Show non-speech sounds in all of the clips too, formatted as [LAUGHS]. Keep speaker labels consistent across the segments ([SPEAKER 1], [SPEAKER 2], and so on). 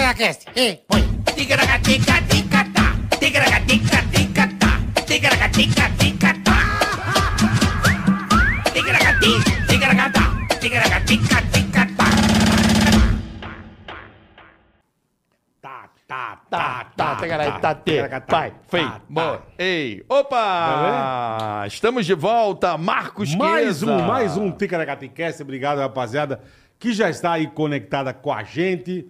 [SPEAKER 1] Tigracast, e põe.
[SPEAKER 2] Ticaracaticaticatá, ticaracaticaticatá, ticaracaticaticatá. Ticaracati, ticaracatá, ticaracaticatá. Tá, tá,
[SPEAKER 1] Tá, tá, tá, tá, tá,
[SPEAKER 2] Vai,
[SPEAKER 1] tá,
[SPEAKER 2] foi.
[SPEAKER 1] tá,
[SPEAKER 2] Boa.
[SPEAKER 1] tá.
[SPEAKER 2] Ei, opa! Estamos de volta, Marcos
[SPEAKER 1] Mais
[SPEAKER 2] Queza.
[SPEAKER 1] um, mais um Ticaracatecast. Obrigado, rapaziada, que já está aí conectada com a gente.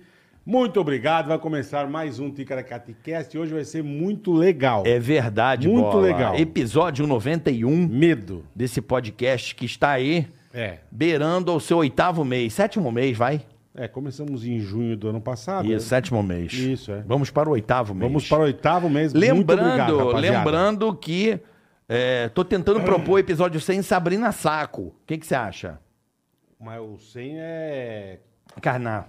[SPEAKER 1] Muito obrigado. Vai começar mais um Ticaracatecast e hoje vai ser muito legal.
[SPEAKER 2] É verdade,
[SPEAKER 1] Muito
[SPEAKER 2] Bola.
[SPEAKER 1] legal.
[SPEAKER 2] Episódio 91
[SPEAKER 1] Medo.
[SPEAKER 2] desse podcast que está aí
[SPEAKER 1] É.
[SPEAKER 2] beirando o seu oitavo mês, sétimo mês, vai?
[SPEAKER 1] É, começamos em junho do ano passado.
[SPEAKER 2] Isso,
[SPEAKER 1] né?
[SPEAKER 2] sétimo mês.
[SPEAKER 1] Isso, é.
[SPEAKER 2] Vamos para o oitavo mês.
[SPEAKER 1] Vamos para o oitavo mês.
[SPEAKER 2] Lembrando,
[SPEAKER 1] muito obrigado, rapaziada.
[SPEAKER 2] lembrando que é, tô tentando propor o episódio 100 Sabrina Saco. O que que você acha?
[SPEAKER 1] Mas o 100 é...
[SPEAKER 2] Carná.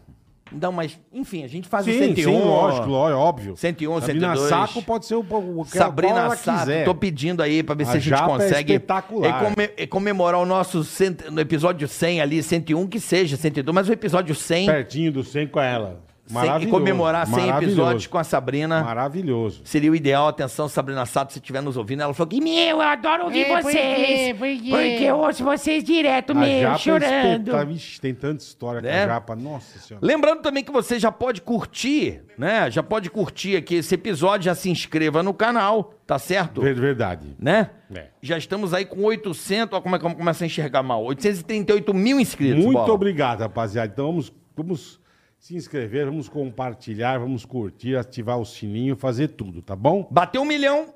[SPEAKER 2] Não, mas enfim, a gente faz o
[SPEAKER 1] Sim,
[SPEAKER 2] 101.
[SPEAKER 1] sim, lógico, lógico, óbvio.
[SPEAKER 2] 101,
[SPEAKER 1] Sabrina
[SPEAKER 2] 102.
[SPEAKER 1] Saco pode ser o, o, o qual
[SPEAKER 2] Sabrina
[SPEAKER 1] ela
[SPEAKER 2] Saco,
[SPEAKER 1] quiser.
[SPEAKER 2] tô pedindo aí pra ver se
[SPEAKER 1] A
[SPEAKER 2] a gente
[SPEAKER 1] japa é
[SPEAKER 2] consegue
[SPEAKER 1] espetacular.
[SPEAKER 2] e come- e comemorar o nosso cent- no episódio 100 ali, 101 que seja, 102, mas o episódio 100,
[SPEAKER 1] Pertinho do 100 com ela.
[SPEAKER 2] sem- e
[SPEAKER 1] Maravilhoso.
[SPEAKER 2] comemorar 100
[SPEAKER 1] maravilhoso,
[SPEAKER 2] episódios com a Sabrina.
[SPEAKER 1] Maravilhoso.
[SPEAKER 2] Seria o ideal, atenção, Sabrina Sato, se estiver nos ouvindo. Ela falou que, meu, eu adoro ouvir
[SPEAKER 3] É, por quê?
[SPEAKER 2] vocês.
[SPEAKER 3] Por quê?
[SPEAKER 2] Porque eu ouço vocês direto,
[SPEAKER 1] a
[SPEAKER 2] meu,
[SPEAKER 1] japa
[SPEAKER 2] chorando.
[SPEAKER 1] espetá- Vixe, tem tanta história com
[SPEAKER 2] Né?
[SPEAKER 1] a japa. Nossa senhora.
[SPEAKER 2] Lembrando também que você já pode curtir, né? Já pode curtir aqui esse episódio, já se inscreva no canal, tá certo?
[SPEAKER 1] Ver- Verdade.
[SPEAKER 2] Né?
[SPEAKER 1] É.
[SPEAKER 2] Já estamos aí com 800, ó, como é que eu começo a enxergar mal? 838 mil inscritos,
[SPEAKER 1] Muito
[SPEAKER 2] Bola.
[SPEAKER 1] obrigado, rapaziada. Então vamos, vamos se inscrever, vamos compartilhar, vamos curtir, ativar o sininho, fazer tudo, tá bom?
[SPEAKER 2] Bateu um milhão,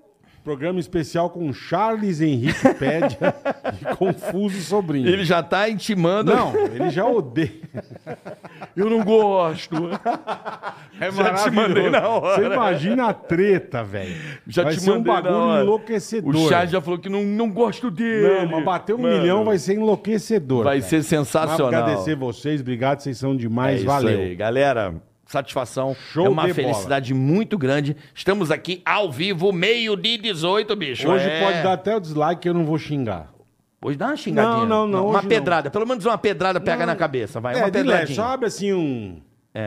[SPEAKER 1] Programa especial com Charles Henrique
[SPEAKER 2] [LAUGHS]
[SPEAKER 1] Pédia e Confuso Sobrinho.
[SPEAKER 2] ele já tá intimando.
[SPEAKER 1] Não, ele já odeia.
[SPEAKER 2] eu não [LAUGHS] gosto.
[SPEAKER 1] É
[SPEAKER 2] Já te mandei na hora.
[SPEAKER 1] Você imagina a treta, velho.
[SPEAKER 2] Já
[SPEAKER 1] vai
[SPEAKER 2] te
[SPEAKER 1] ser
[SPEAKER 2] mandei
[SPEAKER 1] um
[SPEAKER 2] na
[SPEAKER 1] bagulho
[SPEAKER 2] hora.
[SPEAKER 1] enlouquecedor.
[SPEAKER 2] O Charles já falou que não, não gosto dele.
[SPEAKER 1] Não, mas bater um
[SPEAKER 2] Mano.
[SPEAKER 1] milhão vai ser enlouquecedor.
[SPEAKER 2] Vai
[SPEAKER 1] cara.
[SPEAKER 2] ser
[SPEAKER 1] Mas
[SPEAKER 2] sensacional.
[SPEAKER 1] agradecer vocês, obrigado, vocês são
[SPEAKER 2] É
[SPEAKER 1] demais,
[SPEAKER 2] isso
[SPEAKER 1] valeu.
[SPEAKER 2] aí, galera. Satisfação.
[SPEAKER 1] Show
[SPEAKER 2] é uma
[SPEAKER 1] de bola.
[SPEAKER 2] felicidade muito grande. Estamos aqui ao vivo, meio de 18, bicho.
[SPEAKER 1] Hoje
[SPEAKER 2] É.
[SPEAKER 1] pode dar até o dislike que eu não vou xingar.
[SPEAKER 2] Hoje dá uma xingadinha.
[SPEAKER 1] Não, não, não,
[SPEAKER 2] Uma
[SPEAKER 1] hoje
[SPEAKER 2] pedrada. Pelo menos uma pedrada pega na cabeça, vai. uma
[SPEAKER 1] É, de leve,
[SPEAKER 2] pedradinha. É.
[SPEAKER 1] só abre assim um,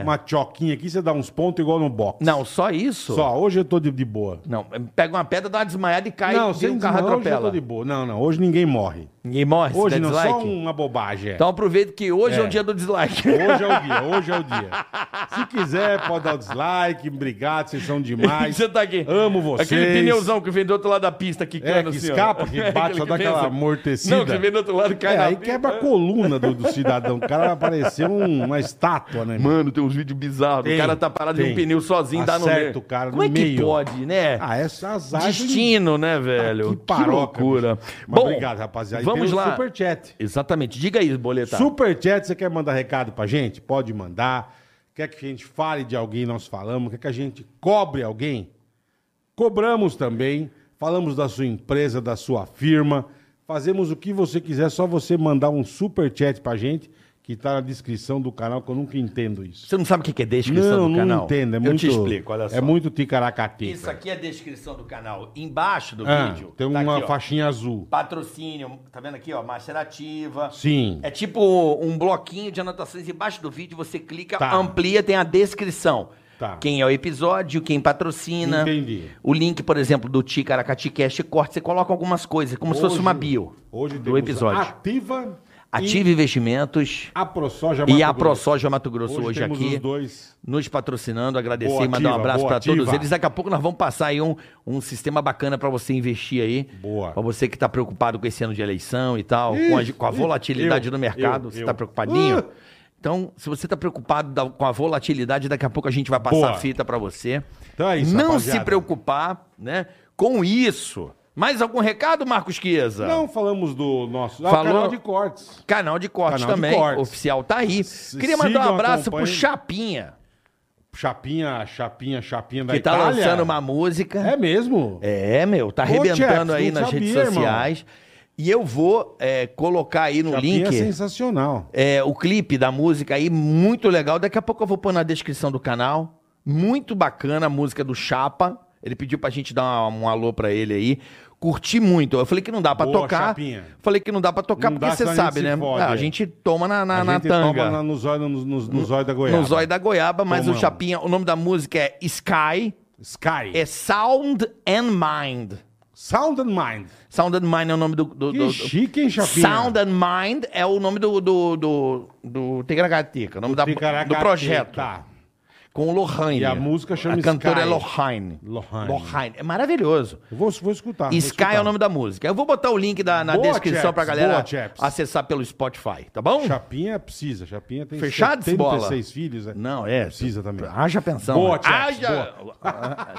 [SPEAKER 1] uma choquinha aqui, você dá uns pontos igual no box.
[SPEAKER 2] Não, só isso?
[SPEAKER 1] Só, hoje eu tô de, de boa.
[SPEAKER 2] Não, pega uma pedra, dá uma desmaiada e cai.
[SPEAKER 1] não,
[SPEAKER 2] e
[SPEAKER 1] sem
[SPEAKER 2] um carro
[SPEAKER 1] desmaio, hoje eu tô
[SPEAKER 2] atropela.
[SPEAKER 1] de boa. Não, não, hoje ninguém morre.
[SPEAKER 2] Ninguém morre se
[SPEAKER 1] Hoje
[SPEAKER 2] der
[SPEAKER 1] não,
[SPEAKER 2] dislike.
[SPEAKER 1] só uma bobagem. é.
[SPEAKER 2] Então aproveita que hoje é,
[SPEAKER 1] É.
[SPEAKER 2] o dia do dislike.
[SPEAKER 1] Hoje é o dia, hoje é o dia. Se quiser, pode dar o dislike, obrigado, vocês são
[SPEAKER 2] [LAUGHS]
[SPEAKER 1] demais.
[SPEAKER 2] [LAUGHS] Você tá aqui.
[SPEAKER 1] Amo vocês.
[SPEAKER 2] Aquele pneuzão que vem do outro lado da pista assim, que
[SPEAKER 1] É, que escapa,
[SPEAKER 2] [LAUGHS]
[SPEAKER 1] que bate, só dá aquela amortecida.
[SPEAKER 2] assim. Não, que vem do outro lado cai
[SPEAKER 1] É,
[SPEAKER 2] na né?
[SPEAKER 1] aí
[SPEAKER 2] pista.
[SPEAKER 1] quebra a coluna do, do cidadão. O cara vai parecer um- uma estátua, né? meu?
[SPEAKER 2] Mano, tem uns vídeos bizarros.
[SPEAKER 1] Tem,
[SPEAKER 2] o cara tá parado em um
[SPEAKER 1] tem.
[SPEAKER 2] pneu sozinho, dá no
[SPEAKER 1] Acerta
[SPEAKER 2] meio.
[SPEAKER 1] o cara no
[SPEAKER 2] Como é que
[SPEAKER 1] meio.
[SPEAKER 2] pode, né?
[SPEAKER 1] Ah, essa azar. de- Ah,
[SPEAKER 2] Destino, né, velho?
[SPEAKER 1] Que paroca.
[SPEAKER 2] loucura.
[SPEAKER 1] bicho. Mas
[SPEAKER 2] Bom,
[SPEAKER 1] obrigado, rapaziada. E
[SPEAKER 2] Vamos
[SPEAKER 1] tem o
[SPEAKER 2] lá.
[SPEAKER 1] Superchat.
[SPEAKER 2] Exatamente. Diga aí, boletar.
[SPEAKER 1] Superchat, você quer mandar recado pra gente? Pode mandar. Quer que a gente fale de alguém, nós falamos. Quer que a gente cobre alguém? Cobramos também. Falamos da sua empresa, da sua firma. Fazemos o que você quiser, só você mandar um superchat pra gente, que tá na descrição do canal, que eu nunca entendo isso.
[SPEAKER 2] Você não sabe o que é descrição
[SPEAKER 1] não,
[SPEAKER 2] do canal?
[SPEAKER 1] Não entendo, é
[SPEAKER 2] Eu
[SPEAKER 1] muito,
[SPEAKER 2] te explico, olha só.
[SPEAKER 1] É muito ticaracateca.
[SPEAKER 2] Isso aqui é a descrição do canal. Embaixo do
[SPEAKER 1] Ah,
[SPEAKER 2] vídeo.
[SPEAKER 1] tem
[SPEAKER 2] tá
[SPEAKER 1] uma
[SPEAKER 2] aqui, ó.
[SPEAKER 1] faixinha azul.
[SPEAKER 2] Patrocínio, tá vendo aqui, ó? Macerativa.
[SPEAKER 1] Sim.
[SPEAKER 2] É tipo um bloquinho de anotações embaixo do vídeo, você clica,
[SPEAKER 1] Tá.
[SPEAKER 2] amplia, tem a descrição.
[SPEAKER 1] Tá.
[SPEAKER 2] Quem é o episódio, quem patrocina.
[SPEAKER 1] Entendi.
[SPEAKER 2] O link, por exemplo, do Ticaracati Cast corta, você coloca algumas coisas, como se fosse
[SPEAKER 1] Hoje-
[SPEAKER 2] uma bio
[SPEAKER 1] Hoje
[SPEAKER 2] do
[SPEAKER 1] temos
[SPEAKER 2] episódio.
[SPEAKER 1] Ativa
[SPEAKER 2] Ative investimentos
[SPEAKER 1] e a ProSoja
[SPEAKER 2] e
[SPEAKER 1] Mato
[SPEAKER 2] a
[SPEAKER 1] Grosso.
[SPEAKER 2] ProSoja Mato Grosso hoje,
[SPEAKER 1] temos
[SPEAKER 2] aqui.
[SPEAKER 1] os dois.
[SPEAKER 2] Nos patrocinando, agradecer
[SPEAKER 1] Boa,
[SPEAKER 2] e mandar um
[SPEAKER 1] ativa,
[SPEAKER 2] abraço
[SPEAKER 1] boa,
[SPEAKER 2] para todos
[SPEAKER 1] ativa.
[SPEAKER 2] eles. Daqui a pouco nós vamos passar aí um, um sistema bacana para você investir aí.
[SPEAKER 1] Boa.
[SPEAKER 2] Para você que está preocupado com esse ano de eleição e tal, com a,
[SPEAKER 1] Ih,
[SPEAKER 2] com a
[SPEAKER 1] ih,
[SPEAKER 2] volatilidade
[SPEAKER 1] eu,
[SPEAKER 2] do mercado.
[SPEAKER 1] eu,
[SPEAKER 2] você
[SPEAKER 1] eu.
[SPEAKER 2] está preocupadinho?
[SPEAKER 1] Ah!
[SPEAKER 2] Então, se você está preocupado da- com a volatilidade, daqui a pouco a gente vai passar
[SPEAKER 1] Boa.
[SPEAKER 2] a fita para você.
[SPEAKER 1] Então é isso,
[SPEAKER 2] Não
[SPEAKER 1] rapaziada.
[SPEAKER 2] se preocupar né, com isso. Mais algum recado, Marcos Chiesa?
[SPEAKER 1] Não falamos do nosso ah,
[SPEAKER 2] Tá. Falou-
[SPEAKER 1] canal de cortes.
[SPEAKER 2] Canal de corte
[SPEAKER 1] Canal de
[SPEAKER 2] também,
[SPEAKER 1] cortes.
[SPEAKER 2] oficial tá aí.
[SPEAKER 1] S-
[SPEAKER 2] Queria mandar
[SPEAKER 1] sigam,
[SPEAKER 2] um abraço
[SPEAKER 1] acompanhem.
[SPEAKER 2] pro Chapinha.
[SPEAKER 1] Chapinha, chapinha, chapinha da
[SPEAKER 2] que tá
[SPEAKER 1] Itália.
[SPEAKER 2] lançando uma música.
[SPEAKER 1] É mesmo?
[SPEAKER 2] É, meu, tá
[SPEAKER 1] Ô, Jeff,
[SPEAKER 2] arrebentando
[SPEAKER 1] não
[SPEAKER 2] aí nas
[SPEAKER 1] sabia,
[SPEAKER 2] redes
[SPEAKER 1] irmão.
[SPEAKER 2] sociais. E eu vou é, colocar aí no
[SPEAKER 1] Chapinha é
[SPEAKER 2] link
[SPEAKER 1] sensacional.
[SPEAKER 2] é, o clipe da música aí, muito legal. Daqui a pouco eu vou pôr na descrição do canal. Muito bacana a música do Chapa. Ele pediu pra gente dar um, um alô pra ele aí. Curti muito. Eu falei que não dá pra
[SPEAKER 1] Boa,
[SPEAKER 2] tocar.
[SPEAKER 1] Chapinha.
[SPEAKER 2] Falei que não dá pra tocar
[SPEAKER 1] Não dá,
[SPEAKER 2] porque você
[SPEAKER 1] senão a gente
[SPEAKER 2] sabe,
[SPEAKER 1] se
[SPEAKER 2] né?
[SPEAKER 1] fode.
[SPEAKER 2] Ah, a gente toma na, na,
[SPEAKER 1] A
[SPEAKER 2] na
[SPEAKER 1] gente
[SPEAKER 2] tanga.
[SPEAKER 1] toma na- no zóio, no, no, no zóio da Goiaba.
[SPEAKER 2] No zóio da goiaba, mas
[SPEAKER 1] Tomamos.
[SPEAKER 2] o Chapinha, o nome da música é Sky,
[SPEAKER 1] Sky.
[SPEAKER 2] é Sound and Mind.
[SPEAKER 1] Sound and Mind.
[SPEAKER 2] Sound and Mind é o nome do. do,
[SPEAKER 1] Que
[SPEAKER 2] do- do-
[SPEAKER 1] chique, hein, Chapinha?
[SPEAKER 2] Sound and Mind é o nome do. do, do, do Ticaracatica, o nome da, Tá do
[SPEAKER 1] Ticaracatica.
[SPEAKER 2] projeto.
[SPEAKER 1] Tá.
[SPEAKER 2] Com o Lohane.
[SPEAKER 1] E a música chama
[SPEAKER 2] A cantora
[SPEAKER 1] Sky.
[SPEAKER 2] é Lohane.
[SPEAKER 1] Lohane.
[SPEAKER 2] É maravilhoso.
[SPEAKER 1] Eu vou, vou escutar. vou
[SPEAKER 2] Sky
[SPEAKER 1] escutar.
[SPEAKER 2] é o nome da música. Eu vou botar o link da- na
[SPEAKER 1] Boa,
[SPEAKER 2] descrição
[SPEAKER 1] Chaps,
[SPEAKER 2] pra galera
[SPEAKER 1] boa, Chaps.
[SPEAKER 2] acessar pelo Spotify, tá bom?
[SPEAKER 1] Chapinha precisa. Chapinha tem
[SPEAKER 2] Fechados,
[SPEAKER 1] 76
[SPEAKER 2] bola?
[SPEAKER 1] filhos. né?
[SPEAKER 2] Não, é.
[SPEAKER 1] Precisa também.
[SPEAKER 2] Haja pensão.
[SPEAKER 1] Boa,
[SPEAKER 2] né?
[SPEAKER 1] Chaps,
[SPEAKER 2] Haja...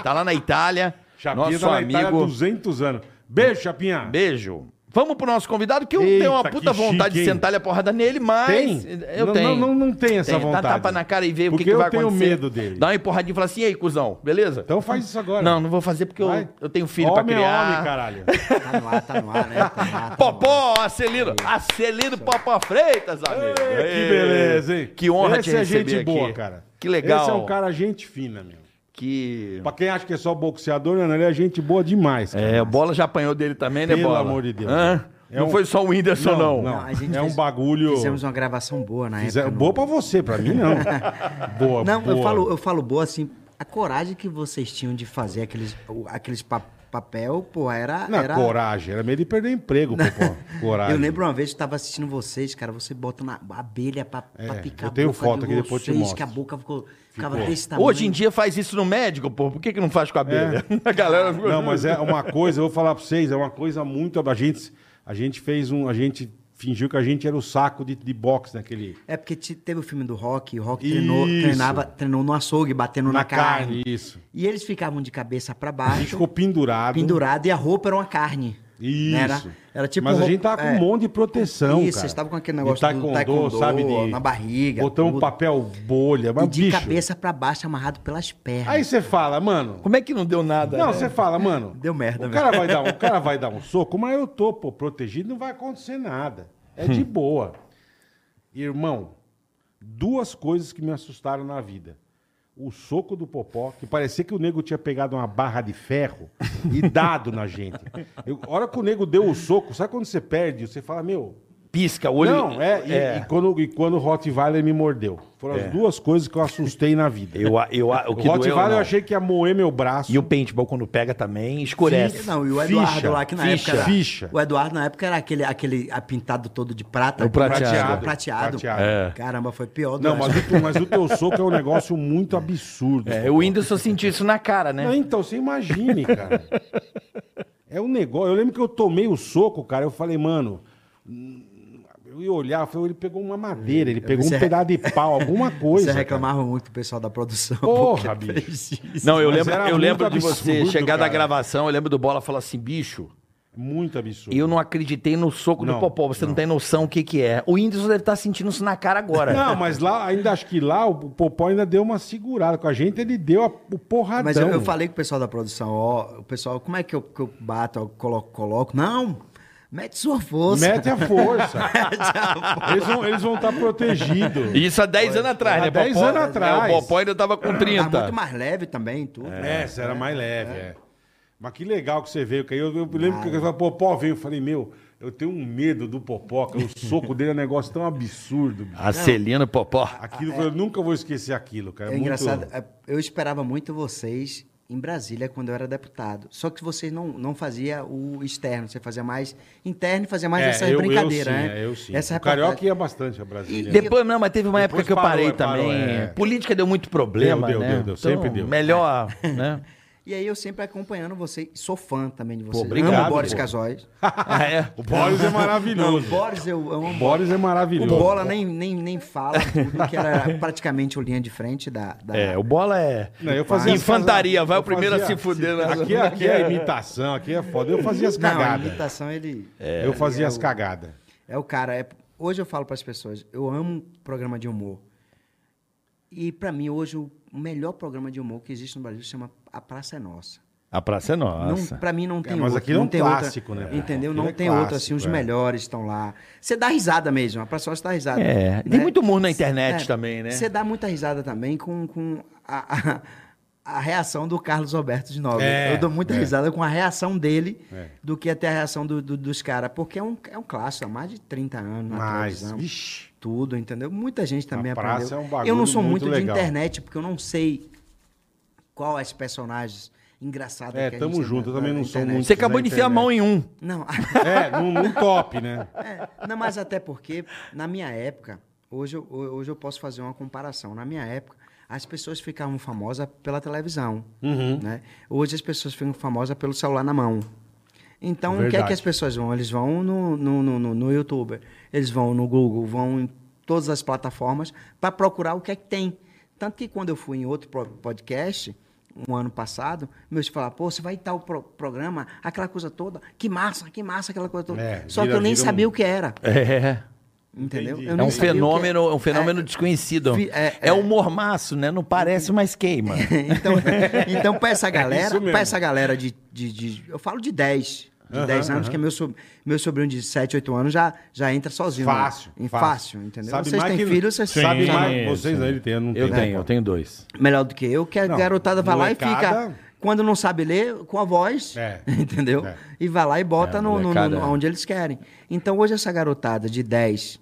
[SPEAKER 2] [LAUGHS] Tá lá na Itália.
[SPEAKER 1] Chapinha
[SPEAKER 2] nosso
[SPEAKER 1] tá na
[SPEAKER 2] amigo.
[SPEAKER 1] Itália há 200 anos. Beijo, Chapinha.
[SPEAKER 2] Beijo. Vamos pro nosso convidado, que eu
[SPEAKER 1] Eita,
[SPEAKER 2] tenho uma
[SPEAKER 1] que
[SPEAKER 2] puta vontade
[SPEAKER 1] chique,
[SPEAKER 2] de
[SPEAKER 1] hein?
[SPEAKER 2] sentar-lhe a porrada nele, mas.
[SPEAKER 1] Tem?
[SPEAKER 2] Eu
[SPEAKER 1] Não-
[SPEAKER 2] tenho.
[SPEAKER 1] não- não- não tem essa
[SPEAKER 2] Dá
[SPEAKER 1] vontade.
[SPEAKER 2] tapa na cara e vê o
[SPEAKER 1] Porque
[SPEAKER 2] que, que
[SPEAKER 1] eu
[SPEAKER 2] vai
[SPEAKER 1] tenho
[SPEAKER 2] acontecer.
[SPEAKER 1] medo dele.
[SPEAKER 2] Dá uma empurradinha e fala assim, e aí, cuzão, beleza?
[SPEAKER 1] Então faz isso agora.
[SPEAKER 2] Não, não vou fazer porque eu,
[SPEAKER 1] Vai.
[SPEAKER 2] eu tenho filho pra
[SPEAKER 1] homem
[SPEAKER 2] criar.
[SPEAKER 1] é homem,
[SPEAKER 2] [LAUGHS]
[SPEAKER 1] caralho.
[SPEAKER 4] Tá no ar, tá no ar, né? Tá no ar, tá no ar.
[SPEAKER 2] Popó, acelino. Acelino Popó Freitas, amigo.
[SPEAKER 1] É, que
[SPEAKER 2] Ei,
[SPEAKER 1] beleza, hein?
[SPEAKER 2] Que honra
[SPEAKER 1] Esse
[SPEAKER 2] te
[SPEAKER 1] é
[SPEAKER 2] receber
[SPEAKER 1] gente
[SPEAKER 2] aqui.
[SPEAKER 1] boa, cara.
[SPEAKER 2] Que legal.
[SPEAKER 1] Esse é um cara gente fina, meu.
[SPEAKER 2] Que...
[SPEAKER 1] Pra quem acha que é só boxeador, não, ele é gente boa demais, cara.
[SPEAKER 2] É, o Bola já apanhou dele também, né,
[SPEAKER 1] Pelo
[SPEAKER 2] Bola?
[SPEAKER 1] amor de Deus.
[SPEAKER 2] Hã?
[SPEAKER 1] É
[SPEAKER 2] não
[SPEAKER 1] um-
[SPEAKER 2] foi só o Whindersson,
[SPEAKER 1] Não,
[SPEAKER 2] não.
[SPEAKER 4] Não, a gente
[SPEAKER 1] é
[SPEAKER 4] fez-
[SPEAKER 1] um bagulho...
[SPEAKER 4] Fizemos uma gravação boa na
[SPEAKER 1] Fizer-
[SPEAKER 4] época. no-
[SPEAKER 1] Boa pra você, pra mim
[SPEAKER 4] [LAUGHS]
[SPEAKER 1] não. boa,
[SPEAKER 4] Não,
[SPEAKER 1] boa.
[SPEAKER 4] eu falo, eu falo boa assim. A coragem que vocês tinham de fazer aqueles, o- aqueles pa- papel, pô, era.
[SPEAKER 1] Não,
[SPEAKER 4] era...
[SPEAKER 1] coragem. Era medo de perder emprego, Popó. Coragem.
[SPEAKER 4] [LAUGHS] Eu lembro uma vez que eu tava assistindo vocês, cara, você bota na abelha pra, pra
[SPEAKER 1] É,
[SPEAKER 4] picar
[SPEAKER 1] eu tenho
[SPEAKER 4] a boca
[SPEAKER 1] foto
[SPEAKER 4] de
[SPEAKER 1] aqui,
[SPEAKER 4] vocês,
[SPEAKER 1] depois eu te mostro.
[SPEAKER 4] que a boca ficou, ficava desse tamanho.
[SPEAKER 2] Hoje em dia faz isso no médico, pô. Por que, que não faz com a abelha? [LAUGHS] A galera ficou.
[SPEAKER 1] Não, mas é uma coisa, eu vou falar pra vocês, é uma coisa muito... A gente, a gente fez um... A gente fingiu que a gente era o saco de, de boxe naquele...
[SPEAKER 4] É porque te- teve o filme do Rock, e o Rock treinou,
[SPEAKER 1] Isso.
[SPEAKER 4] treinava, treinou no açougue, batendo na, carne.
[SPEAKER 1] Isso.
[SPEAKER 4] E eles ficavam de cabeça pra
[SPEAKER 1] A gente
[SPEAKER 4] baixo,
[SPEAKER 1] ficou pendurado.
[SPEAKER 4] pendurado, e a roupa era uma carne.
[SPEAKER 1] Isso.
[SPEAKER 4] Né? Era, era tipo
[SPEAKER 1] Mas a
[SPEAKER 4] roupa-
[SPEAKER 1] gente tava com um
[SPEAKER 4] é.
[SPEAKER 1] monte de proteção, cara.
[SPEAKER 4] Isso, vocês estavam com aquele
[SPEAKER 1] De
[SPEAKER 4] negócio do
[SPEAKER 1] taekwondo,
[SPEAKER 4] taekwondo,
[SPEAKER 1] sabe? De...
[SPEAKER 4] na barriga,
[SPEAKER 1] Botamos
[SPEAKER 4] tudo.
[SPEAKER 1] papel bolha. Mas,
[SPEAKER 4] E de
[SPEAKER 1] é um bicho,
[SPEAKER 4] cabeça pra baixo, amarrado pelas pernas.
[SPEAKER 1] Aí você fala, mano...
[SPEAKER 2] Como é que não deu nada?
[SPEAKER 1] Não,
[SPEAKER 2] né?
[SPEAKER 1] você fala, mano.
[SPEAKER 4] Deu merda,
[SPEAKER 1] o
[SPEAKER 4] né?
[SPEAKER 1] cara, vai dar, um- o
[SPEAKER 2] [LAUGHS]
[SPEAKER 1] cara vai dar um soco, mas eu tô, pô, protegido, não vai acontecer nada. É
[SPEAKER 2] Hum.
[SPEAKER 1] de boa. Irmão, duas coisas que me assustaram na vida. O soco do Popó, que parecia que o nego tinha pegado uma barra de ferro
[SPEAKER 2] [LAUGHS]
[SPEAKER 1] e dado na gente. Eu, a hora que o nego deu o soco, sabe quando você perde? Você fala, meu.
[SPEAKER 2] Pisca, o olho.
[SPEAKER 1] não, é. E, e quando, e quando o Rottweiler me mordeu. Foram as duas coisas que eu assustei na vida.
[SPEAKER 2] É. Eu, a- eu, a- o
[SPEAKER 1] o
[SPEAKER 2] que doeu,
[SPEAKER 1] Rottweiler
[SPEAKER 2] não.
[SPEAKER 1] eu achei que ia moer meu braço.
[SPEAKER 2] E o paintball, quando pega também, escurece.
[SPEAKER 1] Sim.
[SPEAKER 4] Não, e o Eduardo
[SPEAKER 1] Ficha,
[SPEAKER 4] lá, que na
[SPEAKER 1] ficha,
[SPEAKER 4] época era,
[SPEAKER 1] ficha. É
[SPEAKER 4] O Eduardo na época era aquele, aquele ah, pintado todo de prata.
[SPEAKER 2] O prateado.
[SPEAKER 4] O prateado.
[SPEAKER 1] Prateado.
[SPEAKER 2] É.
[SPEAKER 4] Caramba, foi pior né?
[SPEAKER 1] Não,
[SPEAKER 4] do que
[SPEAKER 1] mas
[SPEAKER 4] eu
[SPEAKER 1] o, teu- mas o teu soco é um negócio muito absurdo.
[SPEAKER 2] É, o Whindersson sentiu isso na cara, né?
[SPEAKER 1] Não, então, você imagine, cara. É um negócio. Eu lembro que eu tomei o soco, cara. Eu falei, mano. hum, Eu ia olhar, eu falei, ele pegou uma madeira, ele pegou um
[SPEAKER 4] É, Você-
[SPEAKER 1] pedaço de pau, alguma
[SPEAKER 4] achava.
[SPEAKER 1] coisa.
[SPEAKER 4] [LAUGHS] Você
[SPEAKER 1] cara.
[SPEAKER 4] reclamava muito do pessoal da produção.
[SPEAKER 1] Porra,
[SPEAKER 4] porque fez isso.
[SPEAKER 2] Não, eu
[SPEAKER 1] Mas
[SPEAKER 2] lembro,
[SPEAKER 1] era
[SPEAKER 2] eu lembro
[SPEAKER 1] muito
[SPEAKER 2] de você
[SPEAKER 1] absurdo,
[SPEAKER 2] chegar da
[SPEAKER 1] cara.
[SPEAKER 2] gravação, eu lembro do Bola falar assim, bicho,
[SPEAKER 1] Muito absurdo.
[SPEAKER 2] eu não acreditei no soco
[SPEAKER 1] Não,
[SPEAKER 2] do Popó, você não. tem noção o que que é. O Whindersson deve estar sentindo isso na cara agora.
[SPEAKER 1] Não, mas lá, ainda acho que lá o Popó ainda deu uma segurada. Com a gente, ele deu a, o porradão.
[SPEAKER 4] Mas eu, eu falei com o pessoal da produção, ó, o pessoal, como é que eu, que eu bato, eu coloco, coloco? Não, mete sua força. [LAUGHS]
[SPEAKER 1] Mete a força. eles vão estar eles vão tá protegidos.
[SPEAKER 2] E Isso há 10 anos atrás,
[SPEAKER 1] Há
[SPEAKER 2] né?
[SPEAKER 1] 10
[SPEAKER 2] Popó?
[SPEAKER 1] anos atrás.
[SPEAKER 2] É, o Popó ainda tava com 30.
[SPEAKER 4] Tá muito mais leve também, tudo. né?
[SPEAKER 1] Essa É, era mais leve, é. Mas que legal que você veio, que aí eu, eu lembro que eu falei, Popó veio, eu falei, meu, eu tenho um medo do Popó, que o soco dele é um negócio tão absurdo. bicho.
[SPEAKER 2] Acelino Popó.
[SPEAKER 1] Aquilo, eu nunca vou esquecer aquilo, cara.
[SPEAKER 4] É
[SPEAKER 1] muito-
[SPEAKER 4] engraçado, é, eu esperava muito vocês em Brasília quando eu era deputado. Só que vocês não, não fazia o externo, você fazia mais interno e fazia mais
[SPEAKER 1] É,
[SPEAKER 4] essa
[SPEAKER 1] eu- eu
[SPEAKER 4] brincadeira,
[SPEAKER 1] sim,
[SPEAKER 4] né?
[SPEAKER 1] é, eu sim.
[SPEAKER 4] Essa
[SPEAKER 1] o Carioca
[SPEAKER 4] reportagem-
[SPEAKER 1] ia bastante a Brasília. né?
[SPEAKER 2] Depois, não, mas teve uma
[SPEAKER 1] Depois
[SPEAKER 2] época que eu
[SPEAKER 1] parou,
[SPEAKER 2] parei
[SPEAKER 1] é, parou,
[SPEAKER 2] também.
[SPEAKER 1] é.
[SPEAKER 2] Política deu muito problema,
[SPEAKER 1] Deu, deu,
[SPEAKER 2] né?
[SPEAKER 1] deu, deu, sempre deu.
[SPEAKER 2] Melhor, né?
[SPEAKER 4] E aí eu sempre acompanhando vocês, sou fã também de vocês.
[SPEAKER 2] obrigado,
[SPEAKER 4] Amo o Boris
[SPEAKER 1] pô.
[SPEAKER 4] Casóis.
[SPEAKER 2] Ah, é?
[SPEAKER 1] O Boris é
[SPEAKER 4] Não,
[SPEAKER 1] [LAUGHS]
[SPEAKER 4] o
[SPEAKER 1] maravilhoso.
[SPEAKER 4] Boris eu amo.
[SPEAKER 1] O Boris é
[SPEAKER 4] O
[SPEAKER 1] maravilhoso.
[SPEAKER 4] Bola né? nem, nem, nem fala tudo, que era praticamente o linha de frente da...
[SPEAKER 2] [LAUGHS]
[SPEAKER 4] da-
[SPEAKER 2] É, o bola é.
[SPEAKER 1] Não, eu fazia as
[SPEAKER 2] Infantaria,
[SPEAKER 1] casas-
[SPEAKER 2] vai
[SPEAKER 1] eu
[SPEAKER 2] o primeiro
[SPEAKER 1] fazia-
[SPEAKER 2] a se fuder. né?
[SPEAKER 1] Aqui, aqui é imitação, aqui é foda. Eu fazia as
[SPEAKER 4] Não, a
[SPEAKER 1] cagadas.
[SPEAKER 4] imitação ele...
[SPEAKER 1] eu fazia
[SPEAKER 4] é
[SPEAKER 1] as
[SPEAKER 4] o-
[SPEAKER 1] cagadas.
[SPEAKER 4] É o cara. é- hoje eu falo para as pessoas, eu amo programa de humor. E para mim hoje o o melhor programa de humor que existe no Brasil se chama A Praça é Nossa.
[SPEAKER 2] A praça é nossa.
[SPEAKER 4] Não, pra mim não tem
[SPEAKER 1] mas
[SPEAKER 4] outro.
[SPEAKER 1] aqui é um
[SPEAKER 4] não tem
[SPEAKER 1] clássico, né,
[SPEAKER 4] outra,
[SPEAKER 1] cara?
[SPEAKER 4] Entendeu?
[SPEAKER 1] Aquilo
[SPEAKER 4] Não
[SPEAKER 1] é
[SPEAKER 4] tem outro, assim,
[SPEAKER 1] clássico,
[SPEAKER 4] os
[SPEAKER 1] é.
[SPEAKER 4] melhores estão lá. Você dá risada mesmo, a praça dá risada. Né? É,
[SPEAKER 3] É, tem muito humor na internet também, né?
[SPEAKER 4] Você dá muita risada também com, com a, [LAUGHS] a- a reação do Carlos Alberto de Nobre.
[SPEAKER 1] É,
[SPEAKER 4] Eu dou muita
[SPEAKER 1] é.
[SPEAKER 4] risada com a reação dele
[SPEAKER 1] É.
[SPEAKER 4] do que até a reação do- do- dos caras, porque é um, é um clássico, há mais de 30 anos na
[SPEAKER 1] Mas,
[SPEAKER 4] televisão
[SPEAKER 1] vixi,
[SPEAKER 4] tudo, entendeu? Muita gente também
[SPEAKER 1] A praça
[SPEAKER 4] aprendeu.
[SPEAKER 1] é um bagulho
[SPEAKER 4] eu não sou
[SPEAKER 1] muito
[SPEAKER 4] muito,
[SPEAKER 1] legal.
[SPEAKER 4] de internet, porque eu não sei qual as personagens engraçadas
[SPEAKER 1] É,
[SPEAKER 4] que a
[SPEAKER 1] tamo
[SPEAKER 4] gente
[SPEAKER 1] junto, eu também
[SPEAKER 4] na
[SPEAKER 1] não sou
[SPEAKER 4] internet.
[SPEAKER 1] muito.
[SPEAKER 3] Você acabou de enfiar a mão em um.
[SPEAKER 4] Não, [LAUGHS]
[SPEAKER 1] é, num, num top, né?
[SPEAKER 4] é, não, mas até porque, na minha época, hoje eu, hoje eu posso fazer uma comparação. Na minha época, as pessoas ficavam famosas pela televisão. Né? Hoje as pessoas ficam famosas pelo celular na mão. Então, o que é
[SPEAKER 1] Verdade.
[SPEAKER 4] que as pessoas vão? Eles vão no, no, no, no- no YouTube, eles vão no Google, vão em todas as plataformas para procurar o que é que tem. Tanto que quando eu fui em outro pro- podcast, um ano passado, meus falaram, pô, você vai em tal pro- programa, aquela coisa toda, que massa, que massa, aquela coisa toda.
[SPEAKER 1] É,
[SPEAKER 4] Só
[SPEAKER 1] vira-
[SPEAKER 4] que eu nem
[SPEAKER 1] vira um-
[SPEAKER 4] sabia o que era.
[SPEAKER 3] É.
[SPEAKER 4] Entendeu?
[SPEAKER 1] Entendi.
[SPEAKER 4] Eu
[SPEAKER 1] É
[SPEAKER 3] É
[SPEAKER 4] nem
[SPEAKER 3] um
[SPEAKER 4] sabia o que
[SPEAKER 3] fenômeno,
[SPEAKER 4] era.
[SPEAKER 3] é um fenômeno
[SPEAKER 4] É,
[SPEAKER 3] desconhecido.
[SPEAKER 4] Fi- é,
[SPEAKER 3] É, um mormaço, né? Não parece, mas queima. [LAUGHS]
[SPEAKER 4] [LAUGHS] Então, então pra essa galera,
[SPEAKER 1] É isso mesmo.
[SPEAKER 4] pra essa galera de, de, de- Eu falo de 10. De
[SPEAKER 1] Aham,
[SPEAKER 4] 10 anos,
[SPEAKER 1] aham.
[SPEAKER 4] que é meu, so- meu sobrinho de 7, 8 anos já, já entra sozinho. né?
[SPEAKER 1] Fácil,
[SPEAKER 4] Em
[SPEAKER 1] fácil.
[SPEAKER 4] fácil. entendeu?
[SPEAKER 1] Sabe
[SPEAKER 4] vocês
[SPEAKER 1] mais
[SPEAKER 4] têm
[SPEAKER 1] que-
[SPEAKER 4] filhos,
[SPEAKER 2] [LAUGHS]
[SPEAKER 4] vocês
[SPEAKER 2] Sim.
[SPEAKER 4] sabem
[SPEAKER 1] Sabe
[SPEAKER 4] mais.
[SPEAKER 1] mais vocês, né? Ele tem, eu não
[SPEAKER 2] Eu
[SPEAKER 1] tenho.
[SPEAKER 2] tenho, eu
[SPEAKER 1] pô.
[SPEAKER 2] tenho dois.
[SPEAKER 4] Melhor do que eu, que a
[SPEAKER 1] Não,
[SPEAKER 4] garotada vai lá e
[SPEAKER 1] molecada-
[SPEAKER 4] fica. Quando não sabe ler, com a voz,
[SPEAKER 1] É.
[SPEAKER 4] [LAUGHS] entendeu?
[SPEAKER 1] É.
[SPEAKER 4] E vai lá e bota
[SPEAKER 2] É,
[SPEAKER 4] no, no- no-
[SPEAKER 2] molecada-
[SPEAKER 4] no- onde eles querem. Então hoje essa garotada de 10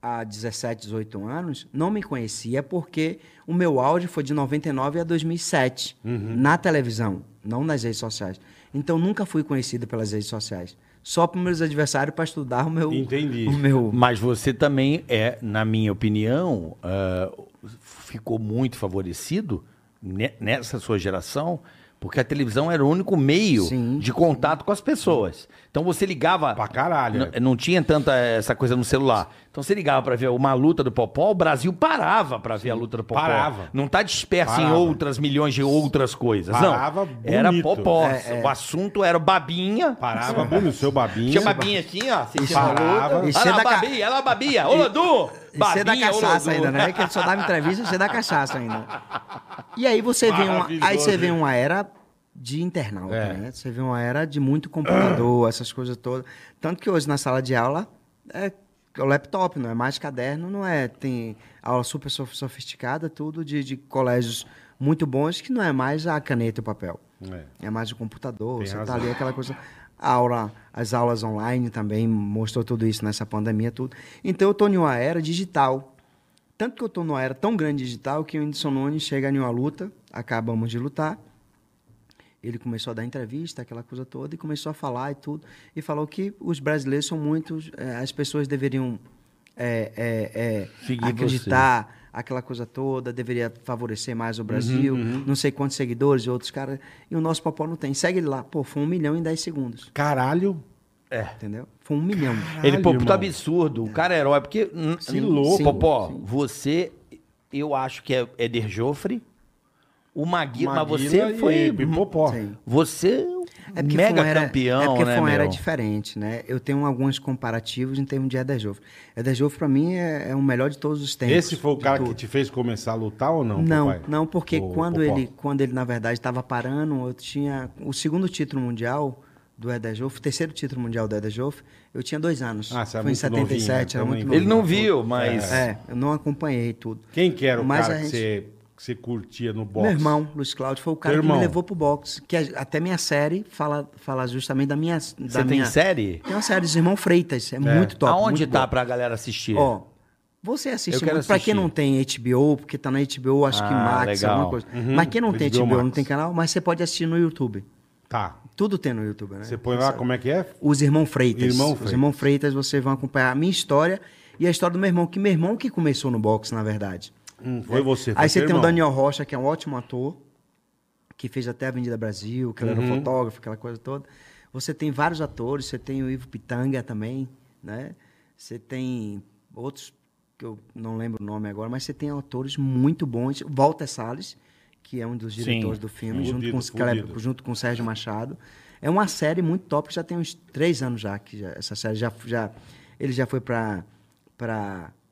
[SPEAKER 4] a 17, 18 anos não me conhecia porque o meu áudio foi de 99 a 2007
[SPEAKER 1] Uhum.
[SPEAKER 4] na televisão, não nas redes sociais. Então nunca fui conhecido pelas redes sociais. Só para meus adversários para estudar o meu.
[SPEAKER 1] Entendi.
[SPEAKER 4] O meu.
[SPEAKER 2] Mas você também é, na minha opinião, ah, ficou muito favorecido ne- nessa sua geração, porque a televisão era o único meio
[SPEAKER 4] Sim.
[SPEAKER 2] de contato com as pessoas. Então você ligava.
[SPEAKER 1] Pra caralho,
[SPEAKER 2] N-
[SPEAKER 1] é.
[SPEAKER 2] Não tinha tanta essa coisa no celular. Então você ligava pra ver uma luta do Popó, o Brasil parava pra ver a luta do Popó.
[SPEAKER 1] Parava.
[SPEAKER 2] Não tá disperso em
[SPEAKER 1] Parava.
[SPEAKER 2] outras milhões de outras coisas.
[SPEAKER 1] Parava
[SPEAKER 2] não. Era
[SPEAKER 1] bonito.
[SPEAKER 2] Popó.
[SPEAKER 4] É, é.
[SPEAKER 2] O assunto era babinha.
[SPEAKER 1] Parava, Bruno, o seu babinho.
[SPEAKER 2] Tinha babinha assim, ó. Você
[SPEAKER 4] Isso.
[SPEAKER 2] tinha uma
[SPEAKER 1] Parava.
[SPEAKER 2] luta.
[SPEAKER 4] Isso é
[SPEAKER 2] Olha lá,
[SPEAKER 4] da ca-
[SPEAKER 2] babinha, olha lá, babinha. Ô, Lodu!
[SPEAKER 4] E você dá
[SPEAKER 2] Babinha, ô, Lodu.
[SPEAKER 4] cachaça ainda, né? Que ele só dava entrevista, você dá cachaça ainda. E aí você vê uma, aí
[SPEAKER 1] Maravilhoso.
[SPEAKER 4] você vê uma era de internauta,
[SPEAKER 1] É. Ah.
[SPEAKER 4] né? Você vê uma era de muito computador, essas coisas todas. Tanto que hoje na sala de aula é o laptop, não é mais caderno, não é tem aula super sof- sofisticada, tudo de, de colégios muito bons que não é mais a caneta e o papel.
[SPEAKER 1] É.
[SPEAKER 4] É mais o computador,
[SPEAKER 1] Tem
[SPEAKER 4] você
[SPEAKER 1] razão.
[SPEAKER 4] tá ali aquela coisa. A aula, as aulas online também mostrou tudo isso nessa pandemia, tudo. Então eu tô em uma era digital. Tanto que eu tô numa era tão grande digital que o Whindersson Nunes chega em uma luta, acabamos de lutar. Ele começou a dar entrevista, aquela coisa toda, e começou a falar e tudo. E falou que os brasileiros são muitos, eh, as pessoas deveriam eh, eh, eh,
[SPEAKER 2] Seguir
[SPEAKER 4] acreditar, aquela coisa toda, deveria favorecer mais o Brasil, não sei quantos seguidores e outros caras. E o nosso Popó não tem. Segue ele lá. Pô, foi um milhão em 10 segundos,
[SPEAKER 1] Caralho.
[SPEAKER 4] entendeu? Foi um milhão.
[SPEAKER 2] [LAUGHS] Ele, pô,
[SPEAKER 1] Caralho, irmão.
[SPEAKER 2] puta absurdo. O cara é herói. Porque. hum,
[SPEAKER 1] Se
[SPEAKER 2] hum,
[SPEAKER 1] louco.
[SPEAKER 2] sim, Popó, você. Eu acho que é Eder Joffre. O Maguila, mas você
[SPEAKER 1] Maguila
[SPEAKER 2] foi.
[SPEAKER 1] e Popó.
[SPEAKER 4] Sim.
[SPEAKER 2] Você é
[SPEAKER 4] porque
[SPEAKER 2] mega
[SPEAKER 4] foi uma era-
[SPEAKER 2] campeão,
[SPEAKER 4] é porque
[SPEAKER 2] né?
[SPEAKER 4] foi uma era
[SPEAKER 2] meu?
[SPEAKER 4] diferente, né? Eu tenho alguns comparativos em termos de Eder Joffre. Eder Joffre, pra mim, é, é o melhor de todos os tempos.
[SPEAKER 1] Esse foi o
[SPEAKER 4] de
[SPEAKER 1] cara que
[SPEAKER 4] tudo.
[SPEAKER 1] te fez começar a lutar ou não?
[SPEAKER 4] Não,
[SPEAKER 1] papai?
[SPEAKER 4] não, porque
[SPEAKER 1] O
[SPEAKER 4] quando
[SPEAKER 1] Popó.
[SPEAKER 4] ele, quando ele, na verdade, estava parando, eu tinha o segundo título mundial do Eder Joffre, o terceiro título mundial do Eder Joffre, eu tinha dois anos.
[SPEAKER 1] Ah, você era
[SPEAKER 4] Foi em
[SPEAKER 1] muito
[SPEAKER 4] 77,
[SPEAKER 1] novinho, né?
[SPEAKER 4] era muito
[SPEAKER 1] Também.
[SPEAKER 4] novo.
[SPEAKER 2] Ele não viu, mas.
[SPEAKER 4] É, eu não acompanhei tudo.
[SPEAKER 1] Quem que era o
[SPEAKER 4] Mas
[SPEAKER 1] cara
[SPEAKER 4] a
[SPEAKER 1] que,
[SPEAKER 4] gente-
[SPEAKER 1] você, que você curtia no boxe?
[SPEAKER 4] Meu irmão, Luiz Cláudio, foi o cara
[SPEAKER 1] Teu
[SPEAKER 4] que me
[SPEAKER 1] irmão.
[SPEAKER 4] levou pro boxe. Que a- até minha série fala, fala justamente da minha. Da
[SPEAKER 2] Você tem
[SPEAKER 4] minha...
[SPEAKER 2] série?
[SPEAKER 4] Tem uma série dos Irmão Freitas, é, muito top.
[SPEAKER 2] Aonde
[SPEAKER 4] muito
[SPEAKER 2] tá
[SPEAKER 4] boa.
[SPEAKER 2] pra galera assistir?
[SPEAKER 4] Ó, você assiste
[SPEAKER 2] Eu quero
[SPEAKER 4] muito. Pra quem
[SPEAKER 2] assistir.
[SPEAKER 4] não tem HBO, porque tá na HBO, acho que
[SPEAKER 2] Ah,
[SPEAKER 4] Max,
[SPEAKER 2] legal.
[SPEAKER 4] alguma coisa.
[SPEAKER 1] Uhum,
[SPEAKER 4] Mas quem não tem
[SPEAKER 1] HBO
[SPEAKER 4] HBO, não
[SPEAKER 1] Max.
[SPEAKER 4] tem canal, mas você pode assistir no YouTube.
[SPEAKER 1] Tá.
[SPEAKER 4] Tudo tem no YouTube, né?
[SPEAKER 1] Você põe lá como é que é?
[SPEAKER 4] Os Irmão Freitas.
[SPEAKER 1] Irmão Freitas.
[SPEAKER 4] Os Irmão Freitas, vocês vão acompanhar a minha história e a história do meu irmão, que meu irmão que começou no boxe, na verdade.
[SPEAKER 1] Hum, foi você. foi
[SPEAKER 4] É. Aí você
[SPEAKER 1] teu
[SPEAKER 4] tem o
[SPEAKER 1] irmão.
[SPEAKER 4] Daniel Rocha, que é um ótimo ator, que fez até a Avenida Brasil, que ele
[SPEAKER 1] Uhum.
[SPEAKER 4] era um fotógrafo, aquela coisa toda. Você tem vários atores, você tem o Ivo Pitanga também, né? Você tem outros que eu não lembro o nome agora, mas você tem atores muito bons. Walter Salles, que é um dos diretores do filme,
[SPEAKER 1] Fudido,
[SPEAKER 4] junto com, os Kleber,
[SPEAKER 1] fudido.
[SPEAKER 4] junto com o Sérgio Machado. É uma série muito top, que já tem uns três anos já, que já- essa série já, já... Ele já foi para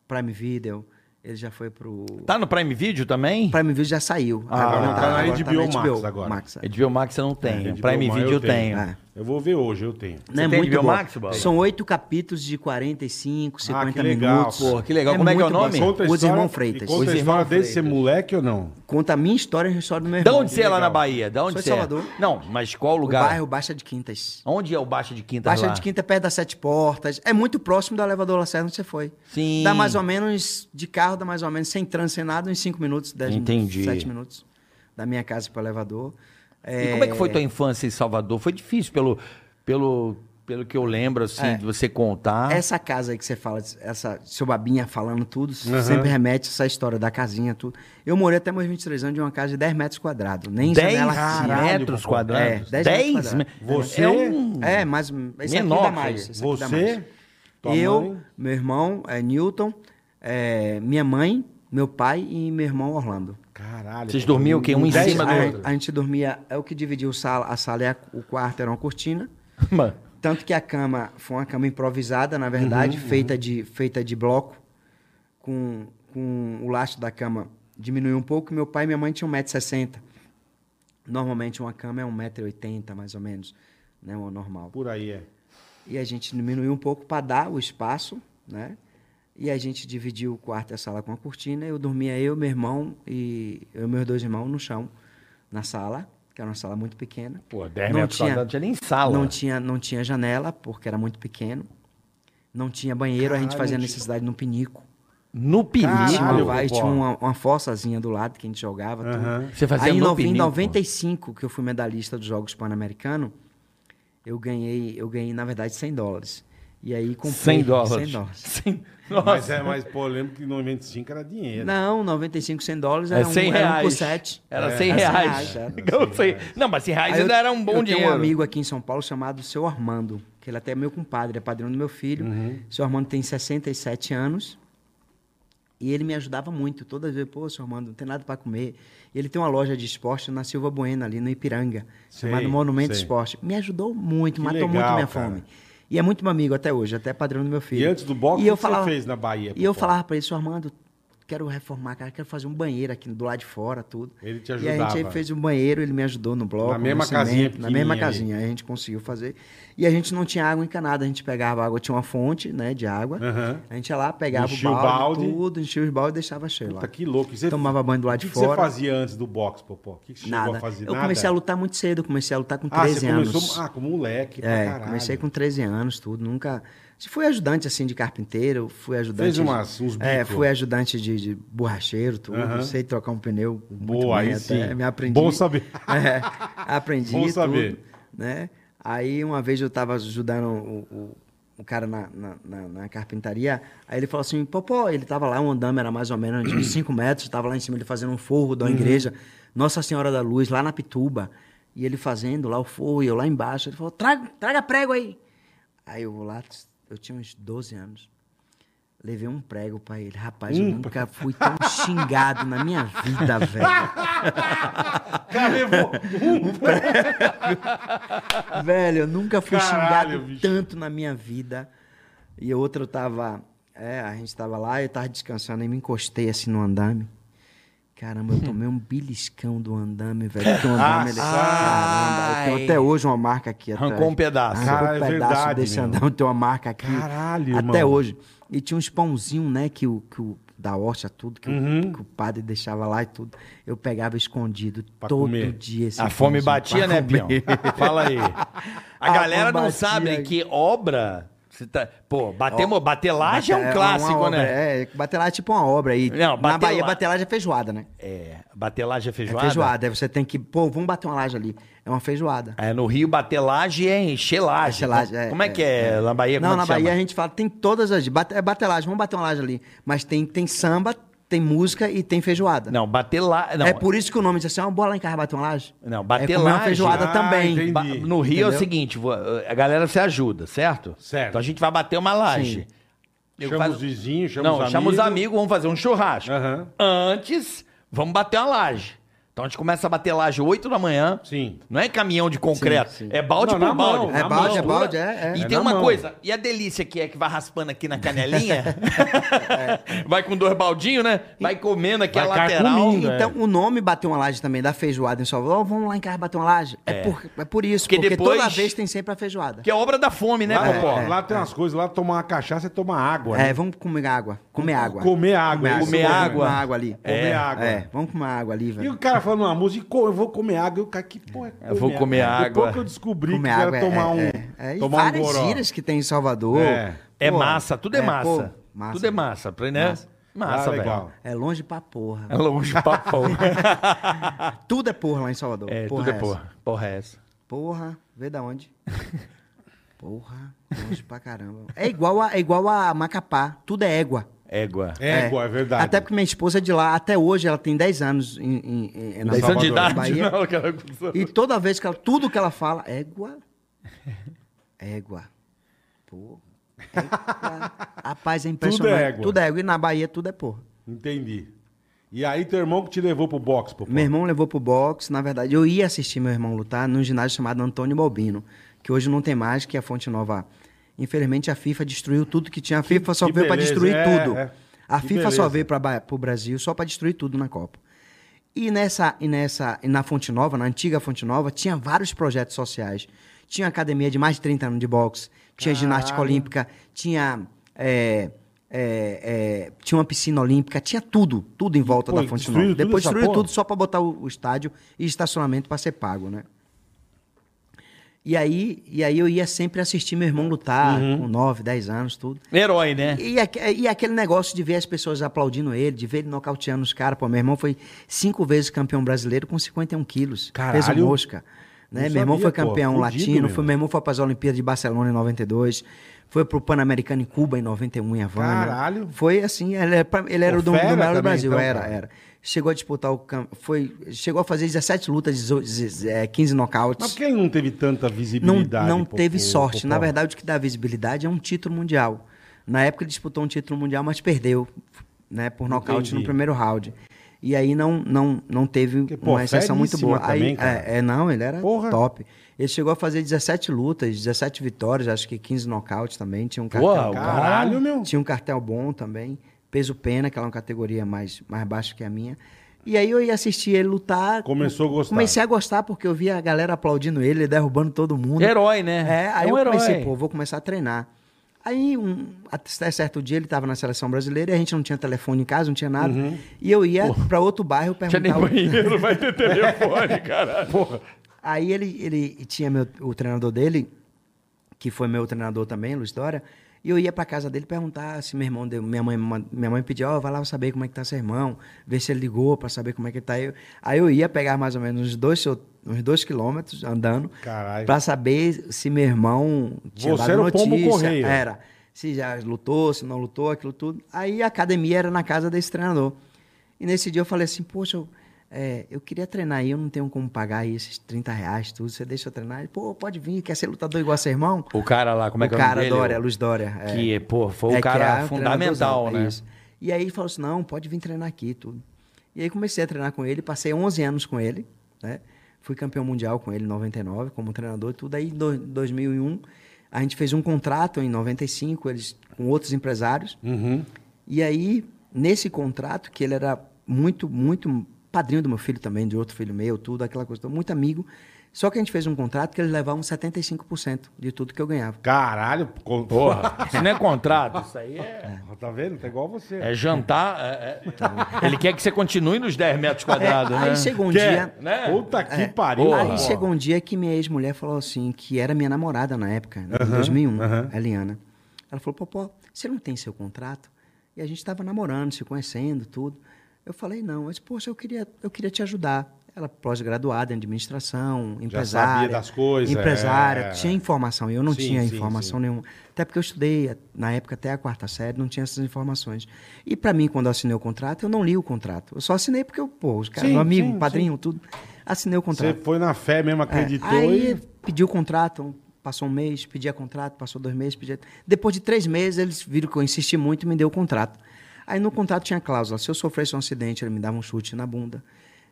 [SPEAKER 4] Prime Video, Ele já foi pro.
[SPEAKER 2] Tá no Prime Video também?
[SPEAKER 4] Prime Video já saiu.
[SPEAKER 2] Ah,
[SPEAKER 1] não, tá na HBO Max agora.
[SPEAKER 4] Max, é.
[SPEAKER 2] HBO Max eu não tenho.
[SPEAKER 1] É,
[SPEAKER 2] Prime
[SPEAKER 1] HBO,
[SPEAKER 2] Video eu tenho.
[SPEAKER 4] É.
[SPEAKER 1] Eu vou ver hoje, eu tenho.
[SPEAKER 4] Não, é
[SPEAKER 2] tem
[SPEAKER 4] muito
[SPEAKER 2] HBO
[SPEAKER 4] bom.
[SPEAKER 2] Max, Bola?
[SPEAKER 4] São oito capítulos de 45, 50
[SPEAKER 1] que legal.
[SPEAKER 4] minutos.
[SPEAKER 2] Pô, que legal. Como é que é
[SPEAKER 4] muito
[SPEAKER 2] o
[SPEAKER 4] bom.
[SPEAKER 2] nome?
[SPEAKER 1] Conta a
[SPEAKER 4] Os
[SPEAKER 1] história-
[SPEAKER 4] Irmãos
[SPEAKER 1] e
[SPEAKER 4] Freitas.
[SPEAKER 1] Conta
[SPEAKER 2] Os
[SPEAKER 1] a história
[SPEAKER 2] Irmãos
[SPEAKER 1] desse
[SPEAKER 2] Freitas.
[SPEAKER 1] moleque ou não?
[SPEAKER 4] Conta a minha história e a história do meu
[SPEAKER 2] Da
[SPEAKER 4] irmão.
[SPEAKER 2] onde você é lá
[SPEAKER 1] legal.
[SPEAKER 2] na Bahia? Da onde
[SPEAKER 4] Sou de
[SPEAKER 2] você é?
[SPEAKER 4] Salvador.
[SPEAKER 2] Não, mas qual
[SPEAKER 4] O
[SPEAKER 2] lugar?
[SPEAKER 4] bairro Baixa de Quintas.
[SPEAKER 2] Onde é o Baixa de Quinta
[SPEAKER 4] Baixa
[SPEAKER 2] lá?
[SPEAKER 4] de Quinta é perto das Sete Portas. É muito próximo do elevador Lacerda onde você foi.
[SPEAKER 2] Sim.
[SPEAKER 4] Dá mais ou menos, de carro, dá mais ou menos, sem trânsito, sem nada, uns 5 minutos, 10
[SPEAKER 2] Entendi.
[SPEAKER 4] minutos, 7 minutos. Da minha casa pro elevador.
[SPEAKER 2] E como é que foi tua infância em Salvador? Foi difícil pelo, pelo, pelo que eu lembro, assim,
[SPEAKER 4] É.
[SPEAKER 2] de você contar.
[SPEAKER 4] Essa casa aí que você fala, essa seu babinha falando tudo, sempre remete a essa história da casinha, tudo. Eu morei até meus 23 anos de uma casa de 10 metros quadrados, nem
[SPEAKER 2] 10
[SPEAKER 4] janela
[SPEAKER 1] caralho,
[SPEAKER 4] tinha.
[SPEAKER 2] metros
[SPEAKER 1] papai.
[SPEAKER 2] quadrados.
[SPEAKER 4] É, 10 metros
[SPEAKER 2] 10 me-
[SPEAKER 4] quadrados.
[SPEAKER 1] Você-
[SPEAKER 2] É um...
[SPEAKER 4] É, mas esse
[SPEAKER 2] Menor
[SPEAKER 4] aqui dá
[SPEAKER 2] que
[SPEAKER 4] mais. esse aqui dá mais.
[SPEAKER 1] Você, tua
[SPEAKER 4] eu,
[SPEAKER 1] mãe,
[SPEAKER 4] meu irmão, é, Newton, é, minha mãe, meu pai e meu irmão Orlando.
[SPEAKER 1] Caralho.
[SPEAKER 2] Vocês
[SPEAKER 1] papai.
[SPEAKER 2] dormiam o quê? Um em
[SPEAKER 1] Dez
[SPEAKER 2] cima do
[SPEAKER 4] a,
[SPEAKER 1] metros.
[SPEAKER 2] outro.
[SPEAKER 4] a gente dormia, é o que dividia o sala, a sala e a- o quarto era uma cortina.
[SPEAKER 2] Mano,
[SPEAKER 4] Tanto que a cama foi uma cama improvisada, na verdade, feita, De, feita de bloco, com, com o lastro da cama diminuiu um pouco. Meu pai e minha mãe tinham 1,60m. Normalmente uma cama é 1,80m, mais ou menos, né? Uma normal.
[SPEAKER 1] Por aí, é.
[SPEAKER 4] E a gente diminuiu um pouco para dar o espaço, né? E a gente dividiu o quarto e a sala com a cortina. Eu dormia eu, meu irmão e eu e meus dois irmãos no chão, na sala, que era uma sala muito pequena.
[SPEAKER 2] pô, 10
[SPEAKER 4] Não
[SPEAKER 2] metros
[SPEAKER 4] tinha-
[SPEAKER 2] quadrados, não tinha nem sala.
[SPEAKER 4] Não tinha, não tinha janela, porque era muito pequeno. Não tinha banheiro, a gente
[SPEAKER 1] Caralho,
[SPEAKER 4] fazia
[SPEAKER 1] tio.
[SPEAKER 4] necessidade no pinico.
[SPEAKER 2] No
[SPEAKER 1] Caralho,
[SPEAKER 4] Ah, tinha uma,
[SPEAKER 2] perigo.
[SPEAKER 4] vai-
[SPEAKER 1] vovó.
[SPEAKER 4] tinha uma, uma fossazinha do lado que a gente jogava. tudo.
[SPEAKER 1] Aham.
[SPEAKER 2] Você fazia
[SPEAKER 4] Aí,
[SPEAKER 2] no
[SPEAKER 4] nove- em
[SPEAKER 2] pinico.
[SPEAKER 4] 95, que eu fui medalhista dos Jogos Pan-Americanos, eu ganhei, eu ganhei, na verdade, 100 dólares. E aí comprei
[SPEAKER 2] 100 dólares.
[SPEAKER 4] 100
[SPEAKER 2] [LAUGHS]
[SPEAKER 4] dólares.
[SPEAKER 2] Cem-
[SPEAKER 1] Mas,
[SPEAKER 2] Nossa,
[SPEAKER 1] é, mas, pô, eu lembro que em 95 era dinheiro.
[SPEAKER 4] Não, 95, 100 dólares
[SPEAKER 2] é
[SPEAKER 4] era, um,
[SPEAKER 2] 100
[SPEAKER 4] era um por
[SPEAKER 2] reais.
[SPEAKER 4] 7.
[SPEAKER 2] Era
[SPEAKER 1] É,
[SPEAKER 2] 100
[SPEAKER 1] era
[SPEAKER 2] reais.
[SPEAKER 4] 100 reais,
[SPEAKER 2] [LAUGHS] Eu sei. Não, mas 100 reais
[SPEAKER 4] Aí
[SPEAKER 2] ainda era um
[SPEAKER 4] eu
[SPEAKER 2] bom
[SPEAKER 4] Tenho um
[SPEAKER 2] dinheiro.
[SPEAKER 4] amigo aqui em São Paulo chamado Seu Armando, que ele até é meu compadre, é padrinho do meu filho.
[SPEAKER 1] Uhum.
[SPEAKER 4] Seu Armando tem 67 anos. E ele me ajudava muito. Toda vez, pô, seu Armando, não tem nada para comer. E ele tem uma loja de esporte na Silva Bueno, ali no Ipiranga,
[SPEAKER 1] Sei,
[SPEAKER 4] chamada Monumento
[SPEAKER 1] sei.
[SPEAKER 4] Esporte. Me ajudou muito,
[SPEAKER 1] Que legal,
[SPEAKER 4] matou muito minha
[SPEAKER 1] cara.
[SPEAKER 4] fome. E é muito meu amigo até hoje, até padrinho do meu filho.
[SPEAKER 1] E antes do boxe,
[SPEAKER 4] E eu
[SPEAKER 1] o que você
[SPEAKER 4] falava-
[SPEAKER 1] fez na Bahia?
[SPEAKER 4] E eu
[SPEAKER 1] papai?
[SPEAKER 4] falava para ele, seu Armando, quero reformar, cara, quero fazer um banheiro aqui do lado de fora, tudo.
[SPEAKER 1] Ele te
[SPEAKER 4] E a gente
[SPEAKER 1] ajudava.
[SPEAKER 4] aí fez o banheiro, ele me ajudou no bloco.
[SPEAKER 1] Na
[SPEAKER 4] no
[SPEAKER 1] mesma casinha
[SPEAKER 4] Na mesma
[SPEAKER 1] pequenininha ali.
[SPEAKER 4] casinha, aí a gente conseguiu fazer. E a gente não tinha água encanada, a gente pegava água, tinha uma fonte, né, de água.
[SPEAKER 1] Aham.
[SPEAKER 4] A gente ia lá, pegava
[SPEAKER 1] Enchia o
[SPEAKER 4] o balde,
[SPEAKER 1] balde.
[SPEAKER 4] tudo, enchia os baldes e deixava cheio lá.
[SPEAKER 1] Puta, que louco. E Você
[SPEAKER 4] Tomava banho do lado
[SPEAKER 1] o que
[SPEAKER 4] de
[SPEAKER 1] que
[SPEAKER 4] fora.
[SPEAKER 1] você fazia antes do boxe, Popó? O que, que você chegou
[SPEAKER 4] Nada.
[SPEAKER 1] a fazer?
[SPEAKER 4] Eu
[SPEAKER 1] Nada?
[SPEAKER 4] comecei a lutar muito cedo, comecei a lutar com
[SPEAKER 1] Ah,
[SPEAKER 4] 13
[SPEAKER 1] você
[SPEAKER 4] anos.
[SPEAKER 1] começou ah, como moleque, pra
[SPEAKER 4] É,
[SPEAKER 1] caralho.
[SPEAKER 4] comecei com 13 anos, tudo, nunca... Fui ajudante, assim, de carpinteiro, fui ajudante...
[SPEAKER 1] Fez umas- uns
[SPEAKER 4] É,
[SPEAKER 1] bicos.
[SPEAKER 4] fui ajudante de, de borracheiro, tudo,
[SPEAKER 1] Aham.
[SPEAKER 4] sei trocar um pneu muito
[SPEAKER 1] Boa,
[SPEAKER 4] bem
[SPEAKER 1] aí sim.
[SPEAKER 4] até, me aprendi.
[SPEAKER 1] Bom saber.
[SPEAKER 4] [LAUGHS] É, aprendi
[SPEAKER 1] Bom
[SPEAKER 4] tudo,
[SPEAKER 1] saber.
[SPEAKER 4] né? Aí uma vez eu estava ajudando o, o- o cara na, na- na- na carpintaria, aí ele falou assim, Popó, ele estava lá, um andame era mais ou menos de uns 5 metros, estava lá em cima ele fazendo um forro
[SPEAKER 1] Uhum.
[SPEAKER 4] da uma igreja, Nossa Senhora da Luz, lá na Pituba, e ele fazendo lá o forro, e eu lá embaixo, ele falou, traga, traga prego aí. Aí eu vou lá, eu tinha uns 12 anos. Levei um prego pra ele. Rapaz,
[SPEAKER 1] Um
[SPEAKER 4] eu nunca fui tão xingado na minha vida, velho.
[SPEAKER 1] Cara, levou um
[SPEAKER 4] [LAUGHS] Velho, eu nunca fui
[SPEAKER 1] Caralho,
[SPEAKER 4] xingado
[SPEAKER 1] bicho.
[SPEAKER 4] tanto na minha vida. E outra eu tava. É, a gente tava lá, eu tava descansando e me encostei assim no andame. Caramba, eu tomei um beliscão do andame, velho. Porque o andame, ele... é
[SPEAKER 1] Ah,
[SPEAKER 4] Caramba, eu tenho
[SPEAKER 2] ai.
[SPEAKER 4] até hoje uma marca aqui atrás.
[SPEAKER 2] Arrancou um pedaço.
[SPEAKER 4] Arrancou
[SPEAKER 1] Cara, é
[SPEAKER 4] um pedaço
[SPEAKER 1] verdade,
[SPEAKER 4] desse
[SPEAKER 1] meu.
[SPEAKER 4] andame, tem uma marca aqui.
[SPEAKER 1] Caralho,
[SPEAKER 4] Até
[SPEAKER 1] irmão.
[SPEAKER 4] hoje. E tinha uns pãozinhos, né, que o... Que o da horta, tudo, que,
[SPEAKER 1] Uhum.
[SPEAKER 4] o, que o padre deixava lá e tudo. Eu pegava escondido
[SPEAKER 1] Pra
[SPEAKER 4] todo
[SPEAKER 1] comer.
[SPEAKER 4] dia. esse
[SPEAKER 2] A fome
[SPEAKER 4] pãozinho
[SPEAKER 2] batia,
[SPEAKER 4] pra
[SPEAKER 2] né,
[SPEAKER 4] comer.
[SPEAKER 2] Pião?
[SPEAKER 4] [LAUGHS]
[SPEAKER 2] Fala aí. A
[SPEAKER 4] A
[SPEAKER 2] galera não
[SPEAKER 4] fome batia.
[SPEAKER 2] sabe que obra. você tá- Pô, bater, mo- bater laje é um
[SPEAKER 4] uma
[SPEAKER 2] clássico,
[SPEAKER 4] obra,
[SPEAKER 2] né?
[SPEAKER 4] É, batelagem é tipo uma obra aí.
[SPEAKER 2] Não,
[SPEAKER 4] Na
[SPEAKER 2] batelagem-
[SPEAKER 4] Bahia, batelagem é feijoada, né?
[SPEAKER 2] É, bater laje é
[SPEAKER 4] É
[SPEAKER 2] feijoada?
[SPEAKER 4] feijoada. Aí você tem que, pô, vamos bater uma laje ali. É uma feijoada.
[SPEAKER 2] É, no Rio, bater laje é encher laje.
[SPEAKER 4] Batelagem,
[SPEAKER 2] como é, que é, na Bahia?
[SPEAKER 4] Não,
[SPEAKER 2] como
[SPEAKER 4] na
[SPEAKER 2] é que chama?
[SPEAKER 4] Bahia a gente fala, tem todas as. bate- É batelagem, vamos bater uma laje ali. Mas tem, tem samba, tem música e tem feijoada.
[SPEAKER 2] Não, bater laje... Não,
[SPEAKER 4] É por isso que o nome diz assim, ó, bora lá em casa bater uma laje?
[SPEAKER 2] Não, bater
[SPEAKER 4] é comer
[SPEAKER 2] laje-
[SPEAKER 4] uma feijoada
[SPEAKER 1] Ah,
[SPEAKER 4] também.
[SPEAKER 1] entendi.
[SPEAKER 2] ba- no Rio é o
[SPEAKER 4] Entendeu?
[SPEAKER 2] seguinte, vo- a galera se ajuda, certo?
[SPEAKER 1] Certo.
[SPEAKER 2] Então a gente vai bater uma laje.
[SPEAKER 4] Sim.
[SPEAKER 2] Eu
[SPEAKER 1] Chama
[SPEAKER 2] faço-
[SPEAKER 1] os vizinhos, chama
[SPEAKER 2] não,
[SPEAKER 1] os amigos.
[SPEAKER 2] chama os amigos, vamos fazer um churrasco.
[SPEAKER 1] Aham.
[SPEAKER 2] Antes, vamos bater uma laje.
[SPEAKER 3] Então
[SPEAKER 2] Então
[SPEAKER 3] a gente começa a bater laje 8 da manhã.
[SPEAKER 1] Sim.
[SPEAKER 3] Não é caminhão de concreto.
[SPEAKER 4] Sim, sim.
[SPEAKER 3] É balde
[SPEAKER 1] Não,
[SPEAKER 3] por
[SPEAKER 1] na
[SPEAKER 3] balde.
[SPEAKER 1] mão,
[SPEAKER 4] É
[SPEAKER 1] na
[SPEAKER 4] balde, é
[SPEAKER 1] mão.
[SPEAKER 4] balde, é.
[SPEAKER 3] E
[SPEAKER 4] é.
[SPEAKER 1] É
[SPEAKER 3] tem
[SPEAKER 1] na
[SPEAKER 3] uma
[SPEAKER 1] mão.
[SPEAKER 3] coisa, e a delícia que é que vai raspando aqui na
[SPEAKER 4] [LAUGHS]
[SPEAKER 3] canelinha,
[SPEAKER 4] É.
[SPEAKER 3] vai com dois baldinhos, né? Vai comendo aqui
[SPEAKER 1] Vai
[SPEAKER 3] a lateral.
[SPEAKER 1] carcomendo.
[SPEAKER 2] é.
[SPEAKER 4] Então, o nome bater uma laje também da feijoada em Salvador, "Ó, vamos lá em casa bater uma laje. É, por, é por isso,
[SPEAKER 3] Porque
[SPEAKER 4] porque,
[SPEAKER 3] depois-
[SPEAKER 4] toda vez tem sempre a feijoada.
[SPEAKER 3] Que é obra da fome, né,
[SPEAKER 1] Lá,
[SPEAKER 3] Popó?
[SPEAKER 1] pô, lá tem umas coisas, lá tomar uma cachaça é tomar água.
[SPEAKER 4] É,
[SPEAKER 1] né?
[SPEAKER 4] vamos comer água. Comer água.
[SPEAKER 1] Comer água, isso
[SPEAKER 4] Comer
[SPEAKER 1] mesmo.
[SPEAKER 4] água. Comer água ali.
[SPEAKER 1] Comer água.
[SPEAKER 4] É, vamos comer água ali,
[SPEAKER 1] E
[SPEAKER 4] velho.
[SPEAKER 1] o cara falando uma música, e co- eu vou comer água. E o cara, que porra é
[SPEAKER 3] Eu vou comer água.
[SPEAKER 1] Depois que eu descobri que que era tomar um.
[SPEAKER 4] é, é, e
[SPEAKER 1] tomar um
[SPEAKER 4] várias
[SPEAKER 1] goró.
[SPEAKER 4] gírias que tem em Salvador.
[SPEAKER 1] É.
[SPEAKER 3] É
[SPEAKER 4] Pô,
[SPEAKER 3] massa, tudo é,
[SPEAKER 4] é,
[SPEAKER 3] massa.
[SPEAKER 4] pô, massa.
[SPEAKER 3] Tudo é massa, pra- né? Massa,
[SPEAKER 4] Massa.
[SPEAKER 1] Ah,
[SPEAKER 3] velho.
[SPEAKER 1] legal.
[SPEAKER 4] É longe pra porra.
[SPEAKER 3] É longe
[SPEAKER 1] [LAUGHS]
[SPEAKER 3] papão.
[SPEAKER 4] Tudo é porra lá em Salvador.
[SPEAKER 3] é,
[SPEAKER 4] porra
[SPEAKER 3] tudo é
[SPEAKER 4] essa.
[SPEAKER 3] porra. Porra é essa.
[SPEAKER 4] Porra, vê da onde. porra, longe pra caramba. É igual a, é igual a Macapá, tudo é égua.
[SPEAKER 3] Égua.
[SPEAKER 1] Égua, é verdade.
[SPEAKER 4] Até porque minha esposa é de lá, até hoje ela tem 10 anos em, em, em,
[SPEAKER 3] Dez
[SPEAKER 4] em
[SPEAKER 3] anos de
[SPEAKER 4] Salvador,
[SPEAKER 3] idade,
[SPEAKER 4] Bahia.
[SPEAKER 3] não, cara.
[SPEAKER 4] E toda vez que ela, tudo que ela fala, égua, égua, porra, égua. Rapaz, é impressionante. Tudo é
[SPEAKER 1] égua.
[SPEAKER 4] égua. E na Bahia tudo é porra.
[SPEAKER 1] Entendi. E aí, teu irmão que te levou pro box, pô.
[SPEAKER 4] Meu irmão levou pro boxe, na verdade, eu ia assistir meu irmão lutar num ginásio chamado Antônio Balbino, que hoje não tem mais, que é a Fonte Nova. Infelizmente a FIFA destruiu tudo que tinha, a FIFA só
[SPEAKER 1] que
[SPEAKER 4] veio para
[SPEAKER 1] beleza,
[SPEAKER 4] destruir
[SPEAKER 1] é,
[SPEAKER 4] tudo.
[SPEAKER 1] é.
[SPEAKER 4] A
[SPEAKER 1] Que
[SPEAKER 4] FIFA
[SPEAKER 1] beleza.
[SPEAKER 4] só veio para o Brasil só para destruir tudo na Copa. E nessa e nessa e na Fonte Nova, na antiga Fonte Nova, tinha vários projetos sociais. Tinha academia de mais de 30 anos de boxe, tinha ginástica olímpica, tinha é, é, é, tinha uma piscina olímpica, tinha tudo, tudo em volta
[SPEAKER 1] pô,
[SPEAKER 4] da Fonte
[SPEAKER 1] destruíram
[SPEAKER 4] Nova.
[SPEAKER 1] tudo
[SPEAKER 4] Depois
[SPEAKER 1] essa
[SPEAKER 4] destruiu
[SPEAKER 1] porra?
[SPEAKER 4] tudo só para botar o, o estádio e estacionamento para ser pago, né? E aí, e aí eu ia sempre assistir meu irmão lutar,
[SPEAKER 1] Uhum.
[SPEAKER 4] com 9, 10 anos, tudo.
[SPEAKER 3] Herói, né?
[SPEAKER 4] E, aque- e aquele negócio de ver as pessoas aplaudindo ele, de ver ele nocauteando os caras. Pô, meu irmão foi cinco vezes campeão brasileiro com 51 quilos.
[SPEAKER 1] Caralho.
[SPEAKER 4] Peso mosca. Né?
[SPEAKER 1] Não
[SPEAKER 4] Meu irmão
[SPEAKER 1] sabia,
[SPEAKER 4] foi
[SPEAKER 1] pô.
[SPEAKER 4] campeão
[SPEAKER 1] Fudido,
[SPEAKER 4] latino,
[SPEAKER 1] meu
[SPEAKER 4] foi, meu irmão foi para as Olimpíadas de Barcelona em 92, foi pro Pan-Americano em Cuba em 91 em Havana. né?
[SPEAKER 1] Caralho.
[SPEAKER 4] Foi assim, ele, era pra- ele era
[SPEAKER 1] Pô,
[SPEAKER 4] o dono do
[SPEAKER 1] fera
[SPEAKER 4] melhor do
[SPEAKER 1] também,
[SPEAKER 4] Brasil,
[SPEAKER 1] então,
[SPEAKER 4] era,
[SPEAKER 1] cara.
[SPEAKER 4] era. Chegou a disputar o cam- foi chegou a fazer 17 lutas, 18, deze- eh, 15 nocautes.
[SPEAKER 1] Mas por que ele não teve tanta
[SPEAKER 4] Não,
[SPEAKER 1] visibilidade?
[SPEAKER 4] não
[SPEAKER 1] pô,
[SPEAKER 4] teve
[SPEAKER 1] pô,
[SPEAKER 4] sorte.
[SPEAKER 1] pô,
[SPEAKER 4] Na
[SPEAKER 1] pô?
[SPEAKER 4] verdade, o que dá visibilidade é um título mundial. Na época ele disputou um título mundial, mas perdeu, né, por nocaute
[SPEAKER 1] Entendi.
[SPEAKER 4] no primeiro round. E aí não não não teve
[SPEAKER 1] Porque, pô,
[SPEAKER 4] uma exceção muito
[SPEAKER 1] feríssimo
[SPEAKER 4] boa.
[SPEAKER 1] também,
[SPEAKER 4] aí,
[SPEAKER 1] cara.
[SPEAKER 4] é, é, não, ele era
[SPEAKER 1] Porra.
[SPEAKER 4] top. Ele chegou a fazer 17 lutas, 17 vitórias, acho que 15 nocautes também, tinha um
[SPEAKER 3] Porra,
[SPEAKER 4] cartel,
[SPEAKER 3] o
[SPEAKER 1] Caralho, meu. [LAUGHS]
[SPEAKER 4] tinha um cartel bom também, peso pena, que é uma categoria mais mais baixa que a minha. E aí eu ia assistir ele lutar.
[SPEAKER 1] Começou a gostar.
[SPEAKER 4] Comecei a gostar porque eu via a galera aplaudindo ele, ele derrubando todo mundo.
[SPEAKER 3] Herói, né?
[SPEAKER 4] É, aí
[SPEAKER 3] um
[SPEAKER 4] eu
[SPEAKER 3] herói.
[SPEAKER 4] comecei, pô, vou começar a treinar. Aí, um, até certo dia, ele estava na seleção brasileira e a gente não tinha telefone em casa, não tinha nada. E eu ia para outro bairro
[SPEAKER 3] Uhum. Tinha nem
[SPEAKER 4] perguntar. o-
[SPEAKER 3] banheiro, vai ter telefone, caralho. Porra.
[SPEAKER 4] [LAUGHS] Aí ele, ele tinha meu, o treinador dele, que foi meu treinador também, Luiz Dória, e eu ia para casa dele perguntar se meu irmão deu. Minha mãe, ma- minha mãe pediu, ó, vai lá saber como é que tá seu irmão, ver se ele ligou para saber como é que ele tá. Aí eu- Aí eu ia pegar mais ou menos uns dois, uns dois quilômetros andando
[SPEAKER 1] Caralho.
[SPEAKER 4] para saber se meu irmão tinha
[SPEAKER 1] Você
[SPEAKER 4] dado
[SPEAKER 1] era o
[SPEAKER 4] notícia.
[SPEAKER 1] pombo correio.
[SPEAKER 4] Era. Se já lutou, se não lutou, aquilo tudo. Aí a academia era na casa desse treinador. E nesse dia eu falei assim, poxa, eu, é, eu queria treinar aí, eu não tenho como pagar aí esses 30 reais, tudo, você deixa eu treinar? Ele, Pô, pode vir, quer ser lutador igual seu irmão?
[SPEAKER 3] O cara lá, como é
[SPEAKER 4] o
[SPEAKER 3] que é o
[SPEAKER 4] cara
[SPEAKER 3] nome dele?
[SPEAKER 4] Dória, Luiz Dória. é.
[SPEAKER 3] Que, pô, foi um
[SPEAKER 4] que é
[SPEAKER 3] cara
[SPEAKER 4] era
[SPEAKER 3] fundamental,
[SPEAKER 4] treinadorzão,
[SPEAKER 3] né?
[SPEAKER 4] é isso. E aí ele falou assim, não, pode vir treinar aqui, tudo. E aí comecei a treinar com ele, passei 11 anos com ele, né? Fui campeão mundial com ele em 99, como treinador e tudo. Aí em do- 2001, a gente fez um contrato em 95, eles com outros empresários.
[SPEAKER 3] Hum.
[SPEAKER 1] Uhum.
[SPEAKER 4] E aí, nesse contrato, que ele era muito, muito padrinho do meu filho também, de outro filho meu, tudo, aquela coisa, toda, muito amigo. Só que a gente fez um contrato que eles levavam 75% de tudo que eu ganhava.
[SPEAKER 1] Caralho, pô,
[SPEAKER 3] Porra, isso não é contrato, isso aí é...
[SPEAKER 1] [LAUGHS] Tá vendo? Tá igual você.
[SPEAKER 3] É jantar. é- é- ele quer que você continue nos 10 metros
[SPEAKER 2] É,
[SPEAKER 3] quadrados, né?
[SPEAKER 4] Aí chegou um
[SPEAKER 1] Quer?
[SPEAKER 4] dia.
[SPEAKER 3] né?
[SPEAKER 1] Puta que
[SPEAKER 4] É.
[SPEAKER 1] pariu.
[SPEAKER 3] Porra.
[SPEAKER 1] pô.
[SPEAKER 4] Aí chegou um dia que minha ex-mulher falou assim, que era minha namorada na época, né, em 2001, a Eliana. Ela falou, Popó, você não tem seu contrato? E a gente estava namorando, se conhecendo, tudo. Eu falei, não. Eu disse, poxa, eu queria, eu queria te ajudar. Ela pós-graduada em administração, empresária.
[SPEAKER 1] sabia das coisas,
[SPEAKER 4] Empresária,
[SPEAKER 1] é.
[SPEAKER 4] tinha informação. Eu não
[SPEAKER 1] Sim,
[SPEAKER 4] tinha
[SPEAKER 1] sim,
[SPEAKER 4] informação
[SPEAKER 1] sim.
[SPEAKER 4] nenhuma. Até porque eu estudei, na época, até a quarta série, não tinha essas informações. E para mim, quando eu assinei o contrato, eu não li o contrato. Eu só assinei porque, eu, pô, os caras,
[SPEAKER 1] Sim,
[SPEAKER 4] meu amigo,
[SPEAKER 1] sim,
[SPEAKER 4] padrinho, tudo. Assinei o
[SPEAKER 1] Você
[SPEAKER 4] contrato.
[SPEAKER 1] foi na fé mesmo, acreditou
[SPEAKER 4] É, aí
[SPEAKER 1] e...
[SPEAKER 4] pediu contrato, um- passou um mês, pedia contrato, passou dois meses, pedia... Depois de três meses, eles viram que eu insisti muito e me deu o contrato. Aí no contrato tinha cláusula, se eu sofresse um acidente, ele me dava um chute na bunda.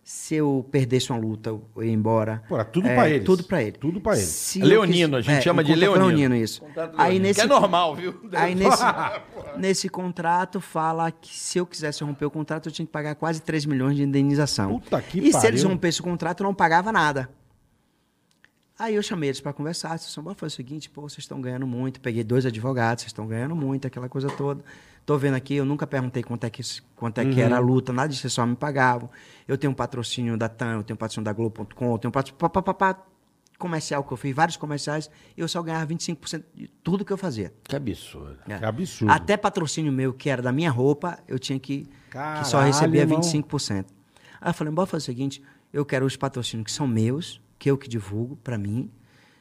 [SPEAKER 4] se eu perdesse uma luta ou ia embora. É,
[SPEAKER 1] Pô, era tudo pra eles.
[SPEAKER 4] Tudo pra ele.
[SPEAKER 1] Tudo pra ele.
[SPEAKER 4] Se eu
[SPEAKER 3] Leonino, a gente chama
[SPEAKER 4] um
[SPEAKER 3] de
[SPEAKER 4] contrato
[SPEAKER 3] leonino.
[SPEAKER 4] isso.
[SPEAKER 3] Contrato do
[SPEAKER 4] Aí
[SPEAKER 3] Leonino,
[SPEAKER 4] nesse,
[SPEAKER 3] que é normal, viu? [LAUGHS]
[SPEAKER 4] aí
[SPEAKER 1] [LAUGHS]
[SPEAKER 4] nesse,
[SPEAKER 1] Ah,
[SPEAKER 4] nesse contrato fala que se eu quisesse romper o contrato, eu tinha que pagar quase 3 milhões de indenização.
[SPEAKER 1] Puta que
[SPEAKER 4] e se eles
[SPEAKER 1] pariu.
[SPEAKER 4] rompessem o contrato, eu não pagava nada. Aí eu chamei eles para conversar. A sessão foi o seguinte: pô, vocês estão ganhando muito. Peguei dois advogados, vocês estão ganhando muito, aquela coisa toda. Tô vendo aqui, eu nunca perguntei quanto é que, isso- quanto é que
[SPEAKER 1] Uhum.
[SPEAKER 4] era a luta, nada disso, vocês só me pagavam. Eu tenho um patrocínio da TAM, eu tenho um patrocínio da Globo.com, eu tenho um patrocínio. Pá, pá, pá, pá, comercial que eu fiz, vários comerciais, eu só ganhava 25% de tudo que eu fazia.
[SPEAKER 2] Que absurdo.
[SPEAKER 4] É.
[SPEAKER 1] Que absurdo.
[SPEAKER 4] Até patrocínio meu, que era da minha roupa, eu tinha que,
[SPEAKER 1] Caralho,
[SPEAKER 4] que só recebia
[SPEAKER 1] irmão.
[SPEAKER 4] 25%. Aí eu falei, bora fazer o seguinte, eu quero os patrocínios que são meus, que eu que divulgo para mim,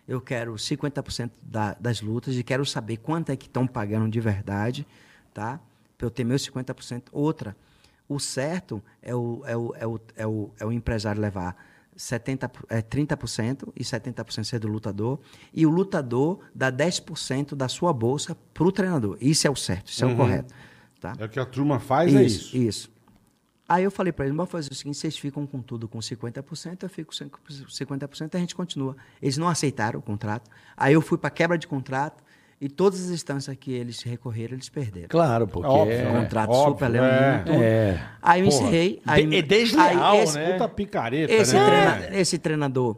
[SPEAKER 4] eu quero 50% da, das lutas e quero saber quanto é que estão pagando de verdade, tá? Para eu ter meus 50%. Outra, o certo é o, é o, é o, é o, é o empresário levar 70, por- é, 30% e 70% ser do lutador, e o lutador dá 10% da sua bolsa para o treinador. Isso é o certo, isso é o correto. Tá?
[SPEAKER 1] É o que a turma faz, é isso.
[SPEAKER 4] Aí eu falei para eles, vamos fazer o seguinte, vocês ficam com tudo com 50%, eu fico com 50% e a gente continua. Eles não aceitaram o contrato. Aí eu fui para quebra de contrato e todas as instâncias que eles recorreram, eles perderam.
[SPEAKER 2] Claro, porque...
[SPEAKER 1] Óbvio,
[SPEAKER 2] é-
[SPEAKER 1] né?
[SPEAKER 4] contrato
[SPEAKER 1] óbvio,
[SPEAKER 4] super leonino
[SPEAKER 1] é.
[SPEAKER 4] e tudo.
[SPEAKER 2] É.
[SPEAKER 4] Aí eu
[SPEAKER 1] Porra,
[SPEAKER 4] encerrei. Aí,
[SPEAKER 2] de- é desleal,
[SPEAKER 4] aí esse,
[SPEAKER 2] né?
[SPEAKER 1] Puta picareta,
[SPEAKER 4] Esse, é
[SPEAKER 1] né?
[SPEAKER 4] treina- esse treinador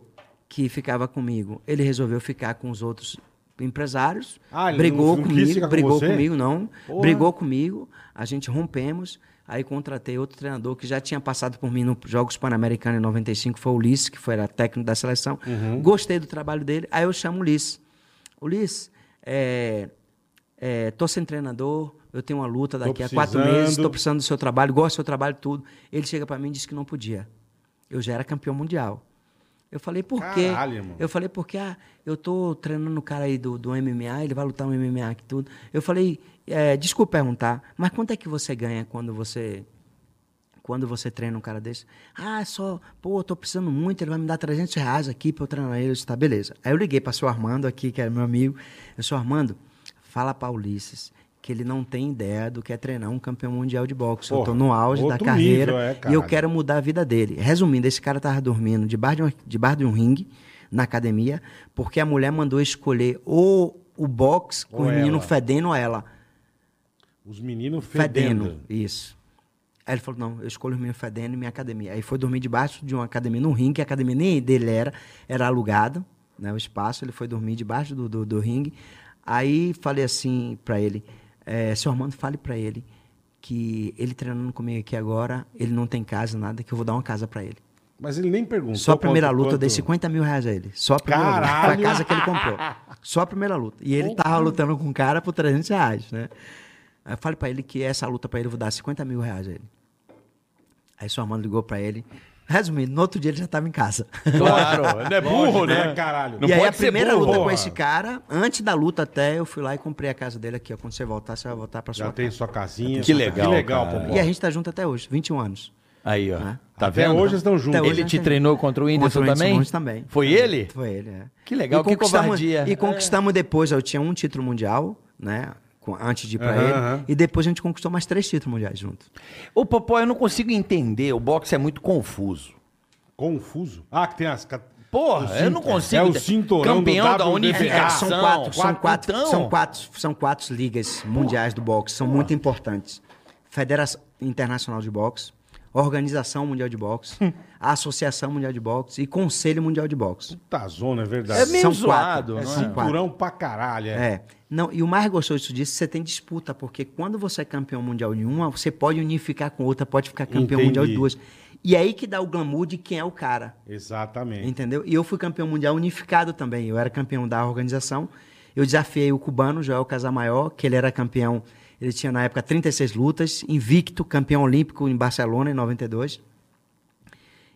[SPEAKER 4] que ficava comigo, ele resolveu ficar com os outros empresários.
[SPEAKER 1] Ah, ele
[SPEAKER 4] brigou
[SPEAKER 1] não- não quis
[SPEAKER 4] comigo,
[SPEAKER 1] ficar com
[SPEAKER 4] brigou
[SPEAKER 1] você?
[SPEAKER 4] comigo, não.
[SPEAKER 1] Porra.
[SPEAKER 4] Brigou comigo, a gente rompemos. Aí contratei outro treinador que já tinha passado por mim nos Jogos Pan-Americanos em 95, foi o Ulisses, que foi era técnico da seleção.
[SPEAKER 1] Uhum.
[SPEAKER 4] Gostei do trabalho dele, aí eu chamo o Ulisses. Ulisses, é, é, tô sem treinador, eu tenho uma luta daqui a quatro
[SPEAKER 1] precisando.
[SPEAKER 4] meses, tô precisando do seu trabalho, gosto do seu trabalho, tudo. Ele chega para mim e diz que não podia. Eu já era campeão mundial. Eu falei, por quê?
[SPEAKER 1] Caralho, irmão.
[SPEAKER 4] Eu falei, porque ah, eu tô treinando o cara aí do, do MMA, ele vai lutar um MMA aqui tudo. Eu falei, é, desculpa perguntar, mas quanto é que você ganha quando você quando você treina um cara desse? Ah, só, pô, eu tô precisando muito, ele vai me dar 300 reais aqui pra eu treinar ele. Eu disse, tá, beleza. Aí eu liguei pra seu Armando aqui, que era meu amigo. Eu sou Armando, fala pra Ulisses que ele não tem ideia do que é treinar um campeão mundial de boxe. eu
[SPEAKER 1] Porra,
[SPEAKER 4] tô no auge da
[SPEAKER 1] outro
[SPEAKER 4] carreira
[SPEAKER 1] nível, é,
[SPEAKER 4] e eu
[SPEAKER 1] caralho.
[SPEAKER 4] quero mudar a vida dele. Resumindo, esse cara tava dormindo debaixo de, um, debaixo de um ringue na academia, porque a mulher mandou escolher ou o boxe com
[SPEAKER 1] Ou
[SPEAKER 4] o menino
[SPEAKER 1] ela.
[SPEAKER 4] fedendo ou ela.
[SPEAKER 1] Os meninos fedendo.
[SPEAKER 4] Fedendo. Isso. Aí ele falou, não, eu escolho o menino fedendo e minha academia. Aí foi dormir debaixo de uma academia, num ringue, que a academia nem dele era, era alugada, né, o espaço, ele foi dormir debaixo do, do, do ringue. Aí falei assim pra ele, é, seu Armando, fale pra ele que ele treinando comigo aqui agora, ele não tem casa, nada, que eu vou dar uma casa pra ele.
[SPEAKER 1] Mas ele nem perguntou.
[SPEAKER 4] Só a primeira
[SPEAKER 1] Então, quanto-
[SPEAKER 4] luta eu dei
[SPEAKER 1] quanto-
[SPEAKER 4] 50 mil reais a ele. Só a primeira luta. Foi a
[SPEAKER 1] Caralho!
[SPEAKER 4] casa que ele
[SPEAKER 1] [LAUGHS]
[SPEAKER 4] comprou. Só a primeira luta. E ele tava lutando com o cara por 300 reais, né? Aí eu falei pra ele que essa luta pra ele eu vou dar 50 mil reais a ele. Aí sua mãe ligou pra ele. Resumindo, no outro dia ele já tava em casa. [LAUGHS]
[SPEAKER 2] Claro,
[SPEAKER 1] [LAUGHS]
[SPEAKER 2] não é burro,
[SPEAKER 1] Lógico,
[SPEAKER 2] né?
[SPEAKER 1] né, caralho?
[SPEAKER 2] Não
[SPEAKER 4] e aí
[SPEAKER 2] pode
[SPEAKER 4] a
[SPEAKER 2] ser
[SPEAKER 4] primeira
[SPEAKER 2] burro.
[SPEAKER 4] luta com
[SPEAKER 1] porra.
[SPEAKER 4] esse cara, antes da luta até, eu fui lá e comprei a casa dele aqui, ó. Quando você voltar, você vai voltar pra
[SPEAKER 1] Já
[SPEAKER 4] sua casa.
[SPEAKER 1] tem sua casinha.
[SPEAKER 2] Que legal,
[SPEAKER 1] Que legal,
[SPEAKER 2] cara.
[SPEAKER 1] Popó.
[SPEAKER 4] E a gente tá junto até hoje, 21 anos.
[SPEAKER 2] Aí, ó.
[SPEAKER 4] Né?
[SPEAKER 2] Tá
[SPEAKER 1] Até
[SPEAKER 2] vendo?
[SPEAKER 1] hoje eles estão juntos.
[SPEAKER 4] Até hoje
[SPEAKER 2] Ele
[SPEAKER 4] a
[SPEAKER 2] te
[SPEAKER 4] gente-
[SPEAKER 2] treinou contra o Whindersson
[SPEAKER 4] Contra o
[SPEAKER 2] também?
[SPEAKER 4] Whindersson também.
[SPEAKER 2] Foi ele?
[SPEAKER 4] Foi ele, é.
[SPEAKER 2] Que legal,
[SPEAKER 4] E
[SPEAKER 2] que
[SPEAKER 4] conquistamos-
[SPEAKER 2] covardia.
[SPEAKER 4] E conquistamos depois, eu tinha um título mundial, né? com- Antes de ir pra
[SPEAKER 1] Aham,
[SPEAKER 4] ele.
[SPEAKER 1] aham.
[SPEAKER 4] E depois a gente conquistou mais três títulos mundiais juntos.
[SPEAKER 2] Ô, Popó, eu não consigo entender. O boxe é muito confuso.
[SPEAKER 1] Confuso. Ah, que tem as. ca-
[SPEAKER 2] Porra,
[SPEAKER 1] o
[SPEAKER 2] eu não
[SPEAKER 1] cinto-
[SPEAKER 2] consigo.
[SPEAKER 1] É o
[SPEAKER 4] né?
[SPEAKER 2] ter-
[SPEAKER 1] cinturão
[SPEAKER 2] Campeão
[SPEAKER 1] do
[SPEAKER 2] da
[SPEAKER 1] WBA.
[SPEAKER 2] unificação.
[SPEAKER 4] É, são quatro, são
[SPEAKER 2] Quatro,
[SPEAKER 4] quatro,
[SPEAKER 2] então?
[SPEAKER 4] são quatro, são quatro ligas mundiais do boxe, são muito importantes. Federação Internacional de Boxe, Organização Mundial
[SPEAKER 2] [LAUGHS]
[SPEAKER 4] de Boxe, Associação Mundial de Boxe e Conselho Mundial de Boxe.
[SPEAKER 1] Puta zona, é verdade.
[SPEAKER 2] É meio
[SPEAKER 4] São
[SPEAKER 1] É
[SPEAKER 2] zoado,
[SPEAKER 4] quatro,
[SPEAKER 2] não é?
[SPEAKER 4] são quatro.
[SPEAKER 1] cinturão pra caralho. É.
[SPEAKER 4] É. Não, e o mais gostoso disso disso, você tem disputa, porque quando você é campeão mundial de uma, você pode unificar com outra, pode ficar campeão
[SPEAKER 1] Entendi.
[SPEAKER 4] mundial de duas. E é aí que dá o glamour de quem é o cara,
[SPEAKER 1] Exatamente.
[SPEAKER 4] entendeu? E eu fui campeão mundial unificado também. Eu era campeão da organização. Eu desafiei o cubano Joel Casamayor, que ele era campeão, ele tinha na época 36 lutas, invicto, campeão olímpico em Barcelona em 92.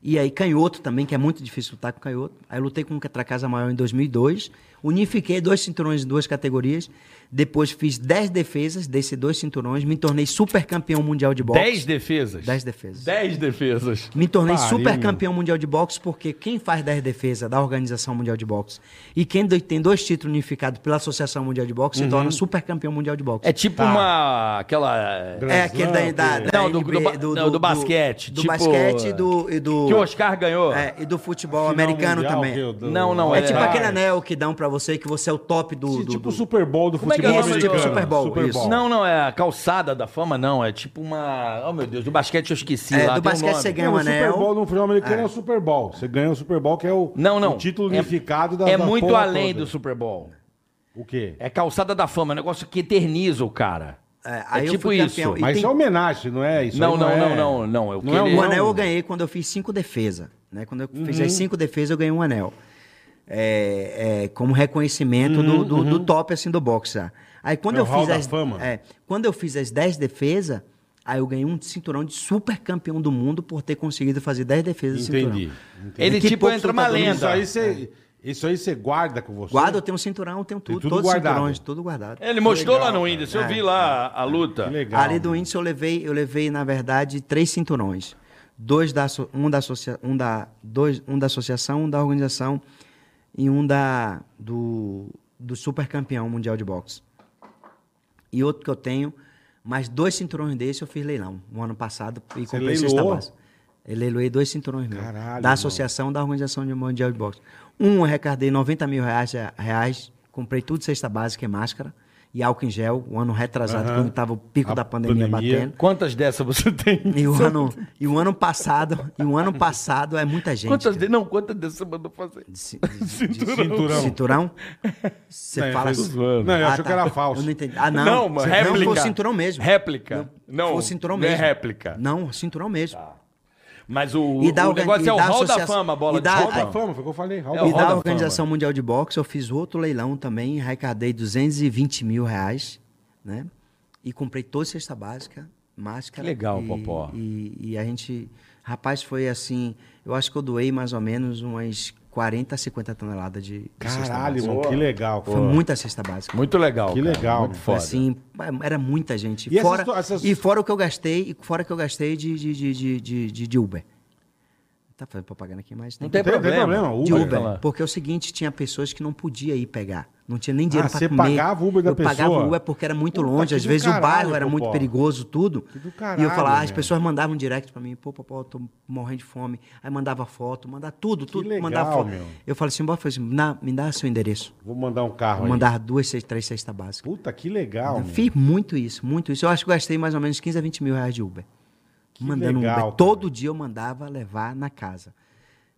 [SPEAKER 4] E aí, canhoto também, que é muito difícil lutar com canhoto. Aí, lutei com o Casa Maior em 2002. Unifiquei dois cinturões em duas categorias. Depois, fiz 10 defesas desses dois cinturões. Me tornei super campeão mundial de boxe.
[SPEAKER 2] Dez defesas.
[SPEAKER 4] 10 defesas.
[SPEAKER 2] Dez defesas.
[SPEAKER 4] Me tornei
[SPEAKER 1] Pariu,
[SPEAKER 4] super
[SPEAKER 1] meu.
[SPEAKER 4] campeão mundial de boxe porque quem faz 10 defesas da Organização Mundial de Boxe e quem do- tem dois títulos unificados pela Associação Mundial de
[SPEAKER 1] Uhum.
[SPEAKER 4] Boxe se torna super campeão mundial de boxe.
[SPEAKER 2] É tipo
[SPEAKER 1] Tá.
[SPEAKER 2] uma. aquela.
[SPEAKER 1] Grand
[SPEAKER 4] É, aquele da, da,
[SPEAKER 1] Slam,
[SPEAKER 4] da
[SPEAKER 2] Não, do-
[SPEAKER 4] NBA,
[SPEAKER 2] do ba- não, do basquete,
[SPEAKER 4] Do
[SPEAKER 2] tipo-
[SPEAKER 4] basquete e do. E do
[SPEAKER 2] Que que o Oscar ganhou.
[SPEAKER 4] É, e do futebol
[SPEAKER 1] Final
[SPEAKER 4] americano
[SPEAKER 1] mundial,
[SPEAKER 4] também.
[SPEAKER 1] que o do-
[SPEAKER 2] Não, não,
[SPEAKER 4] É
[SPEAKER 2] é-
[SPEAKER 4] tipo
[SPEAKER 2] Ah,
[SPEAKER 4] aquele
[SPEAKER 2] é.
[SPEAKER 4] anel que dão pra você que você é o top do.
[SPEAKER 1] Esse
[SPEAKER 4] do-
[SPEAKER 1] tipo
[SPEAKER 4] do-
[SPEAKER 1] Super Bowl do
[SPEAKER 2] Como é que
[SPEAKER 1] futebol
[SPEAKER 2] é o nome
[SPEAKER 1] americano.
[SPEAKER 2] do-
[SPEAKER 4] Super Bowl, isso.
[SPEAKER 2] Não, não, é a calçada da fama, não. É tipo uma. Oh, meu Deus, do basquete eu esqueci.
[SPEAKER 4] É,
[SPEAKER 2] lá, tem um
[SPEAKER 4] do basquete
[SPEAKER 2] nome.
[SPEAKER 4] você ganha
[SPEAKER 1] Não,
[SPEAKER 4] um
[SPEAKER 1] o Super Bowl
[SPEAKER 4] anel.
[SPEAKER 1] no futebol americano é. o Super Bowl. Você ganha o Super Bowl, que é o,
[SPEAKER 2] Não, não.
[SPEAKER 1] o título
[SPEAKER 2] É-
[SPEAKER 1] unificado da
[SPEAKER 2] É
[SPEAKER 1] da
[SPEAKER 2] muito
[SPEAKER 1] porra
[SPEAKER 2] além
[SPEAKER 1] toda.
[SPEAKER 2] do Super Bowl.
[SPEAKER 1] O quê?
[SPEAKER 2] É calçada da fama, é um negócio que eterniza o cara.
[SPEAKER 4] É, aí
[SPEAKER 2] é
[SPEAKER 4] eu
[SPEAKER 2] tipo
[SPEAKER 4] fui
[SPEAKER 2] isso.
[SPEAKER 4] campeão. E
[SPEAKER 1] Mas
[SPEAKER 4] tem-
[SPEAKER 1] isso é homenagem, não é isso?
[SPEAKER 2] Não,
[SPEAKER 1] aí
[SPEAKER 2] não,
[SPEAKER 1] é-
[SPEAKER 2] não, não, não. Eu
[SPEAKER 1] Não Uhum. é
[SPEAKER 2] queria-
[SPEAKER 1] um
[SPEAKER 4] O
[SPEAKER 1] ano.
[SPEAKER 4] anel eu ganhei quando eu fiz cinco defesas. Né? Quando eu fiz as cinco defesas, eu ganhei um anel. É, é, como reconhecimento do, do, do top assim, do boxe. lá. Aí quando
[SPEAKER 1] Uhum. É o
[SPEAKER 4] eu
[SPEAKER 1] Hall
[SPEAKER 4] fiz
[SPEAKER 1] da
[SPEAKER 4] as.
[SPEAKER 1] Fama.
[SPEAKER 4] é, quando eu fiz as dez defesas, aí eu ganhei um cinturão de super campeão do mundo por ter conseguido fazer dez defesas do cinturão.
[SPEAKER 1] Entendi. entendi.
[SPEAKER 2] Ele
[SPEAKER 4] Que
[SPEAKER 2] tipo
[SPEAKER 4] poucos
[SPEAKER 2] entra uma
[SPEAKER 4] lutadores
[SPEAKER 1] Isso
[SPEAKER 2] lenda.
[SPEAKER 1] aí você, isso aí você guarda com você.
[SPEAKER 4] Guarda, eu tenho um cinturão, eu tenho tudo,
[SPEAKER 1] tudo
[SPEAKER 4] todos os
[SPEAKER 1] guardado.
[SPEAKER 4] cinturões, tudo guardado.
[SPEAKER 2] É, Ele mostrou lá no índice, eu vi
[SPEAKER 4] É.
[SPEAKER 2] lá a luta.
[SPEAKER 1] Que legal. né?
[SPEAKER 4] Ali do índice eu levei, eu levei na verdade três cinturões, dois da asso- um da associa, um da dois, um da associação, um da organização e um da do do super campeão mundial de boxe. E outro que eu tenho, mais dois cinturões desse eu fiz leilão no ano passado e comprei cesta
[SPEAKER 1] leiloou?
[SPEAKER 4] base. Eu leiloei dois cinturões meus,
[SPEAKER 1] Caralho,
[SPEAKER 4] da
[SPEAKER 1] irmão.
[SPEAKER 4] associação da organização de mundial de boxe. Um eu arrecadei 90 mil reais, é, reais comprei tudo cesta básica e máscara e álcool em gel, o ano retrasado,
[SPEAKER 1] Aham.
[SPEAKER 4] quando estava o pico
[SPEAKER 1] A
[SPEAKER 4] da pandemia,
[SPEAKER 1] pandemia.
[SPEAKER 4] batendo.
[SPEAKER 2] Quantas dessas você tem?
[SPEAKER 4] E o, ano, e o ano passado, e o ano passado é muita
[SPEAKER 2] [LAUGHS]
[SPEAKER 4] gente.
[SPEAKER 2] Quantas
[SPEAKER 4] cara.
[SPEAKER 2] de... Não, quantas dessas você mandou fazer?
[SPEAKER 4] De ci- de- de-
[SPEAKER 1] Cinturão.
[SPEAKER 4] de
[SPEAKER 1] [LAUGHS] Cinturão.
[SPEAKER 2] [LAUGHS]
[SPEAKER 4] Cinturão? Você
[SPEAKER 1] Não, eu
[SPEAKER 4] fala
[SPEAKER 1] tô
[SPEAKER 4] assim-
[SPEAKER 1] zoando. Não, eu achei que era falso.
[SPEAKER 4] Eu não entendi. Ah, não.
[SPEAKER 2] Não, mano, réplica.
[SPEAKER 4] Não, foi o cinturão mesmo.
[SPEAKER 2] Réplica. Não,
[SPEAKER 4] foi o cinturão
[SPEAKER 2] não é
[SPEAKER 4] mesmo.
[SPEAKER 2] réplica.
[SPEAKER 4] Não, cinturão mesmo.
[SPEAKER 2] Mas o,
[SPEAKER 4] E da
[SPEAKER 2] o
[SPEAKER 4] orga-
[SPEAKER 2] negócio
[SPEAKER 4] e
[SPEAKER 2] é o
[SPEAKER 4] da
[SPEAKER 2] Hall da
[SPEAKER 4] associa-
[SPEAKER 2] Fama, bola
[SPEAKER 4] e da-
[SPEAKER 2] de
[SPEAKER 1] Hall da
[SPEAKER 2] Fama.
[SPEAKER 1] fama, foi o que eu falei. Hall
[SPEAKER 2] É
[SPEAKER 1] da
[SPEAKER 2] o
[SPEAKER 1] Fama.
[SPEAKER 4] E
[SPEAKER 2] Hall da
[SPEAKER 4] da
[SPEAKER 2] Fama.
[SPEAKER 4] Organização Mundial de Boxe, eu fiz outro leilão também, arrecadei 220 mil reais, né? E comprei toda a cesta básica, máscara.
[SPEAKER 2] Que legal,
[SPEAKER 4] e,
[SPEAKER 2] Popó.
[SPEAKER 4] E, e a gente... Rapaz, foi assim... Eu acho que eu doei mais ou menos umas 40, 50 toneladas de, de cesta
[SPEAKER 1] Caralho,
[SPEAKER 4] básica.
[SPEAKER 1] irmão, que legal.
[SPEAKER 4] Foi muita cesta básica.
[SPEAKER 2] Muito legal.
[SPEAKER 1] Que
[SPEAKER 2] cara,
[SPEAKER 1] legal,
[SPEAKER 2] Muito
[SPEAKER 1] mano.
[SPEAKER 4] Foi
[SPEAKER 2] foda.
[SPEAKER 4] assim, era muita gente.
[SPEAKER 1] E essas
[SPEAKER 4] fora,
[SPEAKER 1] to- essas-
[SPEAKER 4] e fora o que eu gastei, e fora o que eu gastei de, de, de, de, de- de- de Uber. Tá fazendo propaganda aqui, mas
[SPEAKER 2] Não
[SPEAKER 4] que-
[SPEAKER 2] tem,
[SPEAKER 1] Tem- tem
[SPEAKER 2] problema.
[SPEAKER 1] problema, o
[SPEAKER 4] de
[SPEAKER 1] Uber. né?
[SPEAKER 4] Uber.
[SPEAKER 2] Fala.
[SPEAKER 4] Porque é o seguinte, tinha pessoas que não podia ir pegar. Não tinha nem dinheiro
[SPEAKER 1] Ah,
[SPEAKER 4] pra
[SPEAKER 1] você
[SPEAKER 4] comer.
[SPEAKER 1] pagava o Uber da
[SPEAKER 4] eu pagava
[SPEAKER 1] pessoa?
[SPEAKER 4] o Uber porque era muito
[SPEAKER 1] Puta, que
[SPEAKER 4] longe. Às
[SPEAKER 1] do
[SPEAKER 4] vezes
[SPEAKER 1] caralho,
[SPEAKER 4] o bairro era
[SPEAKER 1] Popó.
[SPEAKER 4] muito perigoso, tudo.
[SPEAKER 1] Que do
[SPEAKER 4] e
[SPEAKER 1] caralho,
[SPEAKER 4] eu falava, as
[SPEAKER 1] meu.
[SPEAKER 4] pessoas mandavam um direct pra mim. Pô, Popó, eu tô morrendo de fome. Aí mandava foto, mandava tudo, tudo.
[SPEAKER 1] legal,
[SPEAKER 4] mandava foto.
[SPEAKER 1] meu.
[SPEAKER 4] Eu falei assim, bora, falei assim, "Na- me dá seu endereço.
[SPEAKER 1] Vou mandar um
[SPEAKER 4] Eu
[SPEAKER 1] carro aí.
[SPEAKER 4] mandava duas, seis, três cestas básicas.
[SPEAKER 1] Puta, que legal.
[SPEAKER 4] Eu
[SPEAKER 1] meu.
[SPEAKER 4] Fiz muito isso, muito isso. Eu acho que eu gastei mais ou menos 15 a 20 mil reais de Uber.
[SPEAKER 1] Que
[SPEAKER 4] Mandando
[SPEAKER 1] legal,
[SPEAKER 4] Uber.
[SPEAKER 1] cara.
[SPEAKER 4] Todo dia eu mandava levar na casa.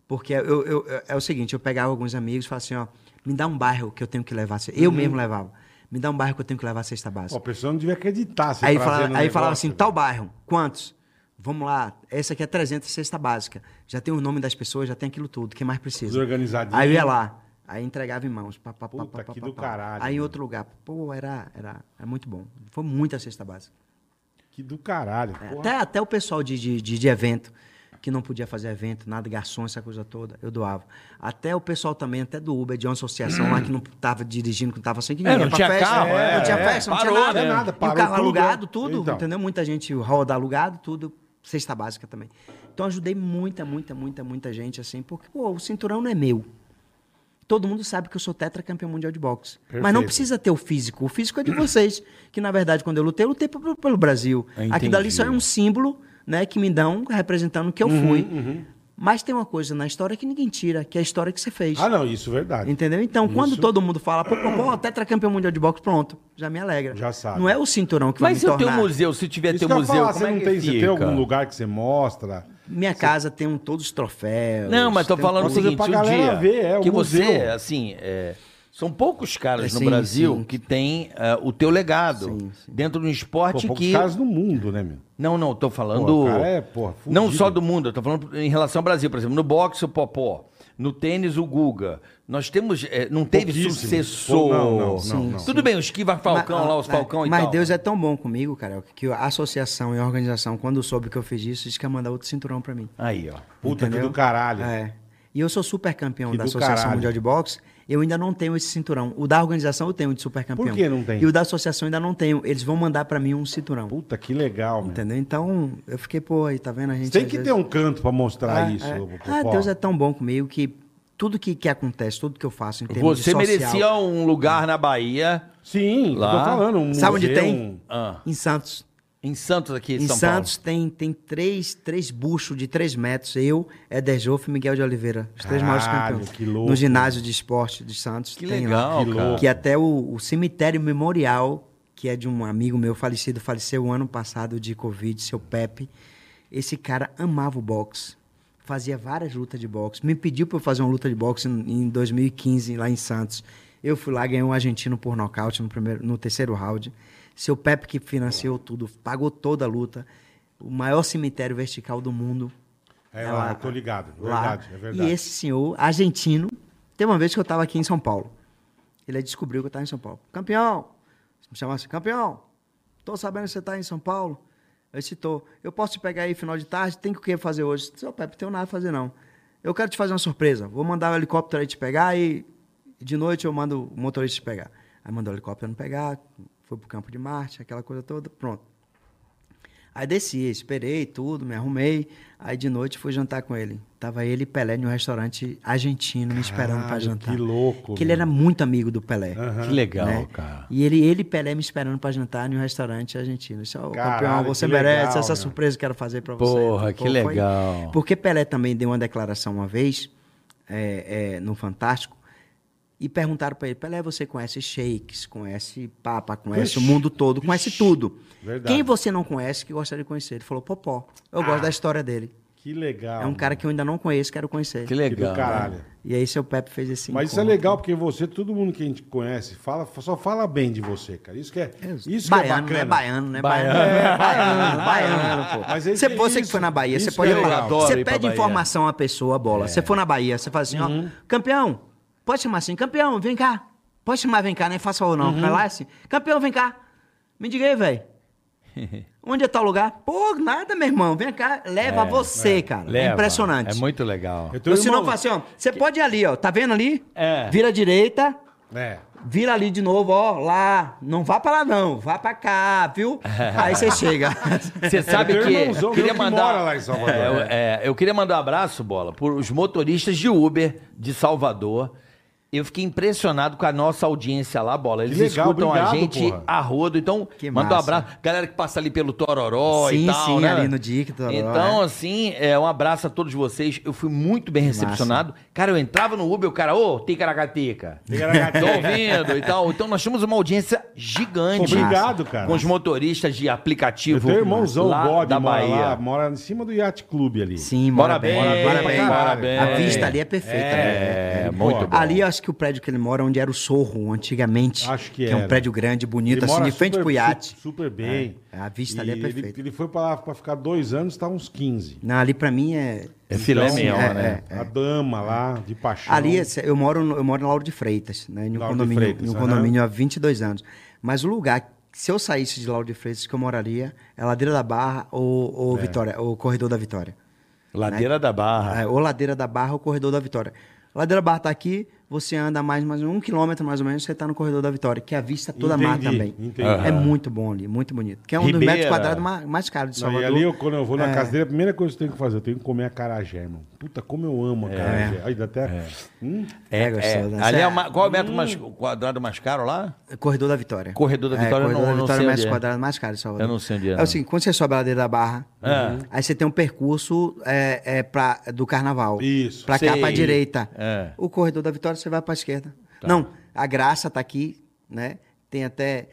[SPEAKER 4] Porque eu, eu- eu- é o seguinte, eu pegava alguns amigos e falava assim, ó, me dá um bairro que eu tenho que levar. ce-
[SPEAKER 1] Uhum.
[SPEAKER 4] Eu mesmo levava. Me dá um bairro que eu tenho que levar a cesta
[SPEAKER 1] Pô,
[SPEAKER 4] básica.
[SPEAKER 1] a pessoa não devia acreditar. você
[SPEAKER 4] aí
[SPEAKER 1] trazendo
[SPEAKER 4] fala-
[SPEAKER 1] um
[SPEAKER 4] aí
[SPEAKER 1] negócio,
[SPEAKER 4] falava assim,
[SPEAKER 1] velho.
[SPEAKER 4] tal bairro, quantos? Vamos lá, essa aqui é 300 cesta básica. Já tem o nome das pessoas, já tem aquilo tudo. O que mais precisa?
[SPEAKER 1] Tudo organizadinho.
[SPEAKER 4] Aí eu ia lá. Aí entregava em mãos. Pá, pá, pá,
[SPEAKER 1] Puta,
[SPEAKER 4] pá,
[SPEAKER 1] que
[SPEAKER 4] pá,
[SPEAKER 1] do
[SPEAKER 4] pá.
[SPEAKER 1] caralho,
[SPEAKER 4] Aí em
[SPEAKER 1] né?
[SPEAKER 4] outro lugar. Pô, era, era, era muito bom. Foi muita cesta básica.
[SPEAKER 1] Que do caralho.
[SPEAKER 4] É,
[SPEAKER 1] porra.
[SPEAKER 4] Até, até o pessoal de, de, de- de evento, que não podia fazer evento, nada, garçom, essa coisa toda, eu doava. Até o pessoal também, até do Uber, de uma associação lá que não estava dirigindo, que não estava sem que
[SPEAKER 2] É,
[SPEAKER 4] ninguém
[SPEAKER 2] não
[SPEAKER 4] ia pra
[SPEAKER 2] tinha
[SPEAKER 4] festa,
[SPEAKER 2] carro, é,
[SPEAKER 4] não tinha
[SPEAKER 2] é,
[SPEAKER 4] festa, não
[SPEAKER 2] parou,
[SPEAKER 4] tinha nada.
[SPEAKER 2] né?
[SPEAKER 1] Nada,
[SPEAKER 4] e o
[SPEAKER 1] parou
[SPEAKER 4] carro
[SPEAKER 1] tudo,
[SPEAKER 4] alugado,
[SPEAKER 1] é.
[SPEAKER 4] tudo,
[SPEAKER 1] Então.
[SPEAKER 4] entendeu? Muita gente roda alugado, tudo, cesta básica também. Então eu ajudei muita, muita, muita, muita gente, assim, porque pô, o cinturão não é meu. Todo mundo sabe que eu sou tetracampeão mundial de boxe. Mas não
[SPEAKER 1] Perfeito.
[SPEAKER 4] precisa ter o físico. O físico é de vocês. Que, na verdade, quando eu lutei, eu lutei pelo, pelo Brasil.
[SPEAKER 2] Entendi.
[SPEAKER 4] Aqui dali só é um símbolo né, que me dão representando o que eu
[SPEAKER 1] Uhum,
[SPEAKER 4] fui. Mas tem uma coisa na história que ninguém tira, que é a história que você fez.
[SPEAKER 1] Ah, não, isso é verdade.
[SPEAKER 4] Entendeu? Então, quando
[SPEAKER 1] Isso.
[SPEAKER 4] todo mundo fala, pô, pô, pô, tetracampeão mundial de boxe, pronto. Já me alegra.
[SPEAKER 1] Já sabe.
[SPEAKER 4] Não é o cinturão que
[SPEAKER 2] Mas
[SPEAKER 4] vai
[SPEAKER 2] se eu
[SPEAKER 4] me
[SPEAKER 2] tenho um
[SPEAKER 4] tornar.
[SPEAKER 2] museu, se tiver
[SPEAKER 1] Isso
[SPEAKER 2] teu
[SPEAKER 1] que eu ia
[SPEAKER 2] museu,
[SPEAKER 1] falar,
[SPEAKER 2] como
[SPEAKER 1] você
[SPEAKER 2] é
[SPEAKER 1] não
[SPEAKER 2] que
[SPEAKER 1] tem,
[SPEAKER 2] fica?
[SPEAKER 1] você tem algum lugar que você mostra?
[SPEAKER 4] Minha casa tem todos os troféus.
[SPEAKER 2] Não, mas tô
[SPEAKER 4] tem
[SPEAKER 2] falando o
[SPEAKER 1] uma coisa
[SPEAKER 2] seguinte,
[SPEAKER 1] pra
[SPEAKER 2] um
[SPEAKER 1] galera
[SPEAKER 2] dia
[SPEAKER 1] ver, é, o
[SPEAKER 2] que você,
[SPEAKER 1] museu.
[SPEAKER 2] assim, é, são poucos caras no
[SPEAKER 4] É, Sim,
[SPEAKER 2] Brasil
[SPEAKER 4] sim.
[SPEAKER 2] que têm é, o teu legado
[SPEAKER 4] Sim, sim.
[SPEAKER 2] dentro de um esporte
[SPEAKER 1] Pô, poucos
[SPEAKER 2] que...
[SPEAKER 1] caras no mundo, né, meu?
[SPEAKER 2] Não, não, tô falando...
[SPEAKER 1] Pô, o cara é, porra, fudido.
[SPEAKER 2] não só do mundo, eu tô falando em relação ao Brasil, por exemplo, no boxe o Popó, no tênis o Guga. Nós temos... é, não teve
[SPEAKER 1] Pouquíssimos.
[SPEAKER 2] sucessor.
[SPEAKER 1] Pô, não, não, não, não.
[SPEAKER 2] Tudo bem, os Kiva Falcão
[SPEAKER 4] Mas-
[SPEAKER 2] lá, os
[SPEAKER 4] mas-
[SPEAKER 2] Falcão e
[SPEAKER 4] Mas
[SPEAKER 2] tal.
[SPEAKER 4] Deus ah, é tão bom comigo, cara, que a associação e a organização, quando soube que eu fiz isso, disse que ia mandar outro cinturão pra mim.
[SPEAKER 2] Aí, ó.
[SPEAKER 1] Puta, que
[SPEAKER 4] Entendeu?
[SPEAKER 1] do caralho.
[SPEAKER 4] É. E eu sou super campeão
[SPEAKER 1] Que
[SPEAKER 4] da
[SPEAKER 1] do
[SPEAKER 4] Associação
[SPEAKER 1] caralho.
[SPEAKER 4] Mundial de Boxe. Eu ainda não tenho esse cinturão. O da organização eu tenho de super campeão.
[SPEAKER 1] Por que não tem?
[SPEAKER 4] E o da associação eu ainda não tenho. Eles vão mandar pra mim um cinturão.
[SPEAKER 1] Puta, que legal, meu.
[SPEAKER 4] Entendeu? Então, eu fiquei, pô, aí tá vendo a gente.
[SPEAKER 1] Você tem
[SPEAKER 4] às
[SPEAKER 1] que
[SPEAKER 4] vezes-
[SPEAKER 1] ter um canto pra mostrar
[SPEAKER 4] É,
[SPEAKER 1] isso.
[SPEAKER 4] é.
[SPEAKER 1] Popó.
[SPEAKER 4] Ah, Deus é tão bom comigo que tudo que, que acontece, tudo que eu faço em termos
[SPEAKER 2] Você
[SPEAKER 4] de social...
[SPEAKER 2] merecia um lugar na Bahia.
[SPEAKER 1] Sim, eu
[SPEAKER 2] Lá.
[SPEAKER 1] tô falando. Um
[SPEAKER 4] Sabe onde
[SPEAKER 1] museu,
[SPEAKER 4] tem?
[SPEAKER 1] um-
[SPEAKER 2] Ah.
[SPEAKER 4] Em Santos.
[SPEAKER 2] Em Santos, aqui, em
[SPEAKER 4] em
[SPEAKER 2] São
[SPEAKER 4] Santos tem, tem três, três buchos de três metros. Eu, Éder Joffre e Miguel de Oliveira. Os três maiores
[SPEAKER 1] Caralho,
[SPEAKER 4] campeões.
[SPEAKER 1] que louco.
[SPEAKER 4] No ginásio de esporte de Santos.
[SPEAKER 2] Que
[SPEAKER 4] tem
[SPEAKER 2] legal,
[SPEAKER 1] Que
[SPEAKER 2] cara.
[SPEAKER 1] louco.
[SPEAKER 4] Que até o, o cemitério memorial, que é de um amigo meu falecido, faleceu ano passado de Covid, seu Pepe. Esse cara amava o boxe. Fazia várias lutas de boxe. Me pediu para eu fazer uma luta de boxe em, em 2015, lá em Santos. Eu fui lá, ganhei um argentino por nocaute no, primeiro, no terceiro round. Seu Pepe que financiou tudo, pagou toda a luta. O maior cemitério vertical do mundo.
[SPEAKER 1] É lá, eu tô ligado. Verdade, é verdade.
[SPEAKER 4] E esse senhor, argentino, tem uma vez que eu estava aqui em São Paulo. Ele descobriu que eu estava em São Paulo. Campeão! Me chamasse, campeão, tô sabendo que você está em São Paulo. Eu citou, eu posso te pegar aí final de tarde? Tem o que fazer hoje? Seu Pepe, não tenho nada a fazer não. Eu quero te fazer uma surpresa. Vou mandar o helicóptero aí te pegar e de noite eu mando o motorista te pegar. Aí mandou o helicóptero me pegar, foi pro campo de Marte, aquela coisa toda, pronto. Aí desci, esperei tudo, me arrumei. Aí de noite fui jantar com ele. Tava ele e Pelé em um restaurante argentino me esperando para
[SPEAKER 1] Caralho,
[SPEAKER 4] jantar.
[SPEAKER 1] que louco,
[SPEAKER 4] Que ele
[SPEAKER 1] meu.
[SPEAKER 4] era muito amigo do Pelé.
[SPEAKER 1] Aham.
[SPEAKER 2] Que legal,
[SPEAKER 4] né?
[SPEAKER 2] cara.
[SPEAKER 4] E ele, ele e Pelé me esperando para jantar em um restaurante argentino. Isso, ó,
[SPEAKER 1] Caralho,
[SPEAKER 4] campeão, você
[SPEAKER 1] que
[SPEAKER 4] merece
[SPEAKER 1] legal,
[SPEAKER 4] essa
[SPEAKER 1] meu.
[SPEAKER 4] surpresa que eu quero fazer para você.
[SPEAKER 2] Porra,
[SPEAKER 4] Pô,
[SPEAKER 2] que
[SPEAKER 4] foi-
[SPEAKER 2] legal.
[SPEAKER 4] Porque Pelé também deu uma declaração uma vez é, é, no Fantástico e perguntaram para ele: Pelé, você conhece shakes, conhece papa, conhece o mundo todo, conhece tudo.
[SPEAKER 1] Verdade. Ah.
[SPEAKER 4] Quem você não conhece que gostaria de conhecer? Ele falou: Popó. Eu gosto da história dele.
[SPEAKER 1] Que legal.
[SPEAKER 4] É um cara que eu ainda não conheço, quero conhecer.
[SPEAKER 1] Que
[SPEAKER 2] Que
[SPEAKER 1] do
[SPEAKER 2] legal.
[SPEAKER 1] caralho.
[SPEAKER 4] E aí seu Pepe fez esse
[SPEAKER 1] Mas isso é
[SPEAKER 4] encontro.
[SPEAKER 1] legal, porque você, todo mundo que a gente conhece, fala, só fala bem de você, cara. Isso que é, isso que é bacana.
[SPEAKER 4] baiano, né? Baiano,
[SPEAKER 2] Baiano.
[SPEAKER 4] né? Baiano, é, [LAUGHS] baiano, baiano, pô.
[SPEAKER 1] Mas esse
[SPEAKER 4] você,
[SPEAKER 1] é
[SPEAKER 4] você
[SPEAKER 1] isso.
[SPEAKER 4] que foi na Bahia,
[SPEAKER 1] Isso
[SPEAKER 4] você pode
[SPEAKER 1] que é
[SPEAKER 4] levar.
[SPEAKER 1] legal.
[SPEAKER 2] Adoro ir
[SPEAKER 4] Você
[SPEAKER 2] pra
[SPEAKER 4] pede
[SPEAKER 2] Bahia.
[SPEAKER 4] informação à pessoa, bola. Você for na Bahia, você faz assim, ó, campeão, pode chamar assim, campeão, vem cá. Pode chamar, vem cá, nem faça ou não. Vai lá assim, campeão, vem cá. Me diga aí, velho. Onde é tal lugar? Pô, nada, meu irmão. Vem cá, leva você, cara.
[SPEAKER 2] Leva.
[SPEAKER 4] é impressionante.
[SPEAKER 2] É muito legal.
[SPEAKER 1] Eu tenho
[SPEAKER 4] Eu
[SPEAKER 1] um
[SPEAKER 4] se não
[SPEAKER 1] irmão-
[SPEAKER 4] faço assim, ó. Você pode ir ali, ó. Tá vendo ali?
[SPEAKER 2] É.
[SPEAKER 4] Vira à direita,
[SPEAKER 1] É.
[SPEAKER 4] Vira ali de novo, ó, lá. Não vá pra lá, não. Vá pra cá,
[SPEAKER 1] [LAUGHS]
[SPEAKER 4] viu? Aí você chega.
[SPEAKER 2] Você sabe
[SPEAKER 1] Eu tenho
[SPEAKER 2] que
[SPEAKER 1] um irmãozão
[SPEAKER 2] eu queria
[SPEAKER 1] meu que
[SPEAKER 2] mandar
[SPEAKER 1] mora lá em Salvador,
[SPEAKER 2] É, eu-
[SPEAKER 1] né?
[SPEAKER 2] é, eu queria mandar um abraço, bola, por os motoristas de Uber de Salvador. Eu fiquei impressionado com a nossa audiência lá, bola. Eles
[SPEAKER 1] Que legal,
[SPEAKER 2] escutam
[SPEAKER 1] obrigado,
[SPEAKER 2] a gente
[SPEAKER 1] porra.
[SPEAKER 2] a rodo. Então,
[SPEAKER 4] Que
[SPEAKER 2] manda um
[SPEAKER 4] massa.
[SPEAKER 2] abraço. Galera que passa ali pelo Tororó e
[SPEAKER 4] Sim,
[SPEAKER 2] tal,
[SPEAKER 4] sim,
[SPEAKER 2] né?
[SPEAKER 4] ali no Dique, Tororó,
[SPEAKER 2] Então,
[SPEAKER 4] é.
[SPEAKER 2] assim, é, um abraço a todos vocês. Eu fui muito bem recepcionado. Cara, eu entrava no Uber, o cara, ô, ticaracatica.
[SPEAKER 1] Ticaracatica.
[SPEAKER 2] Tô ouvindo e tal. Então, nós temos uma audiência gigante.
[SPEAKER 1] Obrigado, cara.
[SPEAKER 2] Com os motoristas de aplicativo
[SPEAKER 1] Eu tenho um irmãozão,
[SPEAKER 2] lá
[SPEAKER 1] o Bode,
[SPEAKER 2] da
[SPEAKER 1] mora
[SPEAKER 2] Bahia.
[SPEAKER 1] lá, mora em cima do Yacht Clube ali.
[SPEAKER 4] Sim,
[SPEAKER 2] Bora
[SPEAKER 4] mora
[SPEAKER 2] bem,
[SPEAKER 4] bem, mora
[SPEAKER 1] pra
[SPEAKER 4] bem.
[SPEAKER 1] caralho.
[SPEAKER 4] A vista ali é perfeita.
[SPEAKER 2] É,
[SPEAKER 4] né?
[SPEAKER 2] muito
[SPEAKER 4] boa.
[SPEAKER 2] bom.
[SPEAKER 4] Ali eu acho que o prédio que ele mora, onde era o Sorro, antigamente.
[SPEAKER 1] Acho que
[SPEAKER 4] é
[SPEAKER 1] era.
[SPEAKER 4] um prédio grande, bonito,
[SPEAKER 1] Ele
[SPEAKER 4] assim,
[SPEAKER 1] mora
[SPEAKER 4] de frente
[SPEAKER 1] super-
[SPEAKER 4] pro iate.
[SPEAKER 1] su- Super bem.
[SPEAKER 4] É, a vista ali é
[SPEAKER 1] E Ele,
[SPEAKER 4] perfeita.
[SPEAKER 1] ele foi pra lá pra ficar dois anos, tá uns 15.
[SPEAKER 4] Não, ali pra mim é...
[SPEAKER 2] É filé
[SPEAKER 1] Então,
[SPEAKER 2] mignon,
[SPEAKER 4] é,
[SPEAKER 2] né?
[SPEAKER 1] A dama lá, de paixão.
[SPEAKER 4] Ali, assim, esse- eu moro, no- eu moro em Lauro de Freitas, né? Em um
[SPEAKER 1] Lauro de
[SPEAKER 4] condomínio,
[SPEAKER 1] Freitas,
[SPEAKER 4] em um
[SPEAKER 1] aham.
[SPEAKER 4] condomínio há 22 anos. Mas o lugar, se eu saísse de Lauro de Freitas, que eu moraria é Ladeira da Barra ou,
[SPEAKER 1] É.
[SPEAKER 4] ou Vitória, ou Corredor da Vitória.
[SPEAKER 2] Ladeira da Barra.
[SPEAKER 4] É, ou Ladeira da Barra ou Corredor da Vitória. Ladeira da Barra tá aqui, você anda mais, mais um quilômetro mais ou menos, você tá no Corredor da Vitória, que é a vista toda mar
[SPEAKER 1] Entendi,
[SPEAKER 4] também.
[SPEAKER 1] entendi.
[SPEAKER 4] É muito bom ali, muito bonito. Que é um dos
[SPEAKER 2] Ribeira.
[SPEAKER 4] metros quadrados ma- mais, caros de
[SPEAKER 1] Não,
[SPEAKER 4] Salvador. é.
[SPEAKER 1] e ali, eu, quando eu vou na casa dele, a primeira coisa que eu tenho que fazer, eu tenho que comer acarajé, irmão. Puta, como eu amo acarajé. Aí dá até... Hum,
[SPEAKER 4] É, gostoso. né?
[SPEAKER 2] Ali é
[SPEAKER 4] Cê-
[SPEAKER 2] o ma- qual é o metro mais, o quadrado mais caro lá?
[SPEAKER 4] Corredor da Vitória.
[SPEAKER 2] Corredor da Vitória, eu
[SPEAKER 4] é, Corredor
[SPEAKER 2] não-
[SPEAKER 4] da
[SPEAKER 2] não
[SPEAKER 4] Vitória
[SPEAKER 2] sei
[SPEAKER 4] é o
[SPEAKER 2] onde
[SPEAKER 4] metro
[SPEAKER 2] é.
[SPEAKER 4] quadrado mais caro de Salvador.
[SPEAKER 2] Eu não sei onde é,
[SPEAKER 4] É
[SPEAKER 2] não.
[SPEAKER 4] o seguinte, quando você sobe a ladeira da Barra,
[SPEAKER 2] É.
[SPEAKER 4] aí você tem um percurso é, é, pra- do Carnaval.
[SPEAKER 1] Isso.
[SPEAKER 4] Pra cá,
[SPEAKER 2] Sei.
[SPEAKER 4] pra direita.
[SPEAKER 2] É. Tá.
[SPEAKER 4] O Corredor da Vitória, você vai pra esquerda. Não, a Graça tá aqui, né? Tem até...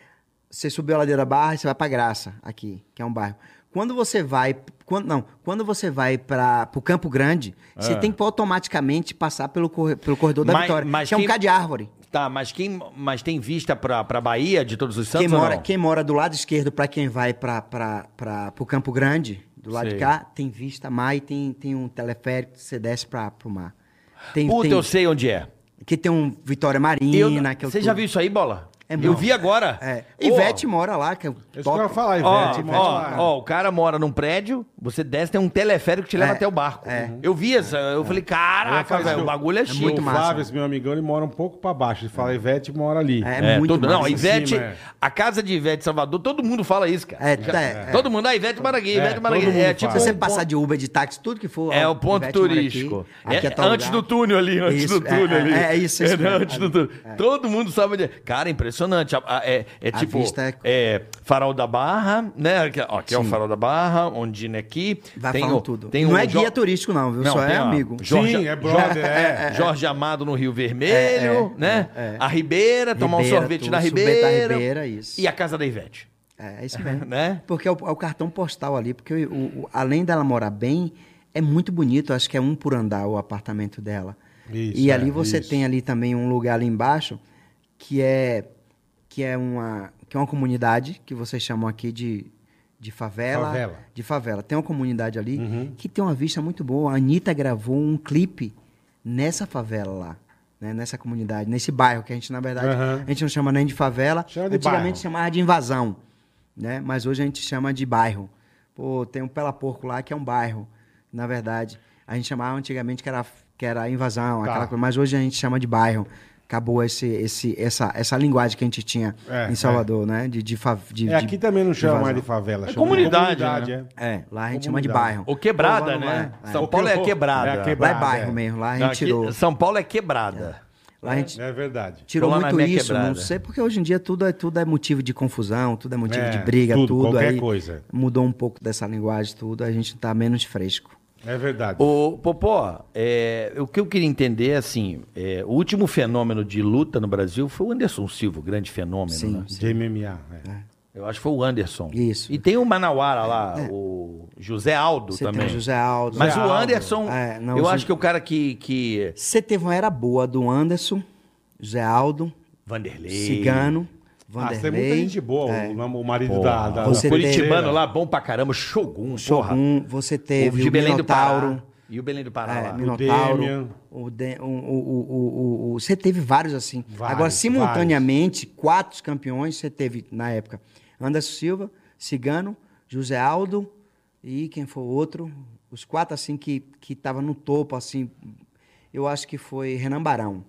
[SPEAKER 4] Você subiu a ladeira da Barra, você vai pra Graça, aqui, que é um bairro. Quando você vai... Quando, não, quando você vai para o Campo Grande, você tem que automaticamente passar pelo, corre- pelo corredor da
[SPEAKER 2] É. Mas-
[SPEAKER 4] Vitória,
[SPEAKER 2] mas
[SPEAKER 4] que é um
[SPEAKER 2] quem-
[SPEAKER 4] bocado de árvore.
[SPEAKER 2] Tá, mas, quem, mas tem vista pra, pra Bahia de todos os santos
[SPEAKER 4] Quem
[SPEAKER 2] ou
[SPEAKER 4] mora,
[SPEAKER 2] não?
[SPEAKER 4] quem mora do lado esquerdo para quem vai para o Campo Grande, do lado
[SPEAKER 2] Sei.
[SPEAKER 4] de cá, tem vista mar e tem, tem um teleférico que você desce para o mar. Tem,
[SPEAKER 2] Puta,
[SPEAKER 4] tem-
[SPEAKER 2] eu sei onde é.
[SPEAKER 4] Que tem um Vitória Marina.
[SPEAKER 2] Eu-
[SPEAKER 4] que eu
[SPEAKER 2] Você
[SPEAKER 4] tô-
[SPEAKER 2] já viu isso aí, Bola?
[SPEAKER 4] É
[SPEAKER 2] eu
[SPEAKER 4] bom.
[SPEAKER 2] vi agora.
[SPEAKER 4] É.
[SPEAKER 2] Pô,
[SPEAKER 4] Ivete mora lá, que é o
[SPEAKER 1] é isso que eu ia
[SPEAKER 4] top.
[SPEAKER 1] falar,
[SPEAKER 2] Ó,
[SPEAKER 1] Ivete. Ivete
[SPEAKER 2] ó,
[SPEAKER 1] lá.
[SPEAKER 2] ó, o cara mora num prédio, você desce, tem um teleférico que te leva
[SPEAKER 4] É,
[SPEAKER 2] até o barco.
[SPEAKER 4] é.
[SPEAKER 2] Eu vi essa, eu falei,
[SPEAKER 1] Eu ia falar
[SPEAKER 2] caraca,
[SPEAKER 1] isso,
[SPEAKER 2] velho, o
[SPEAKER 1] meu-
[SPEAKER 2] bagulho é chique.
[SPEAKER 4] muito
[SPEAKER 1] o
[SPEAKER 4] massa. né?
[SPEAKER 1] Flávio, esse meu amigão, ele mora um pouco pra baixo. Ele fala, Ivete mora ali.
[SPEAKER 4] É,
[SPEAKER 2] É,
[SPEAKER 4] muito
[SPEAKER 2] todo, não, a
[SPEAKER 4] massa.
[SPEAKER 2] Ivete,
[SPEAKER 1] Sim, mas-
[SPEAKER 2] a casa de Ivete Salvador, todo mundo fala isso, cara.
[SPEAKER 4] É, tá, é.
[SPEAKER 2] Todo mundo, ah, Ivete Maraguinha,
[SPEAKER 1] É,
[SPEAKER 2] Ivete Maraguinha.
[SPEAKER 1] todo mundo
[SPEAKER 2] É, tipo,
[SPEAKER 1] fala.
[SPEAKER 4] Se você
[SPEAKER 2] um
[SPEAKER 4] passar
[SPEAKER 2] ponto-
[SPEAKER 4] de Uber, de táxi, tudo que for.
[SPEAKER 2] é
[SPEAKER 4] ó,
[SPEAKER 2] o ponto
[SPEAKER 4] Ivete mora aqui,
[SPEAKER 2] turístico.
[SPEAKER 4] aqui
[SPEAKER 2] é,
[SPEAKER 4] tal
[SPEAKER 2] antes
[SPEAKER 4] lugar.
[SPEAKER 2] do túnel ali, antes
[SPEAKER 4] Isso,
[SPEAKER 2] do
[SPEAKER 4] é,
[SPEAKER 2] túnel ali.
[SPEAKER 4] É, é isso,
[SPEAKER 2] [LAUGHS]
[SPEAKER 4] isso
[SPEAKER 2] É,
[SPEAKER 4] mesmo.
[SPEAKER 2] antes do túnel. Todo mundo sabe onde é. Cara, impressionante. A- a- é é
[SPEAKER 4] A
[SPEAKER 2] tipo.
[SPEAKER 4] vista é-
[SPEAKER 2] é, Farol da Barra, né? Aqui, ó, aqui é o
[SPEAKER 4] Sim.
[SPEAKER 2] Farol da Barra, Ondina aqui.
[SPEAKER 4] Vai
[SPEAKER 2] tem
[SPEAKER 4] falando
[SPEAKER 2] o-
[SPEAKER 4] tudo.
[SPEAKER 2] tem
[SPEAKER 4] não
[SPEAKER 2] o
[SPEAKER 4] é
[SPEAKER 2] Jo-
[SPEAKER 4] guia turístico, não, viu? Só
[SPEAKER 2] tem
[SPEAKER 4] é
[SPEAKER 2] a
[SPEAKER 4] amigo.
[SPEAKER 2] Jorge,
[SPEAKER 1] Sim, é brother, é.
[SPEAKER 2] Jorge Amado no Rio Vermelho,
[SPEAKER 4] É, é,
[SPEAKER 2] né?
[SPEAKER 4] é, é.
[SPEAKER 2] A Ribeira, tomar um
[SPEAKER 4] Ribeira,
[SPEAKER 2] sorvete
[SPEAKER 4] tudo,
[SPEAKER 2] na
[SPEAKER 4] sorvete da
[SPEAKER 2] Ribeira.
[SPEAKER 4] Ribeira, isso.
[SPEAKER 2] E a casa da Ivete,
[SPEAKER 4] É, é
[SPEAKER 1] [LAUGHS]
[SPEAKER 4] isso mesmo.
[SPEAKER 2] né?
[SPEAKER 4] Porque é o, é o cartão postal ali, porque o- o- além dela morar bem, é muito bonito, acho que é um por andar o apartamento dela.
[SPEAKER 1] Isso,
[SPEAKER 4] e
[SPEAKER 1] é,
[SPEAKER 4] ali você
[SPEAKER 1] isso.
[SPEAKER 4] tem ali também um lugar ali embaixo que é que é uma que é uma comunidade que vocês chamam aqui de de favela,
[SPEAKER 1] Favela. Uhum.
[SPEAKER 4] de favela. Tem uma comunidade ali que tem uma vista muito boa. A Anitta gravou um clipe nessa favela lá, né? nessa comunidade, nesse bairro que a gente na verdade,
[SPEAKER 1] Aham.
[SPEAKER 4] a gente não chama nem de favela,
[SPEAKER 1] Chama de
[SPEAKER 4] antigamente
[SPEAKER 1] bairro.
[SPEAKER 4] chamava de invasão, né? Mas hoje a gente chama de bairro. Pô, tem um Pela Porco lá que é um bairro, na verdade. A gente chamava antigamente que era, que era invasão,
[SPEAKER 1] Tá.
[SPEAKER 4] aquela coisa, mas hoje a gente chama de bairro. Acabou esse, esse, essa, essa linguagem que a gente tinha
[SPEAKER 1] É,
[SPEAKER 4] em Salvador, né? De, de, fa- de,
[SPEAKER 1] É, aqui
[SPEAKER 4] de-
[SPEAKER 1] também não
[SPEAKER 4] de
[SPEAKER 1] chama
[SPEAKER 4] invasão.
[SPEAKER 1] mais de favela. chama
[SPEAKER 2] É
[SPEAKER 1] de
[SPEAKER 2] comunidade, né?
[SPEAKER 1] é.
[SPEAKER 4] É, lá a gente chama de
[SPEAKER 1] Comunidade.
[SPEAKER 4] bairro.
[SPEAKER 2] Ou quebrada,
[SPEAKER 4] Pô, lá não
[SPEAKER 2] né?
[SPEAKER 4] é.
[SPEAKER 2] São
[SPEAKER 1] É.
[SPEAKER 2] Paulo é
[SPEAKER 1] Ou-
[SPEAKER 2] quebrada.
[SPEAKER 1] é quebrada.
[SPEAKER 4] Lá é bairro
[SPEAKER 1] é.
[SPEAKER 4] mesmo, lá a
[SPEAKER 2] Não,
[SPEAKER 4] gente
[SPEAKER 2] aqui-
[SPEAKER 4] tirou.
[SPEAKER 2] São Paulo é quebrada.
[SPEAKER 4] Lá a gente
[SPEAKER 1] É verdade.
[SPEAKER 4] tirou
[SPEAKER 2] Lá na
[SPEAKER 4] muito
[SPEAKER 2] minha
[SPEAKER 4] isso, não
[SPEAKER 2] quebrada.
[SPEAKER 4] sei, porque hoje em dia tudo é, tudo é motivo de confusão, tudo é motivo
[SPEAKER 1] É,
[SPEAKER 4] de briga,
[SPEAKER 1] tudo,
[SPEAKER 4] tudo.
[SPEAKER 1] qualquer
[SPEAKER 4] aí
[SPEAKER 1] coisa.
[SPEAKER 4] Mudou um pouco dessa linguagem, tudo, a gente tá menos fresco.
[SPEAKER 1] É verdade.
[SPEAKER 2] Ô, Popó, é, o que eu queria entender, assim, é, o último fenômeno de luta no Brasil foi o Anderson Silva, o grande fenômeno,
[SPEAKER 4] Sim,
[SPEAKER 2] né?
[SPEAKER 4] sim.
[SPEAKER 1] De MMA. É.
[SPEAKER 2] Eu acho que foi o Anderson.
[SPEAKER 4] Isso. É.
[SPEAKER 2] E tem o Manauara lá, o José Aldo
[SPEAKER 4] Você
[SPEAKER 2] também.
[SPEAKER 4] tem o José Aldo.
[SPEAKER 2] Mas
[SPEAKER 1] José
[SPEAKER 2] o
[SPEAKER 1] Aldo.
[SPEAKER 2] Anderson,
[SPEAKER 4] É, não,
[SPEAKER 2] eu
[SPEAKER 4] o
[SPEAKER 2] acho
[SPEAKER 4] José-
[SPEAKER 2] que é o cara que... que...
[SPEAKER 4] Você teve uma era boa do Anderson, José Aldo,
[SPEAKER 2] Vanderlei.
[SPEAKER 4] Cigano,
[SPEAKER 1] Ah, você é muita
[SPEAKER 4] Vanderlei,
[SPEAKER 1] gente boa. o- O marido
[SPEAKER 2] Porra,
[SPEAKER 1] da, da.
[SPEAKER 2] o
[SPEAKER 4] Você
[SPEAKER 1] da
[SPEAKER 2] curitibano
[SPEAKER 1] Pulseira.
[SPEAKER 2] lá, bom pra caramba. Shogun, porra.
[SPEAKER 4] Shogun, você
[SPEAKER 2] O
[SPEAKER 4] teve
[SPEAKER 2] de
[SPEAKER 4] o
[SPEAKER 2] Belém do Pará.
[SPEAKER 4] Minotauro.
[SPEAKER 2] E o Belém do Pará
[SPEAKER 4] É,
[SPEAKER 2] lá.
[SPEAKER 4] Minotauro,
[SPEAKER 1] Demian.
[SPEAKER 4] o, De- o, o- o- o- o- você teve vários assim.
[SPEAKER 1] Vários,
[SPEAKER 4] Agora, simultaneamente, quatro campeões você teve na época. Anderson Silva, Cigano, José Aldo e quem foi o outro? Os quatro assim que que tava no topo assim. Eu acho que foi Renan Barão,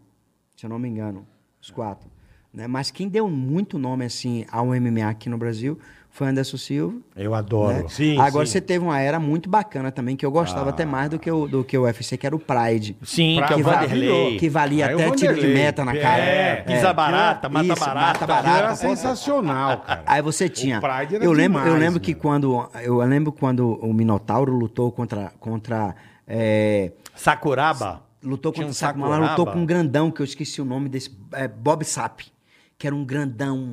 [SPEAKER 4] se eu não me engano, os quatro. Né? Mas quem deu muito nome assim ao MMA aqui no Brasil foi Anderson Silva,
[SPEAKER 2] Eu adoro.
[SPEAKER 4] né?
[SPEAKER 1] Sim,
[SPEAKER 4] Agora
[SPEAKER 1] sim. Ah.
[SPEAKER 4] você teve uma era muito bacana também, que eu gostava até mais do que, o, do que o UFC, que era o Pride.
[SPEAKER 2] Sim,
[SPEAKER 1] Pra-
[SPEAKER 2] que é o
[SPEAKER 4] que,
[SPEAKER 1] va-
[SPEAKER 2] Vanderlei.
[SPEAKER 4] valia, que valia
[SPEAKER 1] Aí é o
[SPEAKER 4] até tiro de
[SPEAKER 1] Vanderlei.
[SPEAKER 4] meta na cara.
[SPEAKER 1] É,
[SPEAKER 2] pisa barata, mata barata.
[SPEAKER 4] Mata
[SPEAKER 1] Aquilo
[SPEAKER 4] barata.
[SPEAKER 1] Era sensacional, cara.
[SPEAKER 4] Aí você tinha.
[SPEAKER 1] O Pride era
[SPEAKER 4] eu lembro, eu
[SPEAKER 1] demais, né?
[SPEAKER 4] lembro que
[SPEAKER 1] mano.
[SPEAKER 4] quando eu lembro quando o Minotauro lutou contra contra é,
[SPEAKER 2] Sakuraba.
[SPEAKER 4] lutou
[SPEAKER 2] Tinha
[SPEAKER 4] contra
[SPEAKER 2] um
[SPEAKER 4] o Saco, mas lá lutou
[SPEAKER 2] Sakuraba.
[SPEAKER 4] com um grandão que eu esqueci o nome desse é, Bob Sap, que era um grandão,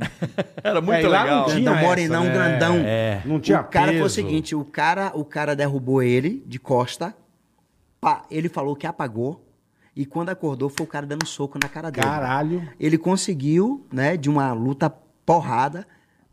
[SPEAKER 2] Era muito
[SPEAKER 1] É, e lá
[SPEAKER 2] legal.
[SPEAKER 1] não tinha
[SPEAKER 4] grandão
[SPEAKER 1] essa,
[SPEAKER 4] morenão,
[SPEAKER 1] né?
[SPEAKER 4] grandão.
[SPEAKER 1] É. Não tinha
[SPEAKER 4] O cara foi o
[SPEAKER 1] peso.
[SPEAKER 4] seguinte, o cara, o cara derrubou ele de costa. pá, ele falou que apagou e quando acordou foi o cara dando soco na cara dele.
[SPEAKER 1] Caralho.
[SPEAKER 4] Ele conseguiu, né, de uma luta porrada,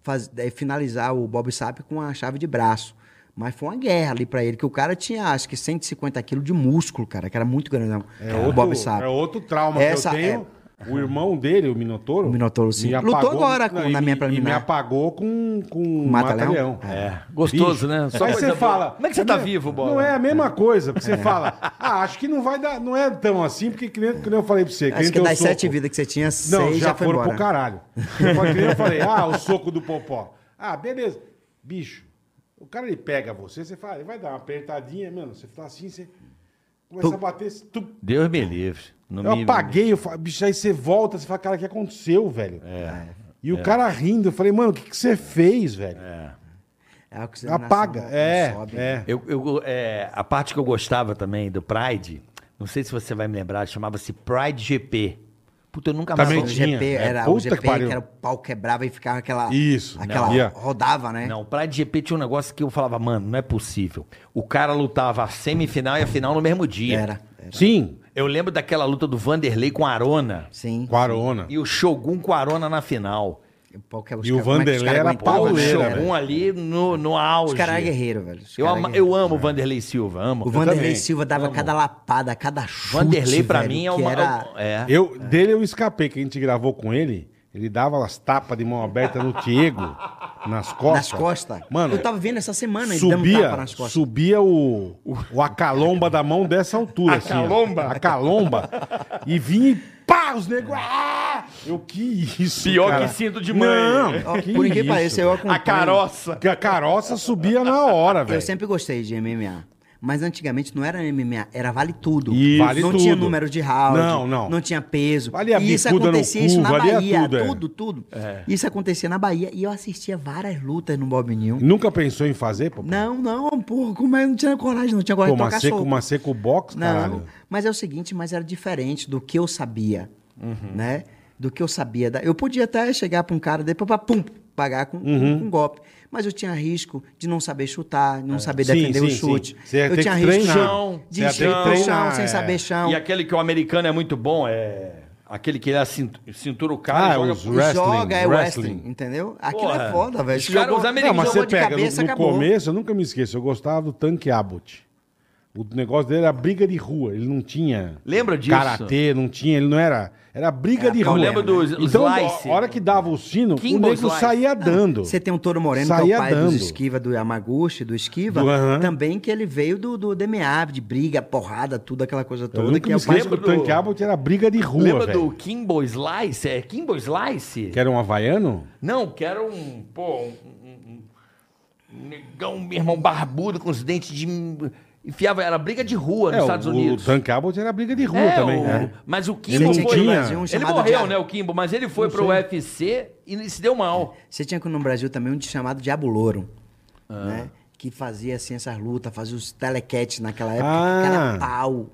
[SPEAKER 4] faz- eh, finalizar o Bob Sapp com a chave de braço. Mas foi uma guerra ali pra ele, que o cara tinha, acho que 150 quilos de músculo, cara, que era muito grandão.
[SPEAKER 1] É,
[SPEAKER 4] o
[SPEAKER 1] outro,
[SPEAKER 4] Bob Sapp.
[SPEAKER 1] é outro trauma
[SPEAKER 4] Essa
[SPEAKER 1] que eu tenho.
[SPEAKER 4] é-
[SPEAKER 1] O irmão dele, o Minotouro.
[SPEAKER 4] O Minotouro, sim.
[SPEAKER 1] me
[SPEAKER 4] Lutou agora com-
[SPEAKER 1] Não, e
[SPEAKER 4] na
[SPEAKER 1] me-
[SPEAKER 4] minha
[SPEAKER 1] E me
[SPEAKER 4] preliminar. um
[SPEAKER 1] apagou com, com o
[SPEAKER 4] Mata
[SPEAKER 1] Mata-Leão.
[SPEAKER 4] Leão?
[SPEAKER 2] É. Gostoso, né?
[SPEAKER 1] Só
[SPEAKER 2] Só
[SPEAKER 1] Aí
[SPEAKER 2] coisa
[SPEAKER 1] você
[SPEAKER 2] boa.
[SPEAKER 1] fala.
[SPEAKER 2] Como é que você tá
[SPEAKER 1] mesmo-
[SPEAKER 2] vivo, Bola?
[SPEAKER 1] Não é a mesma coisa, porque você fala. Ah, acho que não vai dar. Não é tão assim, porque que nem, que nem eu falei pra você. nem
[SPEAKER 4] Acho que
[SPEAKER 1] teu
[SPEAKER 4] é das
[SPEAKER 1] soco.
[SPEAKER 4] sete vidas que você tinha,
[SPEAKER 1] Não,
[SPEAKER 4] seis
[SPEAKER 1] já,
[SPEAKER 4] já, foi
[SPEAKER 1] foram
[SPEAKER 4] embora.
[SPEAKER 1] pro
[SPEAKER 4] [LAUGHS]
[SPEAKER 1] caralho. Eu falei, que nem eu falei, ah, o soco do Popó. Ah, beleza. Bicho, o cara ele pega você, você fala, ele vai dar uma apertadinha, mano. Você tá assim, você começa a bater. tu-
[SPEAKER 2] Deus me livre. Não
[SPEAKER 1] eu
[SPEAKER 2] me-
[SPEAKER 1] apaguei, eu fa- bicho, aí você volta, você fala, cara, o que aconteceu, velho? É. E o cara rindo, eu falei, mano, o que, que você fez, velho?
[SPEAKER 4] É, a oxigenação
[SPEAKER 1] Apaga.
[SPEAKER 4] não
[SPEAKER 1] É,
[SPEAKER 4] sobe.
[SPEAKER 1] é.
[SPEAKER 2] Eu, eu, é, a parte que eu gostava também do Pride, não sei se você vai me lembrar, chamava-se Pride GP. Puta, eu nunca
[SPEAKER 1] Também
[SPEAKER 4] O
[SPEAKER 2] mais...
[SPEAKER 1] tinha.
[SPEAKER 4] GP
[SPEAKER 1] é,
[SPEAKER 4] era o
[SPEAKER 1] puta
[SPEAKER 4] GP
[SPEAKER 1] que
[SPEAKER 4] que,
[SPEAKER 1] pariu.
[SPEAKER 4] era o pau quebrava e ficava aquela.
[SPEAKER 1] Isso,
[SPEAKER 4] Aquela
[SPEAKER 1] não, ia.
[SPEAKER 4] rodava, né?
[SPEAKER 2] Não, o Pride GP tinha um negócio que eu falava, mano, não é possível. O cara lutava a semifinal e a final no mesmo dia.
[SPEAKER 4] Era, era.
[SPEAKER 1] Sim,
[SPEAKER 2] Eu lembro daquela luta do Vanderlei com a Arona
[SPEAKER 4] Sim.
[SPEAKER 1] Quarona.
[SPEAKER 2] e o Shogun com a Arona na final.
[SPEAKER 4] O pau que- os
[SPEAKER 1] E o
[SPEAKER 4] caras- como é que os
[SPEAKER 1] Vanderlei
[SPEAKER 4] caras
[SPEAKER 1] era
[SPEAKER 4] aguentavam,
[SPEAKER 2] Pô, o
[SPEAKER 1] pauleira,
[SPEAKER 4] né?
[SPEAKER 2] Shogun ali no, no auge.
[SPEAKER 4] Os caras eram guerreiros, velho. Os
[SPEAKER 2] eu,
[SPEAKER 4] caras
[SPEAKER 2] ama-
[SPEAKER 4] eram
[SPEAKER 2] eu
[SPEAKER 4] guerreiros.
[SPEAKER 2] amo o Vanderlei Silva, amo.
[SPEAKER 4] O Vanderlei
[SPEAKER 1] também.
[SPEAKER 4] Silva dava cada lapada, cada chute.
[SPEAKER 2] Vanderlei, pra
[SPEAKER 4] velho,
[SPEAKER 2] mim, é
[SPEAKER 4] que
[SPEAKER 2] uma...
[SPEAKER 4] Era...
[SPEAKER 2] É.
[SPEAKER 1] Eu, Dele eu escapei, que a gente gravou com ele, ele dava umas tapas de mão aberta no Diego, nas costas.
[SPEAKER 4] Nas costas.
[SPEAKER 1] Mano,
[SPEAKER 4] eu tava vendo essa semana ele dando
[SPEAKER 1] subia,
[SPEAKER 4] tapa nas costas.
[SPEAKER 1] subia o, o a calomba da mão dessa altura. assim, ó.
[SPEAKER 2] calomba?
[SPEAKER 1] a calomba. E vinha e pá, os negros. Ah! Eu que isso.
[SPEAKER 2] Pior
[SPEAKER 1] cara.
[SPEAKER 2] que cinto de mãe.
[SPEAKER 1] Não,
[SPEAKER 4] Ó,
[SPEAKER 1] que
[SPEAKER 4] Por que
[SPEAKER 1] isso,
[SPEAKER 4] pareça, eu
[SPEAKER 1] cara.
[SPEAKER 4] acompanho.
[SPEAKER 2] A caroça.
[SPEAKER 1] Porque a caroça subia na hora,
[SPEAKER 4] Eu
[SPEAKER 1] velho.
[SPEAKER 4] sempre gostei de MMA. Mas antigamente não era MMA, era vale tudo.
[SPEAKER 1] Isso. Vale
[SPEAKER 4] não tinha
[SPEAKER 1] tudo.
[SPEAKER 4] número de round.
[SPEAKER 1] Não, não.
[SPEAKER 4] tinha peso.
[SPEAKER 1] Valia
[SPEAKER 4] e isso
[SPEAKER 1] bicuda no
[SPEAKER 4] acontecia
[SPEAKER 1] cu,
[SPEAKER 4] isso na
[SPEAKER 1] valia
[SPEAKER 4] Bahia,
[SPEAKER 1] tudo, é.
[SPEAKER 4] tudo, tudo. Isso acontecia na Bahia e eu assistia várias lutas no Bob Neal.
[SPEAKER 1] Nunca pensou em fazer, pô?
[SPEAKER 4] Não, não, porra, como é? não tinha coragem, não tinha
[SPEAKER 1] Pô,
[SPEAKER 4] coragem de
[SPEAKER 1] uma
[SPEAKER 4] tocar
[SPEAKER 1] seco,
[SPEAKER 4] soco.
[SPEAKER 1] uma seco box,
[SPEAKER 4] Não,
[SPEAKER 1] caralho.
[SPEAKER 4] mas é o seguinte, mas era diferente do que eu sabia, né? Do que eu sabia. da- Eu podia até chegar pra um cara, depois pra pum, pagar com,
[SPEAKER 1] Uhum.
[SPEAKER 4] com um golpe. Mas eu tinha risco de não saber chutar, não saber
[SPEAKER 1] É. Sim,
[SPEAKER 4] defender o
[SPEAKER 1] sim, sim.
[SPEAKER 4] chute.
[SPEAKER 1] Você ia
[SPEAKER 4] Eu
[SPEAKER 1] ter
[SPEAKER 4] tinha
[SPEAKER 1] que
[SPEAKER 4] risco
[SPEAKER 1] treinar.
[SPEAKER 4] chão,
[SPEAKER 1] Você ia
[SPEAKER 4] de
[SPEAKER 1] ter que
[SPEAKER 4] chão, pro
[SPEAKER 1] treinar,
[SPEAKER 4] chão, sem
[SPEAKER 1] é.
[SPEAKER 4] saber chão.
[SPEAKER 2] E aquele que o americano é muito bom, é. Aquele que ele é cintura o cara
[SPEAKER 1] Ah,
[SPEAKER 2] e joga
[SPEAKER 1] os
[SPEAKER 2] pro-
[SPEAKER 1] wrestling,
[SPEAKER 4] Joga, é
[SPEAKER 1] wrestling.
[SPEAKER 4] wrestling, entendeu? Aquilo
[SPEAKER 2] Porra.
[SPEAKER 4] é foda, velho.
[SPEAKER 2] Os
[SPEAKER 4] Você
[SPEAKER 2] caras,
[SPEAKER 4] jogou-
[SPEAKER 2] os
[SPEAKER 1] Não, mas
[SPEAKER 2] americanos
[SPEAKER 4] jogou
[SPEAKER 1] você
[SPEAKER 4] de
[SPEAKER 1] pega, no-
[SPEAKER 4] cabeça,
[SPEAKER 1] no,
[SPEAKER 4] acabou.
[SPEAKER 1] começo, eu nunca me esqueço, eu gostava do tanque Abbott. O negócio dele era briga de rua, ele não tinha...
[SPEAKER 2] Lembra disso?
[SPEAKER 1] Karatê, não tinha, ele não era... Era briga de
[SPEAKER 4] eu
[SPEAKER 1] rua.
[SPEAKER 2] lembro do
[SPEAKER 1] Então,
[SPEAKER 2] slice.
[SPEAKER 1] a hora que dava o sino, o
[SPEAKER 2] Kimbo
[SPEAKER 1] nego
[SPEAKER 2] slice. Ah,
[SPEAKER 1] saía dando.
[SPEAKER 4] Você tem um Toro Moreno, que é
[SPEAKER 1] Saía
[SPEAKER 4] o pai
[SPEAKER 1] dando.
[SPEAKER 4] dos esquiva, do Yamaguchi, do esquiva,
[SPEAKER 1] Do- aham.
[SPEAKER 4] também que ele veio do, do DMA, de briga, porrada, tudo, aquela coisa
[SPEAKER 1] Eu
[SPEAKER 4] toda.
[SPEAKER 1] nunca
[SPEAKER 4] Que
[SPEAKER 1] me
[SPEAKER 4] é o pai
[SPEAKER 1] esqueço
[SPEAKER 4] do...
[SPEAKER 1] que o
[SPEAKER 2] do-
[SPEAKER 1] tanque Abbott era briga de rua,
[SPEAKER 2] Lembra
[SPEAKER 1] velho.
[SPEAKER 2] do Kimbo Slice? É Kimbo Slice?
[SPEAKER 1] Que era um havaiano?
[SPEAKER 2] Não, que era um, pô, um, um- um negão, meu irmão, barbudo, com os dentes de... Enfiava, era briga de rua nos
[SPEAKER 1] é,
[SPEAKER 2] Estados
[SPEAKER 1] o,
[SPEAKER 2] Unidos.
[SPEAKER 1] o tanque Abbott era briga de rua
[SPEAKER 2] É,
[SPEAKER 1] também.
[SPEAKER 2] o-
[SPEAKER 1] né?
[SPEAKER 2] Mas o Kimbo
[SPEAKER 1] Ele não
[SPEAKER 2] foi...
[SPEAKER 1] tinha.
[SPEAKER 2] Ele
[SPEAKER 4] chamado
[SPEAKER 2] morreu,
[SPEAKER 4] Diabo.
[SPEAKER 2] né, o Kimbo, mas ele foi
[SPEAKER 1] Não
[SPEAKER 2] pro
[SPEAKER 1] sei.
[SPEAKER 2] UFC e se deu mal.
[SPEAKER 4] Você tinha no Brasil também um chamado Diabo Louro,
[SPEAKER 2] Ah.
[SPEAKER 4] né? Que fazia, assim, essas lutas, fazia os telequetes naquela época,
[SPEAKER 1] Ah.
[SPEAKER 4] que era pau,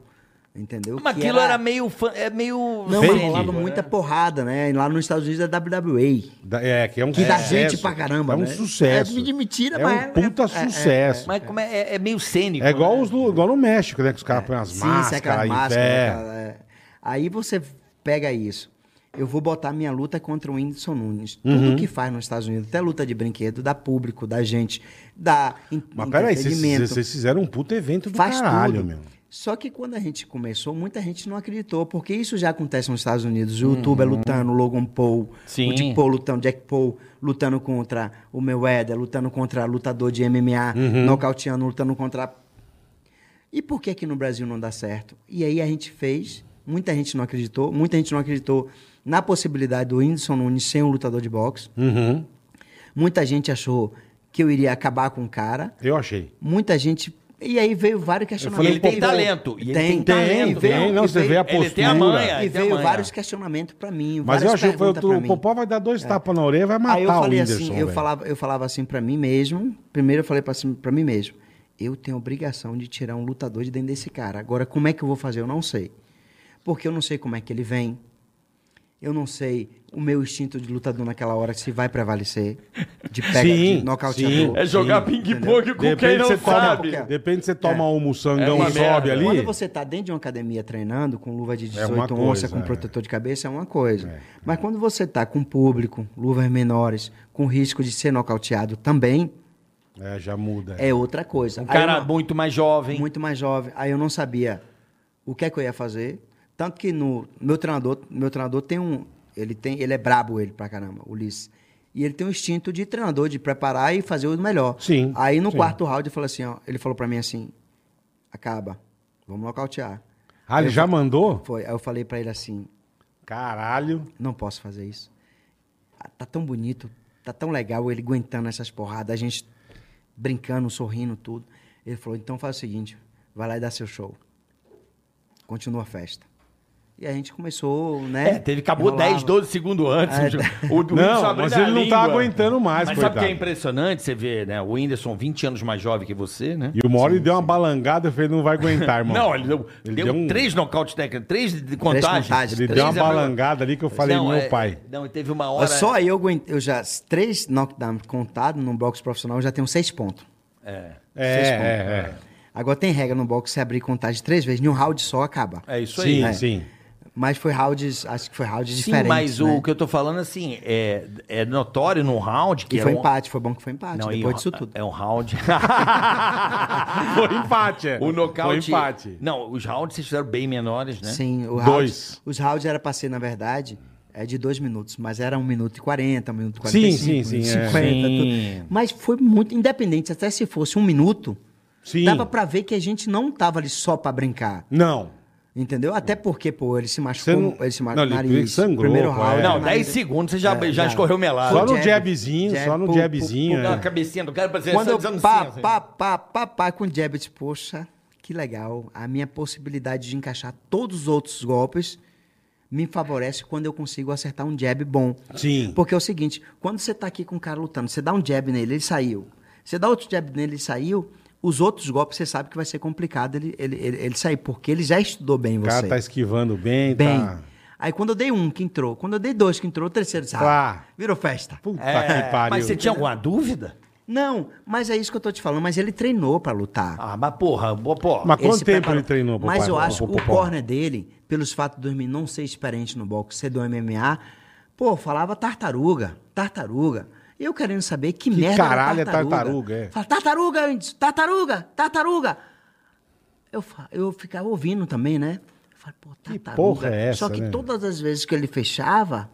[SPEAKER 4] entendeu?
[SPEAKER 2] Mas
[SPEAKER 4] Que
[SPEAKER 2] aquilo era, meio... fã- é meio...
[SPEAKER 4] Não,
[SPEAKER 1] fake.
[SPEAKER 4] mas rolava muita porrada, né? Lá nos Estados Unidos é WWE.
[SPEAKER 1] Da- É, que é um
[SPEAKER 4] Que dá
[SPEAKER 1] sucesso.
[SPEAKER 4] gente pra caramba,
[SPEAKER 1] É um
[SPEAKER 4] né?
[SPEAKER 1] sucesso.
[SPEAKER 4] É, me- me tira,
[SPEAKER 1] é um
[SPEAKER 4] mas é-
[SPEAKER 1] puta
[SPEAKER 4] é- é-
[SPEAKER 1] sucesso.
[SPEAKER 2] Mas como é, é- é meio cênico,
[SPEAKER 1] É igual,
[SPEAKER 2] né?
[SPEAKER 1] os, lu- igual no México, né? Que os caras põem as
[SPEAKER 4] É. Sim, sai aquela
[SPEAKER 1] máscaras.
[SPEAKER 4] máscara,
[SPEAKER 1] é.
[SPEAKER 4] aquela- é. Aí você pega isso. Eu vou botar minha luta contra o Whindersson Nunes.
[SPEAKER 1] Uhum.
[SPEAKER 4] Tudo que faz nos Estados Unidos, até luta de brinquedo, dá público, dá gente, dá en-
[SPEAKER 1] Mas peraí, vocês- vocês
[SPEAKER 4] entretenimento.
[SPEAKER 1] vocês fizeram um puta evento do
[SPEAKER 4] faz
[SPEAKER 1] caralho,
[SPEAKER 4] tudo.
[SPEAKER 1] meu.
[SPEAKER 4] Só que quando a gente começou, muita gente não acreditou, porque isso já acontece nos Estados Unidos. O
[SPEAKER 1] Uhum.
[SPEAKER 4] youtuber lutando, o Logan Paul,
[SPEAKER 2] Sim.
[SPEAKER 4] o Jake Paul lutando, Jack Paul lutando contra o Mayweather, lutando contra lutador de MMA,
[SPEAKER 1] Uhum.
[SPEAKER 4] nocauteando, lutando contra... E por que aqui no Brasil não dá certo? E aí a gente fez, muita gente não acreditou, muita gente não acreditou na possibilidade do Whindersson Nunes ser um lutador de boxe.
[SPEAKER 1] Uhum.
[SPEAKER 4] Muita gente achou que eu iria acabar com o cara.
[SPEAKER 1] Eu achei.
[SPEAKER 4] Muita gente. E aí veio vários questionamentos.
[SPEAKER 2] E ele tem
[SPEAKER 4] Pô,
[SPEAKER 2] talento. E ele tem,
[SPEAKER 4] Tem,
[SPEAKER 2] talento.
[SPEAKER 1] tem,
[SPEAKER 2] né?
[SPEAKER 1] não,
[SPEAKER 2] E
[SPEAKER 1] você vê a
[SPEAKER 2] Ele tem a
[SPEAKER 1] postura.
[SPEAKER 2] manha.
[SPEAKER 4] E
[SPEAKER 2] ele tem a
[SPEAKER 4] veio
[SPEAKER 2] manha.
[SPEAKER 4] vários questionamentos pra mim.
[SPEAKER 1] Mas eu
[SPEAKER 4] várias
[SPEAKER 1] achei que foi
[SPEAKER 4] perguntas pra
[SPEAKER 1] o
[SPEAKER 4] mim. É.
[SPEAKER 1] Popó vai dar dois tapas na orelha vai matar
[SPEAKER 4] Aí eu falei
[SPEAKER 1] o
[SPEAKER 4] assim,
[SPEAKER 1] Whindersson,
[SPEAKER 4] eu
[SPEAKER 1] velho.
[SPEAKER 4] falava, eu falava assim pra mim mesmo. Primeiro eu falei pra, assim, pra mim mesmo. Eu tenho a obrigação de tirar um lutador de dentro desse cara. Agora, como é que eu vou fazer? Eu não sei. Porque eu não sei como é que ele vem. Eu não sei o meu instinto de lutador naquela hora se vai prevalecer. De pega,
[SPEAKER 1] Sim,
[SPEAKER 4] de nocauteador.
[SPEAKER 1] sim.
[SPEAKER 2] É jogar
[SPEAKER 1] Sim,
[SPEAKER 2] ping-pong com quem
[SPEAKER 1] Depende
[SPEAKER 2] não
[SPEAKER 1] se você toma, um-
[SPEAKER 2] sabe.
[SPEAKER 4] porque-
[SPEAKER 1] depende se você toma um
[SPEAKER 2] É
[SPEAKER 1] moçangão
[SPEAKER 2] uma
[SPEAKER 1] e sobe
[SPEAKER 2] merda.
[SPEAKER 1] ali.
[SPEAKER 4] Quando você tá dentro de uma academia treinando, com luva de
[SPEAKER 1] É
[SPEAKER 4] 18
[SPEAKER 1] uma
[SPEAKER 4] onça,
[SPEAKER 1] coisa,
[SPEAKER 4] com
[SPEAKER 1] é.
[SPEAKER 4] protetor de cabeça, é uma coisa. Mas quando você tá com público, luvas menores, com risco de ser nocauteado também,
[SPEAKER 1] É, já muda.
[SPEAKER 4] é outra coisa.
[SPEAKER 2] Um
[SPEAKER 4] Aí eu
[SPEAKER 2] cara
[SPEAKER 4] não-
[SPEAKER 2] muito mais jovem.
[SPEAKER 4] muito mais jovem. Aí eu não sabia o que é que eu ia fazer. Tanto que no meu treinador, meu treinador tem um, ele tem, ele é brabo ele pra caramba, o Ulisses. E ele tem um instinto de treinador de preparar e fazer o melhor.
[SPEAKER 1] Sim,
[SPEAKER 4] Aí no
[SPEAKER 1] sim.
[SPEAKER 4] quarto round eu falei assim, ó, ele falou pra mim assim: "Acaba. Vamos nocautear".
[SPEAKER 1] Ah, ele
[SPEAKER 4] Eu
[SPEAKER 1] já
[SPEAKER 4] fa-
[SPEAKER 1] mandou?
[SPEAKER 4] Foi. Aí eu falei pra ele assim:
[SPEAKER 1] Caralho.
[SPEAKER 4] não posso fazer isso. Ah, Tá tão bonito, tá tão legal ele aguentando essas porradas, a gente brincando, sorrindo, tudo. Ele falou: então faz o seguinte, vai lá e dá seu show. Continua a festa. E a gente começou, né?
[SPEAKER 2] É, teve, acabou
[SPEAKER 4] enrolava.
[SPEAKER 2] 10, 12 segundos antes.
[SPEAKER 4] É,
[SPEAKER 1] [LAUGHS]
[SPEAKER 2] o- o Whindersson
[SPEAKER 4] tá.
[SPEAKER 1] Não,
[SPEAKER 2] abrindo
[SPEAKER 1] mas
[SPEAKER 2] a
[SPEAKER 1] ele não tá
[SPEAKER 2] língua.
[SPEAKER 1] aguentando mais,
[SPEAKER 2] Mas sabe o
[SPEAKER 1] coitado.
[SPEAKER 2] que é impressionante? Você vê, né? O Whindersson, 20 anos mais jovem que você, né?
[SPEAKER 1] E o Mori deu uma balangada e fez, não vai aguentar, irmão.
[SPEAKER 2] Não, ele deu,
[SPEAKER 1] Ele
[SPEAKER 2] deu
[SPEAKER 1] deu um-
[SPEAKER 2] três nocaute técnicos, três de- de contagens.
[SPEAKER 4] contagens.
[SPEAKER 1] Ele
[SPEAKER 4] Três
[SPEAKER 1] deu uma
[SPEAKER 2] é meu-
[SPEAKER 1] balangada ali que eu falei,
[SPEAKER 2] Não,
[SPEAKER 1] meu
[SPEAKER 2] é-
[SPEAKER 1] pai.
[SPEAKER 2] Não, teve uma
[SPEAKER 4] Mas
[SPEAKER 2] hora...
[SPEAKER 4] Só aí eu aguentei, eu já, três knockdowns contados no boxe profissional, eu já tenho seis pontos.
[SPEAKER 2] É,
[SPEAKER 1] É,
[SPEAKER 4] Seis
[SPEAKER 1] é, é.
[SPEAKER 4] Agora tem regra no boxe, você abrir contagem três vezes, em um round só acaba.
[SPEAKER 2] é isso aí.
[SPEAKER 1] Sim,
[SPEAKER 2] né?
[SPEAKER 1] sim.
[SPEAKER 4] Mas foi rounds, acho que foi rounds
[SPEAKER 2] Sim,
[SPEAKER 4] diferentes,
[SPEAKER 2] mas
[SPEAKER 4] né?
[SPEAKER 2] o que eu tô falando, assim, é, é notório no round que
[SPEAKER 4] E foi
[SPEAKER 2] era um-
[SPEAKER 4] empate, foi bom que foi empate,
[SPEAKER 2] Não,
[SPEAKER 4] depois
[SPEAKER 2] e-
[SPEAKER 4] disso tudo.
[SPEAKER 2] É um [LAUGHS] round.
[SPEAKER 1] Foi empate. é.
[SPEAKER 2] o nocaute.
[SPEAKER 1] Foi empate.
[SPEAKER 2] Não, os rounds vocês fizeram bem menores, né?
[SPEAKER 4] Sim, o round,
[SPEAKER 1] Dois.
[SPEAKER 4] os rounds era pra ser, na verdade, é de dois minutos, mas era um minuto e quarenta, um minuto e
[SPEAKER 1] Sim,
[SPEAKER 4] quarenta
[SPEAKER 1] sim, sim, é.
[SPEAKER 4] 50,
[SPEAKER 2] Sim.
[SPEAKER 4] tudo. Mas foi muito independente, até se fosse um minuto,
[SPEAKER 1] Sim.
[SPEAKER 4] dava pra ver que a gente não tava ali só pra brincar.
[SPEAKER 1] Não.
[SPEAKER 4] Entendeu? Até porque, pô, ele se
[SPEAKER 1] Você
[SPEAKER 4] machucou,
[SPEAKER 1] não-
[SPEAKER 4] ele se
[SPEAKER 1] não,
[SPEAKER 4] machucou
[SPEAKER 1] ele sangrou,
[SPEAKER 4] primeiro
[SPEAKER 1] pô,
[SPEAKER 4] round.
[SPEAKER 1] é.
[SPEAKER 2] Não,
[SPEAKER 4] nariz-
[SPEAKER 2] 10 segundos você já,
[SPEAKER 4] É,
[SPEAKER 2] já
[SPEAKER 4] já.
[SPEAKER 2] escorreu melado.
[SPEAKER 1] Só no
[SPEAKER 4] jab,
[SPEAKER 1] jabzinho,
[SPEAKER 4] jab,
[SPEAKER 1] só no
[SPEAKER 4] pu- pu-
[SPEAKER 1] jabzinho.
[SPEAKER 4] pu-
[SPEAKER 2] Dá
[SPEAKER 1] é.
[SPEAKER 2] uma cabecinha do cara pra dizer
[SPEAKER 4] Quando eu
[SPEAKER 2] assim,
[SPEAKER 4] pá,
[SPEAKER 2] assim,
[SPEAKER 4] pá, pá, pá, pá, com o jab, eu disse, poxa, que legal, a minha possibilidade de encaixar todos os outros golpes me favorece quando eu consigo acertar um jab bom.
[SPEAKER 1] Sim.
[SPEAKER 4] Porque é o seguinte, quando você tá aqui com o cara lutando, você dá um jab nele, ele saiu. Você dá outro jab nele, ele saiu. Os outros golpes você sabe que vai ser complicado ele, ele, ele, ele sair, porque ele já estudou bem
[SPEAKER 1] O
[SPEAKER 4] você.
[SPEAKER 1] cara tá esquivando bem,
[SPEAKER 4] bem.
[SPEAKER 1] tá...
[SPEAKER 4] Aí quando eu dei um que entrou, quando eu dei dois que entrou, o terceiro sabe.
[SPEAKER 1] Tá.
[SPEAKER 4] Virou festa.
[SPEAKER 1] Puta que
[SPEAKER 4] É,
[SPEAKER 1] pariu.
[SPEAKER 2] É, mas você tinha alguma dúvida?
[SPEAKER 4] Não, mas é isso que eu tô te falando, mas ele treinou pra lutar.
[SPEAKER 2] Ah, mas porra, bo- porra.
[SPEAKER 1] Mas
[SPEAKER 4] Ele
[SPEAKER 1] quanto
[SPEAKER 4] se
[SPEAKER 1] tempo
[SPEAKER 4] preparou.
[SPEAKER 1] ele treinou? pro
[SPEAKER 4] Mas
[SPEAKER 1] pai-
[SPEAKER 4] eu
[SPEAKER 1] pro-
[SPEAKER 4] acho
[SPEAKER 1] pro-
[SPEAKER 4] que o
[SPEAKER 1] pro-
[SPEAKER 4] corner dele, pelos fatos de dormir não ser experiente no boxe, ser do MMA, pô, falava tartaruga, tartaruga. E eu querendo saber que,
[SPEAKER 1] Que
[SPEAKER 4] merda
[SPEAKER 1] caralho é
[SPEAKER 4] era tartaruga.
[SPEAKER 1] tartaruga, é.
[SPEAKER 4] Fala, tartaruga, eu disse, tartaruga, tartaruga. Eu, fa- eu ficava ouvindo também, né? Eu falei, pô, tartaruga.
[SPEAKER 1] porra é essa,
[SPEAKER 4] Só que
[SPEAKER 1] né?
[SPEAKER 4] todas as vezes que ele fechava,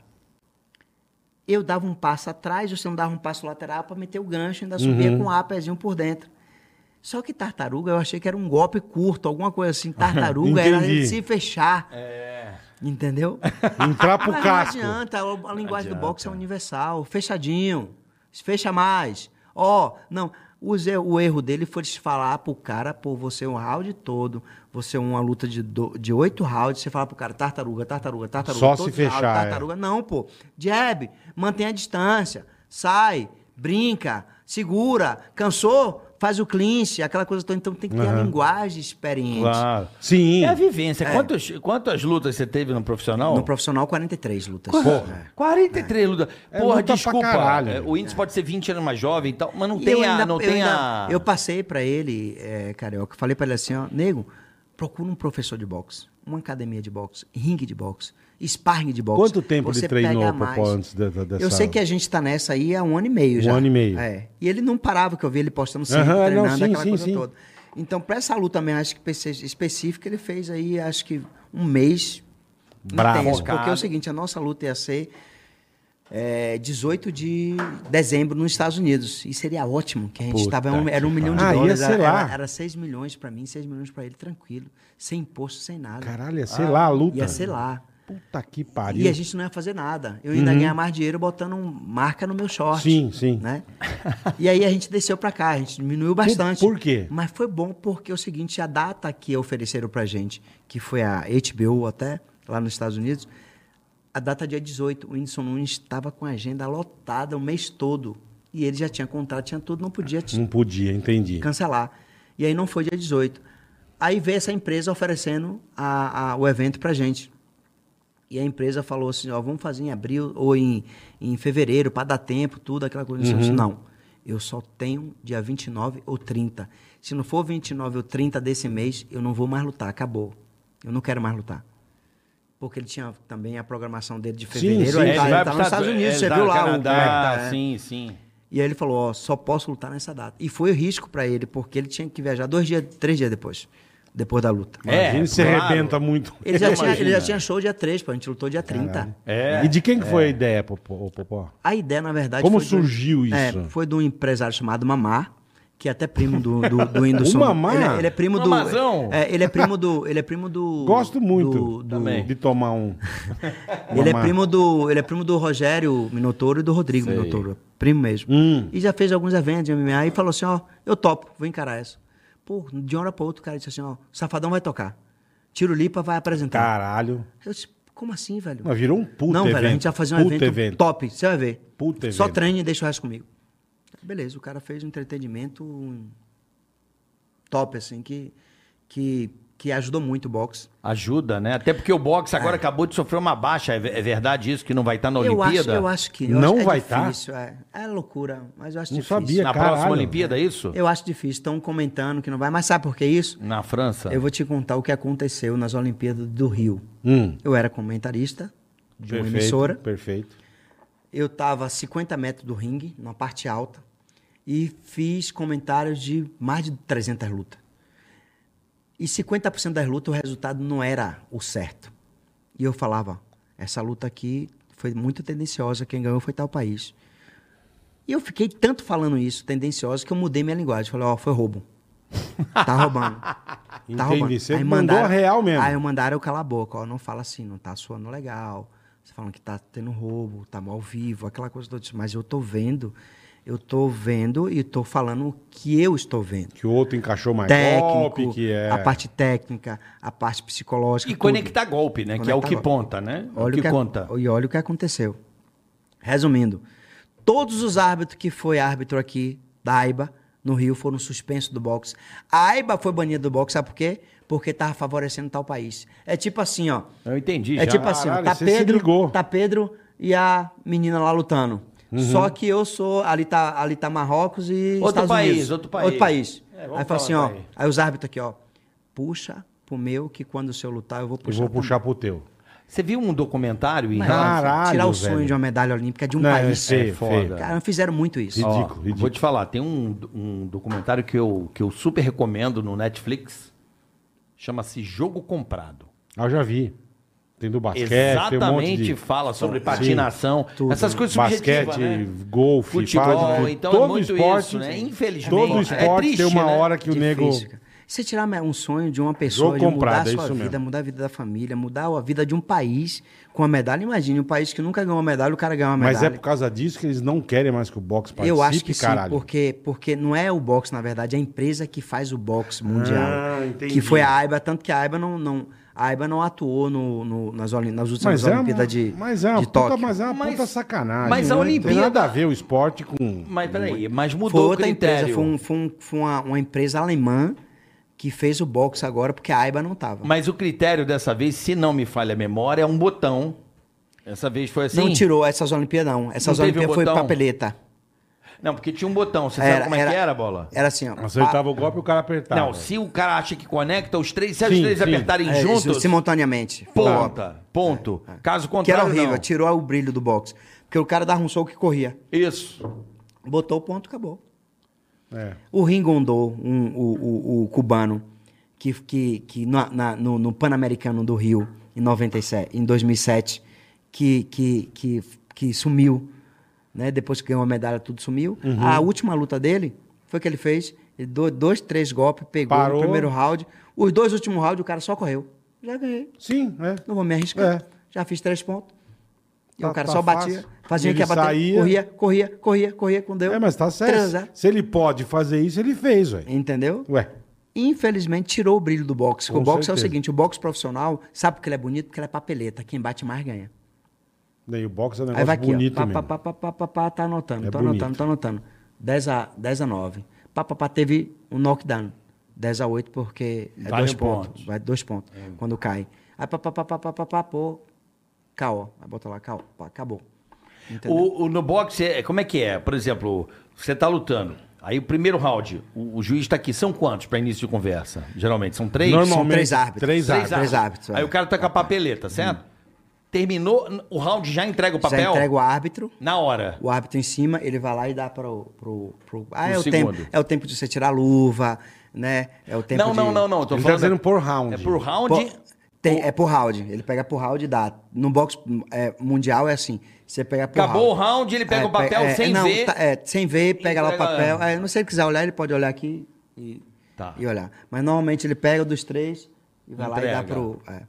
[SPEAKER 4] eu dava um passo atrás, você não dava um passo lateral para meter o gancho, ainda subia com o ar, pezinho por dentro. Só que tartaruga eu achei que era um golpe curto, alguma coisa assim. Tartaruga era
[SPEAKER 1] Entendi.
[SPEAKER 4] ele se fechar. Entendeu?
[SPEAKER 1] Entrar pro
[SPEAKER 4] Ah, Mas
[SPEAKER 1] casco.
[SPEAKER 4] Não adianta, a linguagem do boxe é universal, fechadinho. Se fecha mais. Ó, não. os er- o erro dele foi de falar pro cara, pô, você é um round todo, você é uma luta de, do- de oito rounds, você fala pro cara, tartaruga, tartaruga, tartaruga.
[SPEAKER 1] Só se
[SPEAKER 4] todos os
[SPEAKER 1] fechar, é.
[SPEAKER 4] tartaruga. Não, pô. Jab, mantém a distância, sai, brinca, segura, cansou, faz o clinch, aquela coisa toda. Então tem que ter a linguagem experiente.
[SPEAKER 1] Claro. Sim.
[SPEAKER 2] É a vivência. Quantos- quantas lutas você teve no profissional?
[SPEAKER 4] No profissional, 43 lutas. É.
[SPEAKER 2] 43 lutas.
[SPEAKER 1] É
[SPEAKER 2] Porra,
[SPEAKER 1] luta pra
[SPEAKER 2] desculpa.
[SPEAKER 1] caralho, né?
[SPEAKER 2] é,
[SPEAKER 1] meu.
[SPEAKER 2] o índice pode ser 20 anos mais jovem e tal, mas não
[SPEAKER 4] E
[SPEAKER 2] tem
[SPEAKER 4] eu
[SPEAKER 2] a.
[SPEAKER 4] ainda-
[SPEAKER 2] Não
[SPEAKER 4] eu,
[SPEAKER 2] tem
[SPEAKER 4] ainda-
[SPEAKER 2] a...
[SPEAKER 4] eu passei pra ele, é, Carioca, falei pra ele assim, ó, nego, procura um professor de boxe, uma academia de boxe, ringue de boxe, sparring de boxe.
[SPEAKER 1] Quanto tempo ele
[SPEAKER 4] Você
[SPEAKER 1] treinou,
[SPEAKER 4] pega
[SPEAKER 1] Popó,
[SPEAKER 4] mais.
[SPEAKER 1] antes de- de- dessa-
[SPEAKER 4] Eu sei que a gente tá nessa aí há um ano e meio
[SPEAKER 1] Um
[SPEAKER 4] já.
[SPEAKER 1] ano e meio.
[SPEAKER 4] É. E ele não parava, que eu vi ele postando sempre,
[SPEAKER 1] Aham, não,
[SPEAKER 4] treinando,
[SPEAKER 1] sim,
[SPEAKER 4] aquela
[SPEAKER 1] sim,
[SPEAKER 4] coisa
[SPEAKER 1] sim.
[SPEAKER 4] toda. Então, pra essa luta mesmo, acho que espe- específica, ele fez aí, acho que um mês
[SPEAKER 1] Bravo.
[SPEAKER 4] intenso. Porque é
[SPEAKER 2] Focado.
[SPEAKER 4] o seguinte, a nossa luta ia ser é, 18 de dezembro nos Estados Unidos. E seria ótimo, que a gente
[SPEAKER 1] Puta
[SPEAKER 4] estava tava. um-
[SPEAKER 1] que
[SPEAKER 4] Era um milhão de
[SPEAKER 1] pariu. Ah, ia
[SPEAKER 4] dólares.
[SPEAKER 1] ser
[SPEAKER 4] Era,
[SPEAKER 1] lá.
[SPEAKER 4] era, 6 milhões pra mim, 6 milhões pra ele, tranquilo. Sem imposto, sem nada.
[SPEAKER 1] Caralho, ia ser lá a luta.
[SPEAKER 4] Ah, Ia ser lá.
[SPEAKER 1] Puta que pariu.
[SPEAKER 4] E a gente não ia fazer nada. Eu ainda ia ganhar mais dinheiro botando um- marca no meu short.
[SPEAKER 1] Uhum. Sim, sim.
[SPEAKER 4] Né? E aí a gente desceu pra cá, a gente diminuiu bastante.
[SPEAKER 1] por quê?
[SPEAKER 4] Mas foi bom porque é o seguinte, a data que ofereceram pra gente, que foi a HBO até, lá nos Estados Unidos, a data é dia 18, o Whindersson Nunes estava com a agenda lotada o mês todo. E ele já tinha contrato, tinha tudo, não podia te
[SPEAKER 1] Não podia, entendi.
[SPEAKER 4] cancelar. E aí não foi dia 18. Aí veio essa empresa oferecendo a- a- o evento pra gente. E a empresa falou assim, ó, vamos fazer em abril ou em, em fevereiro, para dar tempo, tudo, aquela coisa. Eu disse, não, eu só tenho dia 29 ou 30. Se não for 29 ou 30 desse mês, eu não vou mais lutar, acabou. Eu não quero mais lutar. Porque ele tinha também a programação dele de fevereiro,
[SPEAKER 1] sim,
[SPEAKER 4] aí
[SPEAKER 1] ele
[SPEAKER 4] tá,
[SPEAKER 1] vai
[SPEAKER 4] ele tá nos Estados Unidos, você viu lá o como é que tá,
[SPEAKER 2] Canadá,
[SPEAKER 4] é.
[SPEAKER 2] sim, sim.
[SPEAKER 4] E aí ele falou, ó, só posso lutar nessa data. E foi o risco pra ele, porque ele tinha que viajar dois dias, três dias depois, depois da luta.
[SPEAKER 2] É,
[SPEAKER 1] Imagina se
[SPEAKER 2] claro.
[SPEAKER 1] arrebenta muito. [LAUGHS]
[SPEAKER 4] Ele já, tinha,
[SPEAKER 2] imagino,
[SPEAKER 4] ele já
[SPEAKER 2] né?
[SPEAKER 4] tinha show dia 3, pô, a gente lutou dia 30.
[SPEAKER 2] É.
[SPEAKER 1] E de quem que foi a ideia, Popó? ô, Popó?
[SPEAKER 4] A ideia, na verdade...
[SPEAKER 1] Como
[SPEAKER 4] foi do-
[SPEAKER 1] surgiu isso?
[SPEAKER 4] É, foi de um empresário chamado Mamá, que é até primo do, do, do Whindersson.
[SPEAKER 1] O Mamá?
[SPEAKER 4] Ele, é- ele é primo do...
[SPEAKER 2] Mamazão?
[SPEAKER 4] É, ele é primo do... Ele é primo do...
[SPEAKER 1] Gosto muito
[SPEAKER 4] do- do-
[SPEAKER 2] Também.
[SPEAKER 1] de tomar um.
[SPEAKER 4] Ele é,
[SPEAKER 1] Mamá.
[SPEAKER 4] primo do, ele é primo do Rogério Minotouro e do Rodrigo Minotouro. Primo mesmo.
[SPEAKER 1] Hum.
[SPEAKER 4] E já fez alguns eventos de MMA e falou assim, ó, eu topo, vou encarar essa. Pô, de uma hora pra outra o cara disse assim, ó, Safadão vai tocar. Tiro Lipa vai apresentar.
[SPEAKER 1] Caralho.
[SPEAKER 4] Eu disse, como assim, velho?
[SPEAKER 1] Tá. Mas virou um puto
[SPEAKER 4] Não, velho, a
[SPEAKER 1] evento.
[SPEAKER 4] gente vai fazer um
[SPEAKER 1] Puto
[SPEAKER 4] evento,
[SPEAKER 1] evento.
[SPEAKER 4] top, você vai ver.
[SPEAKER 1] Puto
[SPEAKER 4] Só
[SPEAKER 1] evento.
[SPEAKER 4] treine e deixa o resto comigo. Beleza, o cara fez um entretenimento um, top, assim, que, que, que ajudou muito o boxe.
[SPEAKER 2] Ajuda, né? Até porque o boxe agora acabou de sofrer uma baixa. É ve- é verdade isso, que não vai estar na
[SPEAKER 4] É. Eu acho,
[SPEAKER 2] Olimpíada?
[SPEAKER 4] eu acho que. eu
[SPEAKER 1] Não
[SPEAKER 4] acho que é
[SPEAKER 1] vai tá?
[SPEAKER 4] difícil, é. É loucura, mas eu acho
[SPEAKER 1] Não
[SPEAKER 4] difícil.
[SPEAKER 1] sabia.
[SPEAKER 2] Na
[SPEAKER 1] Caralho.
[SPEAKER 2] próxima Olimpíada, é isso?
[SPEAKER 4] Eu acho difícil. Estão comentando que não vai, mas sabe por que isso?
[SPEAKER 2] Na França?
[SPEAKER 4] Eu vou te contar o que aconteceu nas Olimpíadas do Rio.
[SPEAKER 1] Hum.
[SPEAKER 4] Eu era comentarista [LAUGHS] de uma
[SPEAKER 1] Perfeito,
[SPEAKER 4] emissora.
[SPEAKER 1] Perfeito.
[SPEAKER 4] Eu estava a 50 metros do ringue, na parte alta, e fiz comentários de mais de 300 lutas. E 50% das lutas o resultado não era o certo. E eu falava, essa luta aqui foi muito tendenciosa, quem ganhou foi tal país. E eu fiquei tanto falando isso, tendenciosa, que eu mudei minha linguagem. Falei, ó, foi roubo. Tá
[SPEAKER 1] [LAUGHS]
[SPEAKER 4] roubando.
[SPEAKER 1] Entendi.
[SPEAKER 4] Tá roubando.
[SPEAKER 1] Você mandou a real mesmo.
[SPEAKER 4] Aí mandaram eu calar a boca, ó, não fala assim, não tá soando legal. Você falando que tá tendo roubo, tá mal vivo, aquela coisa toda. Eu disse, Mas eu tô vendo, eu Eu estou vendo e estou falando o que eu estou vendo.
[SPEAKER 1] Que o outro encaixou mais golpe,
[SPEAKER 4] Técnico,
[SPEAKER 1] que é.
[SPEAKER 4] a parte técnica, a parte psicológica.
[SPEAKER 2] E
[SPEAKER 4] tudo.
[SPEAKER 2] conectar golpe, né? que é o
[SPEAKER 4] Conectar
[SPEAKER 2] que
[SPEAKER 4] golpe.
[SPEAKER 2] ponta, né?
[SPEAKER 4] Olha
[SPEAKER 2] o que, conta.
[SPEAKER 4] E olha o que aconteceu. Resumindo, todos os árbitros que foi árbitro aqui da AIBA, no Rio, foram suspensos do boxe. A AIBA foi banida do boxe, sabe por quê? Porque estava favorecendo tal país. É tipo assim, ó.
[SPEAKER 2] Eu entendi
[SPEAKER 4] É
[SPEAKER 2] já.
[SPEAKER 4] tipo assim, ó,
[SPEAKER 1] Caralho,
[SPEAKER 4] tá
[SPEAKER 1] você se ligou. Uhum.
[SPEAKER 4] Pedro, tá Pedro e a menina lá lutando. Só que eu sou, ali tá, ali tá Marrocos e
[SPEAKER 2] Outro
[SPEAKER 4] Estados
[SPEAKER 2] país,
[SPEAKER 4] Unidos.
[SPEAKER 2] outro país.
[SPEAKER 4] Outro país.
[SPEAKER 2] É, vamos
[SPEAKER 4] aí
[SPEAKER 2] falar
[SPEAKER 4] fala assim, ó,
[SPEAKER 2] daí.
[SPEAKER 4] aí os árbitros aqui, ó, puxa pro meu que quando o seu lutar eu vou
[SPEAKER 1] Eu
[SPEAKER 4] puxar.
[SPEAKER 1] vou
[SPEAKER 4] pro
[SPEAKER 1] puxar pro teu.
[SPEAKER 2] Você viu um documentário em
[SPEAKER 4] Mas,
[SPEAKER 2] relação-
[SPEAKER 1] Caralho,
[SPEAKER 4] tirar o
[SPEAKER 1] velho.
[SPEAKER 4] sonho de uma medalha olímpica de um
[SPEAKER 1] Não,
[SPEAKER 4] país.
[SPEAKER 1] é feio,
[SPEAKER 2] é foda.
[SPEAKER 1] feio.
[SPEAKER 4] Cara, fizeram muito isso.
[SPEAKER 2] Ó,
[SPEAKER 1] Ridículo, ridículo.
[SPEAKER 2] Vou te falar, tem um, um documentário que eu, que eu super recomendo no Netflix. Chama-se Jogo Comprado.
[SPEAKER 1] Ah, eu já vi. Tem do basquete, tem um monte
[SPEAKER 2] Exatamente
[SPEAKER 1] de
[SPEAKER 2] fala sobre patinação,
[SPEAKER 4] Tudo.
[SPEAKER 2] essas coisas subjetivas,
[SPEAKER 1] basquete,
[SPEAKER 2] né?
[SPEAKER 1] golfe,
[SPEAKER 2] Futebol,
[SPEAKER 1] padre,
[SPEAKER 2] então é
[SPEAKER 1] todo
[SPEAKER 2] muito
[SPEAKER 1] esporte,
[SPEAKER 2] isso, né?
[SPEAKER 1] todo
[SPEAKER 2] Infelizmente.
[SPEAKER 1] esporte
[SPEAKER 2] é triste,
[SPEAKER 1] tem uma
[SPEAKER 2] né?
[SPEAKER 1] hora que o nego
[SPEAKER 4] Difícil, cara. Você tirar um sonho de uma
[SPEAKER 1] Jogo
[SPEAKER 4] pessoa, de mudar
[SPEAKER 1] comprado,
[SPEAKER 4] a
[SPEAKER 1] é
[SPEAKER 4] sua
[SPEAKER 1] isso
[SPEAKER 4] vida,
[SPEAKER 1] mesmo.
[SPEAKER 4] mudar a vida da família, mudar a vida de um país com a medalha. Imagine, um país que nunca ganhou uma medalha, o cara ganha uma medalha.
[SPEAKER 1] Mas é por causa disso que eles não querem mais que o boxe participe,
[SPEAKER 4] Eu acho que
[SPEAKER 1] caralho.
[SPEAKER 4] sim, porque, porque não é o boxe, na verdade, é a empresa que faz o boxe mundial.
[SPEAKER 1] Ah, entendi.
[SPEAKER 4] que foi a AIBA, tanto que a AIBA não, não, a AIBA não atuou no, no- nas, Olim- nas últimas
[SPEAKER 1] Mas é, uma,
[SPEAKER 4] Olimpíadas de,
[SPEAKER 1] mas é uma
[SPEAKER 4] de
[SPEAKER 1] puta,
[SPEAKER 4] Tóquio.
[SPEAKER 1] mas é uma
[SPEAKER 2] Mas-
[SPEAKER 1] puta sacanagem.
[SPEAKER 2] mas a
[SPEAKER 1] né?
[SPEAKER 2] Olimpíada-
[SPEAKER 1] Tem nada a ver o esporte com...
[SPEAKER 2] Mas peraí, mas mudou
[SPEAKER 4] foi outra
[SPEAKER 2] o critério.
[SPEAKER 4] empresa, foi, um- foi um- foi uma, uma empresa alemã que fez o boxe agora, porque a AIBA não estava.
[SPEAKER 2] Mas o critério dessa vez, se não me falha a memória, é um botão. Essa vez foi assim.
[SPEAKER 4] Não tirou essas Olimpíadas, não. Essas
[SPEAKER 2] Não teve
[SPEAKER 4] Olimpíadas
[SPEAKER 2] o
[SPEAKER 4] foi
[SPEAKER 2] botão?
[SPEAKER 4] papeleta.
[SPEAKER 2] Não, porque tinha um botão. Você sabe como é que era, bola?
[SPEAKER 4] Era assim, ó.
[SPEAKER 1] Acertava o golpe e o cara apertava.
[SPEAKER 2] Não, se o cara acha que conecta, os três, se os
[SPEAKER 1] Sim,
[SPEAKER 2] três
[SPEAKER 1] sim.
[SPEAKER 2] apertarem
[SPEAKER 4] É,
[SPEAKER 2] juntos,
[SPEAKER 4] Simultaneamente.
[SPEAKER 1] É.
[SPEAKER 2] ponta, ponto. Caso
[SPEAKER 4] Que era
[SPEAKER 2] contrário,
[SPEAKER 4] horrível,
[SPEAKER 2] não.
[SPEAKER 4] tirou o brilho do boxe. Porque o cara dava um soco que corria.
[SPEAKER 2] Isso.
[SPEAKER 4] Botou o ponto, acabou.
[SPEAKER 1] É.
[SPEAKER 4] O Ringondô, um- o, o- o cubano, que, que, que na- na- no, no Pan-Americano do Rio, em, 97, em 2007, que, que, que, que sumiu, né? depois que ganhou a medalha, tudo sumiu.
[SPEAKER 1] Uhum.
[SPEAKER 4] A última luta dele foi que ele fez, ele deu dois, três golpes, pegou
[SPEAKER 1] Parou.
[SPEAKER 4] no primeiro round. Os dois últimos rounds, o cara só correu. Já ganhei,
[SPEAKER 1] Sim, é.
[SPEAKER 4] não vou me arriscar.
[SPEAKER 1] É.
[SPEAKER 4] Já fiz três pontos. E
[SPEAKER 1] Tá-
[SPEAKER 4] o cara
[SPEAKER 1] tá
[SPEAKER 4] só
[SPEAKER 1] fácil.
[SPEAKER 4] batia, fazia
[SPEAKER 1] Ele
[SPEAKER 4] que ia bater,
[SPEAKER 1] saía.
[SPEAKER 4] corria, corria, corria, corria, quando deu.
[SPEAKER 1] É, mas tá
[SPEAKER 4] três a
[SPEAKER 1] certo.
[SPEAKER 4] zero.
[SPEAKER 1] Se ele pode fazer isso, ele fez, ué.
[SPEAKER 4] Entendeu?
[SPEAKER 1] Ué,
[SPEAKER 4] infelizmente, tirou o brilho do boxe.
[SPEAKER 1] Com
[SPEAKER 4] o boxe é o
[SPEAKER 1] certeza.
[SPEAKER 4] seguinte: o boxe profissional sabe porque ele é bonito, porque ele é papeleta. Quem bate mais ganha.
[SPEAKER 1] daí o boxe é um
[SPEAKER 4] Aí vai
[SPEAKER 1] negócio
[SPEAKER 4] aqui,
[SPEAKER 1] bonito
[SPEAKER 4] ó. Pá,
[SPEAKER 1] mesmo.
[SPEAKER 4] pá, pá, pá, pá, pá, pá, tá anotando,
[SPEAKER 1] É
[SPEAKER 4] tô
[SPEAKER 1] bonito.
[SPEAKER 4] anotando, tô anotando. 10 a, 10 a 9. Pá, pá, pá, teve um knockdown. 10 a 8, porque é
[SPEAKER 2] Vale
[SPEAKER 4] dois
[SPEAKER 2] um
[SPEAKER 4] pontos.
[SPEAKER 2] ponto.
[SPEAKER 4] Vai dois pontos
[SPEAKER 1] É.
[SPEAKER 4] quando cai. Aí pá, pá, pá, pá, pá, pá, pá, pô. Caô. Aí bota lá, caô. Pá, acabou. Entendeu?
[SPEAKER 2] O, o- no boxe, é- como é que é? Por exemplo, você tá lutando. Aí o primeiro round, o, o juiz tá aqui. São quantos para início de conversa? Geralmente, são três?
[SPEAKER 1] Normal-
[SPEAKER 4] São
[SPEAKER 1] normalmente,
[SPEAKER 4] três árbitros.
[SPEAKER 1] três
[SPEAKER 2] Três
[SPEAKER 1] árbitros.
[SPEAKER 4] Três árbitros.
[SPEAKER 2] Aí
[SPEAKER 4] é.
[SPEAKER 2] o cara tá com a papeleta, certo? Terminou, n- o round já entrega o papel?
[SPEAKER 4] Já entrega o árbitro.
[SPEAKER 2] Na hora.
[SPEAKER 4] O árbitro em cima, ele vai lá e dá pro. pro, pro ah,
[SPEAKER 2] Pro
[SPEAKER 4] é o,
[SPEAKER 2] segundo.
[SPEAKER 4] tempo, é o tempo de você tirar a luva, né? É o tempo
[SPEAKER 2] Não,
[SPEAKER 4] de...
[SPEAKER 2] não, não, não. eu Tô
[SPEAKER 1] Ele tá
[SPEAKER 2] falando
[SPEAKER 1] dizendo por round.
[SPEAKER 2] É por round.
[SPEAKER 4] Pô, tem- é por round. Ele pega por round e dá. No boxe é, mundial é assim. Você pega por
[SPEAKER 2] Acabou o
[SPEAKER 4] round.
[SPEAKER 2] round, ele pega
[SPEAKER 4] É,
[SPEAKER 2] o papel
[SPEAKER 4] é,
[SPEAKER 2] sem
[SPEAKER 4] não,
[SPEAKER 2] ver.
[SPEAKER 4] tá- é, sem ver, pega lá o
[SPEAKER 2] Entrega-
[SPEAKER 4] papel. É, não sei se ele quiser olhar, ele pode olhar aqui e,
[SPEAKER 2] Tá.
[SPEAKER 4] e olhar. Mas normalmente ele pega o dos três e vai lá e dá
[SPEAKER 2] Entrega.
[SPEAKER 4] pro. é.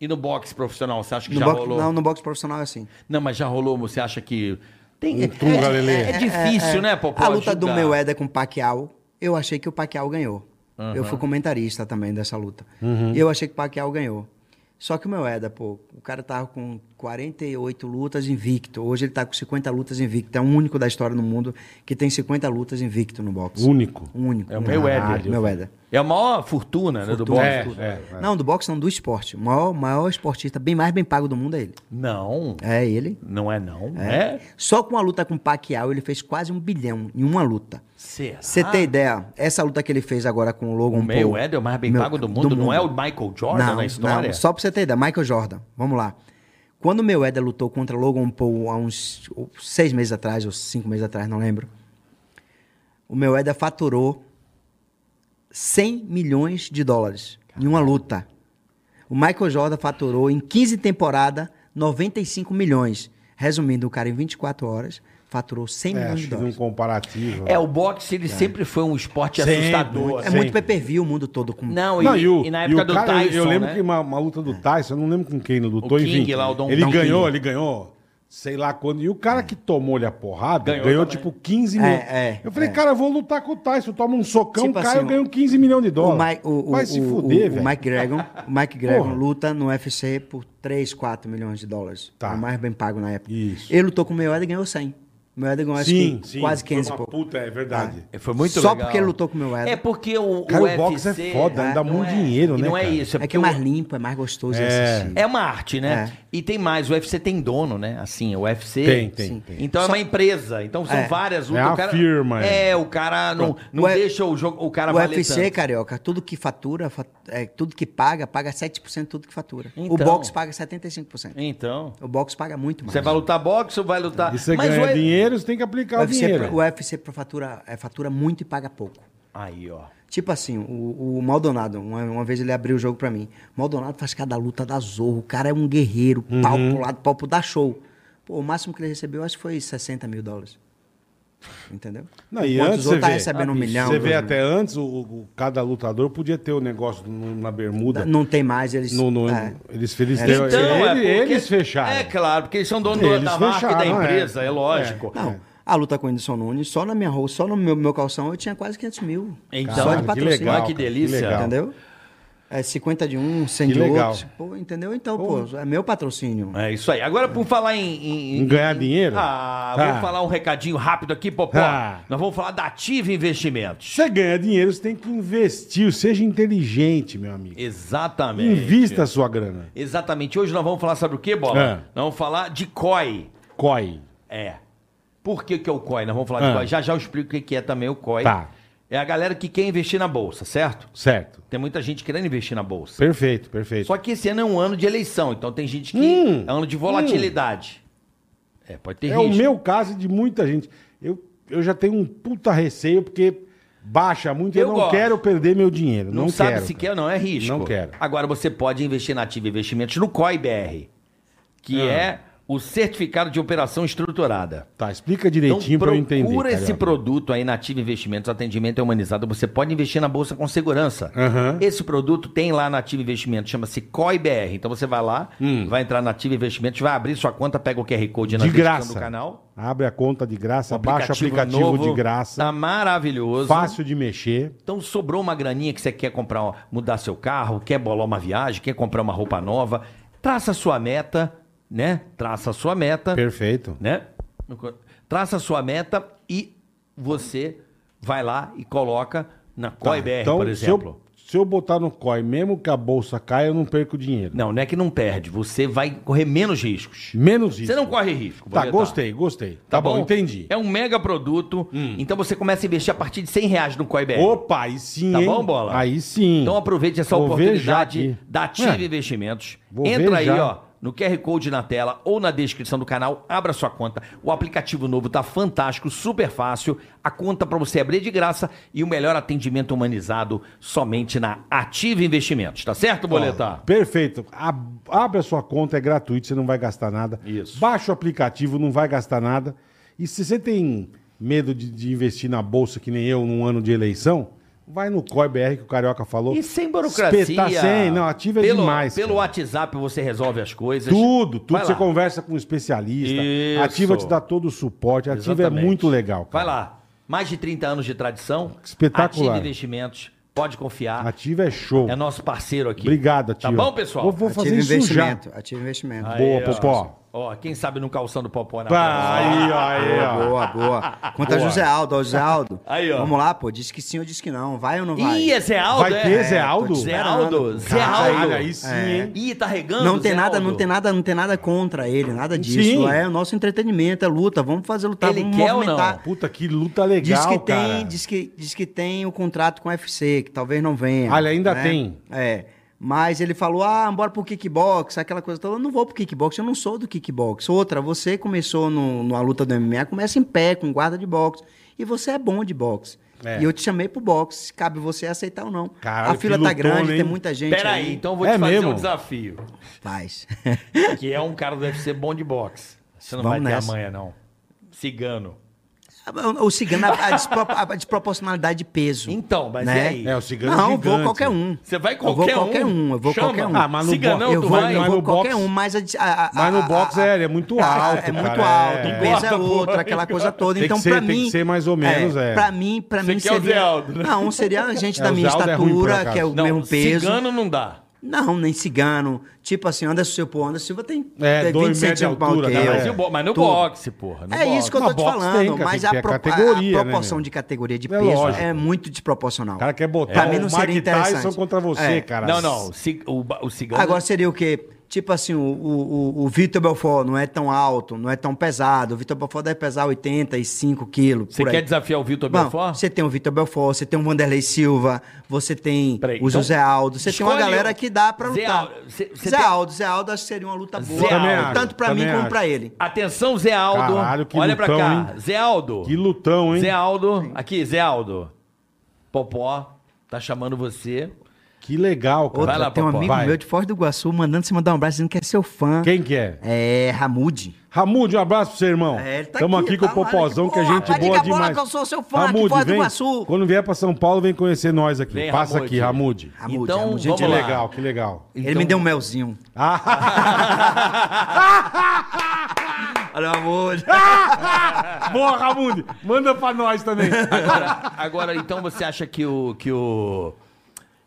[SPEAKER 2] E no boxe profissional, você acha que
[SPEAKER 4] No
[SPEAKER 2] já
[SPEAKER 4] boxe-
[SPEAKER 2] rolou?
[SPEAKER 4] não, no boxe profissional é assim.
[SPEAKER 2] Não, mas já rolou, você acha que. Tem, é,
[SPEAKER 1] Tunga, Lelê.
[SPEAKER 2] é- é difícil, né, Popó?
[SPEAKER 4] A luta do é-
[SPEAKER 2] ajudar?
[SPEAKER 4] Mayweather com o Pacquiao, eu achei que o Pacquiao ganhou. Eu fui comentarista também dessa luta.
[SPEAKER 2] Uhum.
[SPEAKER 4] E eu achei que o Pacquiao ganhou. Só que o Mayweather, pô, o cara tava com 48 lutas invicto. Hoje ele tá com 50 lutas invicto. É o único da história no mundo que tem 50 lutas invicto no boxe.
[SPEAKER 1] Único.
[SPEAKER 4] O único.
[SPEAKER 2] É o Mayweather.
[SPEAKER 4] Caralho, Mayweather.
[SPEAKER 2] É a maior fortuna, né, do boxe.
[SPEAKER 1] É, é, é.
[SPEAKER 4] Não, do boxe não, do esporte. O maior, maior esportista, bem mais bem pago do mundo é ele.
[SPEAKER 2] Não,
[SPEAKER 4] É ele.
[SPEAKER 2] não é não. É?
[SPEAKER 4] Só com a luta com o Pacquiao, ele fez quase um bilhão em uma luta.
[SPEAKER 2] Será?
[SPEAKER 4] Você tem ideia? Essa luta que ele fez agora com o Logan
[SPEAKER 2] O
[SPEAKER 4] Paul.
[SPEAKER 2] Mayweather é o mais bem
[SPEAKER 4] Meu-
[SPEAKER 2] pago do mundo, não é o Michael Jordan
[SPEAKER 4] Não,
[SPEAKER 2] na história?
[SPEAKER 4] não, só pra você ter ideia. Michael Jordan, vamos lá. Quando o Mayweather lutou contra o Logan Paul há uns seis meses atrás, ou cinco meses atrás, não lembro. O Mayweather faturou 100 milhões de dólares em uma luta. O Michael Jordan faturou em 15 temporadas 95 milhões. Resumindo, o cara em 24 horas faturou 100
[SPEAKER 1] É,
[SPEAKER 4] milhões
[SPEAKER 1] acho
[SPEAKER 4] de
[SPEAKER 1] que um
[SPEAKER 4] dólares.
[SPEAKER 1] comparativo.
[SPEAKER 2] É, o boxe ele sempre foi um esporte
[SPEAKER 1] Sempre,
[SPEAKER 2] assustador. né?
[SPEAKER 4] É
[SPEAKER 1] Sim.
[SPEAKER 4] muito pay-per-view o mundo todo com
[SPEAKER 2] Não, e,
[SPEAKER 1] Não, e, o-
[SPEAKER 2] e na
[SPEAKER 1] e
[SPEAKER 2] época
[SPEAKER 1] o
[SPEAKER 2] do
[SPEAKER 1] cara, eu-
[SPEAKER 2] Tyson,
[SPEAKER 1] Eu lembro
[SPEAKER 2] né?
[SPEAKER 4] É.
[SPEAKER 1] que uma, uma luta do Tyson, eu não lembro com quem ele lutou,
[SPEAKER 2] O King
[SPEAKER 1] enfim.
[SPEAKER 2] lá, o Don-
[SPEAKER 1] ele
[SPEAKER 2] Don
[SPEAKER 1] ganhou,
[SPEAKER 2] King.
[SPEAKER 1] ele ganhou sei lá quando. E o cara que tomou-lhe a porrada ganhou,
[SPEAKER 2] Ganhou também.
[SPEAKER 1] tipo 15 mil.
[SPEAKER 4] É, é,
[SPEAKER 1] eu falei,
[SPEAKER 4] é.
[SPEAKER 1] cara, eu vou lutar com o Tyson. Toma um socão,
[SPEAKER 4] Tipo
[SPEAKER 1] cai,
[SPEAKER 4] assim,
[SPEAKER 1] eu ganho 15 milhões de
[SPEAKER 4] O,
[SPEAKER 1] dólares.
[SPEAKER 4] Mike, o,
[SPEAKER 1] Vai
[SPEAKER 4] o-
[SPEAKER 1] se
[SPEAKER 4] o-
[SPEAKER 1] fuder,
[SPEAKER 4] o,
[SPEAKER 1] velho.
[SPEAKER 4] o Mike Dragon, o Mike Dragon
[SPEAKER 1] Porra.
[SPEAKER 4] luta no UFC por 3, 4 milhões de dólares. É
[SPEAKER 1] Tá.
[SPEAKER 4] O mais bem pago na época.
[SPEAKER 1] Isso.
[SPEAKER 4] Ele lutou com o Mayweather e ganhou 100. O Mayweather ganhou acho
[SPEAKER 1] Sim,
[SPEAKER 4] que
[SPEAKER 1] sim.
[SPEAKER 4] quase
[SPEAKER 1] Foi
[SPEAKER 4] 500 e
[SPEAKER 1] uma
[SPEAKER 4] pouco.
[SPEAKER 1] Puta, é verdade.
[SPEAKER 2] É, Foi muito
[SPEAKER 4] Só
[SPEAKER 2] legal.
[SPEAKER 4] porque ele lutou com o Mayweather.
[SPEAKER 2] É porque o,
[SPEAKER 1] Cara, o
[SPEAKER 2] UFC,
[SPEAKER 1] boxe é foda,
[SPEAKER 4] né?
[SPEAKER 1] dá
[SPEAKER 2] não
[SPEAKER 1] muito
[SPEAKER 2] é-
[SPEAKER 1] dinheiro,
[SPEAKER 2] e
[SPEAKER 1] né,
[SPEAKER 2] Não é
[SPEAKER 1] cara?
[SPEAKER 2] isso.
[SPEAKER 4] É, que
[SPEAKER 2] porque
[SPEAKER 4] é
[SPEAKER 2] o-
[SPEAKER 4] mais limpo, é mais gostoso de
[SPEAKER 1] É.
[SPEAKER 4] assistir.
[SPEAKER 2] É uma arte, né?
[SPEAKER 4] É.
[SPEAKER 2] E tem mais, o UFC tem dono, né? Assim, o UFC.
[SPEAKER 1] Tem, tem, Sim.
[SPEAKER 4] tem.
[SPEAKER 2] Então é uma empresa. Então são
[SPEAKER 4] É.
[SPEAKER 2] várias
[SPEAKER 1] É a
[SPEAKER 2] o cara,
[SPEAKER 1] firma, é.
[SPEAKER 2] É. o cara não, não
[SPEAKER 4] O F-
[SPEAKER 2] deixa o, jogo, o cara
[SPEAKER 4] o
[SPEAKER 2] valer
[SPEAKER 4] UFC,
[SPEAKER 2] tanto.
[SPEAKER 4] carioca, tudo que fatura, fa- é, tudo que paga, paga 7% de tudo que fatura.
[SPEAKER 2] Então.
[SPEAKER 4] O boxe paga 75%.
[SPEAKER 2] Então.
[SPEAKER 4] O boxe paga muito mais.
[SPEAKER 2] Você vai lutar boxe ou vai lutar.
[SPEAKER 1] E você
[SPEAKER 2] Mas
[SPEAKER 1] ganha
[SPEAKER 2] o-
[SPEAKER 1] dinheiro, você tem que
[SPEAKER 4] o
[SPEAKER 1] aplicar é o,
[SPEAKER 4] UFC,
[SPEAKER 1] dinheiro.
[SPEAKER 4] pro- o UFC pro fatura, é, fatura muito e paga pouco.
[SPEAKER 2] Aí, ó.
[SPEAKER 4] Tipo assim, o, o Maldonado, uma, uma vez ele abriu o jogo pra mim. Maldonado faz cada luta da zorro. O cara é um guerreiro, pau
[SPEAKER 1] Uhum.
[SPEAKER 4] pro lado, pau pro dá show. Pô, o máximo que ele recebeu, acho que foi 60 mil dólares. Entendeu?
[SPEAKER 1] Não, e
[SPEAKER 4] Enquanto
[SPEAKER 1] antes
[SPEAKER 4] os
[SPEAKER 1] você
[SPEAKER 4] outros tá
[SPEAKER 1] vê,
[SPEAKER 4] recebendo um milhão.
[SPEAKER 1] você vê
[SPEAKER 4] dois
[SPEAKER 1] até antes, o, o- cada lutador podia ter o negócio no- na bermuda.
[SPEAKER 4] milhões. Não tem mais, eles.
[SPEAKER 1] No- no-
[SPEAKER 4] é.
[SPEAKER 1] Eles, eles,
[SPEAKER 2] Então,
[SPEAKER 1] ele-
[SPEAKER 2] é porque-
[SPEAKER 1] eles fecharam.
[SPEAKER 2] É claro, porque eles são dono
[SPEAKER 1] Eles
[SPEAKER 2] da marca e da
[SPEAKER 1] fecharam, é.
[SPEAKER 2] empresa, é, lógico.
[SPEAKER 4] Não, a luta com o Edson Nunes, só na minha roupa, só no meu, meu calção, eu tinha quase 500 mil.
[SPEAKER 2] Então,
[SPEAKER 4] só
[SPEAKER 2] Caralho,
[SPEAKER 4] de
[SPEAKER 2] que
[SPEAKER 4] patrocínio.
[SPEAKER 2] legal,
[SPEAKER 4] Olha
[SPEAKER 2] que delícia.
[SPEAKER 1] É. legal.
[SPEAKER 4] Entendeu? É 50 de um, 100
[SPEAKER 1] Que
[SPEAKER 4] de
[SPEAKER 1] legal.
[SPEAKER 4] outro. Pô, entendeu? Então, pô, é meu patrocínio.
[SPEAKER 2] É isso aí. Agora, por falar em. em-
[SPEAKER 1] Em ganhar dinheiro?
[SPEAKER 2] Ah,
[SPEAKER 1] Ah.
[SPEAKER 2] vamos falar um recadinho rápido aqui, Popó.
[SPEAKER 1] Ah.
[SPEAKER 2] Nós vamos falar da Ativa Investimentos.
[SPEAKER 1] Você ganha dinheiro, você tem que investir. Seja inteligente, meu amigo.
[SPEAKER 2] Exatamente.
[SPEAKER 1] Invista a sua grana.
[SPEAKER 2] Exatamente. Hoje nós vamos falar, sabe o quê, Bola?
[SPEAKER 1] É.
[SPEAKER 2] Nós vamos falar de COI.
[SPEAKER 1] COI.
[SPEAKER 2] É. Por que, que é o COI? Nós vamos falar
[SPEAKER 1] Ah.
[SPEAKER 2] de COI. Já já eu explico o que que é também o COI.
[SPEAKER 1] Tá.
[SPEAKER 2] É a galera que quer investir na Bolsa, certo?
[SPEAKER 1] Certo.
[SPEAKER 2] Tem muita gente querendo investir na Bolsa.
[SPEAKER 1] Perfeito, perfeito.
[SPEAKER 2] Só que esse ano é um ano de eleição, então tem gente que.
[SPEAKER 1] Hum.
[SPEAKER 2] é ano de volatilidade. É, pode ter
[SPEAKER 1] é
[SPEAKER 2] risco.
[SPEAKER 1] o meu caso e de muita gente. Eu, eu já tenho um puta receio porque baixa muito e eu
[SPEAKER 2] Eu
[SPEAKER 1] não
[SPEAKER 2] gosto.
[SPEAKER 1] quero perder meu dinheiro. Não,
[SPEAKER 2] Não, sabe
[SPEAKER 1] quero,
[SPEAKER 2] se
[SPEAKER 1] cara.
[SPEAKER 2] quer ou não, é risco.
[SPEAKER 1] Não quero.
[SPEAKER 2] Agora você pode investir na Ativa Investimentos no COIBR, que
[SPEAKER 1] Ah.
[SPEAKER 2] é o Certificado de Operação Estruturada.
[SPEAKER 1] Tá, explica
[SPEAKER 2] Então
[SPEAKER 1] direitinho pra eu entender.
[SPEAKER 2] procura esse
[SPEAKER 1] Carioca.
[SPEAKER 2] produto aí na Ativa Investimentos, atendimento é humanizado, você pode investir na bolsa com segurança.
[SPEAKER 1] Aham.
[SPEAKER 2] Esse produto tem lá na Ativa Investimentos, chama-se COIBR. Então você vai lá, vai entrar na Ativa Investimentos, vai abrir sua conta, pega o QR Code na
[SPEAKER 1] Hum. De
[SPEAKER 2] descrição
[SPEAKER 1] graça.
[SPEAKER 2] do tá canal.
[SPEAKER 1] Abre a conta de graça, baixa o aplicativo
[SPEAKER 2] novo,
[SPEAKER 1] de graça.
[SPEAKER 2] Tá maravilhoso.
[SPEAKER 1] Fácil de mexer.
[SPEAKER 2] Então sobrou uma graninha que você quer comprar, ó, mudar seu carro, quer bolar uma viagem, quer comprar uma roupa nova, traça a sua meta, né? Traça a sua meta,
[SPEAKER 1] Perfeito.
[SPEAKER 2] né? Traça a sua meta e você vai lá e coloca na COIBR,
[SPEAKER 1] então,
[SPEAKER 2] por
[SPEAKER 1] se
[SPEAKER 2] exemplo.
[SPEAKER 1] eu, se eu botar no COI, mesmo que a bolsa caia, eu não perco dinheiro.
[SPEAKER 2] Não, não é que não perde, você vai correr menos riscos.
[SPEAKER 1] Menos isso.
[SPEAKER 2] Você não corre risco.
[SPEAKER 1] Tá,
[SPEAKER 2] Boletar.
[SPEAKER 1] gostei, gostei. Tá, bom, entendi. Hum.
[SPEAKER 2] É um mega produto, então você começa a investir a partir de 100 reais no COIBR.
[SPEAKER 1] Opa, aí sim.
[SPEAKER 2] Tá
[SPEAKER 1] hein?
[SPEAKER 2] bom, Bola?
[SPEAKER 1] Aí sim.
[SPEAKER 2] Então aproveite essa
[SPEAKER 1] Vou ver já
[SPEAKER 2] oportunidade
[SPEAKER 1] aqui.
[SPEAKER 2] da Ativa
[SPEAKER 1] É.
[SPEAKER 2] Investimentos.
[SPEAKER 1] Vou ver
[SPEAKER 2] Entra aí,
[SPEAKER 1] já.
[SPEAKER 2] ó, no QR Code na tela ou na descrição do canal, abra sua conta. O aplicativo novo tá fantástico, super fácil. A conta para você abrir é de graça e o melhor atendimento humanizado somente na Ativa Investimentos, tá certo, Boletar?
[SPEAKER 1] Perfeito. Ab- Abre a sua conta, é gratuito, você não vai gastar nada.
[SPEAKER 2] Isso.
[SPEAKER 1] Baixa o aplicativo, não vai gastar nada. E se você tem medo de, de investir na bolsa, que nem eu, num ano de eleição, vai no COI-BR que o Carioca falou.
[SPEAKER 2] E sem burocracia.
[SPEAKER 1] Espetar sem, não, ativa é
[SPEAKER 2] pelo,
[SPEAKER 1] demais.
[SPEAKER 2] Pelo
[SPEAKER 1] cara.
[SPEAKER 2] WhatsApp você resolve as coisas.
[SPEAKER 1] Tudo, tudo.
[SPEAKER 2] Vai
[SPEAKER 1] Você
[SPEAKER 2] lá.
[SPEAKER 1] conversa com um especialista.
[SPEAKER 2] Isso.
[SPEAKER 1] Ativa te dá todo o suporte. Ativa é
[SPEAKER 2] Exatamente.
[SPEAKER 1] muito legal.
[SPEAKER 2] Vai
[SPEAKER 1] Cara.
[SPEAKER 2] lá. Mais de 30 anos de tradição.
[SPEAKER 1] Espetacular.
[SPEAKER 2] Ativa Investimentos. Pode confiar.
[SPEAKER 1] Ativa é show.
[SPEAKER 2] É nosso parceiro aqui.
[SPEAKER 1] Obrigado, Ativa.
[SPEAKER 2] Tá bom, pessoal? É,
[SPEAKER 1] Vou, vou fazer
[SPEAKER 4] Ativa
[SPEAKER 1] isso já.
[SPEAKER 4] investimento. Ativa investimento.
[SPEAKER 1] Boa, Popó.
[SPEAKER 2] Ó, quem sabe no calção do Popó na
[SPEAKER 1] Pá,
[SPEAKER 2] praia.
[SPEAKER 1] Tá, Aí, ó, aí,
[SPEAKER 4] Boa,
[SPEAKER 1] ó.
[SPEAKER 4] boa, boa. Quanto a José Aldo, ó, José Aldo.
[SPEAKER 2] Aí, ó.
[SPEAKER 4] Vamos lá, pô. Disse que sim ou disse que não. Vai ou não vai?
[SPEAKER 2] Ih, é Zé Aldo,
[SPEAKER 1] Vai ter
[SPEAKER 2] é?
[SPEAKER 1] Zé
[SPEAKER 2] É,
[SPEAKER 1] Aldo? É.
[SPEAKER 2] tô te Zé Aldo,
[SPEAKER 4] esperando.
[SPEAKER 2] Zé
[SPEAKER 1] Caralho,
[SPEAKER 2] Aldo.
[SPEAKER 1] aí sim,
[SPEAKER 4] é.
[SPEAKER 1] hein?
[SPEAKER 2] Ih, tá regando,
[SPEAKER 4] Não tem
[SPEAKER 2] Zé
[SPEAKER 4] nada,
[SPEAKER 2] Aldo.
[SPEAKER 4] não tem nada, não tem nada contra ele, nada disso.
[SPEAKER 1] Sim.
[SPEAKER 4] É o nosso entretenimento, é luta. Vamos fazer lutar,
[SPEAKER 2] Ele
[SPEAKER 4] vamos
[SPEAKER 2] quer ou
[SPEAKER 4] movimentar.
[SPEAKER 2] não?
[SPEAKER 1] Puta, que luta legal,
[SPEAKER 4] Diz que
[SPEAKER 1] cara.
[SPEAKER 4] tem, diz que, diz que tem o contrato com o UFC, que talvez não venha.
[SPEAKER 1] Ah, ele ainda
[SPEAKER 4] né?
[SPEAKER 1] tem.
[SPEAKER 4] É. Mas ele falou: "Ah, bora pro kickbox", aquela coisa toda. Eu não vou pro kickbox, eu não sou do kickbox. Outra, você começou no, numa luta do MMA, começa em pé com guarda de boxe, e você é bom de boxe.
[SPEAKER 1] É.
[SPEAKER 4] E eu te chamei pro boxe, cabe você aceitar ou não.
[SPEAKER 1] Caralho,
[SPEAKER 4] a
[SPEAKER 1] que
[SPEAKER 4] fila tá
[SPEAKER 1] lutona,
[SPEAKER 4] grande,
[SPEAKER 1] hein?
[SPEAKER 4] tem muita gente
[SPEAKER 2] Pera
[SPEAKER 4] aí.
[SPEAKER 2] aí, então eu vou
[SPEAKER 1] É
[SPEAKER 2] te fazer
[SPEAKER 1] mesmo?
[SPEAKER 2] um desafio.
[SPEAKER 4] Faz.
[SPEAKER 2] Que é um cara do UFC bom de boxe. Você não
[SPEAKER 4] Vamos
[SPEAKER 2] vai ter
[SPEAKER 4] nessa.
[SPEAKER 2] amanhã, não. Cigano.
[SPEAKER 4] [LAUGHS] O cigano, a, a despro- a desproporcionalidade de peso.
[SPEAKER 2] Então, mas
[SPEAKER 4] né?
[SPEAKER 2] e aí?
[SPEAKER 1] É, o cigano
[SPEAKER 4] Não,
[SPEAKER 1] é
[SPEAKER 4] eu vou
[SPEAKER 1] gigante.
[SPEAKER 4] qualquer um.
[SPEAKER 2] Você vai
[SPEAKER 4] Eu vou
[SPEAKER 2] qualquer um?
[SPEAKER 4] qualquer um, eu vou
[SPEAKER 2] Chama.
[SPEAKER 4] qualquer um.
[SPEAKER 1] Ah, mas no
[SPEAKER 2] Ciganão,
[SPEAKER 1] boxe-
[SPEAKER 4] eu
[SPEAKER 2] tu
[SPEAKER 4] vou,
[SPEAKER 2] vai?
[SPEAKER 4] eu
[SPEAKER 1] mas
[SPEAKER 4] vou
[SPEAKER 1] no
[SPEAKER 4] qualquer
[SPEAKER 1] boxe-
[SPEAKER 4] um, mas a, a, a-
[SPEAKER 1] Mas no
[SPEAKER 4] a-
[SPEAKER 1] boxe,
[SPEAKER 4] a-
[SPEAKER 1] é, é muito alto,
[SPEAKER 4] É muito
[SPEAKER 1] cara,
[SPEAKER 4] alto,
[SPEAKER 1] é.
[SPEAKER 4] o peso é
[SPEAKER 2] Engorda,
[SPEAKER 4] outro,
[SPEAKER 2] porra,
[SPEAKER 4] aquela coisa toda.
[SPEAKER 1] Tem que
[SPEAKER 4] Então,
[SPEAKER 1] ser-
[SPEAKER 4] pra
[SPEAKER 1] tem que
[SPEAKER 4] mim.
[SPEAKER 1] ser mais ou menos, é.
[SPEAKER 4] Pra mim, pra
[SPEAKER 2] Você
[SPEAKER 4] mim
[SPEAKER 2] quer o Zé
[SPEAKER 4] seria.
[SPEAKER 2] Aldo, né?
[SPEAKER 4] Não, seria gente
[SPEAKER 1] É,
[SPEAKER 4] da
[SPEAKER 1] o
[SPEAKER 4] minha
[SPEAKER 1] Zé Aldo é ruim, por
[SPEAKER 4] estatura,
[SPEAKER 1] acaso.
[SPEAKER 4] que é o
[SPEAKER 2] Não,
[SPEAKER 1] um
[SPEAKER 4] mesmo peso.
[SPEAKER 2] cigano não dá.
[SPEAKER 4] Não, nem cigano. Tipo assim, Anderson seu pô, Anderson Silva tem
[SPEAKER 1] É,
[SPEAKER 4] tem
[SPEAKER 1] dois
[SPEAKER 4] 20
[SPEAKER 1] metros de
[SPEAKER 4] centímetros mais
[SPEAKER 1] altura,
[SPEAKER 4] que
[SPEAKER 1] né?
[SPEAKER 4] eu.
[SPEAKER 2] Tá, Mas, e o bo- mas no
[SPEAKER 4] Tudo.
[SPEAKER 2] boxe, porra. no
[SPEAKER 4] É isso que eu
[SPEAKER 1] Mas
[SPEAKER 4] tô te
[SPEAKER 1] boxe
[SPEAKER 4] falando,
[SPEAKER 1] tem, cara,
[SPEAKER 4] mas
[SPEAKER 1] tem que
[SPEAKER 4] a,
[SPEAKER 1] ter
[SPEAKER 4] pro- a- a
[SPEAKER 1] categoria, né,
[SPEAKER 4] proporção
[SPEAKER 1] meu?
[SPEAKER 4] de categoria de
[SPEAKER 1] É
[SPEAKER 4] peso
[SPEAKER 1] lógico.
[SPEAKER 4] é muito desproporcional.
[SPEAKER 1] O cara quer botar
[SPEAKER 4] Pra mim
[SPEAKER 1] o
[SPEAKER 4] não seria
[SPEAKER 1] Mike Tyson
[SPEAKER 4] interessante.
[SPEAKER 1] contra você,
[SPEAKER 4] É.
[SPEAKER 1] cara.
[SPEAKER 2] Não, não. O, ci- o, ba- o cigano.
[SPEAKER 4] Agora seria o quê? Tipo assim, o, o, o- o Vitor Belfort não é tão alto, não é tão pesado. O Vitor Belfort deve pesar 85 quilos.
[SPEAKER 2] você
[SPEAKER 4] por aí.
[SPEAKER 2] quer desafiar o Vitor
[SPEAKER 4] Bom,
[SPEAKER 2] Belfort?
[SPEAKER 4] Você tem o Vitor Belfort, você tem o Vanderlei Silva, você tem
[SPEAKER 2] Peraí,
[SPEAKER 4] o
[SPEAKER 2] então,
[SPEAKER 4] José Aldo, você tem uma
[SPEAKER 2] escolhe
[SPEAKER 4] galera
[SPEAKER 2] um.
[SPEAKER 4] que dá pra
[SPEAKER 2] Zé
[SPEAKER 4] lutar.
[SPEAKER 2] Aldo, cê- cê
[SPEAKER 4] Zé
[SPEAKER 2] tem-
[SPEAKER 4] Aldo, Zé Aldo, acho que seria uma luta boa.
[SPEAKER 2] Também
[SPEAKER 1] acho,
[SPEAKER 4] tanto pra mim
[SPEAKER 1] também
[SPEAKER 4] como
[SPEAKER 1] acho.
[SPEAKER 4] pra ele.
[SPEAKER 2] Atenção, Zé Aldo.
[SPEAKER 1] Caralho, que
[SPEAKER 2] Olha pra
[SPEAKER 1] lutão,
[SPEAKER 2] cá.
[SPEAKER 1] hein?
[SPEAKER 2] Zé Aldo.
[SPEAKER 1] Que lutão, hein?
[SPEAKER 2] Zé Aldo. Aqui, Zé Aldo. Popó, tá
[SPEAKER 1] [LAUGHS]
[SPEAKER 2] chamando você.
[SPEAKER 1] Que legal, cara.
[SPEAKER 4] Outra,
[SPEAKER 2] Vai lá,
[SPEAKER 4] tem um
[SPEAKER 2] Popó,
[SPEAKER 4] amigo
[SPEAKER 1] vai.
[SPEAKER 4] meu de Foz do Iguaçu mandando se mandar um abraço dizendo que é seu fã.
[SPEAKER 1] Quem que é?
[SPEAKER 4] É Ramude.
[SPEAKER 1] Ramude, um abraço pra você, irmão.
[SPEAKER 4] É, ele tá
[SPEAKER 1] Tamo
[SPEAKER 4] aqui,
[SPEAKER 1] aqui, com
[SPEAKER 4] tá?
[SPEAKER 1] o Popozão,
[SPEAKER 4] Olha
[SPEAKER 1] que a
[SPEAKER 4] que
[SPEAKER 1] gente
[SPEAKER 4] porra,
[SPEAKER 1] boa
[SPEAKER 4] diga bola
[SPEAKER 1] demais.
[SPEAKER 4] que eu sou seu fã aqui, Foz do
[SPEAKER 1] vem.
[SPEAKER 4] Iguaçu.
[SPEAKER 1] Quando vier pra São Paulo, vem conhecer nós aqui.
[SPEAKER 2] Vem,
[SPEAKER 1] Passa
[SPEAKER 2] Ramude.
[SPEAKER 1] aqui, Ramude.
[SPEAKER 4] Ramude,
[SPEAKER 2] Então,
[SPEAKER 4] Ramude,
[SPEAKER 2] vamos
[SPEAKER 1] Que
[SPEAKER 4] gente
[SPEAKER 2] lá. Então-
[SPEAKER 4] boa.
[SPEAKER 1] legal, que legal. Ah,
[SPEAKER 4] Ele me deu um melzinho. Olha o amor.
[SPEAKER 1] [LAUGHS] Boa, Ramude. Manda pra nós também.
[SPEAKER 2] Agora, agora, então você acha que o. Que o.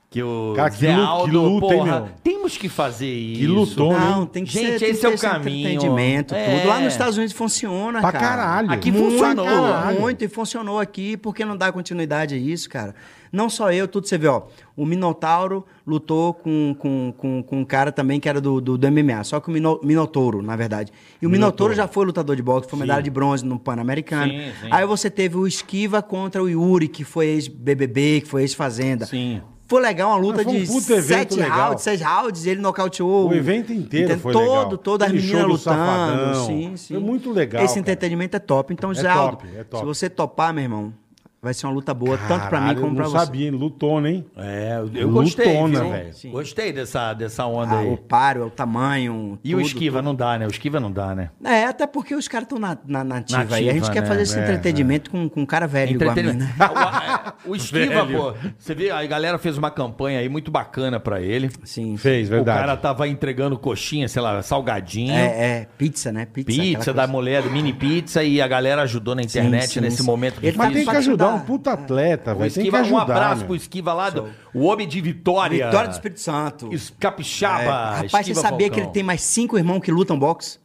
[SPEAKER 2] Que o.
[SPEAKER 1] Cara, que lu-
[SPEAKER 2] Zé
[SPEAKER 1] que
[SPEAKER 2] Aldo,
[SPEAKER 1] luta, hein,
[SPEAKER 2] porra.
[SPEAKER 1] meu?
[SPEAKER 2] temos que fazer isso.
[SPEAKER 1] lutão, hein?
[SPEAKER 4] Não, tem que
[SPEAKER 2] né? Gente,
[SPEAKER 4] ser. tem
[SPEAKER 2] esse
[SPEAKER 4] que
[SPEAKER 2] é
[SPEAKER 4] ter
[SPEAKER 2] o caminho.
[SPEAKER 4] Entendimento,
[SPEAKER 2] É.
[SPEAKER 4] tudo. Lá nos Estados Unidos funciona,
[SPEAKER 1] pra
[SPEAKER 4] cara.
[SPEAKER 1] caralho.
[SPEAKER 2] Aqui
[SPEAKER 4] Muito,
[SPEAKER 2] funcionou.
[SPEAKER 4] Muito, e funcionou aqui, porque não dá continuidade a isso, cara. Não só eu, tudo você vê, ó. O Minotauro lutou com, com, com, com um cara também que era do, do, do MMA, só que o Mino- Minotouro, na verdade. E o Minotouro, já foi lutador de boxe, foi medalha de bronze no Pan-Americano.
[SPEAKER 2] Sim, sim.
[SPEAKER 4] Aí você teve o Esquiva contra o Yuri, que foi ex-BBB, que foi ex-Fazenda.
[SPEAKER 2] Sim.
[SPEAKER 4] Foi legal, uma luta
[SPEAKER 1] Mas foi um
[SPEAKER 4] de
[SPEAKER 1] puta evento
[SPEAKER 4] sete
[SPEAKER 1] legal.
[SPEAKER 4] rounds, seis rounds, ele nocauteou.
[SPEAKER 1] O evento inteiro
[SPEAKER 4] Entende?
[SPEAKER 1] foi
[SPEAKER 4] todo,
[SPEAKER 1] legal.
[SPEAKER 4] Todo, todas as
[SPEAKER 1] Aquele
[SPEAKER 4] meninas
[SPEAKER 1] show do
[SPEAKER 4] lutando.
[SPEAKER 1] Safadão.
[SPEAKER 4] Sim, sim.
[SPEAKER 1] Foi muito legal,
[SPEAKER 4] Esse
[SPEAKER 1] cara.
[SPEAKER 4] entretenimento é top. Então, Zé
[SPEAKER 1] top,
[SPEAKER 4] Aldo,
[SPEAKER 1] é top.
[SPEAKER 4] se você topar, meu irmão, vai ser uma luta boa, tanto pra mim
[SPEAKER 1] Caralho,
[SPEAKER 4] como
[SPEAKER 1] eu
[SPEAKER 4] pra
[SPEAKER 1] não
[SPEAKER 4] você.
[SPEAKER 1] sabia, hein? Lutona, hein?
[SPEAKER 2] É, eu, eu
[SPEAKER 1] Lutona,
[SPEAKER 2] gostei. viu?
[SPEAKER 1] velho.
[SPEAKER 2] Sim. Gostei dessa, dessa onda
[SPEAKER 4] Ah, o
[SPEAKER 2] aí.
[SPEAKER 4] paro, é o tamanho.
[SPEAKER 2] E o
[SPEAKER 4] tudo,
[SPEAKER 2] esquiva não dá, né? O esquiva não dá, né?
[SPEAKER 4] tudo. É, até porque os caras estão na, na nativa, aí. A gente
[SPEAKER 2] Nativa,
[SPEAKER 4] quer
[SPEAKER 2] né?
[SPEAKER 4] fazer esse
[SPEAKER 1] É,
[SPEAKER 4] entretenimento com, com um cara velho igual
[SPEAKER 2] [LAUGHS]
[SPEAKER 4] a mim, né?
[SPEAKER 2] é,
[SPEAKER 4] [LAUGHS]
[SPEAKER 2] O, o esquiva,
[SPEAKER 1] Velho.
[SPEAKER 2] pô. Você vê, a galera fez uma campanha aí muito bacana pra ele.
[SPEAKER 4] Sim.
[SPEAKER 1] Fez, verdade.
[SPEAKER 2] O cara tava entregando coxinha, sei lá, salgadinho.
[SPEAKER 4] É, é, pizza, né? Pizza.
[SPEAKER 2] Pizza
[SPEAKER 4] aquela
[SPEAKER 2] da
[SPEAKER 4] coisa.
[SPEAKER 2] mulher, mini pizza, e a galera ajudou na internet
[SPEAKER 4] sim,
[SPEAKER 2] nesse
[SPEAKER 4] sim.
[SPEAKER 2] momento.
[SPEAKER 4] Ele
[SPEAKER 1] Mas
[SPEAKER 2] difícil.
[SPEAKER 1] tem que
[SPEAKER 4] Pra
[SPEAKER 1] ajudar
[SPEAKER 4] ajudar.
[SPEAKER 1] um puta atleta,
[SPEAKER 2] Tá É. O
[SPEAKER 1] velho. Tem que
[SPEAKER 2] Esquiva,
[SPEAKER 1] ajudar.
[SPEAKER 2] um abraço
[SPEAKER 1] meu.
[SPEAKER 2] pro Esquiva lá, do, o homem de Vitória.
[SPEAKER 4] Vitória do Espírito Santo.
[SPEAKER 2] Es- Capixaba.
[SPEAKER 4] É, rapaz, você
[SPEAKER 2] Esquiva
[SPEAKER 4] sabia
[SPEAKER 2] Falcão.
[SPEAKER 4] que ele tem mais cinco irmãos que lutam boxe?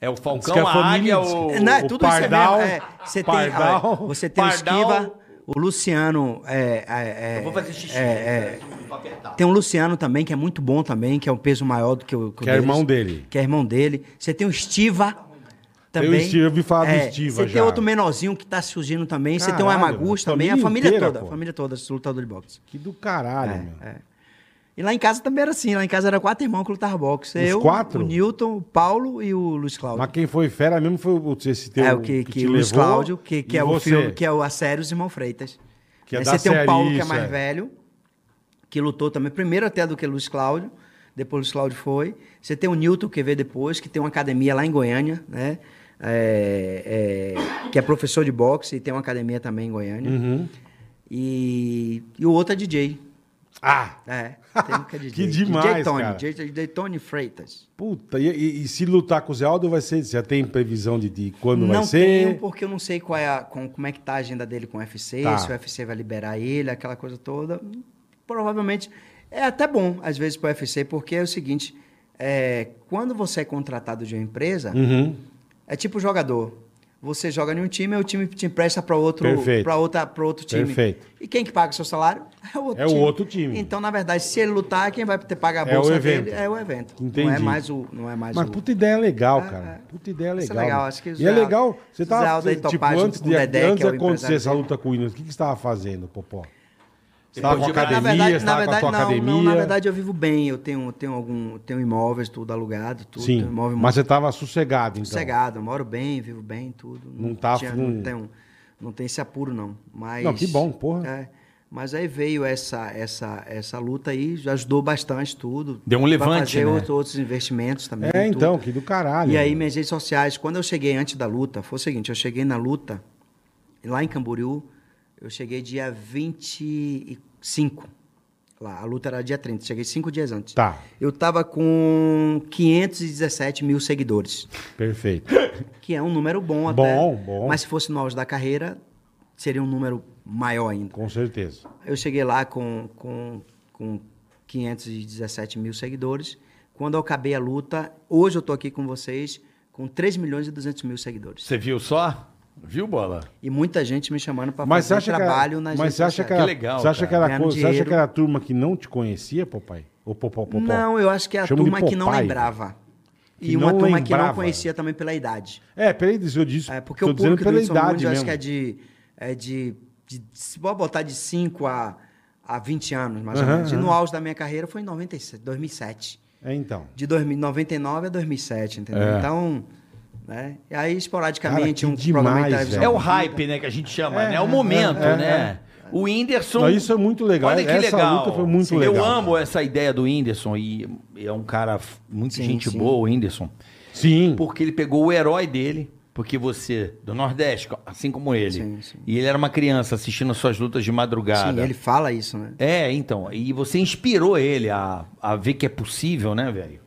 [SPEAKER 2] É o
[SPEAKER 1] Diz que
[SPEAKER 2] Falcão,
[SPEAKER 1] a
[SPEAKER 2] a
[SPEAKER 1] família-
[SPEAKER 2] Águia, o...
[SPEAKER 4] Não, é
[SPEAKER 1] o
[SPEAKER 4] tudo
[SPEAKER 1] Pardal,
[SPEAKER 4] isso é mesmo. É, você,
[SPEAKER 1] Pardal,
[SPEAKER 4] tem, ó, você tem o
[SPEAKER 2] Pardal.
[SPEAKER 4] Esquiva, o Luciano. É, é, é,
[SPEAKER 2] Eu vou fazer xixi. Vou apertar.
[SPEAKER 4] Tem o Luciano também, que é muito bom também, que é um peso maior do que o
[SPEAKER 1] Que é
[SPEAKER 4] deles,
[SPEAKER 1] irmão dele.
[SPEAKER 4] Que é irmão dele. Você tem o Estiva
[SPEAKER 1] Tem o
[SPEAKER 4] também. É,
[SPEAKER 1] Estiva, eu ouvi falar do Estiva
[SPEAKER 4] Você tem
[SPEAKER 1] já.
[SPEAKER 4] outro menorzinho que tá surgindo também. Você tem o
[SPEAKER 1] Caralho,
[SPEAKER 4] Amagus
[SPEAKER 1] a
[SPEAKER 4] também. A
[SPEAKER 1] família
[SPEAKER 4] família
[SPEAKER 1] inteira,
[SPEAKER 4] toda.
[SPEAKER 1] pô.
[SPEAKER 4] A família toda, esse lutador de boxe.
[SPEAKER 1] Que do
[SPEAKER 2] É,
[SPEAKER 1] caralho, meu.
[SPEAKER 4] E lá em casa também era assim. Lá em casa era quatro irmãos que lutavam boxe.
[SPEAKER 1] Os
[SPEAKER 4] eu,
[SPEAKER 1] quatro?
[SPEAKER 4] o Newton, o Paulo e o Luiz Cláudio.
[SPEAKER 1] Mas quem foi fera mesmo foi o- esse teu
[SPEAKER 4] É o que, que,
[SPEAKER 1] te
[SPEAKER 4] o Luiz
[SPEAKER 1] levou,
[SPEAKER 4] Cláudio, que, que
[SPEAKER 1] e
[SPEAKER 4] é o
[SPEAKER 1] você.
[SPEAKER 4] filme, que é o A Série Os Irmão Freitas.
[SPEAKER 1] Que é
[SPEAKER 4] Aí
[SPEAKER 1] da
[SPEAKER 4] você tem
[SPEAKER 1] série,
[SPEAKER 4] o Paulo, que é
[SPEAKER 1] isso,
[SPEAKER 4] mais
[SPEAKER 1] é.
[SPEAKER 4] velho, que lutou também, primeiro até do que o Luiz Cláudio, depois o Luiz Cláudio foi. Você tem o Newton, que veio depois, que tem uma academia lá em Goiânia, né? É, é, que é professor de boxe e tem uma academia também em Goiânia.
[SPEAKER 1] Uhum.
[SPEAKER 4] E, e o outro é DJ.
[SPEAKER 1] Ah,
[SPEAKER 4] É,
[SPEAKER 1] [LAUGHS]
[SPEAKER 4] tem um que é DJ.
[SPEAKER 1] Que demais,
[SPEAKER 4] DJ Tony,
[SPEAKER 1] cara.
[SPEAKER 4] DJ, DJ Tony Freitas.
[SPEAKER 1] puta. E, e- e se lutar com o Zé Aldo, vai ser. Já tem previsão de, de quando
[SPEAKER 4] não
[SPEAKER 1] vai ser?
[SPEAKER 4] tenho, porque eu não sei qual é a- com- como é que tá a agenda dele com o UFC,
[SPEAKER 1] Tá.
[SPEAKER 4] se o UFC vai liberar ele, aquela coisa toda. Provavelmente é até bom, às vezes, para o UFC, porque é o seguinte: é, quando você é contratado de uma empresa,
[SPEAKER 1] Uhum.
[SPEAKER 4] é tipo jogador. Você joga em um time, aí o time te empresta para outro,
[SPEAKER 1] Perfeito.
[SPEAKER 4] pra outra, pra outro time.
[SPEAKER 1] Perfeito.
[SPEAKER 4] E quem que paga o seu salário? [LAUGHS] É o outro
[SPEAKER 1] É o
[SPEAKER 4] time.
[SPEAKER 1] outro time.
[SPEAKER 4] Então, na verdade, se ele lutar, quem vai ter pagar a
[SPEAKER 1] É o
[SPEAKER 4] bolsa
[SPEAKER 1] evento.
[SPEAKER 4] dele é o evento. Não é
[SPEAKER 1] Entendi.
[SPEAKER 4] mais o. Não é mais
[SPEAKER 1] Mas
[SPEAKER 4] o...
[SPEAKER 1] puta ideia legal,
[SPEAKER 4] É,
[SPEAKER 1] cara.
[SPEAKER 4] é.
[SPEAKER 1] Puta ideia
[SPEAKER 4] Isso é
[SPEAKER 1] legal.
[SPEAKER 4] legal, acho que
[SPEAKER 1] e
[SPEAKER 4] Zé
[SPEAKER 1] é
[SPEAKER 4] Aldo-
[SPEAKER 1] legal. Você
[SPEAKER 4] Zé
[SPEAKER 1] tava,
[SPEAKER 4] Aldo aí
[SPEAKER 1] tipo,
[SPEAKER 4] topar junto
[SPEAKER 1] antes
[SPEAKER 4] com
[SPEAKER 1] de,
[SPEAKER 4] o Dedé,
[SPEAKER 1] antes
[SPEAKER 4] que é o
[SPEAKER 1] de acontecer
[SPEAKER 4] empresário
[SPEAKER 1] essa
[SPEAKER 4] dele.
[SPEAKER 1] luta com o Ineos, o que, que você tava fazendo, Popó? Você tava com a
[SPEAKER 2] de- Na
[SPEAKER 1] academia, você tava com a tua
[SPEAKER 4] não,
[SPEAKER 1] academia.
[SPEAKER 4] não, na verdade eu vivo bem, eu tenho, tenho algum, tenho imóveis, tudo alugado, tudo,
[SPEAKER 1] Sim,
[SPEAKER 4] tenho imóvel
[SPEAKER 1] mas
[SPEAKER 4] muito
[SPEAKER 1] você tava sossegado, então.
[SPEAKER 4] sossegado, eu moro bem, vivo bem, tudo.
[SPEAKER 1] Não tá com-
[SPEAKER 4] não tenho, não tem esse apuro não, mas
[SPEAKER 1] Não, que bom, porra.
[SPEAKER 4] É, mas aí veio essa essa essa luta aí, já ajudou bastante tudo.
[SPEAKER 2] Deu um
[SPEAKER 4] Pra
[SPEAKER 2] levante,
[SPEAKER 4] fazer
[SPEAKER 2] né?
[SPEAKER 4] outro- outros investimentos também.
[SPEAKER 1] É,
[SPEAKER 4] tudo.
[SPEAKER 1] então, que do caralho. né?
[SPEAKER 4] E aí,
[SPEAKER 1] mano.
[SPEAKER 4] minhas redes sociais, quando eu cheguei antes da luta, foi o seguinte: eu cheguei na luta lá em Camboriú, eu cheguei dia 25. Lá, a luta era dia 30, cheguei cinco dias antes.
[SPEAKER 1] Tá.
[SPEAKER 4] Eu tava com 517 mil seguidores,
[SPEAKER 1] Perfeito.
[SPEAKER 4] que é um número bom até.
[SPEAKER 1] Bom, bom.
[SPEAKER 4] Mas se fosse no auge da carreira, seria um número maior ainda.
[SPEAKER 1] Com certeza.
[SPEAKER 4] Eu cheguei lá com, com, com 517 mil seguidores. Quando eu acabei a luta, hoje eu tô aqui com vocês com 3 milhões e 200 mil seguidores.
[SPEAKER 2] Você viu só? Viu, bola?
[SPEAKER 4] E muita gente me chamando para
[SPEAKER 1] Mas você
[SPEAKER 4] fazer
[SPEAKER 1] acha
[SPEAKER 4] trabalho
[SPEAKER 1] que era,
[SPEAKER 4] nas
[SPEAKER 1] mas
[SPEAKER 4] redes
[SPEAKER 1] você acha que,
[SPEAKER 4] sociais.
[SPEAKER 1] era,
[SPEAKER 2] Que legal,
[SPEAKER 1] você acha
[SPEAKER 2] cara.
[SPEAKER 1] que era
[SPEAKER 4] Ganhando
[SPEAKER 1] coisa- você acha
[SPEAKER 4] dinheiro.
[SPEAKER 1] que era a turma que não te conhecia, papai? Ou popó, popó?
[SPEAKER 4] Não, eu acho que é a
[SPEAKER 1] Chama de
[SPEAKER 4] turma que não
[SPEAKER 1] Popeye.
[SPEAKER 4] lembrava.
[SPEAKER 1] Que
[SPEAKER 4] e uma
[SPEAKER 1] não
[SPEAKER 4] turma que
[SPEAKER 1] lembrava.
[SPEAKER 4] não conhecia também pela idade.
[SPEAKER 1] É, peraí, eu disse.
[SPEAKER 4] É, porque
[SPEAKER 1] tô
[SPEAKER 4] o público do
[SPEAKER 1] pela
[SPEAKER 4] Wilson
[SPEAKER 1] idade
[SPEAKER 4] Nunes, eu
[SPEAKER 1] mesmo.
[SPEAKER 4] acho que é de, é de, de- Se vou botar de 5 a, a 20 anos, mais
[SPEAKER 1] Aham,
[SPEAKER 4] ou menos. E no
[SPEAKER 1] aham.
[SPEAKER 4] auge da minha carreira foi em 97, 2007.
[SPEAKER 1] É, então.
[SPEAKER 4] De 2000 99 a 2007, entendeu?
[SPEAKER 1] É.
[SPEAKER 4] Então. Né? E aí, esporadicamente,
[SPEAKER 1] Cara,
[SPEAKER 4] um
[SPEAKER 1] que
[SPEAKER 4] programa
[SPEAKER 1] demais,
[SPEAKER 4] de
[SPEAKER 1] velho.
[SPEAKER 4] televisão.
[SPEAKER 2] É o hype, né, que a gente chama, né? É o momento,
[SPEAKER 1] é,
[SPEAKER 2] né? O Whindersson.
[SPEAKER 1] Não, isso é muito legal.
[SPEAKER 2] Olha que
[SPEAKER 1] Essa
[SPEAKER 2] legal.
[SPEAKER 1] luta foi muito
[SPEAKER 2] Sim,
[SPEAKER 1] legal.
[SPEAKER 2] Eu
[SPEAKER 1] cara.
[SPEAKER 2] amo essa ideia do Whindersson e e é um cara, f- muito
[SPEAKER 4] Sim,
[SPEAKER 2] gente
[SPEAKER 4] sim.
[SPEAKER 2] boa, o Whindersson.
[SPEAKER 1] Sim.
[SPEAKER 2] Porque ele pegou o herói dele, porque você, do Nordeste, co- assim como ele.
[SPEAKER 4] Sim, sim.
[SPEAKER 2] E ele era uma criança assistindo as suas lutas de madrugada.
[SPEAKER 4] Sim, ele fala isso, né?
[SPEAKER 2] É, então. E você inspirou ele a, a ver que é possível, né, velho?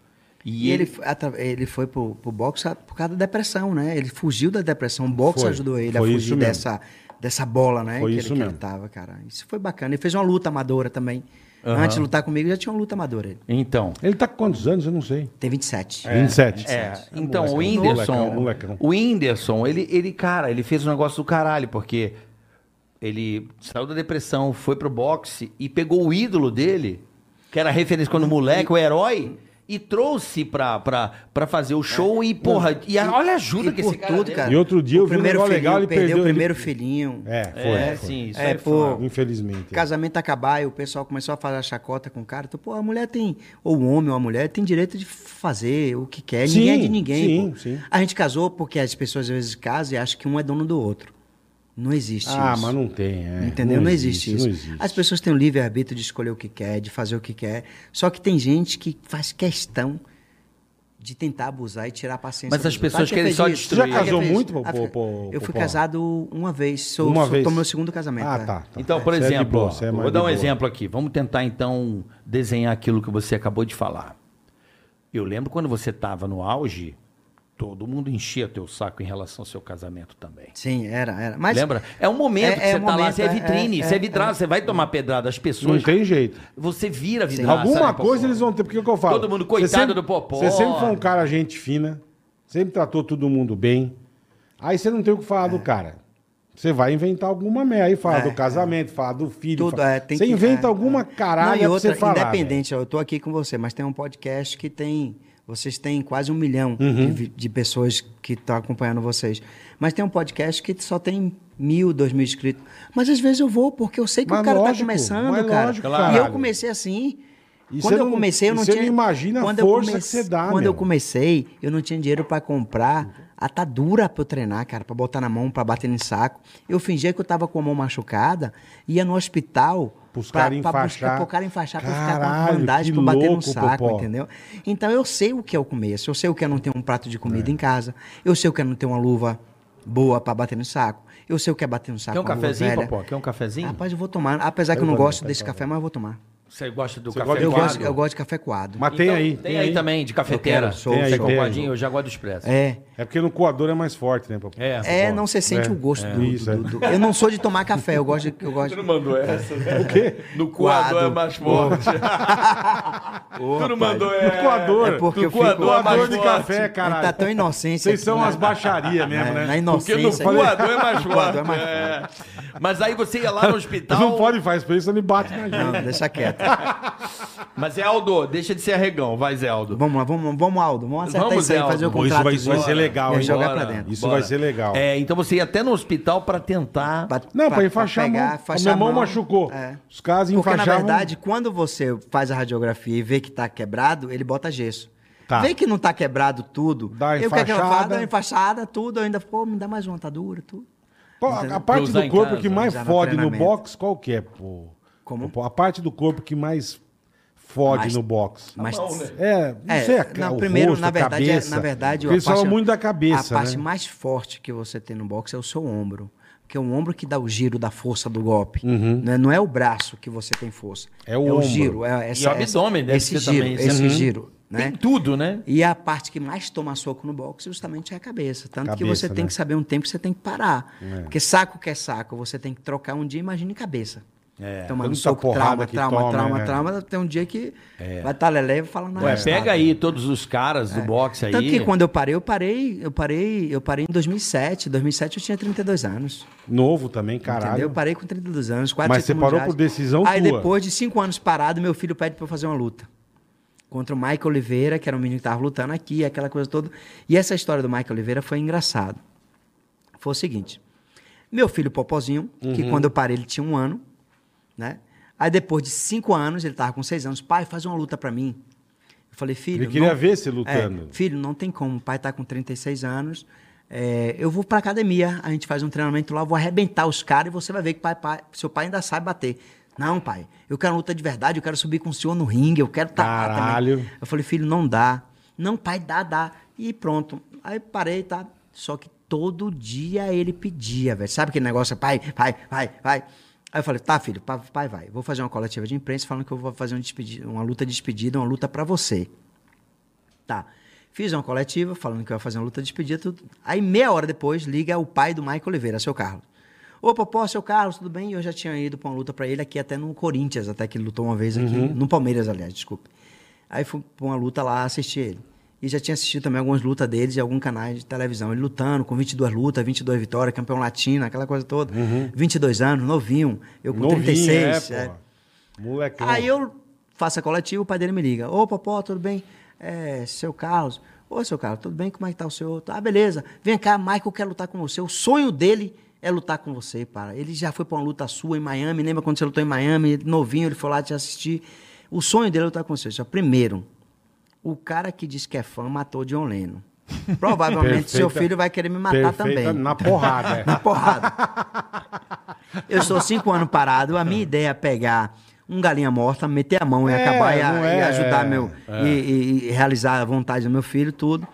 [SPEAKER 4] E ele, f- atra- ele foi pro, pro boxe a- por causa da depressão, né? Ele fugiu da depressão. O boxe
[SPEAKER 1] Foi.
[SPEAKER 4] ajudou ele
[SPEAKER 1] Foi
[SPEAKER 4] a
[SPEAKER 1] isso
[SPEAKER 4] fugir
[SPEAKER 1] mesmo.
[SPEAKER 4] dessa, dessa bola, né?
[SPEAKER 1] Foi
[SPEAKER 4] que,
[SPEAKER 1] isso
[SPEAKER 4] ele, que
[SPEAKER 1] mesmo.
[SPEAKER 4] ele tava, cara. Isso foi bacana. Ele fez uma luta amadora também.
[SPEAKER 2] Aham.
[SPEAKER 4] Antes de lutar comigo, já tinha uma luta amadora. Ele
[SPEAKER 2] Então.
[SPEAKER 1] Ele tá com quantos anos? Eu não sei.
[SPEAKER 4] tem 27.
[SPEAKER 1] 27.
[SPEAKER 2] É, então o
[SPEAKER 1] Molecão,
[SPEAKER 2] Whindersson,
[SPEAKER 1] molecão, molecão.
[SPEAKER 2] o Whindersson, ele, ele, cara, ele fez um negócio do caralho, porque ele saiu da depressão, foi pro boxe e pegou o ídolo dele, que era a referência quando moleque, o herói, e trouxe pra, pra, pra fazer o show e, porra, e, a- olha a ajuda
[SPEAKER 4] E
[SPEAKER 2] que
[SPEAKER 4] por
[SPEAKER 2] esse cara
[SPEAKER 4] tudo,
[SPEAKER 2] deu.
[SPEAKER 4] cara.
[SPEAKER 1] E outro dia
[SPEAKER 4] o
[SPEAKER 1] eu vi um
[SPEAKER 4] primeiro
[SPEAKER 1] negócio legal,
[SPEAKER 4] filhinho,
[SPEAKER 1] ele
[SPEAKER 4] perdeu,
[SPEAKER 1] perdeu-
[SPEAKER 4] o primeiro
[SPEAKER 1] ele-
[SPEAKER 4] filho.
[SPEAKER 1] É, foi.
[SPEAKER 2] É,
[SPEAKER 1] foi.
[SPEAKER 2] sim, isso
[SPEAKER 4] É,
[SPEAKER 2] é,
[SPEAKER 4] pô.
[SPEAKER 1] Infelizmente. é.
[SPEAKER 4] Casamento acabar e o pessoal começou a fazer a chacota com o cara. Então, pô, a mulher tem, ou o homem ou a mulher, tem direito de fazer o que quer.
[SPEAKER 1] Sim,
[SPEAKER 4] ninguém é de ninguém.
[SPEAKER 1] sim,
[SPEAKER 4] pô.
[SPEAKER 1] sim.
[SPEAKER 4] A gente casou porque as pessoas às vezes casam e acham que um é dono do outro. Não existe
[SPEAKER 1] Ah,
[SPEAKER 4] isso.
[SPEAKER 1] mas não tem. é.
[SPEAKER 4] Entendeu? Não, existe, isso.
[SPEAKER 1] Não existe.
[SPEAKER 4] As pessoas têm o livre-arbítrio de escolher o que quer, de fazer o que quer. Só que tem gente que faz questão de tentar abusar e tirar a paciência.
[SPEAKER 2] Mas
[SPEAKER 4] dos
[SPEAKER 2] as
[SPEAKER 4] outros.
[SPEAKER 2] pessoas
[SPEAKER 4] Ah, já
[SPEAKER 2] querem
[SPEAKER 4] fez
[SPEAKER 2] só
[SPEAKER 4] isso.
[SPEAKER 2] destruir. Você já
[SPEAKER 4] Ah,
[SPEAKER 1] casou
[SPEAKER 4] fez isso.
[SPEAKER 1] muito, pô,
[SPEAKER 4] Ah,
[SPEAKER 1] pô, pô,
[SPEAKER 4] Eu fui
[SPEAKER 1] pô,
[SPEAKER 4] casado uma vez. Sou,
[SPEAKER 1] Uma
[SPEAKER 4] sou,
[SPEAKER 1] vez.
[SPEAKER 4] Tô no meu segundo casamento.
[SPEAKER 1] Ah,
[SPEAKER 4] né?
[SPEAKER 1] tá. tá.
[SPEAKER 2] Então, por
[SPEAKER 1] Você é de
[SPEAKER 2] exemplo,
[SPEAKER 1] boa,
[SPEAKER 2] ó,
[SPEAKER 1] você é mais
[SPEAKER 2] vou dar
[SPEAKER 1] de
[SPEAKER 2] um
[SPEAKER 1] boa.
[SPEAKER 2] exemplo aqui. Vamos tentar então desenhar aquilo que você acabou de falar. Eu lembro quando você estava no auge, todo mundo enchia teu saco em relação ao seu casamento também.
[SPEAKER 4] Sim, era, era. Mas
[SPEAKER 2] Lembra? É um momento
[SPEAKER 4] É-
[SPEAKER 2] que
[SPEAKER 4] é
[SPEAKER 2] você
[SPEAKER 4] um
[SPEAKER 2] tá lá,
[SPEAKER 4] momento,
[SPEAKER 2] você é
[SPEAKER 4] é-
[SPEAKER 2] vitrine,
[SPEAKER 4] é-
[SPEAKER 2] você é
[SPEAKER 4] é-
[SPEAKER 2] vidrado, você vai tomar pedrada. As
[SPEAKER 1] Não
[SPEAKER 2] pessoas.
[SPEAKER 1] tem jeito.
[SPEAKER 2] Você vira vidraça.
[SPEAKER 1] Alguma
[SPEAKER 2] né, Popó?
[SPEAKER 1] coisa eles vão ter, porque é o que eu falo.
[SPEAKER 2] Todo mundo,
[SPEAKER 1] Você
[SPEAKER 2] coitado
[SPEAKER 1] sempre-
[SPEAKER 2] do Popó.
[SPEAKER 1] Você sempre foi um cara gente fina, sempre tratou todo mundo bem. Aí você não tem o que falar do cara. Você vai inventar alguma merda. Aí fala
[SPEAKER 4] É,
[SPEAKER 1] do casamento, fala do filho.
[SPEAKER 4] Tudo,
[SPEAKER 1] fala-
[SPEAKER 4] é, tem
[SPEAKER 1] você
[SPEAKER 4] que-
[SPEAKER 1] inventa
[SPEAKER 4] é,
[SPEAKER 1] alguma
[SPEAKER 4] é.
[SPEAKER 1] caralho
[SPEAKER 4] Não, e
[SPEAKER 1] pra você
[SPEAKER 4] outra,
[SPEAKER 1] falar.
[SPEAKER 4] independente, eu tô aqui com você, mas tem um podcast que tem, vocês têm quase um milhão de,
[SPEAKER 1] Uhum.
[SPEAKER 4] vi- de pessoas que estão acompanhando vocês, mas tem um podcast que só tem mil, dois mil inscritos, mas às vezes eu vou, porque eu sei que
[SPEAKER 1] Mas
[SPEAKER 4] o cara
[SPEAKER 1] lógico,
[SPEAKER 4] tá começando,
[SPEAKER 1] mas
[SPEAKER 4] cara,
[SPEAKER 1] lógico,
[SPEAKER 4] e
[SPEAKER 1] caralho.
[SPEAKER 4] eu comecei assim...
[SPEAKER 1] E você
[SPEAKER 4] quando eu
[SPEAKER 1] não-
[SPEAKER 4] comecei, eu
[SPEAKER 1] e
[SPEAKER 4] não
[SPEAKER 1] você
[SPEAKER 4] tinha.
[SPEAKER 1] não imagina a
[SPEAKER 4] quando eu
[SPEAKER 1] força que
[SPEAKER 4] comecei-
[SPEAKER 1] você dá,
[SPEAKER 4] Quando
[SPEAKER 1] meu.
[SPEAKER 4] eu comecei, eu não tinha dinheiro pra comprar atadura pra eu treinar, cara, pra botar na mão, pra bater no saco. Eu fingia que eu tava com a mão machucada, ia no hospital
[SPEAKER 1] Pros
[SPEAKER 4] pra-
[SPEAKER 1] caras
[SPEAKER 4] pra buscar-
[SPEAKER 1] enfaixar.
[SPEAKER 4] pro cara enfaixar, pra ficar com
[SPEAKER 1] Caralho,
[SPEAKER 4] a
[SPEAKER 1] que
[SPEAKER 4] bandagem, pra bater
[SPEAKER 1] louco,
[SPEAKER 4] no saco,
[SPEAKER 1] Popó.
[SPEAKER 4] entendeu? Então eu sei o que é o começo, eu sei o que é não ter um prato de comida
[SPEAKER 1] É.
[SPEAKER 4] em casa, eu sei o que é não ter uma luva boa pra bater no saco, eu sei o que é bater no saco.
[SPEAKER 2] Quer um
[SPEAKER 4] com a luva
[SPEAKER 2] cafezinho,
[SPEAKER 4] velha.
[SPEAKER 2] Popó? Quer um cafezinho?
[SPEAKER 4] Rapaz, eu vou tomar, apesar que eu não
[SPEAKER 1] também, tá
[SPEAKER 4] gosto
[SPEAKER 1] eu
[SPEAKER 4] desse café, mas eu vou tomar.
[SPEAKER 2] Você gosta do
[SPEAKER 1] Você
[SPEAKER 2] café
[SPEAKER 1] gosta de
[SPEAKER 4] Eu
[SPEAKER 2] coado?
[SPEAKER 4] gosto, eu gosto de café coado.
[SPEAKER 1] Mas tem
[SPEAKER 2] Então,
[SPEAKER 1] aí.
[SPEAKER 2] Tem, aí, também, de cafeteira.
[SPEAKER 4] Eu quero, sou-
[SPEAKER 1] Tem aí,
[SPEAKER 2] Você
[SPEAKER 1] tem
[SPEAKER 2] com
[SPEAKER 1] aí.
[SPEAKER 2] coadinho? Eu já gosto do expresso.
[SPEAKER 4] É.
[SPEAKER 1] É porque no coador é mais forte, né, papai?
[SPEAKER 2] É.
[SPEAKER 4] É, não, você sente
[SPEAKER 1] É,
[SPEAKER 4] o gosto
[SPEAKER 1] é.
[SPEAKER 4] do, do-
[SPEAKER 1] Isso, é.
[SPEAKER 4] do- do- Eu não sou de tomar café, eu gosto de. Eu gosto de...
[SPEAKER 2] mandou essa.
[SPEAKER 1] [LAUGHS] O quê?
[SPEAKER 2] No
[SPEAKER 4] coador é mais
[SPEAKER 2] forte.
[SPEAKER 4] Ô,
[SPEAKER 2] [LAUGHS] Tu não
[SPEAKER 4] rapaz,
[SPEAKER 2] mandou
[SPEAKER 1] No
[SPEAKER 2] essa.
[SPEAKER 1] coador.
[SPEAKER 4] É porque é
[SPEAKER 2] No
[SPEAKER 4] eu fico.
[SPEAKER 2] coador
[SPEAKER 4] Mas-
[SPEAKER 1] Coador de
[SPEAKER 2] forte.
[SPEAKER 1] café,
[SPEAKER 4] mas
[SPEAKER 1] caralho.
[SPEAKER 4] Tá tão É, inocente.
[SPEAKER 1] Vocês
[SPEAKER 4] aqui,
[SPEAKER 1] são
[SPEAKER 4] né?
[SPEAKER 1] umas baixarias mesmo,
[SPEAKER 4] na,
[SPEAKER 1] né?
[SPEAKER 4] na
[SPEAKER 2] Porque no
[SPEAKER 4] inocência.
[SPEAKER 2] coador é mais
[SPEAKER 4] [LAUGHS] No coador é
[SPEAKER 2] forte.
[SPEAKER 4] mais
[SPEAKER 2] é. Mas aí você ia lá no
[SPEAKER 4] então-
[SPEAKER 2] hospital.
[SPEAKER 1] Não pode fazer isso, ele bate na gente.
[SPEAKER 4] Não, deixa quieto.
[SPEAKER 2] Mas Aldo, deixa de ser arregão, vai Zé Aldo.
[SPEAKER 4] Vamos lá, vamos, vamos, Aldo. Vamos acertar
[SPEAKER 2] Vamos,
[SPEAKER 4] isso aí,
[SPEAKER 2] Zé Aldo.
[SPEAKER 4] fazer o
[SPEAKER 1] Pô, isso
[SPEAKER 4] contrato.
[SPEAKER 1] vai- isso vai ser legal, hein?
[SPEAKER 4] jogar
[SPEAKER 2] Bora.
[SPEAKER 4] pra dentro.
[SPEAKER 1] Isso
[SPEAKER 2] Bora.
[SPEAKER 1] vai ser legal.
[SPEAKER 2] É, então você ia até no hospital pra tentar.
[SPEAKER 4] Pra-
[SPEAKER 1] Não, pra,
[SPEAKER 4] pra-
[SPEAKER 1] enfaixar a
[SPEAKER 4] pra pegar,
[SPEAKER 1] mão. A
[SPEAKER 4] enfaixar
[SPEAKER 1] minha
[SPEAKER 4] a
[SPEAKER 1] mão
[SPEAKER 4] mão.
[SPEAKER 1] machucou.
[SPEAKER 4] É.
[SPEAKER 1] Os caras
[SPEAKER 4] Porque,
[SPEAKER 1] enfaixavam.
[SPEAKER 4] na verdade, quando você faz a radiografia e vê que tá quebrado, ele bota gesso.
[SPEAKER 1] Tá.
[SPEAKER 4] Vê que não tá quebrado tudo.
[SPEAKER 1] Dá a
[SPEAKER 4] eu quero que ela fala,
[SPEAKER 1] enfaixada.
[SPEAKER 4] dá uma enfaixada, tudo. Eu ainda, pô, me dá mais uma atadura, tudo.
[SPEAKER 1] Pô, a
[SPEAKER 4] Entendeu?
[SPEAKER 1] parte
[SPEAKER 2] Usar
[SPEAKER 1] do
[SPEAKER 2] em
[SPEAKER 1] corpo
[SPEAKER 2] casa, né?
[SPEAKER 1] que mais
[SPEAKER 4] usar no
[SPEAKER 1] fode no
[SPEAKER 4] treinamento.
[SPEAKER 1] box, qual que é, pô?
[SPEAKER 4] Como?
[SPEAKER 1] Pô, a parte do corpo que mais fode
[SPEAKER 4] Mais-
[SPEAKER 1] no box.
[SPEAKER 2] Tá
[SPEAKER 4] Mas
[SPEAKER 2] né?
[SPEAKER 1] É, não sei, a, ca-
[SPEAKER 4] não,
[SPEAKER 1] o
[SPEAKER 4] primeiro,
[SPEAKER 1] rosto,
[SPEAKER 4] na verdade,
[SPEAKER 1] a
[SPEAKER 4] é-
[SPEAKER 1] cabeça.
[SPEAKER 4] na verdade,
[SPEAKER 1] Porque eles
[SPEAKER 4] a parte-
[SPEAKER 1] falam muito da cabeça,
[SPEAKER 4] A parte
[SPEAKER 1] né?
[SPEAKER 4] mais forte que você tem no boxe é o seu ombro. que é o ombro que dá o giro da força do golpe. né? Não é o braço que você tem força.
[SPEAKER 1] Uhum. É o ombro.
[SPEAKER 4] giro. É essa,
[SPEAKER 2] E o abdômen
[SPEAKER 4] essa,
[SPEAKER 2] deve
[SPEAKER 4] esse
[SPEAKER 2] ter
[SPEAKER 4] giro,
[SPEAKER 2] também,
[SPEAKER 4] Esse
[SPEAKER 2] né?
[SPEAKER 4] giro. Né?
[SPEAKER 2] Tem tudo, né?
[SPEAKER 4] E a parte que mais toma soco no boxe justamente é a cabeça. Tanto que
[SPEAKER 1] Cabeça,
[SPEAKER 4] você tem
[SPEAKER 1] né?
[SPEAKER 4] que saber um tempo que você tem que parar. Porque saco que é saco, você tem que trocar um dia, imagine cabeça. É, Tomando
[SPEAKER 1] tanta
[SPEAKER 4] soco,
[SPEAKER 1] porrada
[SPEAKER 4] trauma,
[SPEAKER 1] que
[SPEAKER 4] trauma,
[SPEAKER 1] toma,
[SPEAKER 4] trauma,
[SPEAKER 1] né?
[SPEAKER 4] trauma, tem um dia que vai estar lelé e vai falar
[SPEAKER 1] É.
[SPEAKER 4] nada.
[SPEAKER 2] Ué, É, pega aí todos os caras do boxe aí.
[SPEAKER 4] Tanto que quando eu parei, eu parei, eu parei, eu parei em 2007. 2007 eu tinha 32 anos.
[SPEAKER 1] Novo também,
[SPEAKER 4] Entendeu? Eu
[SPEAKER 1] caralho.
[SPEAKER 4] parei com 32 anos, quatro
[SPEAKER 1] Mas você
[SPEAKER 4] títulos
[SPEAKER 1] parou
[SPEAKER 4] mundiais.
[SPEAKER 1] por decisão
[SPEAKER 4] Aí
[SPEAKER 1] tua.
[SPEAKER 4] depois de cinco anos parado, meu filho pede pra eu fazer uma luta. Contra o Michael Oliveira, que era um menino que tava lutando aqui, aquela coisa toda. E essa história do Michael Oliveira foi engraçado. Foi o seguinte. Meu filho Popozinho,
[SPEAKER 1] Uhum.
[SPEAKER 4] que quando eu parei ele tinha um ano, né? Aí depois de cinco anos, ele tava com seis anos, pai, faz uma luta pra mim. Eu falei, filho...
[SPEAKER 1] Ele queria
[SPEAKER 4] não-
[SPEAKER 1] ver você lutando.
[SPEAKER 4] É, filho, não tem como, o pai tá com 36 anos, é, eu vou pra academia, a gente faz um treinamento lá, eu vou arrebentar os caras e você vai ver que pai, pai- seu pai ainda sabe bater. Não, pai, eu quero luta de verdade, eu quero subir com o senhor no ringue, eu quero tá lá
[SPEAKER 1] Caralho.
[SPEAKER 4] também. Eu falei, filho, não dá. Não, pai, dá, dá. E pronto. Aí parei, tá? Só que todo dia ele pedia, velho. Sabe aquele negócio? Pai, pai, vai, vai. Aí eu falei, tá, filho, pa- pai, vai. Vou fazer uma coletiva de imprensa falando que eu vou fazer um despedi- uma luta de despedida, uma luta pra você. Tá. Fiz uma coletiva falando que eu ia fazer uma luta de despedida. Tudo. Aí, meia hora depois, liga o pai do Michael Oliveira, seu Carlos. Ô, Popó, seu Carlos, tudo bem? Eu já tinha ido pra uma luta pra ele aqui, até no Corinthians, até que ele lutou uma vez aqui.
[SPEAKER 1] Uhum.
[SPEAKER 4] No Palmeiras, aliás, desculpe. Aí fui pra uma luta lá assistir ele. E já tinha assistido também algumas lutas deles em algum canal de televisão. Ele lutando com 22 lutas, 22 vitórias, campeão latino, aquela coisa toda. 22 anos, novinho. Eu com
[SPEAKER 1] Uhum. Novinho,
[SPEAKER 4] 36.
[SPEAKER 1] é,
[SPEAKER 4] é.
[SPEAKER 1] porra. Molecão.
[SPEAKER 4] Aí eu faço a coletiva, o pai dele me liga. Ô, Popó, tudo bem? É, seu Carlos. Ô, seu Carlos, tudo bem? Como é que tá o senhor? Ah, beleza. Vem cá, Michael quer lutar com você. O sonho dele é lutar com você, para. Ele já foi pra uma luta sua em Miami. Lembra quando você lutou em Miami? Ele Novinho, ele foi lá te assistir. O sonho dele é lutar com você. Só, primeiro, o cara que diz que é fã matou
[SPEAKER 1] [LAUGHS]
[SPEAKER 4] John Lennon. Provavelmente seu
[SPEAKER 1] Perfeita-
[SPEAKER 4] filho vai querer me matar
[SPEAKER 1] perfeita
[SPEAKER 4] também
[SPEAKER 1] Na porrada. é.
[SPEAKER 4] [LAUGHS] na porrada. Eu estou cinco anos parado. A minha ideia é pegar um galinha morta, meter a mão e
[SPEAKER 1] É,
[SPEAKER 4] acabar e, a-
[SPEAKER 1] não é,
[SPEAKER 4] e ajudar
[SPEAKER 1] é,
[SPEAKER 4] meu
[SPEAKER 1] é.
[SPEAKER 4] E, e- e realizar a vontade do meu filho, tudo.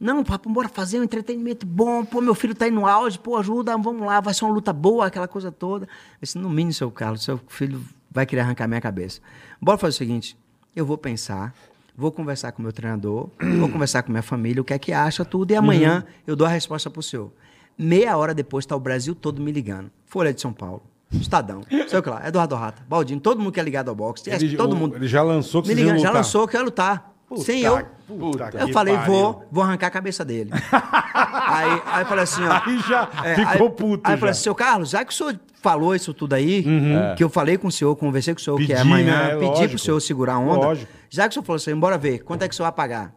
[SPEAKER 4] Não, papo, bora fazer um entretenimento bom. Pô, meu filho tá aí no auge, pô, ajuda, vamos lá, vai ser uma luta boa, aquela coisa toda. Eu disse, no mínimo, seu Carlos, seu filho vai querer arrancar minha cabeça. Bora fazer o seguinte: eu vou pensar, vou conversar com meu treinador, [CLEARS THROAT] vou conversar com minha família, o que é que acha, tudo, e
[SPEAKER 1] Uhum.
[SPEAKER 4] amanhã eu dou a resposta pro senhor. Meia hora depois tá o Brasil todo me ligando. Folha de São Paulo.
[SPEAKER 1] [LAUGHS]
[SPEAKER 4] Estadão, sei o que lá, Eduardo Rata, Baldinho, todo mundo que é ligado ao boxe, é,
[SPEAKER 1] Ele-
[SPEAKER 4] todo
[SPEAKER 1] o-
[SPEAKER 4] mundo.
[SPEAKER 1] ele já lançou que
[SPEAKER 4] Me
[SPEAKER 1] vocês iam
[SPEAKER 4] ligando, já
[SPEAKER 1] lutar.
[SPEAKER 4] lançou que eu ia lutar.
[SPEAKER 1] Puta
[SPEAKER 4] sem eu.
[SPEAKER 1] que- puta
[SPEAKER 4] eu
[SPEAKER 1] que
[SPEAKER 4] falei,
[SPEAKER 1] pariu.
[SPEAKER 4] vou, vou arrancar a cabeça
[SPEAKER 1] [LAUGHS]
[SPEAKER 4] dele. aí, aí eu falei assim, ó.
[SPEAKER 1] Aí já ficou puto
[SPEAKER 4] Aí eu
[SPEAKER 1] já. Uhum.
[SPEAKER 4] falei assim, seu Carlos, já que o senhor falou isso tudo aí, É. que eu falei com o senhor, conversei com o senhor, que é
[SPEAKER 1] Pedi,
[SPEAKER 4] amanhã,
[SPEAKER 1] né? É
[SPEAKER 4] pedi
[SPEAKER 1] lógico.
[SPEAKER 4] pro senhor segurar a onda.
[SPEAKER 1] Lógico.
[SPEAKER 4] Já que o senhor falou assim, bora ver, quanto é que o senhor vai pagar?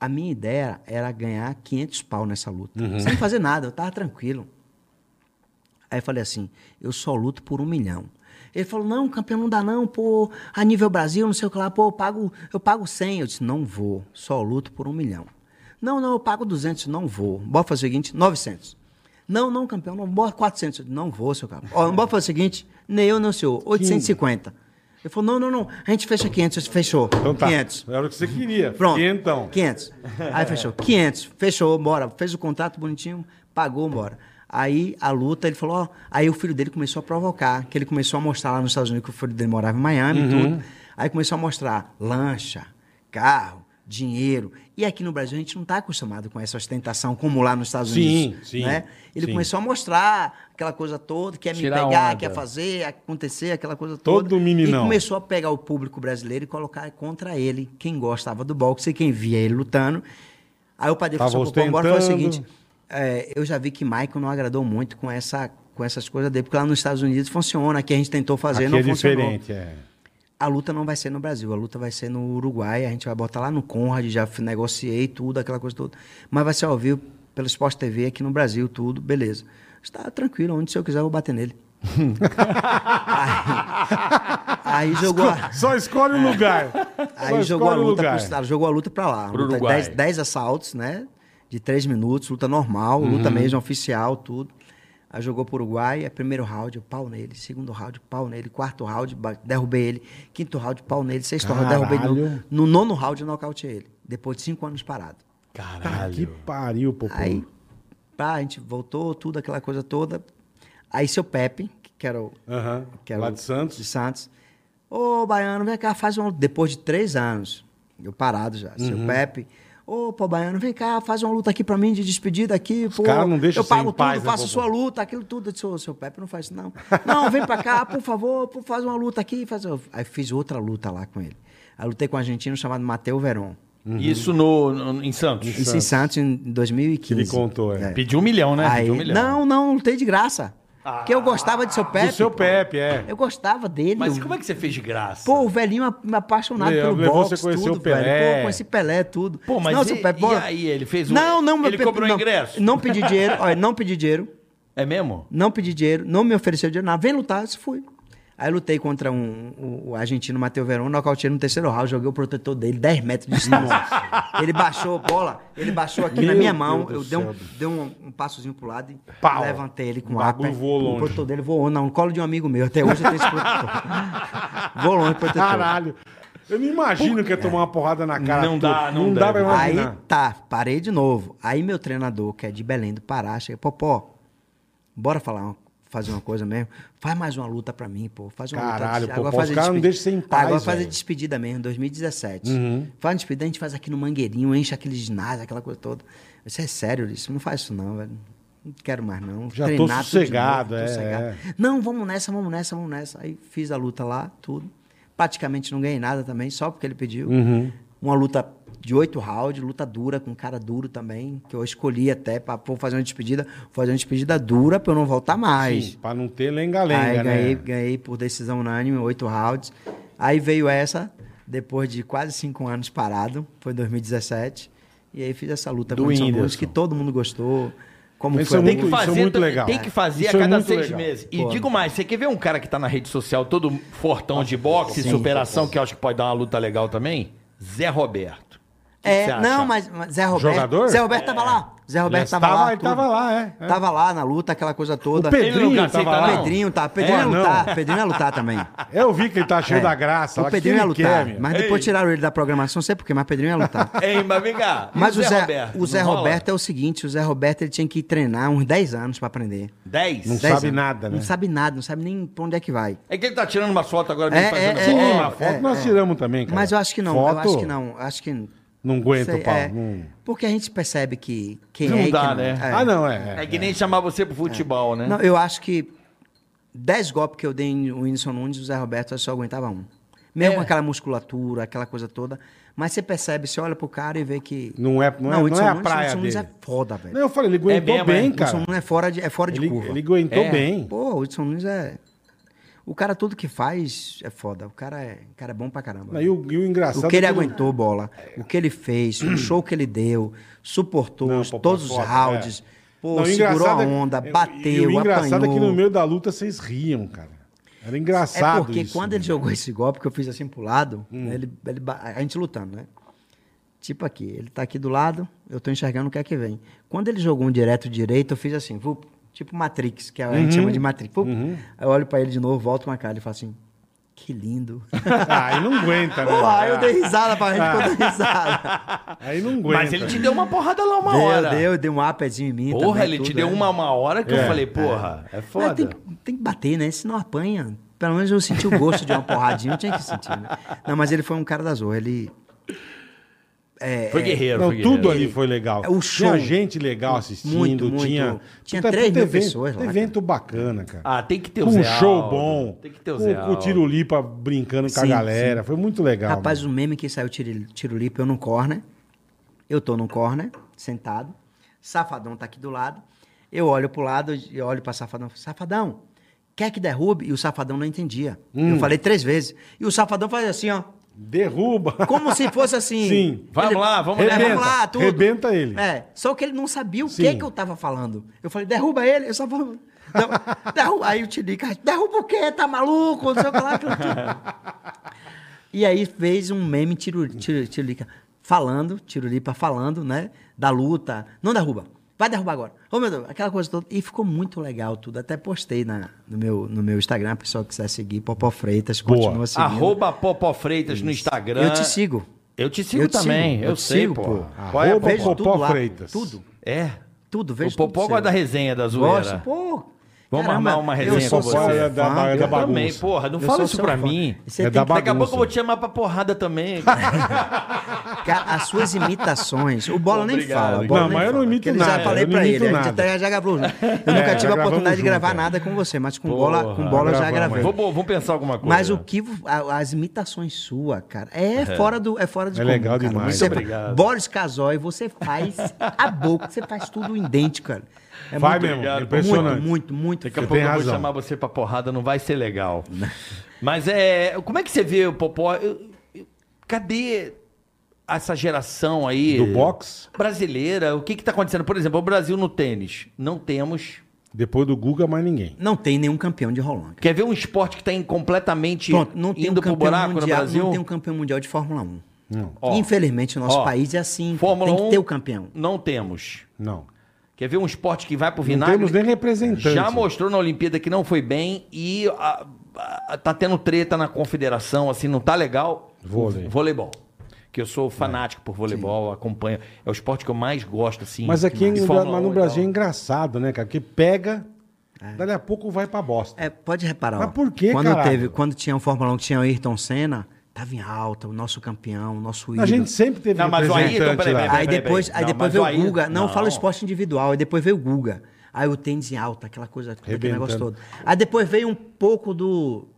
[SPEAKER 4] A minha ideia era ganhar 500 pau nessa luta,
[SPEAKER 1] Uhum.
[SPEAKER 4] sem fazer nada, eu tava tranquilo. Aí eu falei assim, eu só luto por um milhão. Ele falou, não, campeão, não dá não, pô, a nível Brasil, não sei o que lá, pô, eu pago, eu pago 100. Eu disse, não vou, só luto por um milhão. Não, não, eu pago 200, não vou. Bora fazer o seguinte, 900. Não, não, campeão, não, bora 400. Eu disse, não vou, seu cara. Ó, bora fazer o seguinte, nem eu, nem o senhor, 850. Ele falou, não, não, não, a gente fecha 500. Eu disse, fechou,
[SPEAKER 1] Então tá.
[SPEAKER 4] 500.
[SPEAKER 1] Era o que você queria.
[SPEAKER 4] Pronto.
[SPEAKER 1] Quinhentão.
[SPEAKER 4] 500. Aí fechou. 500. Fechou, bora. Fez o contrato bonitinho, pagou, bora. Aí a luta, ele falou, ó, aí o filho dele começou a provocar, que ele começou a mostrar lá nos Estados Unidos que o filho dele morava em Miami e tudo. Aí começou a mostrar lancha, carro, dinheiro. E aqui no Brasil a gente não está acostumado com essa ostentação como lá nos Estados
[SPEAKER 1] Sim,
[SPEAKER 4] Unidos.
[SPEAKER 1] sim,
[SPEAKER 4] né? Ele
[SPEAKER 1] sim.
[SPEAKER 4] começou a mostrar aquela coisa toda, quer me
[SPEAKER 2] Tirar
[SPEAKER 4] pegar,
[SPEAKER 2] onda.
[SPEAKER 4] quer fazer, acontecer, aquela coisa
[SPEAKER 1] Todo
[SPEAKER 4] toda.
[SPEAKER 1] meninão.
[SPEAKER 4] E começou começou a pegar o público brasileiro e colocar contra ele, quem gostava do boxe e quem via ele lutando. Aí o Padre
[SPEAKER 1] Tava
[SPEAKER 4] falou, "Pô, bora fazer o
[SPEAKER 1] ostentando.
[SPEAKER 4] seguinte, é, eu já vi que Michael não agradou muito com, essa, com essas coisas dele, porque lá nos Estados Unidos funciona, aqui a gente tentou fazer,
[SPEAKER 1] Aqui
[SPEAKER 4] não
[SPEAKER 1] é
[SPEAKER 4] funcionou.
[SPEAKER 1] diferente, é.
[SPEAKER 4] A luta não vai ser no Brasil, a luta vai ser no Uruguai, a gente vai botar lá no Conrad, já f- negociei tudo, aquela coisa toda. Mas vai ser ao vivo pelo Sport TV aqui no Brasil, tudo, beleza. Está tranquilo, onde se eu quiser eu vou
[SPEAKER 1] [LAUGHS]
[SPEAKER 4] bater nele. aí, aí jogou a... É.
[SPEAKER 1] Só escolhe o lugar. Só [LAUGHS]
[SPEAKER 4] Aí jogou a
[SPEAKER 1] escolhe o
[SPEAKER 4] luta
[SPEAKER 1] lugar.
[SPEAKER 4] pros caras, jogou a luta pra lá.
[SPEAKER 2] Pro
[SPEAKER 4] Luta-
[SPEAKER 2] Uruguai.
[SPEAKER 4] dez, dez assaltos, né? De três minutos, luta normal,
[SPEAKER 1] Uhum.
[SPEAKER 4] luta mesmo, oficial, tudo. Aí jogou pro Uruguai, é primeiro round, eu pau nele. Segundo round, pau nele. Quarto round, ba- derrubei ele. Quinto round, pau nele. Sexto round, derrubei ele.
[SPEAKER 1] Caralho.
[SPEAKER 4] No, no nono round, eu nocauteei ele. Depois de cinco anos parado.
[SPEAKER 1] Puta que pariu, Popô.
[SPEAKER 4] Aí, pá, a gente voltou, tudo, aquela coisa toda. Aí seu Pepe, que era o,
[SPEAKER 1] Aham.
[SPEAKER 4] que era
[SPEAKER 1] Lá
[SPEAKER 4] o-
[SPEAKER 1] de Santos.
[SPEAKER 4] De Santos. Ô, Baiano, vem cá, faz uma... Depois de três anos, eu parado já,
[SPEAKER 1] Uhum.
[SPEAKER 4] seu Pepe. Ô, pô, Baiano, vem cá, faz uma luta aqui pra mim de despedida aqui. Pô,
[SPEAKER 1] caras não deixam
[SPEAKER 4] Eu
[SPEAKER 1] você em
[SPEAKER 4] pago
[SPEAKER 1] paz,
[SPEAKER 4] tudo,
[SPEAKER 1] né,
[SPEAKER 4] faço
[SPEAKER 1] pô,
[SPEAKER 4] sua
[SPEAKER 1] pô?
[SPEAKER 4] luta, aquilo tudo. Eu disse, ô, seu Pepe, não faz isso, não. Não, vem pra cá, por favor, pô, faz uma luta aqui. Faz... Aí fiz outra luta lá com ele. Aí lutei com um argentino chamado Mateu Veron.
[SPEAKER 1] Uhum.
[SPEAKER 2] Isso no, no- em Santos.
[SPEAKER 4] Isso em Santos em 2015.
[SPEAKER 1] Que ele contou, é.
[SPEAKER 2] Pediu um milhão, né?
[SPEAKER 4] Aí,
[SPEAKER 2] Pediu um milhão.
[SPEAKER 4] não, não, lutei de graça. Porque eu gostava de seu Pepe.
[SPEAKER 1] Ah, Do seu
[SPEAKER 4] pô.
[SPEAKER 1] Pepe, é.
[SPEAKER 4] Eu gostava dele.
[SPEAKER 2] Mas
[SPEAKER 4] eu-
[SPEAKER 2] como é que você fez de graça?
[SPEAKER 4] Pô, o velhinho ap- me apaixonado
[SPEAKER 1] Leo,
[SPEAKER 4] pelo
[SPEAKER 1] levou
[SPEAKER 4] boxe,
[SPEAKER 1] você conhecer
[SPEAKER 4] tudo,
[SPEAKER 1] o Pelé.
[SPEAKER 4] velho. Pô, conheci Pelé, tudo.
[SPEAKER 2] Pô, mas
[SPEAKER 4] não,
[SPEAKER 2] e-
[SPEAKER 4] seu Pepe,
[SPEAKER 2] e
[SPEAKER 4] pô-
[SPEAKER 2] aí, ele fez um-
[SPEAKER 4] Não, não, meu
[SPEAKER 2] ele
[SPEAKER 4] Pepe,
[SPEAKER 2] cobrou
[SPEAKER 4] não,
[SPEAKER 2] ingresso?
[SPEAKER 4] Não
[SPEAKER 1] [LAUGHS]
[SPEAKER 4] pedi dinheiro, olha, não pedi dinheiro,
[SPEAKER 2] É mesmo?
[SPEAKER 4] não pedi dinheiro, não me ofereceu dinheiro, nada. Vem lutar, eu disse, fui. Aí lutei contra um, o, o argentino Matheus Verão, nocauteei no terceiro round, joguei o protetor dele, 10 metros de distância. ele baixou a bola, ele baixou aqui na
[SPEAKER 1] Meu
[SPEAKER 4] minha mão, eu
[SPEAKER 1] Deus do
[SPEAKER 4] dei, um,
[SPEAKER 1] céu, bicho.
[SPEAKER 4] dei um, um passozinho pro lado e
[SPEAKER 1] Pau.
[SPEAKER 4] levantei ele com
[SPEAKER 1] O
[SPEAKER 4] o
[SPEAKER 1] bagulho
[SPEAKER 4] upper.
[SPEAKER 1] voou longe.
[SPEAKER 4] O protetor dele voou, não, no colo de um amigo meu, até hoje eu tenho
[SPEAKER 1] [LAUGHS]
[SPEAKER 4] esse protetor. voou longe o protetor.
[SPEAKER 1] Caralho. Eu não imagino que é tomar uma porrada na cara.
[SPEAKER 2] Não
[SPEAKER 1] tua.
[SPEAKER 2] dá, não
[SPEAKER 1] Não dá pra
[SPEAKER 2] deve.
[SPEAKER 4] Aí
[SPEAKER 1] imaginar.
[SPEAKER 4] tá, parei de novo. Aí meu treinador, que é de Belém do Pará, chega, Popó, bora falar, uma- fazer uma coisa mesmo. Faz mais uma luta pra mim, pô. Faz uma
[SPEAKER 1] Caralho,
[SPEAKER 4] luta.
[SPEAKER 1] Popó, os caras não
[SPEAKER 4] despe-
[SPEAKER 1] deixam você em paz,
[SPEAKER 4] Agora faz a
[SPEAKER 1] velho. Uhum.
[SPEAKER 4] despedida mesmo, 2017. Faz a despedida, a gente faz aqui no Mangueirinho, enche aquele ginásio, aquela coisa toda. Isso é sério isso, não faz isso não, velho. Não quero mais não.
[SPEAKER 1] Já tô
[SPEAKER 4] Treinar tudo de
[SPEAKER 1] sossegado,
[SPEAKER 4] novo,
[SPEAKER 1] é, é.
[SPEAKER 4] Não, vamos nessa, vamos nessa, vamos nessa. Aí fiz a luta lá, tudo. Praticamente não ganhei nada também, só porque ele pediu.
[SPEAKER 1] Uhum.
[SPEAKER 4] Uma luta de oito rounds, luta dura, com um cara duro também, que eu escolhi até pra pô, fazer uma despedida, fazer uma despedida dura pra eu não voltar mais.
[SPEAKER 1] Sim, pra não ter lenga-lenga,
[SPEAKER 4] Aí ganhei,
[SPEAKER 1] né?
[SPEAKER 4] ganhei por decisão unânime, oito rounds. Aí veio essa, depois de quase cinco anos parado, foi 2017. E aí fiz essa luta
[SPEAKER 2] Do
[SPEAKER 4] com o Edson
[SPEAKER 2] Whindersson.
[SPEAKER 4] Nunes, que todo mundo gostou. Como
[SPEAKER 1] Mas isso
[SPEAKER 4] foi
[SPEAKER 1] é
[SPEAKER 4] a
[SPEAKER 2] Tem
[SPEAKER 1] muito-
[SPEAKER 2] que
[SPEAKER 4] luta.
[SPEAKER 2] fazer,
[SPEAKER 1] muito
[SPEAKER 2] também-
[SPEAKER 1] legal.
[SPEAKER 2] Tem que fazer
[SPEAKER 1] Isso
[SPEAKER 2] a
[SPEAKER 1] é
[SPEAKER 2] cada
[SPEAKER 1] muito
[SPEAKER 2] seis
[SPEAKER 1] legal.
[SPEAKER 2] meses. E
[SPEAKER 4] Pô.
[SPEAKER 2] digo mais, você quer ver um cara que tá na rede social todo fortão de boxe, superação, que eu acho que pode dar uma luta legal também? Zé Roberto. O que que você
[SPEAKER 4] É,
[SPEAKER 2] acha?
[SPEAKER 4] não, mas, mas Zé Roberto.
[SPEAKER 1] Jogador? É.
[SPEAKER 4] Zé Roberto tava lá. Zé Roberto
[SPEAKER 1] Ele
[SPEAKER 4] tava,
[SPEAKER 1] tava-
[SPEAKER 4] lá.
[SPEAKER 1] ele
[SPEAKER 4] tudo.
[SPEAKER 1] tava lá, é, é.
[SPEAKER 4] Tava lá na luta, aquela coisa toda.
[SPEAKER 1] O Pedrinho
[SPEAKER 2] Ele não
[SPEAKER 1] tava
[SPEAKER 2] aceita,
[SPEAKER 1] lá.
[SPEAKER 2] não.
[SPEAKER 4] Pedrinho tá. Pedrinho
[SPEAKER 1] É,
[SPEAKER 4] ia
[SPEAKER 1] não.
[SPEAKER 4] lutar. Pedrinho ia
[SPEAKER 1] [LAUGHS]
[SPEAKER 4] lutar também.
[SPEAKER 1] Eu vi que ele tá cheio
[SPEAKER 4] É.
[SPEAKER 1] da graça. lá,
[SPEAKER 4] O
[SPEAKER 1] que
[SPEAKER 4] Pedrinho
[SPEAKER 1] ele
[SPEAKER 4] ia lutar.
[SPEAKER 1] quer, meu.
[SPEAKER 4] mas depois tiraram ele da programação, não sei porquê, mas Pedrinho
[SPEAKER 2] [LAUGHS]
[SPEAKER 4] ia lutar.
[SPEAKER 2] Ei, mas vem cá. É, e
[SPEAKER 4] [LAUGHS] Mas o Zé, o
[SPEAKER 2] não
[SPEAKER 4] Zé
[SPEAKER 2] rola?
[SPEAKER 4] Roberto é o seguinte, o Zé Roberto ele tinha que treinar uns 10 anos pra aprender.
[SPEAKER 2] Dez?
[SPEAKER 1] Não
[SPEAKER 4] Dez
[SPEAKER 1] sabe
[SPEAKER 4] anos.
[SPEAKER 1] nada, né?
[SPEAKER 4] Não sabe nada, não sabe nem pra onde é que vai.
[SPEAKER 2] É que ele tá tirando uma foto agora,
[SPEAKER 4] É,
[SPEAKER 2] mesmo
[SPEAKER 4] é,
[SPEAKER 2] fazendo assim,
[SPEAKER 4] é,
[SPEAKER 1] Sim,
[SPEAKER 2] foto.
[SPEAKER 4] é,
[SPEAKER 1] mas foto
[SPEAKER 4] é,
[SPEAKER 1] nós
[SPEAKER 4] é.
[SPEAKER 1] tiramos também, cara.
[SPEAKER 4] Mas eu acho que não,
[SPEAKER 1] Foto,
[SPEAKER 4] eu acho que não, acho que...
[SPEAKER 1] Não aguento
[SPEAKER 4] sei,
[SPEAKER 1] o pau.
[SPEAKER 4] é.
[SPEAKER 1] não-
[SPEAKER 4] Porque a gente percebe que quem
[SPEAKER 2] Não
[SPEAKER 4] é e
[SPEAKER 2] dá,
[SPEAKER 4] quem
[SPEAKER 2] né?
[SPEAKER 4] É.
[SPEAKER 1] Ah, não, é.
[SPEAKER 2] É
[SPEAKER 1] é.
[SPEAKER 2] que nem chamar você pro futebol, né?
[SPEAKER 4] Não, eu acho que 10 golpes que eu dei no Whindersson Nunes, o Zé Roberto só aguentava um. Mesmo com aquela musculatura, aquela coisa toda. Mas você percebe, você olha pro cara e vê que...
[SPEAKER 1] Não é- não é-
[SPEAKER 4] o
[SPEAKER 1] não
[SPEAKER 4] Whindersson
[SPEAKER 1] é a
[SPEAKER 4] Nunes-
[SPEAKER 1] praia
[SPEAKER 4] O Whindersson Nunes
[SPEAKER 1] dele.
[SPEAKER 4] é foda, velho.
[SPEAKER 1] Não, eu falei, ele aguentou
[SPEAKER 2] mesmo, é.
[SPEAKER 1] bem,
[SPEAKER 4] O Whindersson
[SPEAKER 1] cara.
[SPEAKER 4] Nunes é fora de, é fora de
[SPEAKER 1] Ele,
[SPEAKER 4] curva.
[SPEAKER 1] ele aguentou
[SPEAKER 2] É.
[SPEAKER 1] bem.
[SPEAKER 4] Pô, o Wilson Nunes é. O cara, tudo que faz é foda. O cara é, o cara é bom pra caramba.
[SPEAKER 1] Não, E o, e o engraçado.
[SPEAKER 4] O que ele
[SPEAKER 1] é que não-
[SPEAKER 4] aguentou, bola. O que ele fez, o show que ele deu, suportou
[SPEAKER 1] Não,
[SPEAKER 4] os-
[SPEAKER 1] pô, pô,
[SPEAKER 4] todos os
[SPEAKER 1] foda,
[SPEAKER 4] rounds.
[SPEAKER 1] é.
[SPEAKER 4] Pô,
[SPEAKER 1] Não, o
[SPEAKER 4] segurou a
[SPEAKER 1] engraçado é-
[SPEAKER 4] onda,
[SPEAKER 1] e-
[SPEAKER 4] bateu,
[SPEAKER 1] E o engraçado
[SPEAKER 4] apanhou.
[SPEAKER 1] é que no meio da luta vocês riam, cara. Era
[SPEAKER 4] É
[SPEAKER 1] engraçado.
[SPEAKER 4] porque
[SPEAKER 1] isso,
[SPEAKER 4] quando
[SPEAKER 1] né?
[SPEAKER 4] ele jogou esse golpe que eu fiz assim pro lado,
[SPEAKER 2] Hum.
[SPEAKER 4] ele, ele ba- a gente lutando, né? Tipo aqui, ele tá aqui do lado, eu tô enxergando o que é que vem. Quando ele jogou um direto direito, eu fiz assim, vup, tipo Matrix, que a gente
[SPEAKER 2] Uhum.
[SPEAKER 4] chama de Matrix. vup. Aí eu olho pra ele de novo, volto com a cara e falo assim, que
[SPEAKER 2] [LAUGHS]
[SPEAKER 4] lindo.
[SPEAKER 1] [LAUGHS] Ah, Aí não
[SPEAKER 2] Tá
[SPEAKER 1] aguenta, né?
[SPEAKER 4] Pô, aí eu
[SPEAKER 1] Ah,
[SPEAKER 4] dei risada pra gente, ficou dando risada.
[SPEAKER 1] Aí não aguenta.
[SPEAKER 2] Mas ele te deu uma porrada lá [LAUGHS] uma hora.
[SPEAKER 4] Deu, deu, deu um apezinho em mim
[SPEAKER 2] Porra,
[SPEAKER 4] também,
[SPEAKER 2] ele te
[SPEAKER 4] tudo,
[SPEAKER 2] deu
[SPEAKER 4] né?
[SPEAKER 2] uma, uma hora que eu falei, porra, é,
[SPEAKER 4] Mas
[SPEAKER 2] foda.
[SPEAKER 4] tem, que- tem que bater, né? Se não apanha, pelo menos eu senti o gosto de uma porradinha, eu tinha que sentir, né? Não, mas ele foi um cara da zorra, ele...
[SPEAKER 2] foi guerreiro,
[SPEAKER 1] Não,
[SPEAKER 2] foi guerreiro.
[SPEAKER 1] tudo ali foi legal.
[SPEAKER 4] É, o show.
[SPEAKER 1] Tinha gente legal assistindo.
[SPEAKER 4] Muito, muito.
[SPEAKER 1] tinha
[SPEAKER 4] Tinha
[SPEAKER 1] puta,
[SPEAKER 4] 3 mil
[SPEAKER 1] evento-
[SPEAKER 4] pessoas lá,
[SPEAKER 1] Evento bacana, cara.
[SPEAKER 2] Ah, tem que ter o
[SPEAKER 1] com um
[SPEAKER 2] Zé
[SPEAKER 1] show
[SPEAKER 2] Aldo.
[SPEAKER 1] bom.
[SPEAKER 2] Tem que ter o
[SPEAKER 1] com-
[SPEAKER 2] Zé
[SPEAKER 1] Com o
[SPEAKER 2] Aldo.
[SPEAKER 1] Tirulipa brincando com a
[SPEAKER 4] Sim,
[SPEAKER 1] galera. Foi muito legal. né?
[SPEAKER 4] Rapaz,
[SPEAKER 1] mano.
[SPEAKER 4] o meme que saiu tiro, tirulipa, eu no corner. Eu tô no corner, sentado. Safadão tá aqui do lado. Eu olho pro lado e olho pra Safadão. falo, Safadão, quer que derrube? E o Safadão não entendia. Eu falei três vezes. E o Safadão faz assim, ó.
[SPEAKER 1] Derruba.
[SPEAKER 4] [LAUGHS] Como se fosse assim.
[SPEAKER 1] Sim.
[SPEAKER 2] Vamos lá, vamos
[SPEAKER 4] é,
[SPEAKER 2] lá.
[SPEAKER 4] Vamos lá, tudo.
[SPEAKER 1] Rebenta ele.
[SPEAKER 4] É, só que ele não sabia o
[SPEAKER 1] Sim.
[SPEAKER 4] que que eu tava falando. Eu falei, derruba ele, eu só vou... [LAUGHS] Não, derruba. Aí o Tilica, derruba o quê? Tá maluco? Não sei o que lá. aquilo tudo. E aí fez um meme tiru, tiru, Tiririca falando, Tiruripa falando, né? Da luta. Não derruba. Vai derrubar agora. Ô, meu Deus, aquela coisa toda. E ficou muito legal tudo. Até postei na, no, meu, no meu Instagram, o pessoal quiser seguir, Popó Freitas,
[SPEAKER 1] Boa.
[SPEAKER 4] continua seguindo.
[SPEAKER 2] Arroba Popó Freitas no Instagram.
[SPEAKER 4] Eu te sigo.
[SPEAKER 2] Eu te sigo
[SPEAKER 4] Eu te
[SPEAKER 2] também,
[SPEAKER 4] sigo,
[SPEAKER 2] eu,
[SPEAKER 4] eu te
[SPEAKER 2] sei,
[SPEAKER 4] sigo,
[SPEAKER 2] pô.
[SPEAKER 4] pô.
[SPEAKER 2] Qual é,
[SPEAKER 1] Arroba
[SPEAKER 2] Popó?
[SPEAKER 4] Vejo tudo lá.
[SPEAKER 1] Freitas.
[SPEAKER 4] Tudo,
[SPEAKER 2] É.
[SPEAKER 4] tudo. Vejo
[SPEAKER 2] o Popó
[SPEAKER 4] tudo seu. né?
[SPEAKER 2] gosta da resenha, da zoeira.
[SPEAKER 4] Gosto, pô.
[SPEAKER 2] Vamos
[SPEAKER 4] Caramba,
[SPEAKER 2] armar uma
[SPEAKER 4] eu
[SPEAKER 2] resenha
[SPEAKER 4] sou
[SPEAKER 2] com você.
[SPEAKER 4] seu
[SPEAKER 1] Olha, da-
[SPEAKER 4] fã,
[SPEAKER 1] da-
[SPEAKER 4] eu
[SPEAKER 1] da
[SPEAKER 4] também.
[SPEAKER 1] bagunça.
[SPEAKER 2] Também, porra, não
[SPEAKER 4] Eu
[SPEAKER 2] fala
[SPEAKER 4] sou
[SPEAKER 2] isso
[SPEAKER 4] seu
[SPEAKER 2] pra
[SPEAKER 4] fã.
[SPEAKER 2] mim.
[SPEAKER 4] Você
[SPEAKER 1] É
[SPEAKER 4] tem
[SPEAKER 1] da
[SPEAKER 4] que-
[SPEAKER 2] Daqui a
[SPEAKER 1] bagunça.
[SPEAKER 2] pouco eu vou te chamar pra porrada
[SPEAKER 4] [LAUGHS]
[SPEAKER 2] também.
[SPEAKER 4] Cara, as suas imitações. O Bola nem
[SPEAKER 2] Obrigado.
[SPEAKER 4] fala. o Bola
[SPEAKER 1] Não,
[SPEAKER 4] nem
[SPEAKER 1] mas eu não
[SPEAKER 4] fala,
[SPEAKER 1] imito
[SPEAKER 4] porque ele
[SPEAKER 1] nada,
[SPEAKER 4] Já falei
[SPEAKER 1] eu não
[SPEAKER 4] pra
[SPEAKER 1] imito
[SPEAKER 4] ele. A
[SPEAKER 1] nada.
[SPEAKER 4] gente até já gravou. junto. Eu
[SPEAKER 1] já
[SPEAKER 4] nunca tive a
[SPEAKER 1] gravamos
[SPEAKER 4] oportunidade de
[SPEAKER 1] junto,
[SPEAKER 4] gravar
[SPEAKER 1] é.
[SPEAKER 4] nada com você, mas com bola, com bola já
[SPEAKER 1] gravamos,
[SPEAKER 4] gravei.
[SPEAKER 1] é.
[SPEAKER 2] vamos, vamos pensar alguma coisa.
[SPEAKER 4] Mas o que a- as imitações sua, cara, é, fora do é fora de
[SPEAKER 1] É
[SPEAKER 4] comum,
[SPEAKER 1] legal
[SPEAKER 4] cara.
[SPEAKER 1] demais.
[SPEAKER 4] Você,
[SPEAKER 1] Muito
[SPEAKER 2] obrigado.
[SPEAKER 4] Boris Casoy, você faz a boca, você faz tudo idêntico, cara. É
[SPEAKER 1] Vai
[SPEAKER 4] muito-
[SPEAKER 1] mesmo,
[SPEAKER 2] obrigado.
[SPEAKER 1] impressionante.
[SPEAKER 4] Muito, muito,
[SPEAKER 2] Daqui a
[SPEAKER 1] Você
[SPEAKER 4] muito.
[SPEAKER 2] pouco
[SPEAKER 1] tem
[SPEAKER 2] eu vou
[SPEAKER 1] razão.
[SPEAKER 2] chamar você pra porrada, não vai ser legal.
[SPEAKER 4] Né?
[SPEAKER 2] Mas é. Como é que você vê o Popó? Eu- eu- cadê essa geração aí?
[SPEAKER 1] Do boxe?
[SPEAKER 2] Brasileira. O que que tá acontecendo? Por exemplo, o Brasil no tênis. Não temos.
[SPEAKER 1] Depois do Guga, mais ninguém.
[SPEAKER 4] Não tem nenhum campeão de Roland. cara.
[SPEAKER 2] Quer ver um esporte que tá em- completamente
[SPEAKER 4] Pronto, não tem um
[SPEAKER 2] indo pro
[SPEAKER 4] campeão
[SPEAKER 2] buraco no
[SPEAKER 4] mundial,
[SPEAKER 2] Brasil?
[SPEAKER 4] não tem um campeão mundial de Fórmula 1.
[SPEAKER 2] Ó,
[SPEAKER 4] Infelizmente, o nosso
[SPEAKER 2] ó,
[SPEAKER 4] país é assim. cara.
[SPEAKER 2] Fórmula
[SPEAKER 4] tem que
[SPEAKER 2] 1
[SPEAKER 4] ter o campeão.
[SPEAKER 2] Não temos.
[SPEAKER 1] Não.
[SPEAKER 2] Quer ver um esporte que vai pro
[SPEAKER 1] Não
[SPEAKER 2] vinagre?
[SPEAKER 1] temos nem representante.
[SPEAKER 2] Já mostrou na Olimpíada que não foi bem e ah, ah, tá tendo treta na confederação, assim, não tá legal.
[SPEAKER 1] Vôlei. É.
[SPEAKER 2] Voleibol. Que eu sou fanático por voleibol, acompanho. É o esporte que eu mais gosto, assim.
[SPEAKER 1] Mas aqui
[SPEAKER 2] de
[SPEAKER 1] no, Bra-
[SPEAKER 2] Fórmula
[SPEAKER 1] mas no
[SPEAKER 2] 1 e
[SPEAKER 1] Brasil é
[SPEAKER 2] tal.
[SPEAKER 1] engraçado, né, cara? Porque pega, dali a pouco vai pra bosta.
[SPEAKER 4] É, pode reparar.
[SPEAKER 1] Mas
[SPEAKER 4] ó.
[SPEAKER 1] por que,
[SPEAKER 4] quando
[SPEAKER 1] caralho?
[SPEAKER 4] teve, Quando tinha o Fórmula 1 que tinha o Ayrton Senna, tava em alta, o nosso campeão, o nosso ídolo.
[SPEAKER 1] a gente sempre teve
[SPEAKER 2] Não, mas o Ayrton,
[SPEAKER 1] representante
[SPEAKER 2] peraí,
[SPEAKER 1] lá.
[SPEAKER 2] peraí,
[SPEAKER 4] Aí depois,
[SPEAKER 2] peraí.
[SPEAKER 4] aí
[SPEAKER 2] Não, mas
[SPEAKER 4] depois
[SPEAKER 2] o
[SPEAKER 4] veio o
[SPEAKER 2] Ayrton-
[SPEAKER 4] Guga. Não, eu falo
[SPEAKER 2] não.
[SPEAKER 4] esporte individual. Aí depois veio o Guga. Aí o tênis em alta, aquela coisa, aquele
[SPEAKER 1] Arrebentando.
[SPEAKER 4] negócio todo. Aí depois veio um pouco do,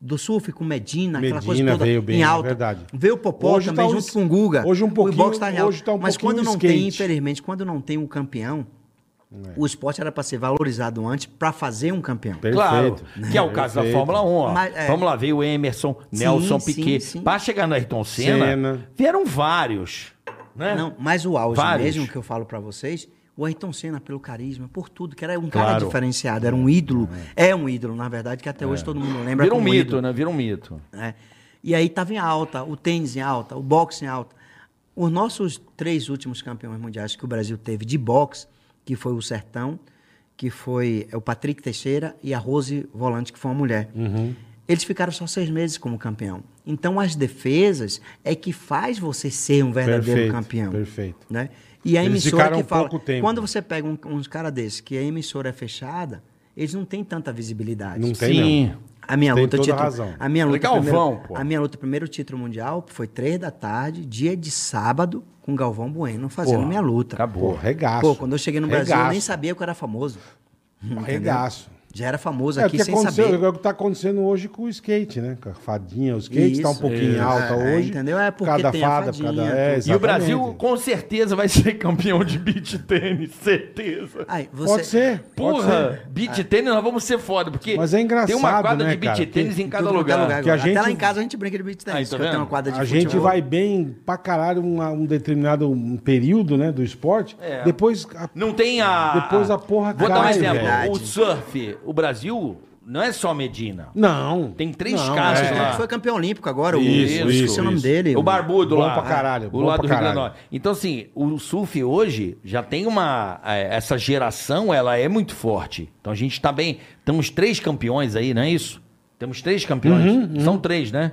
[SPEAKER 4] do surf com Medina, aquela coisa
[SPEAKER 1] Medina
[SPEAKER 4] toda
[SPEAKER 1] veio bem,
[SPEAKER 4] em
[SPEAKER 1] é
[SPEAKER 4] alta.
[SPEAKER 1] verdade.
[SPEAKER 4] Veio o Popó
[SPEAKER 1] Hoje
[SPEAKER 4] também
[SPEAKER 1] tá um-
[SPEAKER 4] junto com o Guga.
[SPEAKER 1] hoje um pouquinho-
[SPEAKER 4] o boxe tá em alta.
[SPEAKER 1] hoje tá um
[SPEAKER 4] Mas quando
[SPEAKER 1] pouquinho
[SPEAKER 4] não
[SPEAKER 1] skate. É.
[SPEAKER 4] tem, infelizmente, quando não tem um campeão, o esporte era para ser valorizado antes para fazer um campeão.
[SPEAKER 2] Claro,
[SPEAKER 1] Perfeito.
[SPEAKER 2] que é o caso da
[SPEAKER 1] Perfeito.
[SPEAKER 2] Fórmula 1. Ó.
[SPEAKER 4] Mas, é.
[SPEAKER 2] Vamos lá, veio o Emerson,
[SPEAKER 4] Sim,
[SPEAKER 2] Nelson
[SPEAKER 4] sim,
[SPEAKER 2] Piquet.
[SPEAKER 4] sim.
[SPEAKER 2] Para chegar no Ayrton Senna,
[SPEAKER 1] Senna.
[SPEAKER 2] vieram vários. Né?
[SPEAKER 4] Não, mas o auge
[SPEAKER 2] Vários.
[SPEAKER 4] mesmo que eu falo pra vocês, o Ayrton Senna pelo carisma, por tudo, que era um cara
[SPEAKER 2] Claro.
[SPEAKER 4] diferenciado, era um ídolo, é. um ídolo, na verdade, que até hoje todo mundo lembra
[SPEAKER 2] Vira um
[SPEAKER 4] como
[SPEAKER 2] mito,
[SPEAKER 4] ídolo,
[SPEAKER 2] né? Vira um mito.
[SPEAKER 4] né? E aí tava em alta, o tênis em alta, o boxe em alta. Os nossos três últimos campeões mundiais que o Brasil teve de boxe, que foi o Sertão, que foi é o Patrick Teixeira e a Rose Volante, que foi uma mulher.
[SPEAKER 1] Uhum.
[SPEAKER 4] Eles ficaram só seis meses como campeão. Então, as defesas é que faz você ser um verdadeiro
[SPEAKER 1] Perfeito,
[SPEAKER 4] campeão
[SPEAKER 1] perfeito.
[SPEAKER 4] né? E a
[SPEAKER 1] Eles
[SPEAKER 4] emissora
[SPEAKER 1] ficaram um
[SPEAKER 4] que fala,
[SPEAKER 1] pouco tempo.
[SPEAKER 4] quando você pega um, uns cara desses que a emissora é fechada, eles não têm tanta visibilidade.
[SPEAKER 1] Não tem, Sim.
[SPEAKER 4] A minha
[SPEAKER 1] Tem
[SPEAKER 4] luta
[SPEAKER 1] toda a
[SPEAKER 4] título,
[SPEAKER 1] razão.
[SPEAKER 4] a minha luta
[SPEAKER 2] é Galvão,
[SPEAKER 4] primeiro,
[SPEAKER 2] pô.
[SPEAKER 4] a minha luta primeiro título mundial foi três da tarde, dia de sábado, com Galvão Bueno fazendo minha luta.
[SPEAKER 1] Pô, regaço.
[SPEAKER 4] Pô, quando eu cheguei no Brasil, eu nem
[SPEAKER 1] Regaço. Hum,
[SPEAKER 4] sabia que eu era famoso. Entendeu?
[SPEAKER 1] Regaço.
[SPEAKER 4] Já era famoso
[SPEAKER 1] É o
[SPEAKER 4] aqui
[SPEAKER 1] que
[SPEAKER 4] sem
[SPEAKER 1] aconteceu,
[SPEAKER 4] saber.
[SPEAKER 1] é o que tá acontecendo hoje com o skate, né? Com a fadinha, o skate está um
[SPEAKER 4] Isso,
[SPEAKER 1] pouquinho em
[SPEAKER 4] isso.
[SPEAKER 1] alta
[SPEAKER 4] É,
[SPEAKER 1] hoje.
[SPEAKER 4] entendeu? É
[SPEAKER 1] por
[SPEAKER 4] porque
[SPEAKER 1] cada
[SPEAKER 4] tem a
[SPEAKER 1] fada, por
[SPEAKER 4] fadinha,
[SPEAKER 1] cada... É,
[SPEAKER 4] tudo.
[SPEAKER 2] E o
[SPEAKER 1] exatamente.
[SPEAKER 2] Brasil com certeza vai ser campeão de beach tênis, certeza.
[SPEAKER 4] Ai, você-
[SPEAKER 1] Pode ser. pode
[SPEAKER 2] Porra,
[SPEAKER 1] ser.
[SPEAKER 2] beach tênis nós vamos ser foda, porque
[SPEAKER 1] Mas é engraçado,
[SPEAKER 2] tem uma quadra
[SPEAKER 1] né,
[SPEAKER 2] de beach
[SPEAKER 1] cara?
[SPEAKER 2] tênis
[SPEAKER 1] Tem-
[SPEAKER 2] em
[SPEAKER 4] em
[SPEAKER 2] cada
[SPEAKER 4] tudo quanto é
[SPEAKER 2] lugar.
[SPEAKER 1] Que a
[SPEAKER 4] agora.
[SPEAKER 1] gente-
[SPEAKER 4] Até lá em casa a gente brinca de beat
[SPEAKER 2] Aí,
[SPEAKER 4] tennis,
[SPEAKER 2] tá
[SPEAKER 4] que eu tenho
[SPEAKER 2] vendo?
[SPEAKER 4] uma quadra de
[SPEAKER 1] A gente
[SPEAKER 4] futebol.
[SPEAKER 1] vai bem pra caralho uma- um determinado um período, né, do esporte.
[SPEAKER 2] É.
[SPEAKER 1] Depois a-
[SPEAKER 2] Não tem a.
[SPEAKER 1] Depois a porra
[SPEAKER 2] Vou dar um
[SPEAKER 1] cai,
[SPEAKER 2] exemplo.
[SPEAKER 4] velho.
[SPEAKER 2] O surf, o Brasil não é só Medina.
[SPEAKER 1] Não.
[SPEAKER 2] Tem três
[SPEAKER 1] Não,
[SPEAKER 2] caras
[SPEAKER 1] é.
[SPEAKER 4] Ele
[SPEAKER 2] lá.
[SPEAKER 4] foi campeão olímpico agora, o-
[SPEAKER 1] Isso,
[SPEAKER 4] esqueci
[SPEAKER 1] isso,
[SPEAKER 4] o nome
[SPEAKER 1] isso.
[SPEAKER 4] dele.
[SPEAKER 2] O barbudo
[SPEAKER 1] Bom
[SPEAKER 2] lá. né?
[SPEAKER 1] pra caralho,
[SPEAKER 2] O
[SPEAKER 1] bom
[SPEAKER 2] lado
[SPEAKER 1] pra
[SPEAKER 2] do Rio Grande do
[SPEAKER 1] caralho.
[SPEAKER 2] Norte. Então, assim, o surf hoje já tem uma. é, Essa geração, ela é muito forte. Então a gente tá bem. Temos três campeões aí, não é isso? Temos três campeões.
[SPEAKER 4] Uhum,
[SPEAKER 2] São três, né?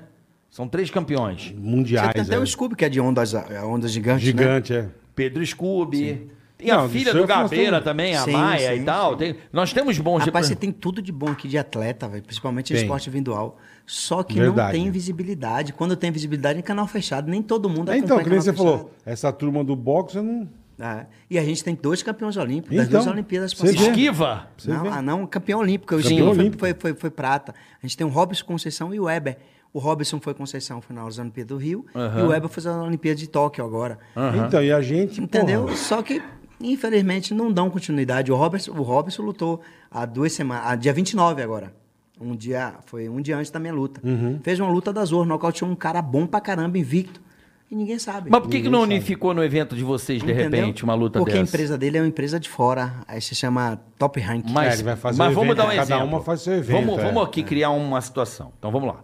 [SPEAKER 2] São três campeões.
[SPEAKER 4] Você
[SPEAKER 1] Mundiais.
[SPEAKER 4] tem até
[SPEAKER 1] é.
[SPEAKER 4] o Scooby, que é de ondas, é, ondas gigantes, né?
[SPEAKER 1] Gigante, é.
[SPEAKER 2] Pedro Scooby. Tem
[SPEAKER 1] Não,
[SPEAKER 2] a
[SPEAKER 1] de
[SPEAKER 2] filha
[SPEAKER 1] surf
[SPEAKER 2] do
[SPEAKER 1] nós
[SPEAKER 2] Gabeira
[SPEAKER 1] temos-
[SPEAKER 2] também, a
[SPEAKER 4] Sim,
[SPEAKER 2] Maia
[SPEAKER 4] sim,
[SPEAKER 2] e tal. Tem- Nós temos bons
[SPEAKER 4] Rapaz,
[SPEAKER 2] de-
[SPEAKER 4] você tem tudo de bom aqui de atleta, velho, principalmente
[SPEAKER 1] Tem.
[SPEAKER 4] esporte individual. Só que
[SPEAKER 1] Verdade.
[SPEAKER 4] não tem visibilidade. Quando tem visibilidade, é canal fechado. Nem todo mundo acompanha
[SPEAKER 1] Então, que nem
[SPEAKER 4] canal
[SPEAKER 1] você
[SPEAKER 4] fechado.
[SPEAKER 1] falou, essa turma do boxe eu não.
[SPEAKER 4] É. E a gente tem dois campeões olímpicos, das
[SPEAKER 1] Então,
[SPEAKER 4] duas Olimpíadas
[SPEAKER 1] você vê.
[SPEAKER 2] Esquiva.
[SPEAKER 1] Você
[SPEAKER 4] Não,
[SPEAKER 1] vê.
[SPEAKER 4] ah, não, campeão olímpico. O
[SPEAKER 1] Campeão
[SPEAKER 4] Esquiva foi,
[SPEAKER 1] olímpico.
[SPEAKER 4] foi, foi, foi prata. A gente tem o Robson Conceição e o Weber. O Robson foi Conceição no final das Olimpíadas do Rio e o Weber foi na Olimpíada de Tóquio agora.
[SPEAKER 1] Então, e a gente.
[SPEAKER 4] Entendeu?
[SPEAKER 1] porra,
[SPEAKER 4] Só que, infelizmente, não dão continuidade. O Robertson, o Robertson lutou há duas semanas, há dia 29 agora. Um dia, foi um dia antes da minha luta.
[SPEAKER 2] Uhum.
[SPEAKER 4] Fez uma luta das horas, nocauteou um cara bom pra caramba, invicto. E ninguém sabe.
[SPEAKER 2] Mas por que, que não unificou no evento de vocês, de
[SPEAKER 4] Entendeu?
[SPEAKER 2] repente, uma luta
[SPEAKER 4] Porque
[SPEAKER 2] dessa?
[SPEAKER 4] a empresa dele é uma empresa de fora. Aí se chama Top Rank.
[SPEAKER 2] Mas,
[SPEAKER 1] É, ele vai fazer
[SPEAKER 2] mas
[SPEAKER 1] o
[SPEAKER 2] vamos
[SPEAKER 1] evento,
[SPEAKER 2] dar um
[SPEAKER 1] cada
[SPEAKER 2] exemplo.
[SPEAKER 1] uma faz seu evento,
[SPEAKER 2] Vamos,
[SPEAKER 1] é.
[SPEAKER 2] vamos aqui criar uma situação. Então vamos lá.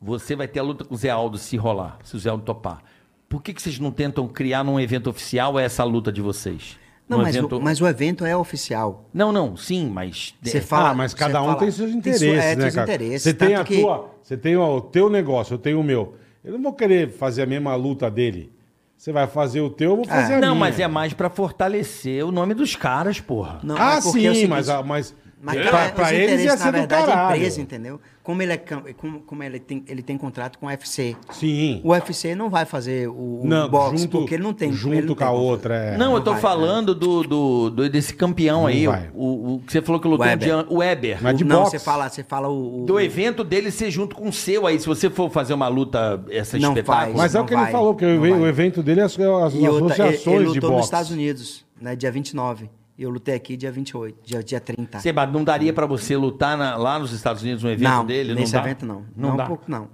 [SPEAKER 2] Você vai ter a luta com o Zé Aldo se rolar, se o Zé Aldo topar. Por que, que vocês não tentam criar num evento oficial essa luta de vocês?
[SPEAKER 4] Não,
[SPEAKER 2] Num
[SPEAKER 4] mas,
[SPEAKER 2] um evento-
[SPEAKER 4] o, mas o evento é oficial.
[SPEAKER 2] Não, não, sim, mas.
[SPEAKER 4] Você
[SPEAKER 2] É,
[SPEAKER 4] fala.
[SPEAKER 1] ah, mas
[SPEAKER 4] você
[SPEAKER 1] cada um
[SPEAKER 4] fala-
[SPEAKER 1] tem seus
[SPEAKER 4] sua-
[SPEAKER 1] interesses,
[SPEAKER 4] é,
[SPEAKER 1] né,
[SPEAKER 4] seus
[SPEAKER 1] cara?
[SPEAKER 4] interesses,
[SPEAKER 1] você tem
[SPEAKER 4] tanto
[SPEAKER 1] a
[SPEAKER 4] que-
[SPEAKER 1] tua, você tem o teu negócio, eu tenho o meu. Eu não vou querer fazer a mesma luta dele. Você vai fazer o teu, eu vou
[SPEAKER 2] Ah, é
[SPEAKER 1] fazer a minha.
[SPEAKER 2] Não, mas é mais pra fortalecer o nome dos caras, porra.
[SPEAKER 4] é- Não,
[SPEAKER 1] ah,
[SPEAKER 4] é porque
[SPEAKER 1] sim,
[SPEAKER 4] é o seguinte,
[SPEAKER 1] mas, a- mas
[SPEAKER 4] Mas
[SPEAKER 1] Pra-
[SPEAKER 4] cara,
[SPEAKER 1] pra
[SPEAKER 4] os
[SPEAKER 1] eles ia
[SPEAKER 4] interesses,
[SPEAKER 1] ser
[SPEAKER 4] na
[SPEAKER 1] do
[SPEAKER 4] verdade, é
[SPEAKER 1] caralho.
[SPEAKER 4] empresa, entendeu? Como ele, é, cam- como, como ele, tem, ele tem contrato com a UFC.
[SPEAKER 1] Sim.
[SPEAKER 4] O UFC não vai fazer o, o
[SPEAKER 1] Não,
[SPEAKER 4] boxe,
[SPEAKER 1] junto,
[SPEAKER 4] porque ele não tem.
[SPEAKER 1] Junto
[SPEAKER 4] ele não
[SPEAKER 1] com
[SPEAKER 4] tem
[SPEAKER 1] a
[SPEAKER 4] contrato.
[SPEAKER 1] outra. É.
[SPEAKER 2] Não, eu tô
[SPEAKER 4] vai,
[SPEAKER 2] falando do, do, do- desse campeão aí,
[SPEAKER 1] vai.
[SPEAKER 2] o, o que você falou que lutou
[SPEAKER 4] Weber.
[SPEAKER 2] de an- o Weber.
[SPEAKER 1] Mas de
[SPEAKER 4] não,
[SPEAKER 1] boxe.
[SPEAKER 4] você fala, você fala o. o-
[SPEAKER 2] Do evento dele ser junto com o seu aí, se você for fazer uma luta, essa
[SPEAKER 4] Não
[SPEAKER 2] espetáculo.
[SPEAKER 1] Mas é o
[SPEAKER 4] Não
[SPEAKER 1] que ele
[SPEAKER 4] vai,
[SPEAKER 1] falou, porque
[SPEAKER 4] não
[SPEAKER 1] o, o
[SPEAKER 4] vai.
[SPEAKER 1] evento dele é as, as
[SPEAKER 4] e outra, ele,
[SPEAKER 1] associações
[SPEAKER 4] ele
[SPEAKER 1] de
[SPEAKER 4] lutou
[SPEAKER 1] boxe.
[SPEAKER 4] nos Estados Unidos, né? Dia 29. E eu lutei aqui dia 28, dia, dia 30.
[SPEAKER 2] Seba, não daria pra você lutar na- lá nos Estados Unidos um é evento
[SPEAKER 4] não,
[SPEAKER 2] dele?
[SPEAKER 4] nesse
[SPEAKER 2] não dá?
[SPEAKER 4] evento não.
[SPEAKER 2] Não,
[SPEAKER 4] Não,
[SPEAKER 2] dá.
[SPEAKER 4] pouco não.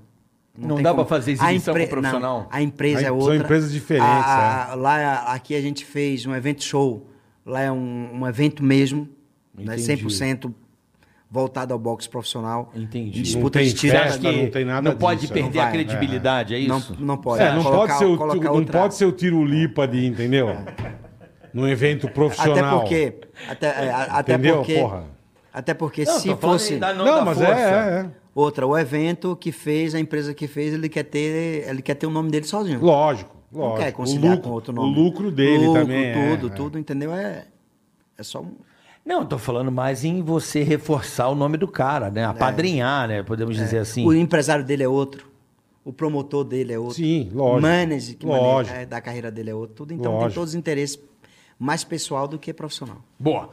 [SPEAKER 2] Não
[SPEAKER 4] tem
[SPEAKER 2] dá pra fazer exibição com profissional?
[SPEAKER 4] não, a empresa
[SPEAKER 1] Aí
[SPEAKER 4] é
[SPEAKER 1] são
[SPEAKER 4] outra.
[SPEAKER 1] empresas diferentes, é.
[SPEAKER 4] A- a- Lá, aqui a gente fez um evento show. Lá é um, um evento mesmo, né,
[SPEAKER 1] Entendi.
[SPEAKER 4] 100% voltado ao boxe profissional.
[SPEAKER 2] Entendi.
[SPEAKER 1] Não
[SPEAKER 4] Disputa
[SPEAKER 1] tem
[SPEAKER 4] de tiro.
[SPEAKER 2] Você
[SPEAKER 1] festa,
[SPEAKER 2] acha que
[SPEAKER 1] não tem nada
[SPEAKER 2] não pode
[SPEAKER 1] disso,
[SPEAKER 2] perder
[SPEAKER 4] não
[SPEAKER 2] a
[SPEAKER 4] vai.
[SPEAKER 2] credibilidade, é,
[SPEAKER 4] não,
[SPEAKER 2] isso?
[SPEAKER 4] não pode.
[SPEAKER 1] É, não,
[SPEAKER 4] Colocar-
[SPEAKER 1] pode ser o,
[SPEAKER 4] colocar
[SPEAKER 1] não
[SPEAKER 4] outra-
[SPEAKER 1] pode ser o tiro lipa de, entendeu? Num evento
[SPEAKER 4] Até
[SPEAKER 1] profissional.
[SPEAKER 4] porque. Até, é, a- até
[SPEAKER 1] Entendeu,
[SPEAKER 4] porque.
[SPEAKER 1] porra?
[SPEAKER 4] Até porque
[SPEAKER 2] Não,
[SPEAKER 4] se
[SPEAKER 2] tô falando
[SPEAKER 4] fosse.
[SPEAKER 2] ainda
[SPEAKER 1] Não,
[SPEAKER 2] da
[SPEAKER 1] mas
[SPEAKER 2] força.
[SPEAKER 1] é, é,
[SPEAKER 4] Outra, o evento que fez, a empresa que fez, ele quer ter, ele quer ter o nome dele
[SPEAKER 1] é.
[SPEAKER 4] sozinho.
[SPEAKER 1] Lógico,
[SPEAKER 4] Não
[SPEAKER 1] lógico.
[SPEAKER 4] quer conciliar
[SPEAKER 1] o lucro,
[SPEAKER 4] com outro nome.
[SPEAKER 1] O lucro dele
[SPEAKER 4] Lucro,
[SPEAKER 1] também. é,
[SPEAKER 4] Tudo,
[SPEAKER 1] é.
[SPEAKER 4] tudo, entendeu? É, é só um.
[SPEAKER 2] Não, eu tô falando mais em você reforçar o nome do cara, né? Apadrinhar, né? Podemos dizer assim.
[SPEAKER 4] É. O empresário dele é outro. O promotor dele é outro.
[SPEAKER 1] Sim, lógico.
[SPEAKER 4] O manager que
[SPEAKER 1] Lógico.
[SPEAKER 4] maneja da carreira dele é outro. Tudo. Então
[SPEAKER 1] Lógico.
[SPEAKER 4] tem todos os interesses mais pessoal do que profissional.
[SPEAKER 2] Boa.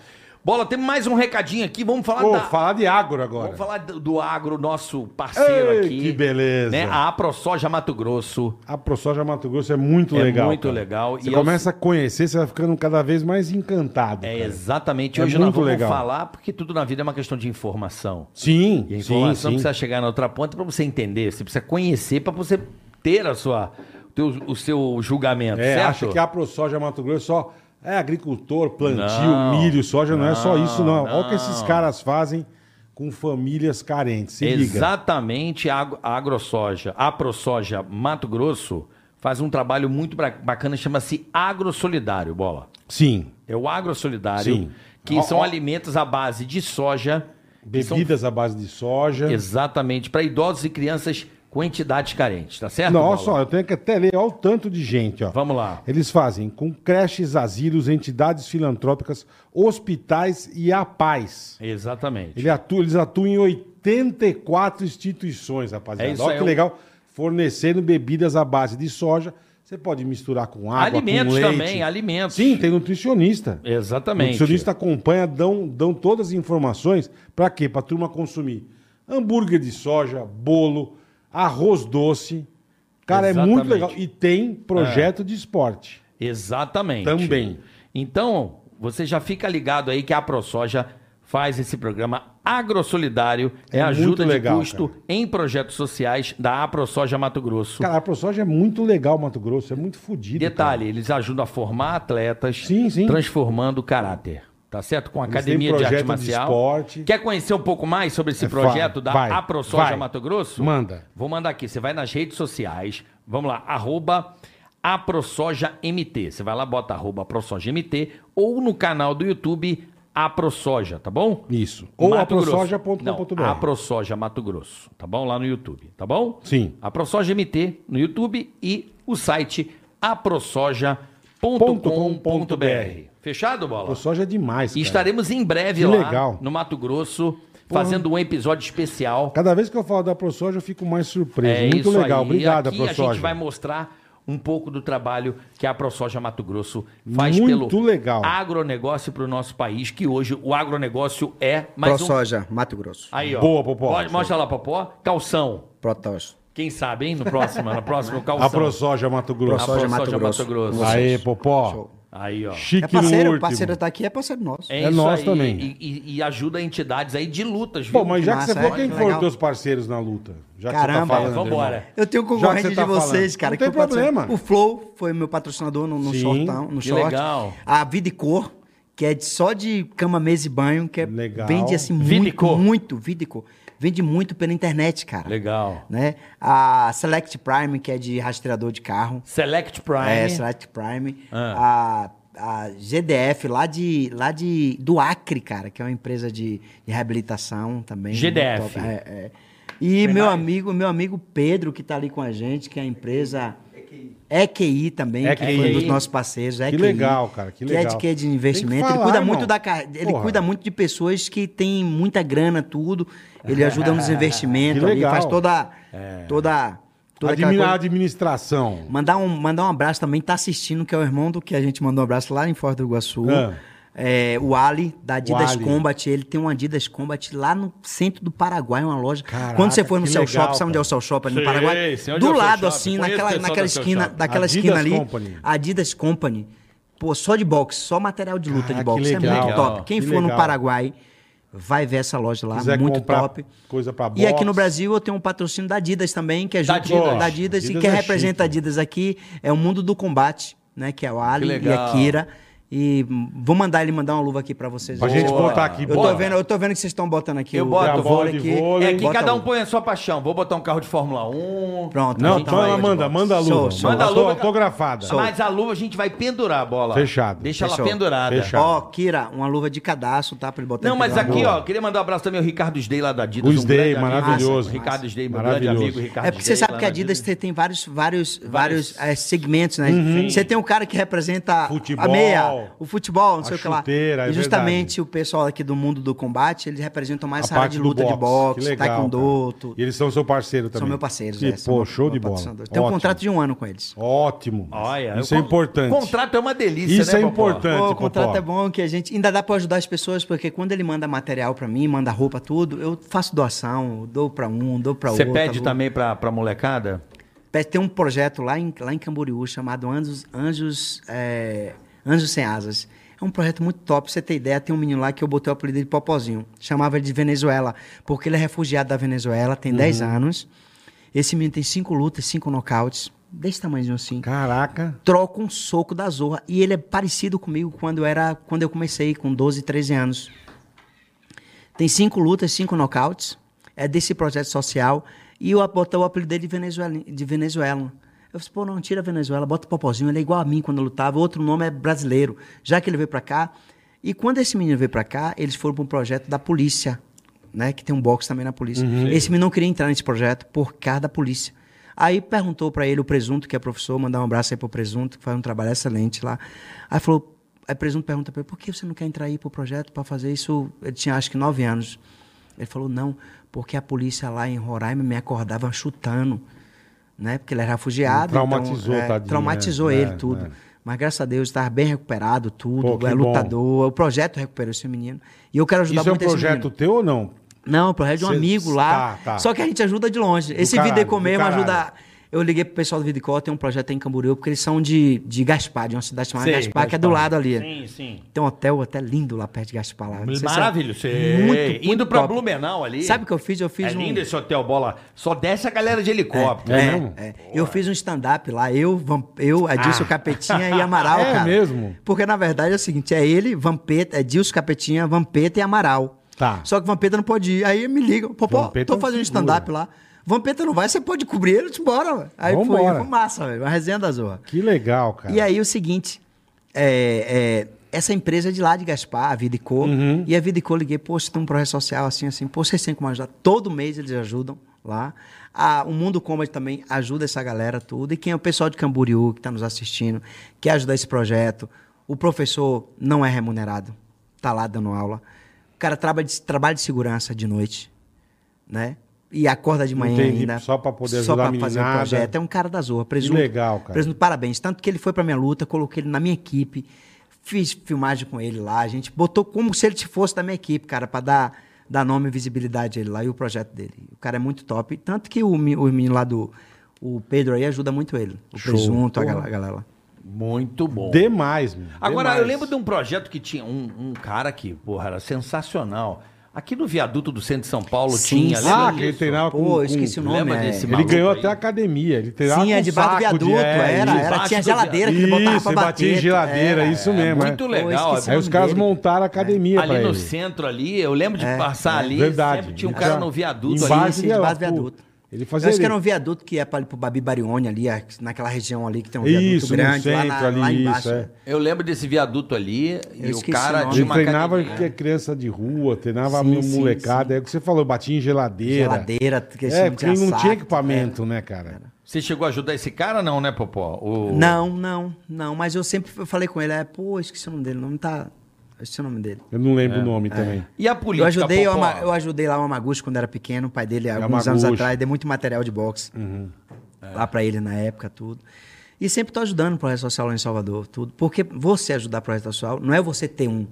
[SPEAKER 2] Bola, tem mais um recadinho aqui. Vamos falar
[SPEAKER 1] Pô,
[SPEAKER 2] da.
[SPEAKER 1] falar de agro agora.
[SPEAKER 2] Vamos falar do, do agro, nosso parceiro
[SPEAKER 1] Ei,
[SPEAKER 2] aqui.
[SPEAKER 1] que beleza.
[SPEAKER 2] Né? A AproSoja Mato Grosso.
[SPEAKER 1] A ProSoja Mato Grosso é muito
[SPEAKER 2] É
[SPEAKER 1] legal.
[SPEAKER 2] muito
[SPEAKER 1] cara.
[SPEAKER 2] legal.
[SPEAKER 1] Você
[SPEAKER 2] E
[SPEAKER 1] começa a conhecer, você vai ficando cada vez mais encantado.
[SPEAKER 2] É
[SPEAKER 1] cara.
[SPEAKER 2] exatamente.
[SPEAKER 1] É
[SPEAKER 2] Hoje nós
[SPEAKER 1] muito
[SPEAKER 2] vamos
[SPEAKER 1] legal.
[SPEAKER 2] falar, porque tudo na vida é uma questão de informação.
[SPEAKER 1] Sim,
[SPEAKER 2] E a
[SPEAKER 1] sim,
[SPEAKER 2] informação
[SPEAKER 1] sim.
[SPEAKER 2] precisa chegar na outra ponta para você entender. Você precisa conhecer para você ter a sua, teu- o seu julgamento,
[SPEAKER 1] É,
[SPEAKER 2] certo?
[SPEAKER 1] acha que a ProSoja Mato Grosso só é agricultor, plantio,
[SPEAKER 2] Não,
[SPEAKER 1] milho, soja, não, é só isso, não. Olha o que
[SPEAKER 2] não.
[SPEAKER 1] esses caras fazem com famílias carentes. Se liga.
[SPEAKER 2] Exatamente, a Agro- a AgroSoja, a ProSoja Mato Grosso faz um trabalho muito bra- bacana, chama-se AgroSolidário, bola.
[SPEAKER 1] Sim.
[SPEAKER 2] É o AgroSolidário,
[SPEAKER 1] Sim.
[SPEAKER 2] que
[SPEAKER 1] Ó,
[SPEAKER 2] são
[SPEAKER 1] ó.
[SPEAKER 2] alimentos à base de soja, que são
[SPEAKER 1] Bebidas à base de soja.
[SPEAKER 2] exatamente para idosos e crianças com entidades carentes, tá certo?
[SPEAKER 1] Não,
[SPEAKER 2] bola?
[SPEAKER 1] olha só, eu tenho que até ler, olha o tanto de gente, ó.
[SPEAKER 2] Vamos lá.
[SPEAKER 1] Eles fazem com creches, asilos, entidades filantrópicas, hospitais e a paz.
[SPEAKER 2] Exatamente.
[SPEAKER 1] Ele é atua- eles atuam em 84 instituições, rapaziada.
[SPEAKER 2] É isso
[SPEAKER 1] Olha
[SPEAKER 2] aí,
[SPEAKER 1] que
[SPEAKER 2] é um-
[SPEAKER 1] legal. Fornecendo bebidas à base de soja. Você pode misturar com água,
[SPEAKER 2] alimentos
[SPEAKER 1] com leite.
[SPEAKER 2] também, alimentos.
[SPEAKER 1] Sim, tem nutricionista.
[SPEAKER 2] Exatamente.
[SPEAKER 1] Nutricionista acompanha, dão, dão todas as informações para quê? Para turma consumir hambúrguer de soja, bolo, arroz doce. Cara, é muito
[SPEAKER 2] Exatamente. É.
[SPEAKER 1] legal. E tem projeto de esporte.
[SPEAKER 2] Exatamente.
[SPEAKER 1] Também.
[SPEAKER 2] Então, você já fica ligado aí que a ProSoja faz esse programa AgroSolidário, é,
[SPEAKER 1] É muito
[SPEAKER 2] ajuda de
[SPEAKER 1] legal,
[SPEAKER 2] custo
[SPEAKER 1] cara.
[SPEAKER 2] em projetos sociais da AproSoja Mato Grosso.
[SPEAKER 1] Cara, a ProSoja é muito legal, Mato Grosso. É muito fodido.
[SPEAKER 2] Detalhe, eles ajudam a formar atletas,
[SPEAKER 1] Sim, sim.
[SPEAKER 2] transformando o caráter. Tá certo? Com a
[SPEAKER 1] Eles
[SPEAKER 2] Academia
[SPEAKER 1] têm
[SPEAKER 2] de Arte
[SPEAKER 1] projeto de
[SPEAKER 2] Marcial.
[SPEAKER 1] esporte.
[SPEAKER 2] Quer conhecer um pouco mais sobre esse
[SPEAKER 1] É,
[SPEAKER 2] projeto
[SPEAKER 1] vai,
[SPEAKER 2] da
[SPEAKER 1] vai,
[SPEAKER 2] AproSoja
[SPEAKER 1] vai.
[SPEAKER 2] Mato Grosso?
[SPEAKER 1] Manda.
[SPEAKER 2] Vou mandar aqui. Você vai nas redes sociais. Vamos lá. Arroba AproSojaMT. Você vai lá, bota arroba AproSojaMT ou no canal do YouTube AproSoja, tá bom?
[SPEAKER 1] Isso. Ou
[SPEAKER 2] Mato Grosso.
[SPEAKER 1] aprosoja.com.br.
[SPEAKER 2] Não, AproSoja Mato Grosso, tá bom? Lá no YouTube, tá bom?
[SPEAKER 1] Sim.
[SPEAKER 2] AproSoja MT no YouTube e o site aprosoja.com.br. Fechado, Bola?
[SPEAKER 1] A ProSoja é demais,
[SPEAKER 2] E
[SPEAKER 1] cara.
[SPEAKER 2] estaremos em breve
[SPEAKER 1] Que
[SPEAKER 2] lá
[SPEAKER 1] legal.
[SPEAKER 2] no Mato Grosso fazendo um episódio especial.
[SPEAKER 1] Cada vez que eu falo da ProSoja, eu fico mais surpreso.
[SPEAKER 2] É
[SPEAKER 1] Tá muito
[SPEAKER 2] isso
[SPEAKER 1] legal.
[SPEAKER 2] aí.
[SPEAKER 1] Obrigado,
[SPEAKER 2] e aqui
[SPEAKER 1] ProSoja.
[SPEAKER 2] a gente vai mostrar um pouco do trabalho que a ProSoja Mato Grosso faz
[SPEAKER 1] Muito
[SPEAKER 2] pelo
[SPEAKER 1] legal.
[SPEAKER 2] agronegócio para o nosso país, que hoje o agronegócio é mais um
[SPEAKER 4] ProSoja, Mato Grosso.
[SPEAKER 2] Aí, ó.
[SPEAKER 1] Boa, Popó.
[SPEAKER 2] Pode- mostra lá, Popó. Calção.
[SPEAKER 4] Protos.
[SPEAKER 2] Quem sabe, hein? No próximo, no próximo calção.
[SPEAKER 1] A ProSoja Mato Grosso.
[SPEAKER 4] ProSoja
[SPEAKER 2] A
[SPEAKER 4] Mato Grosso.
[SPEAKER 2] Grosso.
[SPEAKER 4] Vocês.
[SPEAKER 1] Aê, Popó.
[SPEAKER 4] Show.
[SPEAKER 2] Aí, ó.
[SPEAKER 1] Chique
[SPEAKER 4] É parceiro,
[SPEAKER 1] no
[SPEAKER 4] o
[SPEAKER 1] último.
[SPEAKER 4] parceiro tá aqui, é parceiro nosso.
[SPEAKER 1] É nós
[SPEAKER 2] aí.
[SPEAKER 1] também.
[SPEAKER 2] E, e- e ajuda entidades aí de lutas, viu?
[SPEAKER 1] Pô, mas já que você
[SPEAKER 4] Massa,
[SPEAKER 1] falou,
[SPEAKER 4] é?
[SPEAKER 1] quem
[SPEAKER 4] Que
[SPEAKER 1] foram
[SPEAKER 4] legal.
[SPEAKER 1] teus parceiros na luta? Já que você
[SPEAKER 4] Caramba,
[SPEAKER 1] tá falando.
[SPEAKER 2] vambora.
[SPEAKER 1] irmão.
[SPEAKER 4] Eu tenho um
[SPEAKER 1] Já
[SPEAKER 4] concorrente
[SPEAKER 1] que
[SPEAKER 4] de
[SPEAKER 1] você tá
[SPEAKER 4] vocês,
[SPEAKER 1] falando.
[SPEAKER 4] cara.
[SPEAKER 1] Não
[SPEAKER 4] que
[SPEAKER 1] tem
[SPEAKER 4] eu patrocino.
[SPEAKER 1] problema.
[SPEAKER 4] O Flow foi meu patrocinador no, no
[SPEAKER 1] Sim,
[SPEAKER 4] shortão, no
[SPEAKER 2] que
[SPEAKER 4] short.
[SPEAKER 2] legal.
[SPEAKER 4] A Vidicor, que é de- só de cama, mesa e banho, que é,
[SPEAKER 1] Legal.
[SPEAKER 4] vende assim muito,
[SPEAKER 2] Vidicor.
[SPEAKER 4] muito, Vidicor. Vende muito pela internet, cara.
[SPEAKER 2] Legal.
[SPEAKER 4] Né? A Select Prime, que é de rastreador de carro.
[SPEAKER 2] Select Prime.
[SPEAKER 4] É, Select Prime.
[SPEAKER 1] Ah.
[SPEAKER 4] A, a GDF, lá, de, lá de, do Acre, cara, que é uma empresa de, de reabilitação também.
[SPEAKER 2] GDF.
[SPEAKER 4] Muito top. É, é. E meu amigo, meu amigo Pedro, que tá ali com a gente, que é a empresa EQI também, que foi um dos
[SPEAKER 1] EQI.
[SPEAKER 4] nossos parceiros.
[SPEAKER 1] É Que
[SPEAKER 4] EQI,
[SPEAKER 1] legal, cara, que
[SPEAKER 4] é de,
[SPEAKER 1] legal.
[SPEAKER 4] que é de
[SPEAKER 1] Tem que
[SPEAKER 4] investimento. ele
[SPEAKER 1] falar,
[SPEAKER 4] cuida,
[SPEAKER 1] irmão.
[SPEAKER 4] muito da, ca- ele
[SPEAKER 1] Porra.
[SPEAKER 4] cuida muito de pessoas que têm muita grana, tudo. Ele
[SPEAKER 1] [LAUGHS]
[SPEAKER 4] ajuda nos investimentos.
[SPEAKER 1] Que
[SPEAKER 4] ali,
[SPEAKER 1] legal. É.
[SPEAKER 4] faz toda. toda, toda aquela
[SPEAKER 1] Admira-
[SPEAKER 4] coisa.
[SPEAKER 1] administração.
[SPEAKER 4] Mandar um, mandar um abraço também, tá assistindo, que é o irmão do que a gente mandou um abraço lá em Foz do Iguaçu.
[SPEAKER 1] Ah.
[SPEAKER 4] É, o Ali, da Adidas
[SPEAKER 1] Ali.
[SPEAKER 4] Combat, ele tem uma Adidas Combat lá no centro do Paraguai, uma loja.
[SPEAKER 1] Caraca,
[SPEAKER 4] Quando você for no
[SPEAKER 1] que
[SPEAKER 4] Cell
[SPEAKER 1] legal,
[SPEAKER 4] Shop, sabe onde é o
[SPEAKER 1] cara.
[SPEAKER 4] Cell Shop ali
[SPEAKER 5] Sei,
[SPEAKER 4] no Paraguai?
[SPEAKER 5] sei onde é
[SPEAKER 4] Do
[SPEAKER 5] o Cell
[SPEAKER 4] lado,
[SPEAKER 5] Shop.
[SPEAKER 4] assim,
[SPEAKER 5] Conheço o
[SPEAKER 4] naquela,
[SPEAKER 5] pessoal do
[SPEAKER 4] naquela
[SPEAKER 5] Cell
[SPEAKER 4] esquina,
[SPEAKER 5] Shop.
[SPEAKER 4] daquela
[SPEAKER 1] Adidas
[SPEAKER 4] esquina ali.
[SPEAKER 1] Company.
[SPEAKER 4] Adidas Company. Pô, só de boxe, só material de luta
[SPEAKER 1] Cara,
[SPEAKER 4] de
[SPEAKER 1] Ah, que
[SPEAKER 4] boxe. É
[SPEAKER 1] legal.
[SPEAKER 4] muito top. Quem
[SPEAKER 1] Que
[SPEAKER 4] for no
[SPEAKER 1] legal.
[SPEAKER 4] Paraguai, vai ver essa loja lá,
[SPEAKER 1] Quiser
[SPEAKER 4] muito
[SPEAKER 1] comprar
[SPEAKER 4] top.
[SPEAKER 1] coisa pra
[SPEAKER 4] E aqui
[SPEAKER 1] boxe.
[SPEAKER 4] no Brasil eu tenho um patrocínio da Adidas também, que é
[SPEAKER 2] Da
[SPEAKER 4] junto com-
[SPEAKER 2] Adidas.
[SPEAKER 4] da Adidas, e
[SPEAKER 1] Adidas
[SPEAKER 4] quem
[SPEAKER 1] é
[SPEAKER 4] representa
[SPEAKER 1] chique.
[SPEAKER 4] a Adidas aqui é o mundo do combate, né? Que é o Ali e
[SPEAKER 2] legal.
[SPEAKER 4] a Kira. E hum, vou mandar ele mandar uma luva aqui pra vocês.
[SPEAKER 1] Pra
[SPEAKER 4] verem.
[SPEAKER 1] gente botar aqui,
[SPEAKER 4] Eu
[SPEAKER 1] bora.
[SPEAKER 4] tô, vendo, eu tô vendo que vocês estão botando aqui
[SPEAKER 2] Eu boto
[SPEAKER 1] o vôlei aqui.
[SPEAKER 2] É que
[SPEAKER 4] Bota
[SPEAKER 2] cada um
[SPEAKER 4] um.
[SPEAKER 2] põe a sua paixão. Vou botar um carro de Fórmula 1.
[SPEAKER 4] Pronto.
[SPEAKER 1] Não,
[SPEAKER 4] gente
[SPEAKER 1] então
[SPEAKER 4] vai-
[SPEAKER 1] ela manda, manda a
[SPEAKER 4] Show,
[SPEAKER 1] luva.
[SPEAKER 4] show.
[SPEAKER 2] Manda a
[SPEAKER 1] Só
[SPEAKER 2] luva.
[SPEAKER 1] autografada.
[SPEAKER 2] Mas a luva a gente vai pendurar a bola.
[SPEAKER 1] Fechado.
[SPEAKER 2] Deixa
[SPEAKER 4] Fechou.
[SPEAKER 2] ela pendurada.
[SPEAKER 1] Fechado.
[SPEAKER 4] Ó, Kira, uma luva de cadastro, tá? Pra ele botar
[SPEAKER 2] Não, mas
[SPEAKER 4] lá.
[SPEAKER 2] aqui, ó, queria mandar um abraço também ao Ricardo Sdey lá da Adidas.
[SPEAKER 1] O
[SPEAKER 2] um
[SPEAKER 1] Sdey,
[SPEAKER 2] grande amigo.
[SPEAKER 1] maravilhoso.
[SPEAKER 2] Ricardo Sdey, meu grande
[SPEAKER 1] Maravilhoso.
[SPEAKER 2] amigo. Ricardo
[SPEAKER 4] É porque você
[SPEAKER 2] Sdey,
[SPEAKER 4] sabe
[SPEAKER 2] lá
[SPEAKER 4] que
[SPEAKER 2] na
[SPEAKER 4] a Adidas tem, tem vários, vários, vários, eh, segmentos, né? Você tem um cara que representa
[SPEAKER 1] Uhum. Futebol,
[SPEAKER 4] a meia, o futebol, não
[SPEAKER 1] a
[SPEAKER 4] sei o que lá.
[SPEAKER 1] chuteira, é
[SPEAKER 4] e justamente
[SPEAKER 1] verdade.
[SPEAKER 4] o pessoal aqui do mundo do combate, eles representam mais
[SPEAKER 1] A
[SPEAKER 4] essa área
[SPEAKER 1] parte
[SPEAKER 4] de
[SPEAKER 1] do
[SPEAKER 4] luta de
[SPEAKER 1] boxe,
[SPEAKER 4] boxe,
[SPEAKER 1] que legal,
[SPEAKER 4] taekwondo,
[SPEAKER 1] cara.
[SPEAKER 4] tudo.
[SPEAKER 1] E eles são seu parceiro também.
[SPEAKER 4] São meus parceiros,
[SPEAKER 1] Que,
[SPEAKER 4] é, são
[SPEAKER 1] pô,
[SPEAKER 4] meus-
[SPEAKER 1] show
[SPEAKER 4] meus
[SPEAKER 1] de bola.
[SPEAKER 4] patrocinadores. Tem um
[SPEAKER 1] Ótimo.
[SPEAKER 4] contrato de um ano com eles.
[SPEAKER 1] Ótimo.
[SPEAKER 2] Olha,
[SPEAKER 1] isso
[SPEAKER 2] o
[SPEAKER 1] é
[SPEAKER 2] con-
[SPEAKER 1] importante.
[SPEAKER 2] um Contrato é uma delícia,
[SPEAKER 1] Isso
[SPEAKER 2] né,
[SPEAKER 1] é
[SPEAKER 2] Popó?
[SPEAKER 1] importante.
[SPEAKER 4] Pô, o
[SPEAKER 1] Popó.
[SPEAKER 4] contrato é bom que a gente ainda dá pra ajudar as pessoas, porque quando ele manda material pra mim, manda roupa, tudo, eu faço doação, eu dou pra um, dou pra
[SPEAKER 2] Você
[SPEAKER 4] outro.
[SPEAKER 2] pede
[SPEAKER 4] alô.
[SPEAKER 2] também pra, pra molecada?
[SPEAKER 4] Pe- Tem um projeto lá em, lá em Camboriú chamado Anjos, Anjos, é, Anjos Sem Asas. É um projeto muito top, pra você ter ideia. Tem um menino lá que eu botei o apelido de Popozinho. Chamava ele de Venezuela, porque ele é refugiado da Venezuela, tem 10
[SPEAKER 1] Uhum.
[SPEAKER 4] anos. Esse menino tem cinco lutas, cinco nocautes, desse tamanhozinho assim.
[SPEAKER 1] Caraca.
[SPEAKER 4] Troca um soco da zorra. E ele é parecido comigo quando eu, era, quando eu comecei, com 12, 13 anos. Tem cinco lutas, cinco nocautes. É desse projeto social. E eu botar o apelido dele de Venezuela. De Venezuela. Eu falei, pô, não, tira a Venezuela, bota o Popozinho. Ele é igual a mim quando eu lutava. Outro nome é brasileiro. Já que ele veio pra cá. E quando esse menino veio pra cá, eles foram pra um projeto da polícia, né? Que tem um box também na polícia. Esse menino não queria entrar nesse projeto por causa da polícia. Aí perguntou pra ele o Presunto, que é professor, mandar um abraço aí pro Presunto, que faz um trabalho excelente lá. Aí falou, Aí o presunto pergunta pra ele, por que você não quer entrar aí pro projeto para fazer isso? Ele tinha acho que nove anos. Ele falou, não, porque a polícia lá em Roraima me acordava chutando, né? Porque ele era refugiado.
[SPEAKER 1] Traumatizou,
[SPEAKER 4] então, é,
[SPEAKER 1] tadinho,
[SPEAKER 4] Traumatizou
[SPEAKER 1] né?
[SPEAKER 4] ele,
[SPEAKER 1] É,
[SPEAKER 4] tudo.
[SPEAKER 1] é.
[SPEAKER 4] Mas graças a Deus, estava bem recuperado, tudo.
[SPEAKER 1] Pô, que
[SPEAKER 4] é
[SPEAKER 1] bom.
[SPEAKER 4] lutador. O projeto recuperou esse menino. E eu quero ajudar
[SPEAKER 1] Isso é um
[SPEAKER 4] muito esse
[SPEAKER 1] projeto
[SPEAKER 4] menino.
[SPEAKER 1] teu ou não?
[SPEAKER 4] Não, o projeto de um
[SPEAKER 1] Cê-
[SPEAKER 4] amigo lá.
[SPEAKER 1] tá, tá.
[SPEAKER 4] Só que a gente ajuda de longe. Esse
[SPEAKER 1] caralho,
[SPEAKER 4] vídeo comer é
[SPEAKER 1] do caralho.
[SPEAKER 4] ajuda. Eu liguei pro pessoal do Vidicó, tem um projeto aí em Camboriú, porque eles são de, de Gaspar, de uma cidade chamada
[SPEAKER 2] Sei,
[SPEAKER 4] Gaspar, que é do
[SPEAKER 2] Gaspar.
[SPEAKER 4] lado ali.
[SPEAKER 5] Sim, sim.
[SPEAKER 4] Tem um hotel até lindo lá perto de Gaspar. Lá. Não sei se é-
[SPEAKER 2] Maravilhoso.
[SPEAKER 4] Muito, muito
[SPEAKER 2] é, Indo pra
[SPEAKER 4] top.
[SPEAKER 2] Blumenau ali.
[SPEAKER 4] Sabe o que eu fiz? Eu fiz
[SPEAKER 2] É
[SPEAKER 4] um...
[SPEAKER 2] lindo esse hotel bola. Só desce a galera de helicóptero. né?
[SPEAKER 1] É
[SPEAKER 4] É,
[SPEAKER 1] mesmo?
[SPEAKER 4] é. Eu fiz um stand-up lá, eu, Vamp... eu Adilson Capetinha e Amaral,
[SPEAKER 1] Ah. [LAUGHS] É
[SPEAKER 4] cara.
[SPEAKER 1] mesmo?
[SPEAKER 4] Porque, na verdade, é o seguinte, é ele, Vampeta, Adilson Capetinha, Vampeta e Amaral.
[SPEAKER 1] Tá.
[SPEAKER 4] Só que Vampeta não pode ir. Aí me ligam, Popó,
[SPEAKER 1] Vampeta é
[SPEAKER 4] tô
[SPEAKER 1] um
[SPEAKER 4] fazendo
[SPEAKER 1] figura.
[SPEAKER 4] stand-up lá. Vampeta não vai, você pode cobrir ele, bora, velho. Aí foi,
[SPEAKER 1] Vambora.
[SPEAKER 4] foi massa, velho, uma resenha da zorra.
[SPEAKER 1] Que legal, cara.
[SPEAKER 4] E aí o seguinte, é, é, essa empresa é de lá de Gaspar, a Vidicô,
[SPEAKER 1] Uhum.
[SPEAKER 4] e a Vidicô liguei, pô, você tem um projeto social assim, assim, pô, vocês têm como ajudar. Todo mês eles ajudam lá. A- o Mundo Comedy também ajuda essa galera tudo. E quem é o pessoal de Camboriú que está nos assistindo, quer ajudar esse projeto. O professor não é remunerado, tá lá dando aula. O cara trabalha de, trabalha de segurança de noite, né? E acorda de manhã
[SPEAKER 1] Entendi,
[SPEAKER 4] ainda.
[SPEAKER 1] só pra poder
[SPEAKER 4] Só
[SPEAKER 1] ajudar a
[SPEAKER 4] pra fazer o
[SPEAKER 1] meninada.
[SPEAKER 4] projeto. É um cara da zorra, presunto.
[SPEAKER 1] legal, cara.
[SPEAKER 4] Presunto, parabéns. Tanto que ele foi pra minha luta, coloquei ele na minha equipe, fiz filmagem com ele lá, a gente botou como se ele te fosse da minha equipe, cara, pra dar, dar nome e visibilidade a ele lá e o projeto dele. O cara é muito top. Tanto que o, me- o menino lá do. O Pedro aí ajuda muito ele. O
[SPEAKER 1] Show.
[SPEAKER 4] presunto, a
[SPEAKER 1] Porra.
[SPEAKER 4] gal- a galera. lá.
[SPEAKER 2] Muito bom.
[SPEAKER 1] Demais, meu.
[SPEAKER 2] Agora,
[SPEAKER 1] Demais.
[SPEAKER 2] eu lembro de um projeto que tinha um, um cara que, porra, era sensacional. Aqui no viaduto do centro de São Paulo
[SPEAKER 4] Sim,
[SPEAKER 2] tinha.
[SPEAKER 4] sim.
[SPEAKER 2] lembra
[SPEAKER 1] Ah, que ele
[SPEAKER 2] disso?
[SPEAKER 1] treinava com...
[SPEAKER 4] Pô,
[SPEAKER 1] com-
[SPEAKER 4] esqueci o nome.
[SPEAKER 2] Lembra
[SPEAKER 4] é.
[SPEAKER 2] desse
[SPEAKER 1] Ele
[SPEAKER 2] maluco
[SPEAKER 1] ganhou
[SPEAKER 2] aí?
[SPEAKER 1] até a academia. Ele treinava
[SPEAKER 4] Sim,
[SPEAKER 1] com
[SPEAKER 4] é debaixo do
[SPEAKER 1] saco de-
[SPEAKER 4] viaduto,
[SPEAKER 1] é,
[SPEAKER 4] era,
[SPEAKER 1] isso.
[SPEAKER 4] era.
[SPEAKER 2] debaixo
[SPEAKER 4] Tinha
[SPEAKER 2] do
[SPEAKER 4] geladeira que ele botava
[SPEAKER 1] Isso,
[SPEAKER 4] pra
[SPEAKER 1] ele
[SPEAKER 4] bater.
[SPEAKER 1] batia em geladeira,
[SPEAKER 4] É.
[SPEAKER 1] isso mesmo.
[SPEAKER 2] Muito
[SPEAKER 1] é.
[SPEAKER 2] legal.
[SPEAKER 4] esqueci
[SPEAKER 2] é.
[SPEAKER 4] o
[SPEAKER 1] Aí os caras
[SPEAKER 4] dele.
[SPEAKER 1] montaram a academia
[SPEAKER 2] ali
[SPEAKER 1] pra
[SPEAKER 2] no
[SPEAKER 1] ele.
[SPEAKER 2] centro ali, eu lembro de
[SPEAKER 4] É,
[SPEAKER 2] passar ali,
[SPEAKER 1] Verdade.
[SPEAKER 2] sempre tinha um
[SPEAKER 1] Ele
[SPEAKER 2] cara
[SPEAKER 1] tá
[SPEAKER 2] no viaduto
[SPEAKER 4] Embaixo
[SPEAKER 2] ali.
[SPEAKER 4] sim,
[SPEAKER 1] ele-
[SPEAKER 4] debaixo do
[SPEAKER 1] pô,
[SPEAKER 4] viaduto.
[SPEAKER 1] Ele
[SPEAKER 4] Eu
[SPEAKER 1] fazia
[SPEAKER 4] acho que
[SPEAKER 1] ele-
[SPEAKER 4] era um viaduto que ia para pro Babi Barione ali, a- naquela região ali que tem um viaduto
[SPEAKER 1] Isso, no
[SPEAKER 4] grande lá,
[SPEAKER 1] centro
[SPEAKER 4] na-
[SPEAKER 1] ali,
[SPEAKER 4] lá
[SPEAKER 1] isso,
[SPEAKER 4] embaixo.
[SPEAKER 1] é.
[SPEAKER 2] Eu lembro desse viaduto ali e o
[SPEAKER 4] esqueci o
[SPEAKER 2] cara
[SPEAKER 4] nome.
[SPEAKER 2] tinha
[SPEAKER 1] Ele
[SPEAKER 2] uma
[SPEAKER 1] treinava
[SPEAKER 2] academia.
[SPEAKER 1] que é criança de rua, treinava
[SPEAKER 4] Sim,
[SPEAKER 1] a
[SPEAKER 4] sim,
[SPEAKER 1] molecada. É o que você falou, batia em geladeira.
[SPEAKER 4] Geladeira, que
[SPEAKER 1] É,
[SPEAKER 4] assim,
[SPEAKER 1] porque ele não tinha
[SPEAKER 4] saco. É.
[SPEAKER 1] equipamento, né, cara?
[SPEAKER 2] Você chegou a ajudar esse cara, não, né, Popó? O-
[SPEAKER 4] Não, não, não. Mas eu sempre eu falei com ele, é, pô, esqueci o nome dele, o nome tá. Eu esqueci o nome dele.
[SPEAKER 1] Eu não
[SPEAKER 4] É,
[SPEAKER 1] lembro o nome também.
[SPEAKER 2] E a política,
[SPEAKER 4] Eu ajudei, o
[SPEAKER 2] Popó? É
[SPEAKER 4] Ama- eu ajudei lá o Amaguchi quando era pequeno, o pai dele, alguns
[SPEAKER 1] Yamaguchi.
[SPEAKER 4] anos atrás, dei muito material de boxe
[SPEAKER 2] Uhum.
[SPEAKER 4] lá pra ele na época, tudo. E sempre tô ajudando o Projeto Social lá em Salvador, tudo. Porque você ajudar o Projeto Social não é você ter um.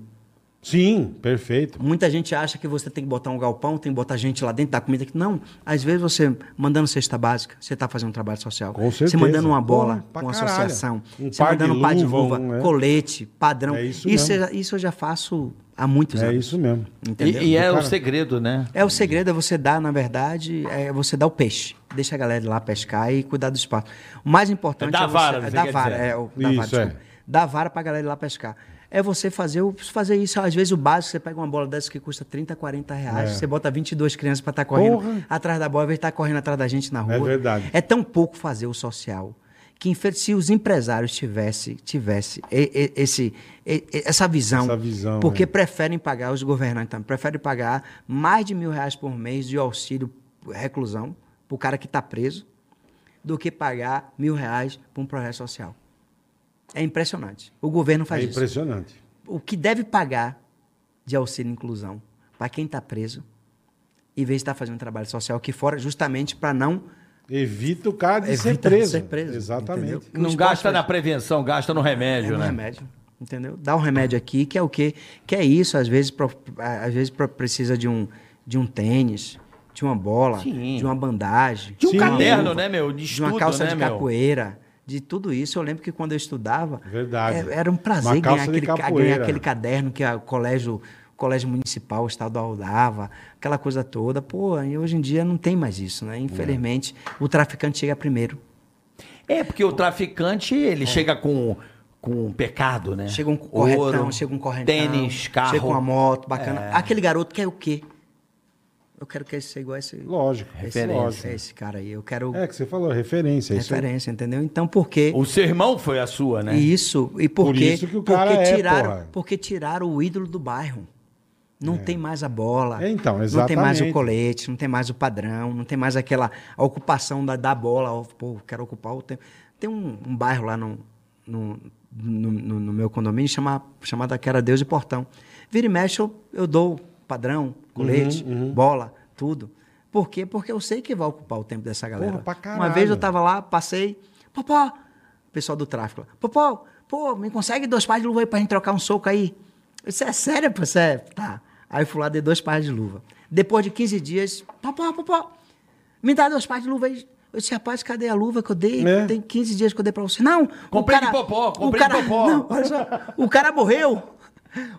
[SPEAKER 1] Sim, perfeito.
[SPEAKER 4] Muita gente acha que você tem que botar um galpão, tem que botar gente lá dentro da comida. Não, às vezes você mandando cesta básica, você está fazendo um trabalho social.
[SPEAKER 1] Com certeza.
[SPEAKER 4] Você mandando uma bola,
[SPEAKER 1] Pô, pra
[SPEAKER 4] uma
[SPEAKER 1] caralho.
[SPEAKER 4] associação.
[SPEAKER 1] Um
[SPEAKER 4] você
[SPEAKER 1] par de
[SPEAKER 4] mandando um par de
[SPEAKER 1] luva,
[SPEAKER 4] luva,
[SPEAKER 1] um, é.
[SPEAKER 4] colete, padrão.
[SPEAKER 1] É isso
[SPEAKER 4] eu
[SPEAKER 1] mesmo.
[SPEAKER 4] já- isso eu já faço há muitos
[SPEAKER 1] É
[SPEAKER 4] anos.
[SPEAKER 1] isso mesmo.
[SPEAKER 4] Entendeu?
[SPEAKER 2] E, e é
[SPEAKER 1] Cara.
[SPEAKER 2] o segredo, né?
[SPEAKER 4] É o segredo é você dar, na verdade, é você dar o peixe. Deixa a galera ir lá pescar e cuidar do espaço. O mais importante
[SPEAKER 2] É dar
[SPEAKER 4] você-
[SPEAKER 2] vara,
[SPEAKER 4] é
[SPEAKER 2] você
[SPEAKER 4] dar
[SPEAKER 2] quer
[SPEAKER 4] vara,
[SPEAKER 2] dizer.
[SPEAKER 4] é o dar vara,
[SPEAKER 1] Isso, é.
[SPEAKER 4] desculpa. Dar vara pra galera ir lá pescar. É você fazer, o- fazer isso. Às vezes o básico, você pega uma bola dessa que custa 30, 40 reais, você bota 22 crianças pra estar correndo
[SPEAKER 1] É. Porra.
[SPEAKER 4] atrás da bola, ao invés de estar correndo atrás da gente na rua.
[SPEAKER 1] verdade.
[SPEAKER 4] É tão pouco fazer o social que infe- se os empresários tivessem tivesse e- e- esse, e- e- essa visão,
[SPEAKER 1] Essa visão,
[SPEAKER 4] porque
[SPEAKER 1] é.
[SPEAKER 4] preferem pagar, os governantes também, preferem pagar mais de mil reais por mês de auxílio reclusão para o cara que está preso, do que pagar mil reais para um projeto social. É impressionante. O governo
[SPEAKER 1] É
[SPEAKER 4] faz isso.
[SPEAKER 1] impressionante.
[SPEAKER 4] O que deve pagar de auxílio e inclusão para quem está preso, em vez de estar fazendo um trabalho social aqui fora, justamente para não
[SPEAKER 1] Evita o cara de ser
[SPEAKER 4] Evita
[SPEAKER 1] preso.
[SPEAKER 4] ser preso,
[SPEAKER 1] Exatamente.
[SPEAKER 4] entendeu?
[SPEAKER 2] Não
[SPEAKER 4] Os
[SPEAKER 2] gasta
[SPEAKER 4] pais-
[SPEAKER 2] na prevenção, gasta no
[SPEAKER 4] É
[SPEAKER 2] remédio,
[SPEAKER 4] um
[SPEAKER 2] né?
[SPEAKER 4] remédio, entendeu? Dá um remédio aqui, que é o quê? Que é isso, às vezes, pro- às vezes pro- precisa de um, de um tênis, de uma bola,
[SPEAKER 2] Sim.
[SPEAKER 4] de uma bandagem.
[SPEAKER 2] De um
[SPEAKER 1] Sim.
[SPEAKER 2] caderno,
[SPEAKER 4] uma-
[SPEAKER 2] né, meu? De
[SPEAKER 4] de
[SPEAKER 2] estudo,
[SPEAKER 4] uma calça
[SPEAKER 2] né,
[SPEAKER 4] de
[SPEAKER 2] meu?
[SPEAKER 4] capoeira, de tudo isso. Eu lembro que quando eu estudava,
[SPEAKER 1] Verdade.
[SPEAKER 4] é- era um
[SPEAKER 1] Uma calça
[SPEAKER 4] prazer ganhar
[SPEAKER 1] de
[SPEAKER 4] aquele, ca-
[SPEAKER 1] capoeira.
[SPEAKER 4] ganhar aquele caderno que a- o colégio, o colégio municipal, o estadual dava, aquela coisa toda. Pô, e hoje em dia não tem mais isso, né? Infelizmente, o traficante chega primeiro.
[SPEAKER 2] É, porque o traficante, ele chega com, com um pecado, né?
[SPEAKER 4] É. Chega um corretão,
[SPEAKER 2] Ouro,
[SPEAKER 4] chega um correntão.
[SPEAKER 2] Tênis, carro. É.
[SPEAKER 4] Chega uma moto, bacana. Aquele garoto quer o quê? Eu quero que ele seja igual a esse...
[SPEAKER 1] Lógico. é
[SPEAKER 4] Esse,
[SPEAKER 1] Lógico.
[SPEAKER 4] esse, esse cara aí. Eu quero
[SPEAKER 1] É que você falou, referência. isso é-
[SPEAKER 4] referência, entendeu? Então, por quê?
[SPEAKER 2] O seu irmão foi a sua, né?
[SPEAKER 4] E isso, e por,
[SPEAKER 1] Por
[SPEAKER 4] quê?
[SPEAKER 1] isso que o cara
[SPEAKER 4] porque,
[SPEAKER 1] é,
[SPEAKER 4] tiraram,
[SPEAKER 1] porra.
[SPEAKER 4] porque tiraram o ídolo do bairro. Não tem mais a bola.
[SPEAKER 1] É, então,
[SPEAKER 4] Não tem mais
[SPEAKER 1] exatamente.
[SPEAKER 4] o colete, não tem mais o padrão, não tem mais aquela a ocupação da, da bola. ó, Pô, quero ocupar o tempo. Tem um, um bairro lá no, no, no, no- no meu condomínio chama, chamado Aquela Deus de Portão. Vira e mexe, eu, eu dou padrão, colete,
[SPEAKER 1] Uhum,
[SPEAKER 4] bola, tudo. Por quê? Porque eu sei que vai ocupar o tempo dessa galera.
[SPEAKER 1] Porra, pra
[SPEAKER 4] Uma vez
[SPEAKER 1] caralho.
[SPEAKER 4] eu tava tava lá, passei. Popó, pessoal do tráfico lá. Popó, pô, me consegue dois pares de luva aí pra gente trocar um soco aí? Eu disse, é sério, pô, Isso é- Tá. Aí eu fui lá, dei dois pares de luva. Depois de 15 dias, popó, popó, me dá dois pares de luva aí. Eu disse, rapaz, cadê a luva que eu dei?
[SPEAKER 1] É.
[SPEAKER 4] Tem 15 dias que eu dei pra você. Não!
[SPEAKER 2] Comprei
[SPEAKER 4] o
[SPEAKER 2] de
[SPEAKER 4] cara,
[SPEAKER 2] popó, comprei
[SPEAKER 4] o cara,
[SPEAKER 2] de popó.
[SPEAKER 4] Não, olha só, o cara morreu.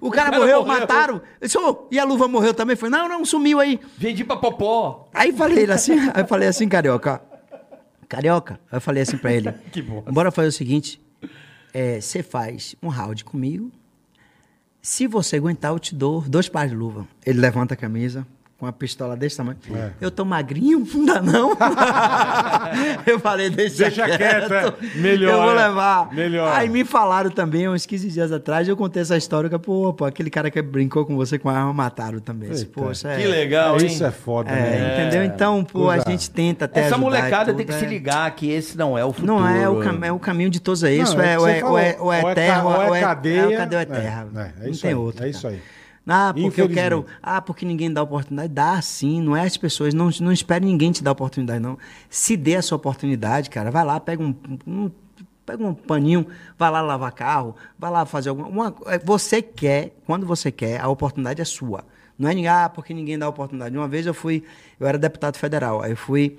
[SPEAKER 4] O cara,
[SPEAKER 2] cara
[SPEAKER 4] morreu,
[SPEAKER 2] morreu.
[SPEAKER 4] mataram. Eu disse, "Ô, e a luva morreu também? Foi, não, não, sumiu aí.
[SPEAKER 2] Vendi pra Popó.
[SPEAKER 4] Aí falei ele assim, [LAUGHS] aí falei assim, carioca. Carioca, aí eu falei assim pra
[SPEAKER 1] [LAUGHS]
[SPEAKER 4] ele.
[SPEAKER 2] Que bosta.
[SPEAKER 4] Bora fazer o seguinte: você faz um round comigo. Se você aguentar, eu te dou dois pares de luva. Ele levanta a camisa com uma pistola desse tamanho.
[SPEAKER 1] É.
[SPEAKER 4] Eu tô magrinho, [LAUGHS] não
[SPEAKER 1] [LAUGHS]
[SPEAKER 4] dá não. eu falei, deixa,
[SPEAKER 1] Deixa quieto, é. Melhor,
[SPEAKER 4] Eu vou
[SPEAKER 1] é.
[SPEAKER 4] levar.
[SPEAKER 1] Melhor.
[SPEAKER 4] Aí me falaram também, uns 15 dias atrás, eu contei essa história. Que, pô, pô, aquele cara que brincou com você com a arma, mataram também. Esse,
[SPEAKER 1] Eita.
[SPEAKER 4] Poxa,
[SPEAKER 2] Que
[SPEAKER 4] é.
[SPEAKER 2] legal, hein?
[SPEAKER 1] Isso é foda,
[SPEAKER 4] É,
[SPEAKER 1] né?
[SPEAKER 4] entendeu? Então, pô, a
[SPEAKER 1] Coisa-
[SPEAKER 4] gente tenta até
[SPEAKER 2] Essa
[SPEAKER 4] ajudar e
[SPEAKER 2] molecada
[SPEAKER 4] tudo,
[SPEAKER 2] tem que se
[SPEAKER 4] é.
[SPEAKER 2] ligar que esse não é o futuro.
[SPEAKER 4] Não é o, cam- é o caminho de todos é isso.
[SPEAKER 1] Não, é
[SPEAKER 4] é,
[SPEAKER 1] o que
[SPEAKER 4] ou,
[SPEAKER 1] você
[SPEAKER 4] é, ou, é,
[SPEAKER 1] falou.
[SPEAKER 4] ou é
[SPEAKER 1] Ou é ca-
[SPEAKER 4] terra,
[SPEAKER 1] ou é
[SPEAKER 4] ou é,
[SPEAKER 1] cadeia.
[SPEAKER 4] ou é cadeia ou é
[SPEAKER 1] É,
[SPEAKER 4] terra.
[SPEAKER 1] é, é
[SPEAKER 4] não
[SPEAKER 1] isso
[SPEAKER 4] tem
[SPEAKER 1] aí,
[SPEAKER 4] outro.
[SPEAKER 1] é isso aí.
[SPEAKER 4] Ah, porque eu quero.
[SPEAKER 1] Infelizmente.
[SPEAKER 4] Ah, porque ninguém dá oportunidade. Dá sim, não é as pessoas. Não, não espere ninguém te dar oportunidade, não. Se dê essa oportunidade, cara, vai lá, pega um. um- Pega um paninho, vai lá lavar carro, vai lá fazer alguma. uma- é, você quer, quando você quer, a oportunidade é sua. Não é ninguém, ah, porque ninguém dá oportunidade. Uma vez eu fui, eu era deputado federal, aí eu fui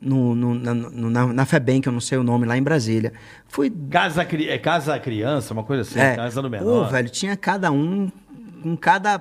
[SPEAKER 4] no, no- na, no- na, na FEBEM, que eu não sei o nome, lá em Brasília. Fui
[SPEAKER 2] Casa, cri- é casa criança, uma coisa assim, casa do menor.
[SPEAKER 4] É. Pô, velho, tinha cada um, um cada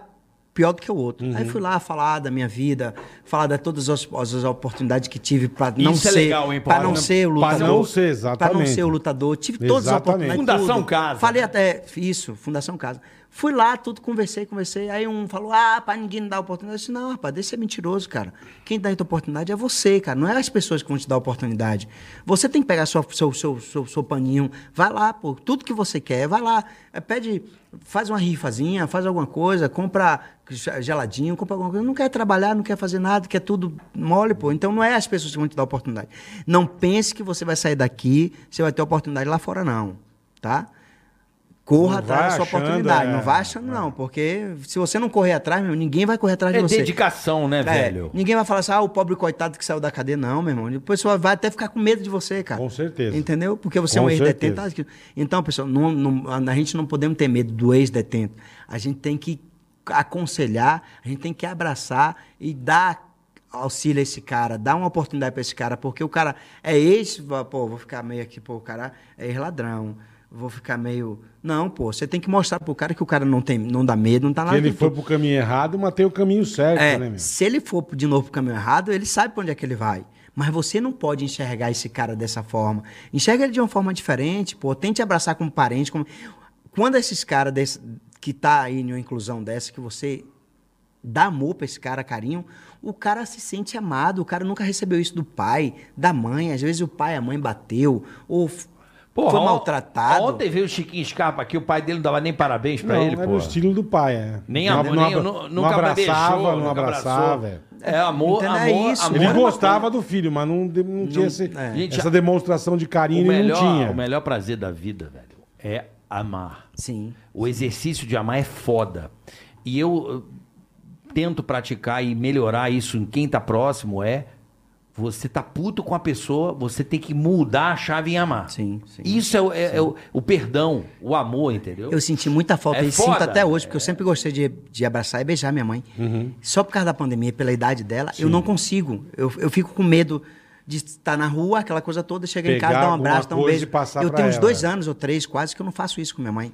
[SPEAKER 4] pior do que o outro.
[SPEAKER 2] Uhum.
[SPEAKER 4] Aí fui lá falar da minha vida, falar de todas as, as oportunidades que tive pra não
[SPEAKER 2] Isso é
[SPEAKER 4] ser,
[SPEAKER 2] legal, hein,
[SPEAKER 4] pra
[SPEAKER 2] Paulo?
[SPEAKER 4] não ser o
[SPEAKER 1] Pra
[SPEAKER 4] lutador,
[SPEAKER 1] não ser,
[SPEAKER 4] pra não
[SPEAKER 1] exatamente.
[SPEAKER 4] ser o lutador, tive todas as
[SPEAKER 1] Exatamente.
[SPEAKER 4] oportunidades.
[SPEAKER 2] Fundação
[SPEAKER 4] tudo.
[SPEAKER 2] Casa. né?
[SPEAKER 4] Falei até isso, Fundação Casa. Fui lá, tudo conversei, conversei. Aí um falou: "Ah, pra ninguém não dar oportunidade". Eu disse: "Não, rapaz, deixa ser mentiroso, cara. Quem dá a tua oportunidade é você, cara. Não é as pessoas que vão te dar oportunidade. Você tem que pegar sua- seu, seu, seu, seu paninho, vai lá, pô, tudo que você quer, vai lá, É, pede, faz uma rifazinha, faz alguma coisa, compra geladinho, compra alguma coisa, não quer trabalhar, não quer fazer nada, quer tudo mole, pô. Então não é as pessoas que vão te dar oportunidade. Não pense que você vai sair daqui, você vai ter oportunidade lá fora, não. Tá?
[SPEAKER 1] Não
[SPEAKER 4] Corra
[SPEAKER 1] vai
[SPEAKER 4] atrás da sua
[SPEAKER 1] achando,
[SPEAKER 4] oportunidade.
[SPEAKER 1] é.
[SPEAKER 4] Não vai achando, não, porque se você não correr atrás, meu, ninguém vai correr atrás
[SPEAKER 2] É
[SPEAKER 4] de você.
[SPEAKER 2] dedicação, né,
[SPEAKER 4] É,
[SPEAKER 2] velho?
[SPEAKER 4] Ninguém vai falar assim, ah, o pobre coitado que saiu da cadeia. Não, meu irmão. O pessoal vai até ficar com medo de você, cara.
[SPEAKER 1] Com certeza.
[SPEAKER 4] Entendeu? Porque você
[SPEAKER 1] Com
[SPEAKER 4] é um ex-detento.
[SPEAKER 1] certeza.
[SPEAKER 4] Ah, que- Então, pessoal, não- não- a a gente não podemos ter medo do ex-detento. A gente tem que aconselhar, a gente tem que abraçar e dar auxílio a esse cara, dar uma oportunidade para esse cara, porque o cara é ex, va- pô, vou ficar meio aqui, pô, o cara é ex-ladrão, vou ficar meio... Não, pô, você tem que mostrar pro cara que o cara não tem, não dá medo, não tá
[SPEAKER 1] Que
[SPEAKER 4] nada
[SPEAKER 1] ele
[SPEAKER 4] com
[SPEAKER 1] foi pro caminho errado, mas tem o caminho certo,
[SPEAKER 4] é,
[SPEAKER 1] né, meu?
[SPEAKER 4] se ele for de novo pro caminho errado, ele sabe pra onde é que ele vai. Mas você não pode enxergar esse cara dessa forma. Enxerga ele de uma forma diferente, pô. Tente abraçar como parente. Como... Quando esses caras desse- que tá aí em uma inclusão dessa, que você dá amor pra esse cara, carinho, o cara se sente amado. O cara nunca recebeu isso do pai, da mãe. Às vezes o pai e a mãe bateu, ou f-
[SPEAKER 2] Porra,
[SPEAKER 4] foi
[SPEAKER 2] on-
[SPEAKER 4] maltratado.
[SPEAKER 2] Ontem veio o Chiquinho Scarpa aqui, o pai dele não dava nem parabéns pra
[SPEAKER 1] Não,
[SPEAKER 2] ele,
[SPEAKER 1] era
[SPEAKER 2] pô.
[SPEAKER 1] o estilo do pai, é.
[SPEAKER 2] Nem
[SPEAKER 1] Não
[SPEAKER 2] amor,
[SPEAKER 1] abra-
[SPEAKER 2] nem,
[SPEAKER 1] não abra-
[SPEAKER 2] nu-
[SPEAKER 1] não
[SPEAKER 2] nunca
[SPEAKER 1] abraçava,
[SPEAKER 2] beijou,
[SPEAKER 1] não
[SPEAKER 2] nunca
[SPEAKER 1] abraçava.
[SPEAKER 2] abraçou.
[SPEAKER 1] velho.
[SPEAKER 2] É, amor,
[SPEAKER 4] Então
[SPEAKER 2] amor,
[SPEAKER 4] é isso,
[SPEAKER 2] amor.
[SPEAKER 4] Não
[SPEAKER 1] Ele
[SPEAKER 4] era
[SPEAKER 1] gostava do filho, mas não, de- não tinha esse-
[SPEAKER 2] Gente,
[SPEAKER 1] essa demonstração de
[SPEAKER 2] é. O
[SPEAKER 1] carinho ele não
[SPEAKER 2] melhor,
[SPEAKER 1] tinha.
[SPEAKER 2] o melhor prazer da vida, velho, é amar.
[SPEAKER 4] Sim.
[SPEAKER 2] O exercício de amar é foda. E eu eh, tento praticar e melhorar isso em quem tá próximo é você tá puto com a pessoa, você tem que mudar a chave em amar.
[SPEAKER 4] Sim, sim.
[SPEAKER 2] Isso é, o- é- é o, o perdão, o amor, entendeu?
[SPEAKER 4] Eu senti muita falta
[SPEAKER 2] É
[SPEAKER 4] e
[SPEAKER 2] foda.
[SPEAKER 4] sinto até hoje, porque eu sempre gostei de, de abraçar e beijar minha mãe.
[SPEAKER 1] Uhum.
[SPEAKER 4] Só por causa da pandemia, pela idade dela, eu não consigo. Eu, eu fico com medo de estar na rua, aquela coisa toda, chegar em
[SPEAKER 1] Pegar
[SPEAKER 4] casa, dar um
[SPEAKER 1] alguma
[SPEAKER 4] abraço, dar um
[SPEAKER 1] coisa
[SPEAKER 4] beijo.
[SPEAKER 1] e passar
[SPEAKER 4] Eu
[SPEAKER 1] pra
[SPEAKER 4] tenho uns
[SPEAKER 1] ela.
[SPEAKER 4] dois anos ou três quase que eu não faço isso com minha mãe,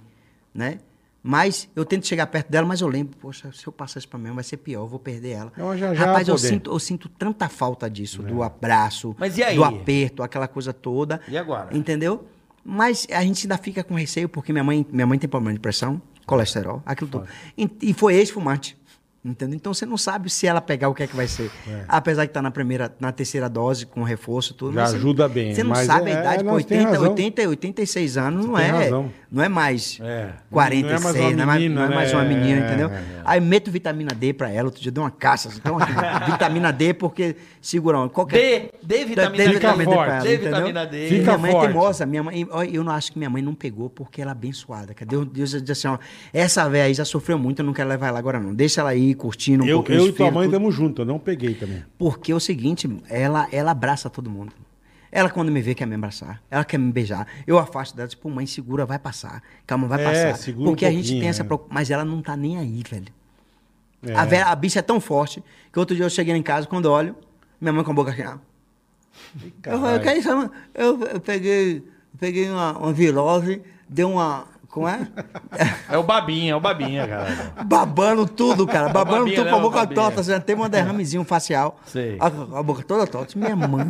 [SPEAKER 4] né? Mas eu tento chegar perto dela, mas eu lembro, poxa, se eu passar isso pra minha mãe vai ser pior, eu vou perder ela.
[SPEAKER 1] Então, já, já
[SPEAKER 4] Rapaz, eu
[SPEAKER 1] poder. É.
[SPEAKER 4] sinto, eu sinto tanta falta disso, do abraço,
[SPEAKER 2] Mas e aí?
[SPEAKER 4] do aperto, aquela coisa toda.
[SPEAKER 2] E agora?
[SPEAKER 4] Entendeu? Mas a gente ainda fica com receio porque minha mãe, minha mãe tem problema de pressão, colesterol, aquilo tudo. E, e foi ex-fumante. Entendeu? Então você não sabe se ela pegar o que é que vai ser. Apesar que tá na primeira, na terceira dose com reforço, tudo.
[SPEAKER 1] Já
[SPEAKER 4] mas você-
[SPEAKER 1] ajuda bem,
[SPEAKER 4] Você não
[SPEAKER 1] mas
[SPEAKER 4] sabe
[SPEAKER 1] é-
[SPEAKER 4] a idade,
[SPEAKER 1] é,
[SPEAKER 4] com
[SPEAKER 1] não, você tem
[SPEAKER 4] 80,
[SPEAKER 1] razão.
[SPEAKER 4] 80, 86 anos não
[SPEAKER 1] tem
[SPEAKER 4] é,
[SPEAKER 1] razão.
[SPEAKER 4] não é mais
[SPEAKER 1] É.
[SPEAKER 4] 46,
[SPEAKER 1] Não
[SPEAKER 4] não
[SPEAKER 1] é mais uma
[SPEAKER 4] é mais,
[SPEAKER 1] menina,
[SPEAKER 4] não é
[SPEAKER 1] né?
[SPEAKER 4] mais uma menina,
[SPEAKER 1] É,
[SPEAKER 4] entendeu?
[SPEAKER 1] é, é.
[SPEAKER 4] Aí meto vitamina D pra ela, outro dia eu dei uma caça, assim, toma aqui,
[SPEAKER 1] [LAUGHS]
[SPEAKER 4] vitamina D porque segura qualquer
[SPEAKER 2] D, D vitamina D.
[SPEAKER 1] Fica
[SPEAKER 4] pra
[SPEAKER 1] forte.
[SPEAKER 2] D
[SPEAKER 4] ela, entendeu?
[SPEAKER 2] vitamina D.
[SPEAKER 1] Fica
[SPEAKER 4] minha mãe
[SPEAKER 1] forte.
[SPEAKER 4] é teimosa. Minha mãe, ó, eu não acho que minha mãe não pegou porque ela é abençoada. cara. Deus, Deus diz assim, ó, essa velha aí já sofreu muito, eu não quero levar ela agora não. Deixa ela aí curtindo um
[SPEAKER 1] eu
[SPEAKER 4] pouquinho
[SPEAKER 1] eu
[SPEAKER 4] os
[SPEAKER 1] e tua
[SPEAKER 4] filhos,
[SPEAKER 1] mãe
[SPEAKER 4] tudo.
[SPEAKER 1] estamos juntos, eu não peguei
[SPEAKER 4] [LAUGHS]
[SPEAKER 1] também.
[SPEAKER 4] Porque é o seguinte, ela, ela abraça todo mundo. Ela, quando me vê, quer me abraçar. Ela quer me beijar. Eu afasto dela, tipo, mãe, segura, vai passar. Calma, vai
[SPEAKER 1] É,
[SPEAKER 4] passar.
[SPEAKER 1] segura um
[SPEAKER 4] Porque a gente
[SPEAKER 1] pouquinho,
[SPEAKER 4] tem essa
[SPEAKER 1] é.
[SPEAKER 4] preocupação. Mas ela não tá nem aí, velho.
[SPEAKER 1] É.
[SPEAKER 4] A, velha- a bicha é tão forte que outro dia eu cheguei em casa, quando eu olho, minha mãe com a boca aqui. ó. Eu falei,
[SPEAKER 1] caralho.
[SPEAKER 4] "Que é isso, mãe?" Eu, eu peguei, peguei uma, uma virose, deu uma. Como é?
[SPEAKER 1] [LAUGHS]
[SPEAKER 2] É o babinha, é o babinha, cara.
[SPEAKER 4] babando tudo, cara. Babando
[SPEAKER 2] Babinha,
[SPEAKER 4] tudo com a
[SPEAKER 2] né?
[SPEAKER 4] boca
[SPEAKER 2] Babinha.
[SPEAKER 4] torta. Assim, tem um derramezinho facial.
[SPEAKER 2] Sei.
[SPEAKER 4] A, a boca toda torta. Minha mãe.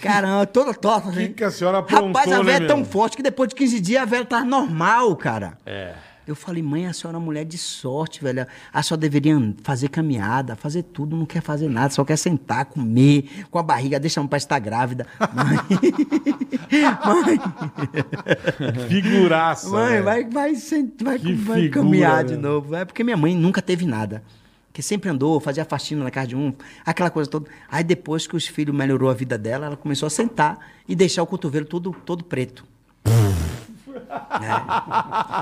[SPEAKER 4] Caramba, toda torta.
[SPEAKER 1] Que
[SPEAKER 4] assim.
[SPEAKER 1] que a senhora
[SPEAKER 4] Rapaz,
[SPEAKER 1] aprontou,
[SPEAKER 4] a
[SPEAKER 1] né,
[SPEAKER 4] velha é tão
[SPEAKER 1] meu?
[SPEAKER 4] forte que depois de 15 dias a velha tá normal, cara.
[SPEAKER 2] É.
[SPEAKER 4] Eu falei, mãe, a senhora é uma mulher de sorte, velho. A senhora deveria and- fazer caminhada, fazer tudo, não quer fazer nada, só quer sentar, comer, com a barriga, deixa pra estar grávida. Mãe, [LAUGHS] mãe,
[SPEAKER 1] Figuraça.
[SPEAKER 4] Mãe,
[SPEAKER 1] velho.
[SPEAKER 4] vai, vai, sen- vai,
[SPEAKER 1] É. Que
[SPEAKER 4] vai
[SPEAKER 1] figura,
[SPEAKER 4] caminhar de
[SPEAKER 1] né?
[SPEAKER 4] novo. É porque minha mãe nunca teve nada. Porque sempre andou, fazia faxina na casa de um, aquela coisa toda. Aí depois que os filhos melhorou a vida dela, ela começou a sentar e deixar o cotovelo todo, todo preto. É.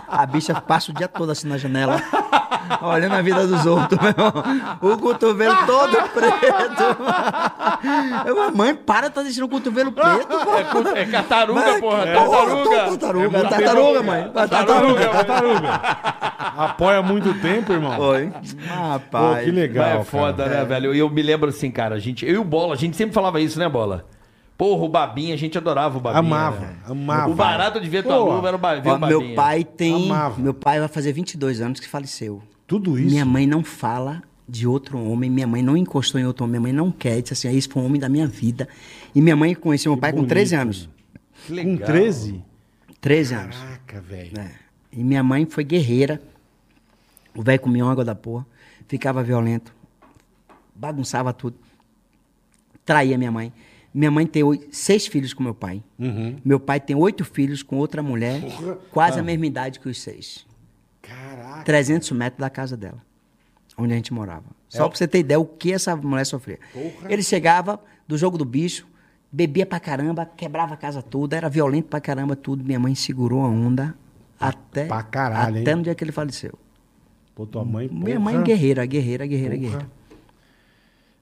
[SPEAKER 4] A bicha passa o dia todo assim na janela, [LAUGHS] olhando a vida dos outros, meu irmão. O cotovelo todo [LAUGHS] preto. Eu, falei, mãe, para, tá deixando o cotovelo preto, pô.
[SPEAKER 2] É tartaruga,
[SPEAKER 4] Mas-
[SPEAKER 2] porra, É
[SPEAKER 4] É.
[SPEAKER 2] tartaruga.
[SPEAKER 4] Porra, tô- Tartaruga, tartaruga, mãe.
[SPEAKER 1] Tartaruga, tartaruga. Apoia muito tempo, irmão.
[SPEAKER 4] Oi.
[SPEAKER 1] Pô,
[SPEAKER 4] Rapaz.
[SPEAKER 1] que legal.
[SPEAKER 2] Mas é foda,
[SPEAKER 1] cara.
[SPEAKER 2] né, velho? E eu me lembro assim, cara, a gente, eu e o Bola, a gente sempre falava isso, né, Bola? Porra, o Babinha, a gente adorava o Babinha.
[SPEAKER 1] Amava,
[SPEAKER 2] né?
[SPEAKER 1] amava.
[SPEAKER 2] O barato de ver tua
[SPEAKER 1] Porra.
[SPEAKER 2] luva era o, ba ver
[SPEAKER 4] Ó,
[SPEAKER 2] o Babinha.
[SPEAKER 4] meu pai tem.
[SPEAKER 1] Amava.
[SPEAKER 4] Meu pai vai fazer 22 anos que faleceu.
[SPEAKER 1] Tudo isso.
[SPEAKER 4] Minha mãe não fala de outro homem, minha mãe não encostou em outro homem, minha mãe não quer. Disse assim, "Ah, esse foi um homem da minha vida. E minha mãe conheceu meu pai
[SPEAKER 1] bonito,
[SPEAKER 4] com 13 anos.
[SPEAKER 2] Que
[SPEAKER 1] Com 13?
[SPEAKER 4] 13 anos.
[SPEAKER 1] Caraca, velho.
[SPEAKER 4] É. E minha mãe foi guerreira. O velho comia uma água da porra, ficava violento, bagunçava tudo, traía minha mãe. Minha mãe tem oi- seis filhos com meu pai.
[SPEAKER 1] Uhum.
[SPEAKER 4] Meu pai tem oito filhos com outra
[SPEAKER 1] Ah.
[SPEAKER 4] mulher, quase a mesma idade que os seis.
[SPEAKER 1] Caraca.
[SPEAKER 4] 300 metros da casa dela. onde a gente morava.
[SPEAKER 1] É
[SPEAKER 4] Só pra você ter ideia o que essa mulher sofria. Ele chegava do jogo do bicho, bebia pra caramba, quebrava a casa toda, era violento pra caramba, tudo. Minha mãe segurou a onda até,
[SPEAKER 1] Pra caralho,
[SPEAKER 4] até
[SPEAKER 1] hein?
[SPEAKER 4] no dia que ele faleceu.
[SPEAKER 1] Pô, tua mãe.
[SPEAKER 4] Minha mãe é
[SPEAKER 1] porra.
[SPEAKER 4] guerreira, guerreira, guerreira, guerreira.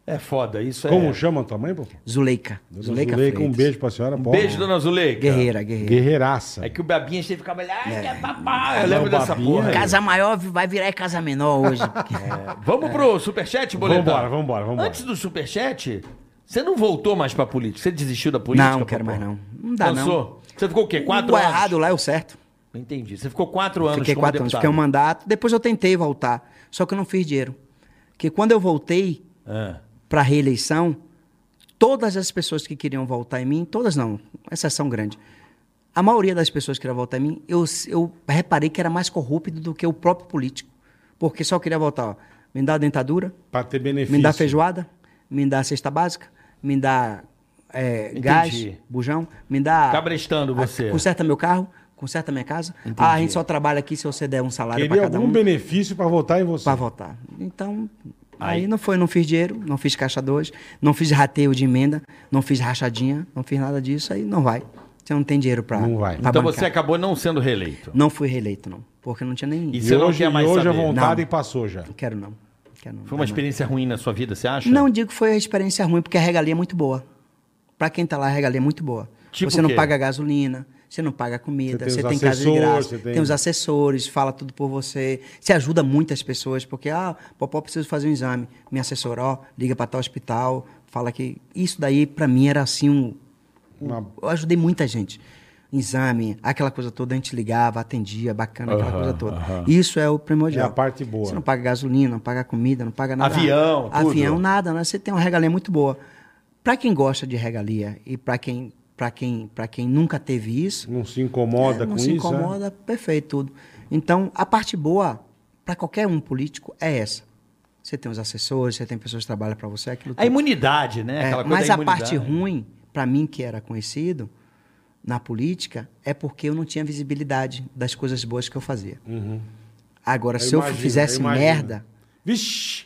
[SPEAKER 2] É foda, isso
[SPEAKER 1] Como
[SPEAKER 2] é.
[SPEAKER 1] chama tua mãe, pô?
[SPEAKER 4] Zuleika.
[SPEAKER 1] Dona
[SPEAKER 4] Zuleika
[SPEAKER 1] Zuleika, um
[SPEAKER 4] Freitas.
[SPEAKER 1] beijo pra senhora, porra.
[SPEAKER 2] Beijo, dona Zuleika.
[SPEAKER 4] Guerreira, guerreira.
[SPEAKER 1] Guerreiraça.
[SPEAKER 2] É que o Babinha sempre ficava ali, ai, que é papá. Eu lembro
[SPEAKER 1] Não,
[SPEAKER 2] dessa
[SPEAKER 1] Babinha,
[SPEAKER 2] porra.
[SPEAKER 1] é.
[SPEAKER 4] Casa maior vai virar casa menor hoje.
[SPEAKER 2] É, Vamos pro superchat, boletão?
[SPEAKER 1] Vambora, vambora, vambora.
[SPEAKER 2] Antes do superchat, você não voltou mais pra política? Você desistiu da política?
[SPEAKER 4] não, não quero mais não. Não dá não.
[SPEAKER 2] Cansou? Você ficou o quê? Quatro
[SPEAKER 4] o
[SPEAKER 2] anos?
[SPEAKER 4] errado lá é o certo.
[SPEAKER 2] Não Entendi. Você ficou quatro anos
[SPEAKER 4] Fiquei
[SPEAKER 2] como
[SPEAKER 4] quatro anos,
[SPEAKER 2] deputado.
[SPEAKER 4] fiquei um mandato. Depois eu tentei voltar, só que eu não fiz dinheiro. Porque quando eu voltei
[SPEAKER 2] Ah.
[SPEAKER 4] para a reeleição, todas as pessoas que queriam voltar em mim, todas não, exceção grande, a maioria das pessoas que queria votar em mim, eu, eu reparei que era mais corrupto do que o próprio político. Porque só queria votar, ó, me dá dentadura,
[SPEAKER 1] Pra ter benefício.
[SPEAKER 4] me dá feijoada, me dá cesta básica, me dá é, gás,
[SPEAKER 2] Entendi.
[SPEAKER 4] bujão, me dá.
[SPEAKER 2] Cabrestando
[SPEAKER 4] Ah,
[SPEAKER 2] você.
[SPEAKER 4] Conserta meu carro, conserta minha casa. Ah, a gente só trabalha aqui se você der um salário para
[SPEAKER 1] Queria
[SPEAKER 4] cada
[SPEAKER 1] algum
[SPEAKER 4] um
[SPEAKER 1] benefício pra votar em você.
[SPEAKER 4] para votar. Então, aí.
[SPEAKER 2] Aí.
[SPEAKER 4] não foi, não fiz dinheiro, não fiz caixa 2, não fiz rateio de emenda, não fiz rachadinha, não fiz nada disso, aí não vai. Você não tem dinheiro para.
[SPEAKER 1] Não vai.
[SPEAKER 2] Então você acabou não sendo reeleito.
[SPEAKER 4] Não fui reeleito, não. Porque não tinha nem.
[SPEAKER 2] E
[SPEAKER 1] E
[SPEAKER 2] você não
[SPEAKER 1] hoje,
[SPEAKER 2] quer mais
[SPEAKER 1] e hoje a
[SPEAKER 2] saber.
[SPEAKER 1] vontade
[SPEAKER 4] Não.
[SPEAKER 1] passou já.
[SPEAKER 4] Não quero, não. Quero, não.
[SPEAKER 2] Foi uma
[SPEAKER 4] Não.
[SPEAKER 2] experiência ruim na sua vida, você acha?
[SPEAKER 4] Não digo que foi a experiência ruim, porque a regalia é muito boa. Pra quem tá lá, a regalia é muito boa.
[SPEAKER 2] Tipo
[SPEAKER 4] você não
[SPEAKER 2] o quê?
[SPEAKER 4] paga gasolina, você não paga comida,
[SPEAKER 1] Você tem
[SPEAKER 4] você
[SPEAKER 1] os
[SPEAKER 4] tem, casa de
[SPEAKER 1] assessores,
[SPEAKER 4] graça,
[SPEAKER 1] você tem-
[SPEAKER 4] tem... os assessores, fala tudo por você, você ajuda muitas pessoas, porque, ah, Popó, preciso fazer um exame. Me assessora, ó, liga pra tal hospital, fala que... Isso daí, pra mim, era assim um...
[SPEAKER 1] Uma-
[SPEAKER 4] Eu ajudei muita gente. Exame, aquela coisa toda, a gente ligava, atendia, bacana, aquela coisa toda. Isso é o primordial.
[SPEAKER 1] É a parte boa.
[SPEAKER 4] Você não paga gasolina, não paga comida, não paga nada.
[SPEAKER 2] Avião, tudo.
[SPEAKER 4] Avião, nada, né? Você tem uma regalia muito boa. Pra quem gosta de regalia e pra quem, pra quem, pra quem nunca teve isso,
[SPEAKER 1] Não se incomoda
[SPEAKER 4] é, não
[SPEAKER 1] com
[SPEAKER 4] se
[SPEAKER 1] isso. né?
[SPEAKER 4] incomoda, perfeito tudo. Então, a parte boa pra qualquer um político é essa. Você tem os assessores, você tem pessoas que trabalham pra você, aquilo
[SPEAKER 2] A imunidade, né?
[SPEAKER 4] é,
[SPEAKER 2] Aquela coisa
[SPEAKER 4] mas
[SPEAKER 2] da
[SPEAKER 4] a parte
[SPEAKER 2] imunidade. né?
[SPEAKER 4] ruim, para mim que era conhecido na política, é porque eu não tinha visibilidade das coisas boas que eu fazia.
[SPEAKER 2] Uhum.
[SPEAKER 4] Agora, se eu
[SPEAKER 1] imagino,
[SPEAKER 4] fizesse
[SPEAKER 1] imagino.
[SPEAKER 4] merda,
[SPEAKER 1] Vixe!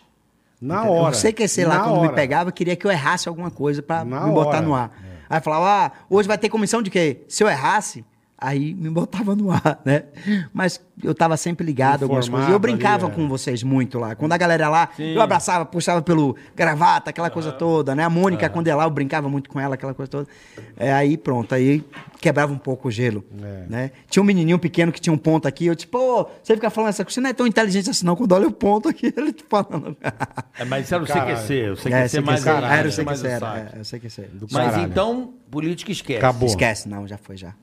[SPEAKER 1] Na
[SPEAKER 4] eu
[SPEAKER 1] hora.
[SPEAKER 4] não sei que é, sei lá
[SPEAKER 1] na
[SPEAKER 4] quando
[SPEAKER 1] hora.
[SPEAKER 4] me pegava, queria que eu errasse alguma coisa para me
[SPEAKER 1] Na hora. É.
[SPEAKER 4] botar no ar. Aí falava, ah, hoje vai ter comissão de quê? Se eu errasse, aí me [LAUGHS] botava no ar, né? Mas eu tava sempre ligado a algumas coisas. E eu
[SPEAKER 1] Informado ali,
[SPEAKER 4] brincava
[SPEAKER 1] é.
[SPEAKER 4] com vocês muito lá. Quando a galera lá, eu abraçava, puxava pelo gravata, aquela coisa toda, né? A Mônica, quando é lá, eu brincava muito com ela, aquela coisa toda. É, aí pronto, aí quebrava um pouco o gelo,
[SPEAKER 1] É.
[SPEAKER 4] né? Tinha um menininho pequeno que tinha um ponto aqui, eu tipo, ô, você fica falando essa coisa, você não é tão inteligente assim não, quando olha o ponto aqui, [LAUGHS] ele tá falando.
[SPEAKER 2] É, mas isso era o
[SPEAKER 1] Caralho.
[SPEAKER 2] CQC. O CQC
[SPEAKER 4] É, sei que
[SPEAKER 2] mais
[SPEAKER 4] sei.
[SPEAKER 2] ainda,
[SPEAKER 4] Era, eu sei que
[SPEAKER 2] mais o
[SPEAKER 4] sei, era,
[SPEAKER 2] saque.
[SPEAKER 4] é, eu sei que sei.
[SPEAKER 1] Do
[SPEAKER 2] Mas
[SPEAKER 1] caralho.
[SPEAKER 2] então, política esquece.
[SPEAKER 1] Acabou.
[SPEAKER 4] Esquece, não, já foi, já.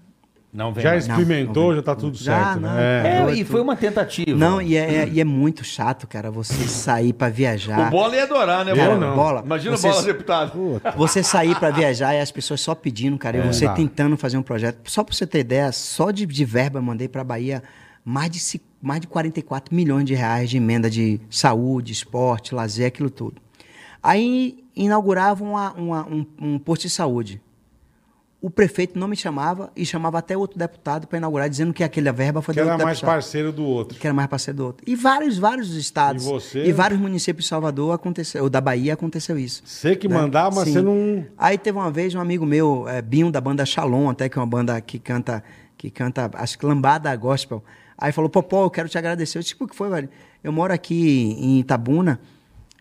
[SPEAKER 2] Não vem
[SPEAKER 1] Já
[SPEAKER 2] mais.
[SPEAKER 1] experimentou,
[SPEAKER 4] Não, não.
[SPEAKER 1] já tá tudo
[SPEAKER 4] Já,
[SPEAKER 1] certo,
[SPEAKER 4] não.
[SPEAKER 1] né? É.
[SPEAKER 2] É,
[SPEAKER 4] Acabou
[SPEAKER 2] e
[SPEAKER 4] tudo.
[SPEAKER 2] foi uma tentativa.
[SPEAKER 4] Não, e é, é- e é muito chato, cara, você sair pra viajar.
[SPEAKER 2] O Bola ia adorar, né,
[SPEAKER 1] Eu
[SPEAKER 2] Bola?
[SPEAKER 1] não.
[SPEAKER 4] É, Bola,
[SPEAKER 2] Imagina
[SPEAKER 4] vocês-
[SPEAKER 2] o Bola deputado.
[SPEAKER 4] Você sair pra viajar e as pessoas só pedindo, cara, e você
[SPEAKER 1] dá.
[SPEAKER 4] tentando fazer um projeto. Só pra você ter ideia, só de, de verba eu mandei pra Bahia mais de, ci- mais de 44 milhões de reais de emenda de saúde, esporte, lazer, aquilo tudo. Aí inaugurava uma- uma- um, um posto de saúde. O prefeito não me chamava e chamava até outro deputado pra inaugurar, dizendo que tá aquela verba foi
[SPEAKER 1] Que
[SPEAKER 4] do
[SPEAKER 1] era
[SPEAKER 4] outro
[SPEAKER 1] mais
[SPEAKER 4] deputado.
[SPEAKER 1] parceiro do outro.
[SPEAKER 4] que era mais parceiro do outro. E vários, vários estados.
[SPEAKER 1] E você?
[SPEAKER 4] vários municípios de Salvador aconteceu, ou da Bahia aconteceu isso.
[SPEAKER 1] Você que
[SPEAKER 4] né?
[SPEAKER 1] mandar, mas
[SPEAKER 4] Sim.
[SPEAKER 1] você não.
[SPEAKER 4] Aí teve uma vez um amigo meu, eh, Binho, da banda Shalom, até que é uma banda que canta, que canta as lambada gospel. Aí falou, Popó, eu quero te agradecer. Eu disse, "Pô, o que foi, velho? Eu moro aqui em Itabuna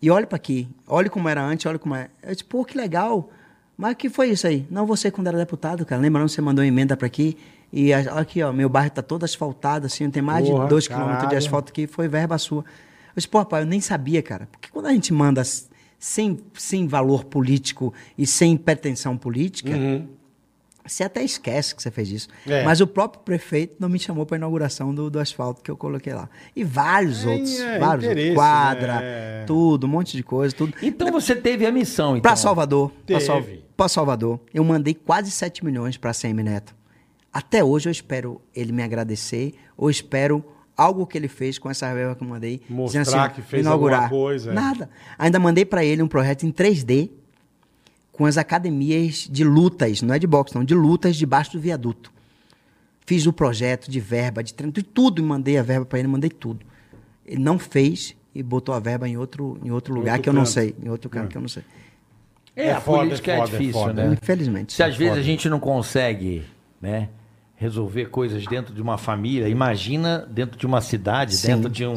[SPEAKER 4] e olha pra aqui. Olha como era antes, olha como é. Eu disse, pô, que legal. Mas o que foi isso aí? Não, você quando era deputado, cara. Lembrando, você mandou uma emenda pra aqui. E a- olha aqui, ó, meu bairro tá todo asfaltado, assim, tem mais
[SPEAKER 1] Porra,
[SPEAKER 4] de dois quilômetros de
[SPEAKER 1] caralho.
[SPEAKER 4] asfalto que foi verba sua. Eu disse, pô, rapaz, eu nem sabia, cara. Porque quando a gente manda s- sem, sem valor político e sem pretensão política, você até esquece que você fez isso.
[SPEAKER 1] Uhum. É.
[SPEAKER 4] Mas o próprio prefeito não me chamou para a inauguração do, do asfalto que eu coloquei lá. E vários
[SPEAKER 1] É,
[SPEAKER 4] outros.
[SPEAKER 1] é,
[SPEAKER 4] vários outros.
[SPEAKER 1] interesse,
[SPEAKER 4] Quadra,
[SPEAKER 1] né?
[SPEAKER 4] tudo, um monte de coisa, tudo.
[SPEAKER 2] Então você teve a missão, então.
[SPEAKER 4] Pra Salvador. Pra, Sal-
[SPEAKER 1] Teve.
[SPEAKER 4] pra Salvador. Eu mandei quase 7 milhões pra CM Neto. Até hoje eu espero ele me agradecer, ou espero algo que ele fez com essa verba que eu mandei.
[SPEAKER 1] Mostrar
[SPEAKER 4] dizendo ó,
[SPEAKER 1] que fez alguma coisa, é.
[SPEAKER 4] Nada. Ainda mandei pra ele um projeto em 3D com as academias de lutas, não é de boxe, não, de lutas debaixo do viaduto. Fiz o projeto de verba, de treino, de tudo, e mandei a verba para ele, mandei tudo. Ele não fez e botou a verba em outro, em outro lugar
[SPEAKER 1] outro
[SPEAKER 4] que eu não
[SPEAKER 1] canto.
[SPEAKER 4] sei, em outro canto que eu não sei.
[SPEAKER 2] É, a
[SPEAKER 1] foda,
[SPEAKER 2] política é,
[SPEAKER 1] foda,
[SPEAKER 2] difícil,
[SPEAKER 1] foda.
[SPEAKER 2] né?
[SPEAKER 4] Infelizmente.
[SPEAKER 2] Se às vezes a gente não consegue, né, resolver coisas dentro de uma família, imagina dentro de uma cidade,
[SPEAKER 4] Sim.
[SPEAKER 2] dentro de um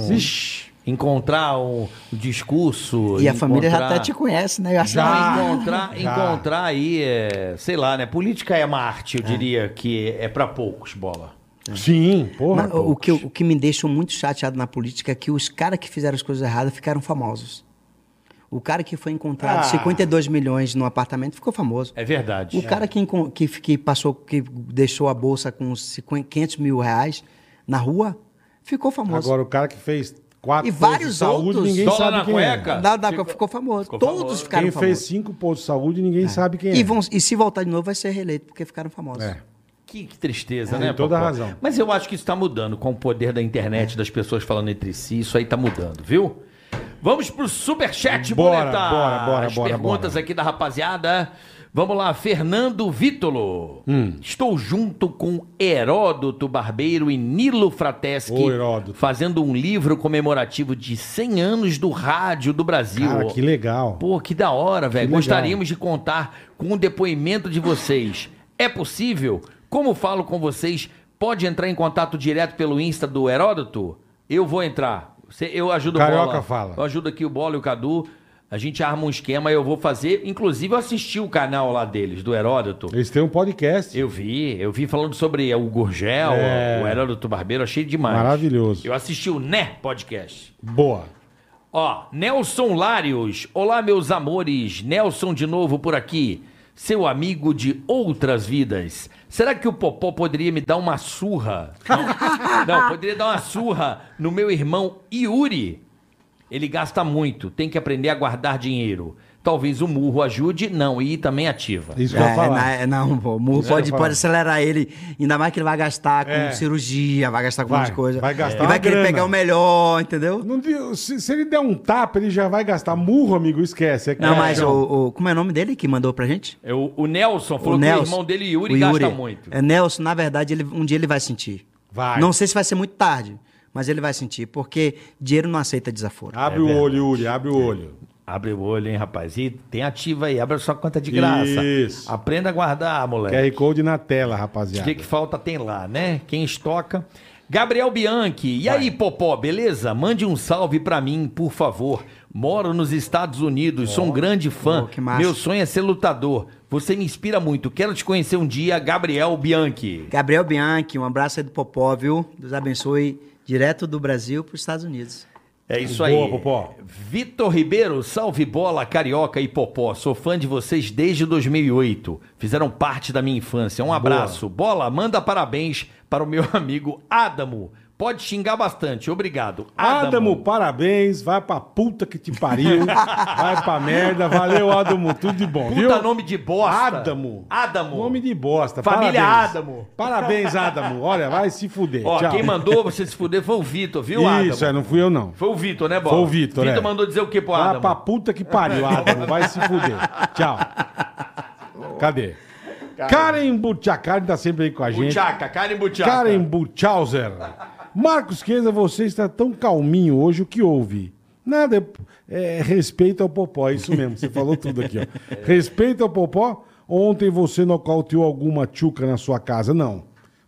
[SPEAKER 2] encontrar um discurso
[SPEAKER 4] E a família já até
[SPEAKER 2] encontrar-
[SPEAKER 4] te conhece, né? Eu acho
[SPEAKER 2] já
[SPEAKER 4] que-
[SPEAKER 2] encontrar,
[SPEAKER 1] Já.
[SPEAKER 2] encontrar aí, é, sei lá, né? Política é uma arte, eu diria que é pra poucos, bola.
[SPEAKER 1] Sim, porra.
[SPEAKER 4] É. Mas
[SPEAKER 1] pô.
[SPEAKER 4] o, que, eu- o que me deixou muito chateado na política é que os caras que fizeram as coisas erradas ficaram famosos. O cara que foi encontrado
[SPEAKER 1] Ah.
[SPEAKER 4] 52 milhões num apartamento ficou famoso.
[SPEAKER 2] É verdade.
[SPEAKER 4] O cara que, encon- que, f- que passou, que deixou a bolsa com uns 50 500 mil reais na rua, ficou famoso.
[SPEAKER 1] Agora, o cara que fez quatro
[SPEAKER 4] E
[SPEAKER 1] pontos
[SPEAKER 4] vários
[SPEAKER 1] de saúde,
[SPEAKER 4] outros.
[SPEAKER 1] ninguém
[SPEAKER 2] Dólar
[SPEAKER 1] sabe
[SPEAKER 2] na
[SPEAKER 1] quem
[SPEAKER 2] cueca.
[SPEAKER 1] é.
[SPEAKER 4] Dá- dá- ficou, famoso.
[SPEAKER 2] ficou
[SPEAKER 4] Todos
[SPEAKER 2] famoso.
[SPEAKER 4] ficaram
[SPEAKER 1] quem
[SPEAKER 4] famosos.
[SPEAKER 1] fez cinco pontos de saúde, ninguém sabe quem é.
[SPEAKER 4] e, vão- e se voltar de novo, vai ser reeleito, porque ficaram famosos.
[SPEAKER 1] É.
[SPEAKER 2] Que, que tristeza,
[SPEAKER 1] É,
[SPEAKER 2] né?
[SPEAKER 1] tem toda
[SPEAKER 2] Popó?
[SPEAKER 1] razão.
[SPEAKER 2] Mas eu acho que isso tá mudando com o poder da internet, das pessoas falando entre si. Isso aí tá mudando, viu? Vamos pro superchat,
[SPEAKER 1] Bora,
[SPEAKER 2] boleta.
[SPEAKER 1] bora, bora,
[SPEAKER 2] As
[SPEAKER 1] bora,
[SPEAKER 2] perguntas
[SPEAKER 1] bora.
[SPEAKER 2] aqui da rapaziada. Vamos lá, Fernando Vítolo.
[SPEAKER 1] Hum.
[SPEAKER 2] Estou junto com Heródoto Barbeiro e Nilo Frateschi
[SPEAKER 1] Ô, Heródoto.
[SPEAKER 2] fazendo um livro comemorativo de 100 anos do rádio do Brasil.
[SPEAKER 1] Cara, que legal.
[SPEAKER 2] Pô, que da hora, velho.
[SPEAKER 1] legal.
[SPEAKER 2] Gostaríamos de contar com o depoimento de vocês. É possível? Como falo com vocês, pode entrar em contato direto pelo Insta do Heródoto? Eu vou entrar. Cê- Eu ajudo
[SPEAKER 1] Carioca
[SPEAKER 2] o Bola.
[SPEAKER 1] fala.
[SPEAKER 2] Eu ajudo aqui o Bola e o Cadu. A gente arma um esquema, eu vou fazer. Inclusive, eu assisti o canal lá deles, do Heródoto.
[SPEAKER 1] Eles têm um podcast.
[SPEAKER 2] Eu vi, eu vi falando sobre o Gurgel,
[SPEAKER 1] É.
[SPEAKER 2] o Heródoto Barbeiro, achei demais.
[SPEAKER 1] Maravilhoso.
[SPEAKER 2] Eu assisti o Né Podcast.
[SPEAKER 1] Boa.
[SPEAKER 2] Ó, Nelson Lários. Olá, meus amores. Nelson de novo por aqui. Seu amigo de outras vidas. Será que o Popó poderia me dar uma surra? Não, não poderia dar uma surra no meu irmão Yuri. Ele gasta muito, tem que aprender a guardar dinheiro. Talvez o murro ajude, não, e também ativa.
[SPEAKER 1] Isso que eu ia
[SPEAKER 4] É,
[SPEAKER 1] falar.
[SPEAKER 4] na- é, não, pô, o Murro
[SPEAKER 1] Isso que eu
[SPEAKER 4] pode,
[SPEAKER 1] ia falar.
[SPEAKER 4] pode acelerar ele. Ainda mais que ele vai gastar com
[SPEAKER 1] É.
[SPEAKER 4] cirurgia, vai gastar com um
[SPEAKER 1] Vai,
[SPEAKER 4] monte de coisa.
[SPEAKER 1] vai gastar
[SPEAKER 4] E
[SPEAKER 1] uma
[SPEAKER 4] vai querer
[SPEAKER 1] grana.
[SPEAKER 4] pegar o melhor, entendeu?
[SPEAKER 1] Não deu- se, se ele der um tapa, ele já vai gastar murro, amigo. Esquece. É que-
[SPEAKER 4] Não, mas
[SPEAKER 1] É.
[SPEAKER 4] o, o- Como é o nome dele que mandou pra gente?
[SPEAKER 2] É, O, o Nelson falou
[SPEAKER 4] o
[SPEAKER 2] que
[SPEAKER 4] Nelson.
[SPEAKER 2] o irmão dele, Yuri,
[SPEAKER 4] o
[SPEAKER 2] gasta muito.
[SPEAKER 4] É, Nelson, na verdade, ele- um dia ele vai sentir.
[SPEAKER 1] Vai.
[SPEAKER 4] Não sei se vai ser muito tarde, mas ele vai sentir, porque dinheiro não aceita desaforo.
[SPEAKER 2] É
[SPEAKER 1] Abre o olho, Yuri. Abre o olho.
[SPEAKER 2] Abre o olho, hein, rapaz. E tem ativa aí, abre a sua conta de graça.
[SPEAKER 1] Isso.
[SPEAKER 2] Aprenda a guardar, moleque.
[SPEAKER 1] QR Code na tela,
[SPEAKER 2] O
[SPEAKER 1] rapaziada.
[SPEAKER 2] que, que falta tem lá, né? Quem estoca. Gabriel Bianchi. E aí, Popó, beleza? Mande um salve pra mim, por favor. Moro nos Estados Unidos, sou um grande fã.
[SPEAKER 4] Oh, que massa.
[SPEAKER 2] Meu sonho é ser lutador. Você me inspira muito. Quero te conhecer um dia, Gabriel Bianchi.
[SPEAKER 4] Gabriel Bianchi, um abraço aí do Popó, viu? Deus abençoe, direto do Brasil para os Estados Unidos.
[SPEAKER 2] É isso
[SPEAKER 1] Boa,
[SPEAKER 2] aí.
[SPEAKER 1] Popó.
[SPEAKER 2] Vitor Ribeiro, salve bola, carioca e popó. Sou fã de vocês desde 2008. Fizeram parte da minha infância. Um abraço. Bola, manda parabéns para o meu [LAUGHS] amigo Adamo. Pode xingar bastante. Obrigado.
[SPEAKER 1] Adamo, parabéns. Vai pra puta que te pariu.
[SPEAKER 2] [LAUGHS]
[SPEAKER 1] vai pra merda. Valeu, Adamo. Tudo de bom,
[SPEAKER 2] Puta
[SPEAKER 1] viu?
[SPEAKER 2] nome de bosta.
[SPEAKER 1] Adamo.
[SPEAKER 2] Adamo.
[SPEAKER 1] Nome de bosta.
[SPEAKER 2] Família
[SPEAKER 1] Parabéns.
[SPEAKER 2] Adamo.
[SPEAKER 1] Parabéns, Adamo. Olha, vai se fuder.
[SPEAKER 2] Ó,
[SPEAKER 1] Tchau.
[SPEAKER 2] quem mandou você se fuder foi o Vitor, viu, Adamo?
[SPEAKER 1] Isso, é, não fui eu, não.
[SPEAKER 2] Foi o Vitor, né, Bola?
[SPEAKER 1] Foi o Vitor,
[SPEAKER 2] Vitor
[SPEAKER 1] é.
[SPEAKER 2] mandou dizer o que pro
[SPEAKER 1] Vai
[SPEAKER 2] Adamo?
[SPEAKER 1] pra puta que pariu, Adamo. Vai se fuder.
[SPEAKER 2] [LAUGHS]
[SPEAKER 1] Tchau. Cadê? Karen Butchakari tá sempre aí com a gente.
[SPEAKER 2] Butiaca, Karen Butiaca.
[SPEAKER 1] Karen Butchauser. Marcos Queza, você está tão calminho hoje, o que houve? Nada, é, é respeito ao Popó, é isso mesmo, você falou tudo
[SPEAKER 2] [LAUGHS]
[SPEAKER 1] aqui. Ó. Respeito ao Popó, ontem você nocauteou alguma tchuca na sua casa? Não,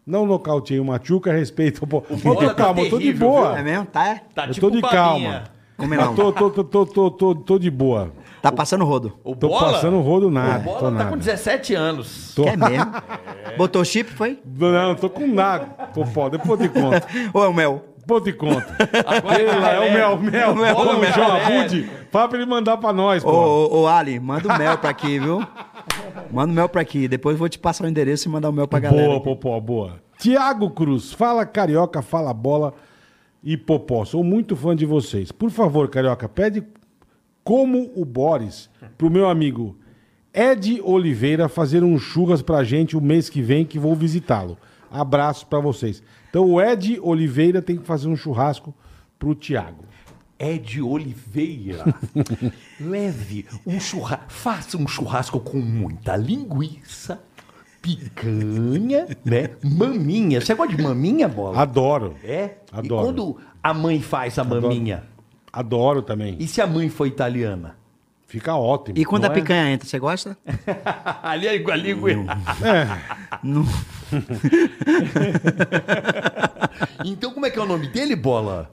[SPEAKER 1] não nocauteei uma tchuca, respeito ao Popó. Eu
[SPEAKER 2] Bola
[SPEAKER 1] tô
[SPEAKER 2] tá
[SPEAKER 1] calma, eu tô de
[SPEAKER 2] terrível,
[SPEAKER 1] boa,
[SPEAKER 4] É mesmo? Tá? é?
[SPEAKER 2] Tá
[SPEAKER 1] eu
[SPEAKER 2] tipo
[SPEAKER 1] tô de
[SPEAKER 2] babinha.
[SPEAKER 1] calma.
[SPEAKER 4] Como
[SPEAKER 1] Eu
[SPEAKER 4] não?
[SPEAKER 1] tô, tô, tô, tô, tô, tô, tô de boa,
[SPEAKER 4] Tá
[SPEAKER 1] [LAUGHS]
[SPEAKER 4] passando rodo.
[SPEAKER 2] O
[SPEAKER 1] tô
[SPEAKER 2] Bola,
[SPEAKER 1] passando rodo nada, tô
[SPEAKER 2] o Bola tá
[SPEAKER 1] nada.
[SPEAKER 2] com 17 anos.
[SPEAKER 1] Tô-
[SPEAKER 4] Que é mesmo? Botou chip, foi?
[SPEAKER 1] Não, não, tô com nada, Popó, depois eu te conto.
[SPEAKER 4] Ou é o mel?
[SPEAKER 1] Pô, te conta.
[SPEAKER 2] Agora
[SPEAKER 1] Ele lá, é o Mel, Mel,
[SPEAKER 4] Mel,
[SPEAKER 1] Mel, Ô,
[SPEAKER 2] Mel,
[SPEAKER 1] João
[SPEAKER 2] Mel.
[SPEAKER 1] Abud, fala pra ele mandar pra nós,
[SPEAKER 4] Ô,
[SPEAKER 1] pô.
[SPEAKER 4] ô, ô, Ali, manda o mel pra aqui, viu? Manda o mel pra aqui. Depois eu vou te passar o endereço e mandar o mel pra galera.
[SPEAKER 1] boa, Popó, boa. Tiago Cruz, fala carioca, fala bola e Popó. Sou muito fã de vocês. Por favor, carioca, pede como o Boris pro meu amigo Ed Oliveira fazer um churras pra gente o mês que vem que vou visitá-lo. Abraço pra vocês. Então o Ed Oliveira tem que fazer um churrasco pro Tiago.
[SPEAKER 2] Ed É
[SPEAKER 1] [LAUGHS]
[SPEAKER 2] Oliveira. Leve um churrasco. Faça um churrasco com muita linguiça, picanha, né? Maminha. Você gosta de maminha, bola?
[SPEAKER 1] Adoro.
[SPEAKER 2] É?
[SPEAKER 1] Adoro.
[SPEAKER 2] E quando a mãe faz a maminha?
[SPEAKER 1] Adoro também.
[SPEAKER 2] E se a mãe foi italiana?
[SPEAKER 1] Fica ótimo.
[SPEAKER 4] E quando
[SPEAKER 1] não
[SPEAKER 4] a
[SPEAKER 1] é?
[SPEAKER 4] picanha entra, você gosta?
[SPEAKER 2] [LAUGHS] ali é igual, ali é igual. Ah,
[SPEAKER 4] [LAUGHS] Não.
[SPEAKER 2] Então como é que é o nome dele, Bola?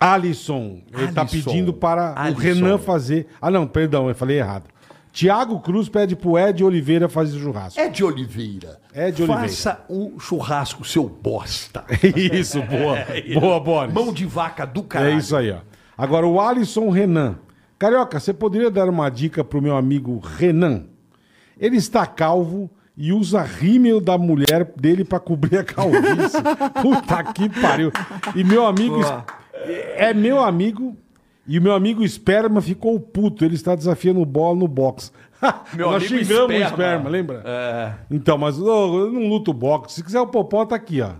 [SPEAKER 1] Alisson, ele tá
[SPEAKER 2] Alisson.
[SPEAKER 1] pedindo para
[SPEAKER 2] Alisson.
[SPEAKER 1] o Renan fazer. Ah, não, perdão, eu falei errado. Tiago Cruz pede pro Ed Oliveira fazer o churrasco.
[SPEAKER 2] É de Oliveira.
[SPEAKER 1] É de Oliveira.
[SPEAKER 2] Faça o churrasco, seu bosta.
[SPEAKER 1] [LAUGHS] Isso, boa.
[SPEAKER 2] É
[SPEAKER 1] boa, Boris.
[SPEAKER 2] Mão de vaca do
[SPEAKER 1] É
[SPEAKER 2] caralho.
[SPEAKER 1] isso aí, ó. Agora, o Alisson Renan. Carioca, você poderia dar uma dica pro meu amigo Renan? Ele está calvo e usa rímel da mulher dele pra cobrir a
[SPEAKER 2] [LAUGHS]
[SPEAKER 1] calvície. Puta que pariu. E meu amigo...
[SPEAKER 4] Boa.
[SPEAKER 1] É meu amigo... E o meu amigo Esperma ficou puto. Ele está desafiando o bola no box. [LAUGHS]
[SPEAKER 2] Meu
[SPEAKER 1] Nós
[SPEAKER 2] amigo É.
[SPEAKER 1] xingamos o
[SPEAKER 2] Esperma.
[SPEAKER 1] Esperma, lembra? Então, mas ô, eu não luto boxe. Se quiser o Popó tá aqui, ó.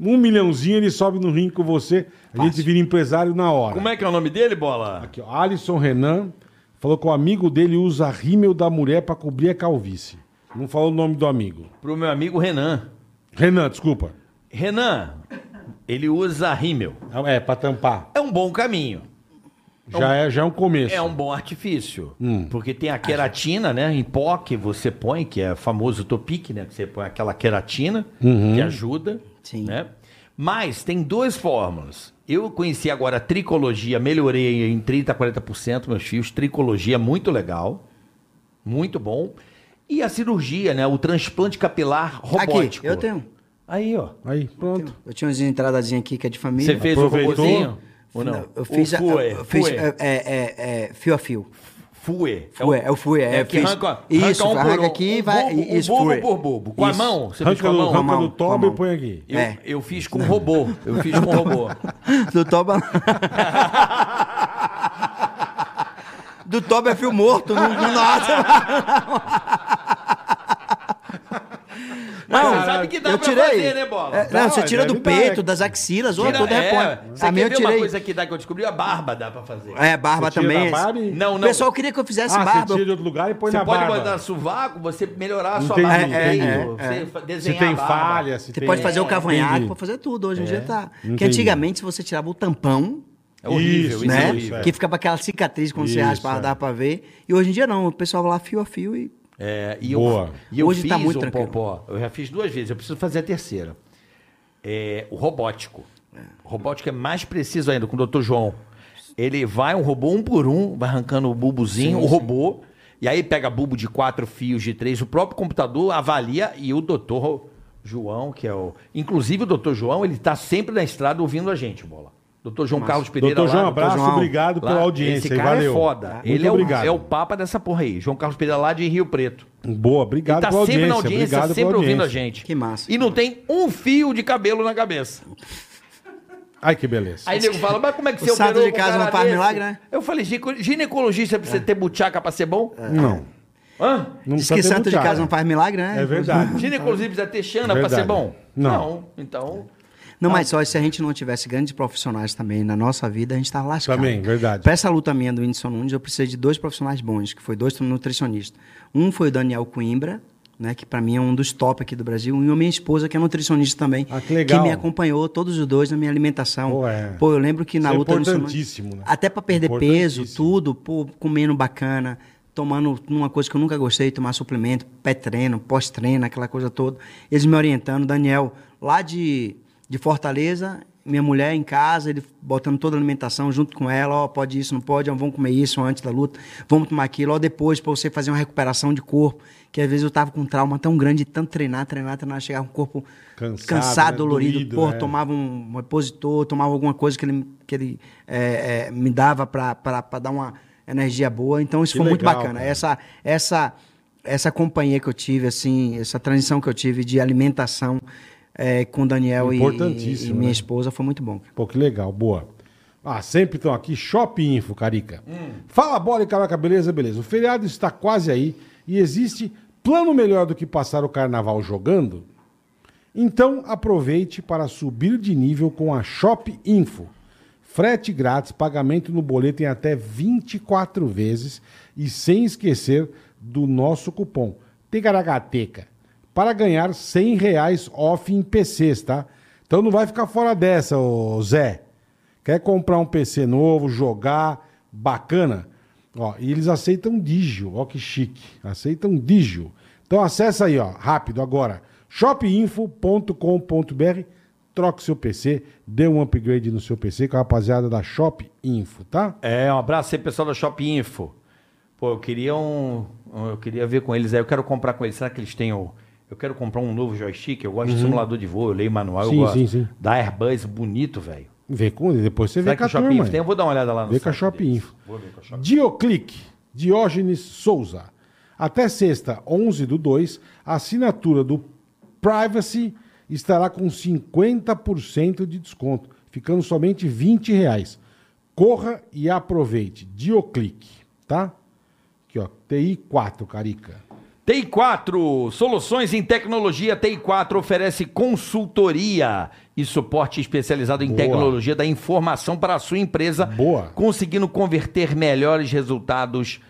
[SPEAKER 1] Um milhãozinho ele sobe no ringue com você. A gente vira empresário na hora.
[SPEAKER 2] Como é que é o nome dele, Bola?
[SPEAKER 1] Aqui, ó, Alisson Renan falou que o amigo dele usa rímel da mulher pra cobrir a calvície. Não falou o nome do amigo.
[SPEAKER 2] Pro meu amigo Renan.
[SPEAKER 1] Renan, desculpa.
[SPEAKER 2] Renan, ele usa rímel.
[SPEAKER 1] É, pra tampar.
[SPEAKER 2] É um bom caminho.
[SPEAKER 1] Já é, já é um começo.
[SPEAKER 2] É um bom artifício. Porque tem a queratina, né? Em pó que você põe, que é famoso topic, né? Que você põe aquela queratina que ajuda.
[SPEAKER 4] Sim.
[SPEAKER 2] Né? Mas tem duas fórmulas. Eu conheci agora a tricologia, melhorei em 30%, 40% meus fios. Tricologia muito legal. Muito bom. E a cirurgia, né? O transplante capilar
[SPEAKER 4] Aqui,
[SPEAKER 2] robótico.
[SPEAKER 4] eu tenho.
[SPEAKER 2] Aí, ó.
[SPEAKER 1] Aí, pronto.
[SPEAKER 4] Eu tinha umas entradazinhas aqui que é de família.
[SPEAKER 2] Você fez
[SPEAKER 1] Aproveitou.
[SPEAKER 2] o robôzinho? Ou não?
[SPEAKER 4] Eu fiz,
[SPEAKER 2] o
[SPEAKER 4] a,
[SPEAKER 2] fue,
[SPEAKER 4] eu fiz
[SPEAKER 2] fue.
[SPEAKER 4] é, é, é, é, fio a fio.
[SPEAKER 2] Fue.
[SPEAKER 4] Fue, é o fue, é,
[SPEAKER 2] É que
[SPEAKER 4] fiz-
[SPEAKER 2] arranca, arranca
[SPEAKER 4] isso,
[SPEAKER 2] um por
[SPEAKER 4] arranca
[SPEAKER 2] um,
[SPEAKER 4] aqui e
[SPEAKER 2] um
[SPEAKER 4] vai-
[SPEAKER 2] bulbo-
[SPEAKER 4] isso,
[SPEAKER 2] um bulbo
[SPEAKER 4] foi.
[SPEAKER 2] por bulbo. Com a
[SPEAKER 4] Isso.
[SPEAKER 2] mão, você fez
[SPEAKER 1] Arranca
[SPEAKER 2] com a
[SPEAKER 1] do,
[SPEAKER 2] mão.
[SPEAKER 1] arranca
[SPEAKER 4] mão,
[SPEAKER 1] do
[SPEAKER 4] com a
[SPEAKER 1] toba e
[SPEAKER 4] mão.
[SPEAKER 1] põe aqui.
[SPEAKER 2] Eu,
[SPEAKER 4] É.
[SPEAKER 2] eu fiz com um robô. Eu fiz com um
[SPEAKER 4] [LAUGHS]
[SPEAKER 2] robô.
[SPEAKER 4] Do Toba. Do Toba é fio morto, não, não nossa.
[SPEAKER 2] Não,
[SPEAKER 4] Não,
[SPEAKER 2] sabe que dá
[SPEAKER 4] eu
[SPEAKER 2] pra
[SPEAKER 4] tirei.
[SPEAKER 2] fazer, né, Bola?
[SPEAKER 4] É, não,
[SPEAKER 1] Dá,
[SPEAKER 4] você tira
[SPEAKER 1] deve
[SPEAKER 4] do
[SPEAKER 1] dar,
[SPEAKER 4] peito,
[SPEAKER 1] é.
[SPEAKER 4] das axilas, ou
[SPEAKER 2] Tira-
[SPEAKER 4] tudo é,
[SPEAKER 2] é,
[SPEAKER 4] põe.
[SPEAKER 2] Você
[SPEAKER 4] A minha
[SPEAKER 2] quer
[SPEAKER 4] eu
[SPEAKER 2] ver uma
[SPEAKER 4] tirei.
[SPEAKER 2] coisa que dá que eu descobri? A barba dá pra fazer.
[SPEAKER 4] É, barba
[SPEAKER 1] Você tira
[SPEAKER 4] também.
[SPEAKER 1] da barba e-
[SPEAKER 2] Não,
[SPEAKER 4] O
[SPEAKER 2] não.
[SPEAKER 4] pessoal queria que eu fizesse
[SPEAKER 1] Ah,
[SPEAKER 4] barba.
[SPEAKER 1] você tira de outro lugar e põe
[SPEAKER 2] você
[SPEAKER 1] na
[SPEAKER 2] pode
[SPEAKER 1] barba.
[SPEAKER 2] mandar sovaco, você melhorar a sua
[SPEAKER 1] Entendi,
[SPEAKER 2] barba.
[SPEAKER 4] é,
[SPEAKER 2] inteira,
[SPEAKER 4] é,
[SPEAKER 2] você fa-
[SPEAKER 1] Se
[SPEAKER 2] desenhar
[SPEAKER 1] tem
[SPEAKER 2] a barba.
[SPEAKER 1] falha, se
[SPEAKER 4] Você
[SPEAKER 1] tem...
[SPEAKER 4] pode fazer o cavanhaque,
[SPEAKER 1] Entendi. É.
[SPEAKER 4] pode fazer tudo. Hoje em dia tá. Porque
[SPEAKER 1] Entendi.
[SPEAKER 4] antigamente, se você tirava o tampão,
[SPEAKER 2] É horrível,
[SPEAKER 1] Isso,
[SPEAKER 2] isso,
[SPEAKER 4] né?
[SPEAKER 2] é
[SPEAKER 1] isso,
[SPEAKER 2] horrível.
[SPEAKER 1] é.
[SPEAKER 4] Que ficava aquela cicatriz quando você
[SPEAKER 1] Isso,
[SPEAKER 4] raspava,
[SPEAKER 1] é.
[SPEAKER 4] dava pra ver. E hoje em dia não, o pessoal vai lá fio a fio e.
[SPEAKER 2] É, e eu,
[SPEAKER 1] Boa.
[SPEAKER 2] E eu
[SPEAKER 4] Hoje
[SPEAKER 2] fiz
[SPEAKER 4] tá muito
[SPEAKER 2] o
[SPEAKER 4] tranquilo.
[SPEAKER 2] popó. Eu já fiz duas vezes, eu preciso fazer a terceira. É, o robótico. O robótico é mais preciso ainda, com o Dr. João. Ele vai, um robô um por um, vai arrancando o bulbozinho, o robô, e aí pega bulbo de quatro fios, de três, o próprio computador avalia e o doutor João, que é o. Inclusive o doutor João, ele está sempre na estrada ouvindo a gente, bola. Doutor João Carlos Pereira.
[SPEAKER 1] Doutor João,
[SPEAKER 2] lá,
[SPEAKER 1] abraço,
[SPEAKER 4] João.
[SPEAKER 1] obrigado
[SPEAKER 2] Lá,
[SPEAKER 1] pela audiência.
[SPEAKER 2] Esse cara
[SPEAKER 1] valeu.
[SPEAKER 2] é foda.
[SPEAKER 1] Muito
[SPEAKER 2] ele é o,
[SPEAKER 1] obrigado.
[SPEAKER 2] é o papa dessa porra aí. João Carlos Pereira lá de Rio Preto.
[SPEAKER 1] Boa, obrigado
[SPEAKER 2] Ele tá
[SPEAKER 1] pela audiência.
[SPEAKER 2] sempre na audiência,
[SPEAKER 1] obrigado
[SPEAKER 2] sempre
[SPEAKER 1] pela
[SPEAKER 2] ouvindo a
[SPEAKER 1] audiência.
[SPEAKER 2] gente.
[SPEAKER 4] Que massa.
[SPEAKER 2] E não tem um fio de cabelo na cabeça.
[SPEAKER 1] Ai, que beleza.
[SPEAKER 2] Aí o nego fala, mas como é que
[SPEAKER 4] O
[SPEAKER 2] você
[SPEAKER 4] santo
[SPEAKER 2] operou
[SPEAKER 4] de
[SPEAKER 2] com um
[SPEAKER 4] casa
[SPEAKER 2] cara
[SPEAKER 4] não faz
[SPEAKER 2] desse?
[SPEAKER 4] milagre, né? É.
[SPEAKER 2] Eu falei, "Gineco- ginecologista precisa ter butiaca pra ser bom?
[SPEAKER 1] Não.
[SPEAKER 2] Hã?
[SPEAKER 1] Não
[SPEAKER 4] Diz
[SPEAKER 1] precisa
[SPEAKER 4] que é
[SPEAKER 1] ter
[SPEAKER 4] santo de
[SPEAKER 1] buchada.
[SPEAKER 4] casa não faz milagre, né?
[SPEAKER 1] É verdade.
[SPEAKER 2] Ginecologista precisa ter xana pra
[SPEAKER 1] Verdade.
[SPEAKER 2] ser bom?
[SPEAKER 1] Não.
[SPEAKER 2] Então,
[SPEAKER 4] Não, mas só se a gente não tivesse grandes profissionais também na nossa vida, a gente tá lascado.
[SPEAKER 1] Também, verdade.
[SPEAKER 4] Pra essa luta minha do Whindersson Nunes, eu precisei de dois profissionais bons, que foi dois nutricionistas. Um foi o Daniel Coimbra, né, que pra mim é um dos top aqui do Brasil, e a minha esposa, que é nutricionista também,
[SPEAKER 1] Ah, que legal.
[SPEAKER 4] me acompanhou, todos os dois, na minha alimentação.
[SPEAKER 1] Pô, é.
[SPEAKER 4] Pô, eu lembro que na
[SPEAKER 1] Isso é
[SPEAKER 4] luta... do Whindersson Nunes-
[SPEAKER 1] importantíssimo, né?
[SPEAKER 4] Até pra perder peso,
[SPEAKER 1] Importantíssimo.
[SPEAKER 4] tudo tudo, pô, comendo bacana, tomando uma coisa que eu nunca gostei, tomar suplemento, pré-treino, pós-treino, aquela coisa toda. Eles me orientando, Daniel, lá de, de Fortaleza, minha mulher em casa, ele botando toda a alimentação junto com ela, ó, pode isso, não pode, ó, vamos comer isso antes da luta, vamos tomar aquilo, ó, depois pra você fazer uma recuperação de corpo, que às vezes eu tava com um trauma tão grande, de tanto treinar, treinar, treinar, chegava com o corpo
[SPEAKER 1] Cansado,
[SPEAKER 4] cansado,
[SPEAKER 1] né?
[SPEAKER 4] dolorido,
[SPEAKER 1] Doído,
[SPEAKER 4] pô,
[SPEAKER 1] é.
[SPEAKER 4] tomava tomava um repositor, tomava alguma coisa que ele, que ele eh, eh, me dava para dar uma energia boa. Então isso
[SPEAKER 1] Que
[SPEAKER 4] foi muito
[SPEAKER 1] legal,
[SPEAKER 4] bacana.
[SPEAKER 1] cara.
[SPEAKER 4] Essa, essa, essa companhia que eu tive, assim, essa transição que eu tive de alimentação eh, com o Daniel e, e
[SPEAKER 1] Importantíssimo,
[SPEAKER 4] minha
[SPEAKER 1] né?
[SPEAKER 4] esposa foi muito bom.
[SPEAKER 1] Pô, que legal, boa. Ah, sempre estão aqui. Shop Info, Carica. Fala bola e caraca, beleza, beleza. O feriado está quase aí e existe plano melhor do que passar o carnaval jogando? Então aproveite para subir de nível com a Shop Info. Frete grátis, pagamento no boleto em até 24 vezes e sem esquecer do nosso cupom Ticaracateca para ganhar 100 reais off em PCs, tá? Então não vai ficar fora dessa, ô Zé. Quer comprar um PC novo, jogar, bacana? Ó, e eles aceitam Digio, ó que chique. Aceitam Digio. Então acessa aí, ó, rápido agora. shopinfo.com.br Troca o seu PC, dê um upgrade no seu PC com a rapaziada da Shop Info, tá?
[SPEAKER 2] É, um abraço aí, pessoal da Shop Info. Pô, eu queria um. um- Eu queria ver com eles aí. Eu quero comprar com eles. Será que eles têm o. Eu quero comprar um novo joystick. Eu gosto de simulador de voo. Eu leio manual.
[SPEAKER 1] Uhum. Sim,
[SPEAKER 2] eu gosto
[SPEAKER 1] sim, sim.
[SPEAKER 2] da Airbus, bonito, velho.
[SPEAKER 1] Vê com depois você
[SPEAKER 2] Será
[SPEAKER 1] vê
[SPEAKER 2] que
[SPEAKER 1] com
[SPEAKER 2] o
[SPEAKER 1] a
[SPEAKER 2] Shop
[SPEAKER 1] turma.
[SPEAKER 2] Info tem? Eu vou dar uma olhada lá Tá no
[SPEAKER 1] Vê com a
[SPEAKER 2] site
[SPEAKER 1] Shop
[SPEAKER 2] deles.
[SPEAKER 1] Info.
[SPEAKER 2] Vou ver com a Shop
[SPEAKER 1] Dioclique, Diógenes Souza. Até sexta, 11 do 2, a assinatura do Privacy estará com 50% de desconto, ficando somente R$ 20 reais. Corra e aproveite. Dioclique, tá? Aqui, ó, TI4, Carica.
[SPEAKER 2] TI4, soluções em tecnologia. TI4 oferece consultoria e suporte especializado em
[SPEAKER 1] Boa.
[SPEAKER 2] tecnologia da informação para a sua empresa,
[SPEAKER 1] Boa.
[SPEAKER 2] conseguindo converter melhores resultados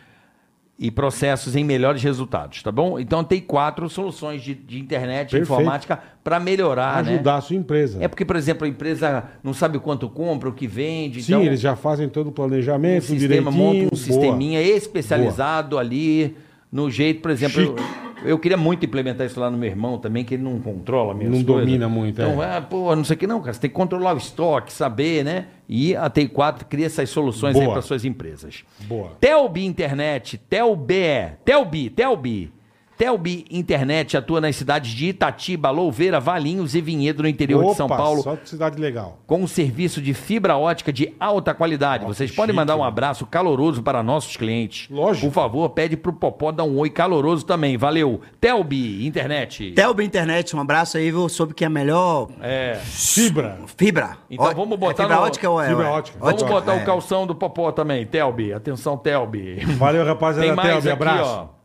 [SPEAKER 2] e processos em melhores resultados, tá bom? Então, TI4, soluções de, de internet, de
[SPEAKER 1] Perfeito.
[SPEAKER 2] informática para melhorar,
[SPEAKER 1] Ajudar a sua empresa.
[SPEAKER 2] Ah, né? É porque, por exemplo, a empresa não sabe quanto compra, o que vende.
[SPEAKER 1] Sim,
[SPEAKER 2] então,
[SPEAKER 1] eles já fazem todo o planejamento,
[SPEAKER 2] um sistema, monta um
[SPEAKER 1] direitinho. Boa.
[SPEAKER 2] sisteminha especializado ali no jeito, por exemplo, eu, eu queria muito implementar isso lá no meu irmão também, que ele não controla mesmo.
[SPEAKER 1] Não domina muito, é.
[SPEAKER 2] Então, ah, pô, não sei o que não, cara, você tem que controlar o estoque, saber, né? E a TI4 cria essas soluções aí
[SPEAKER 1] Boa.
[SPEAKER 2] para suas empresas.
[SPEAKER 1] Boa.
[SPEAKER 2] Telbi Internet, Telbe, Telbi, Telbi. Telbi Internet atua nas cidades de Itatiba, Louveira, Valinhos e Vinhedo no interior de São
[SPEAKER 1] Opa,
[SPEAKER 2] Paulo
[SPEAKER 1] Só de cidade legal.
[SPEAKER 2] com um serviço de fibra ótica de alta qualidade. Vocês
[SPEAKER 1] que
[SPEAKER 2] podem
[SPEAKER 1] chique,
[SPEAKER 2] mandar um
[SPEAKER 1] mano.
[SPEAKER 2] abraço caloroso para nossos clientes.
[SPEAKER 1] Lógico.
[SPEAKER 2] Por favor, pede pro Popó dar um oi caloroso também. Valeu. Telbi, internet.
[SPEAKER 4] Telbe Internet, um abraço aí, viu? Soube que é a melhor
[SPEAKER 2] É.
[SPEAKER 1] Fibra.
[SPEAKER 4] fibra.
[SPEAKER 2] Então
[SPEAKER 4] Ó-
[SPEAKER 2] vamos botar
[SPEAKER 4] é fibra
[SPEAKER 2] no-
[SPEAKER 4] ótica ou é?
[SPEAKER 1] Fibra
[SPEAKER 4] ou é?
[SPEAKER 1] ótica.
[SPEAKER 2] Vamos
[SPEAKER 1] Ótimo.
[SPEAKER 2] botar
[SPEAKER 4] é.
[SPEAKER 2] o calção do Popó também, Telbi. Atenção, Telbi.
[SPEAKER 1] Valeu, rapaziada.
[SPEAKER 2] Tem
[SPEAKER 1] Até
[SPEAKER 2] mais
[SPEAKER 1] o
[SPEAKER 2] aqui,
[SPEAKER 1] abraço.
[SPEAKER 2] ó.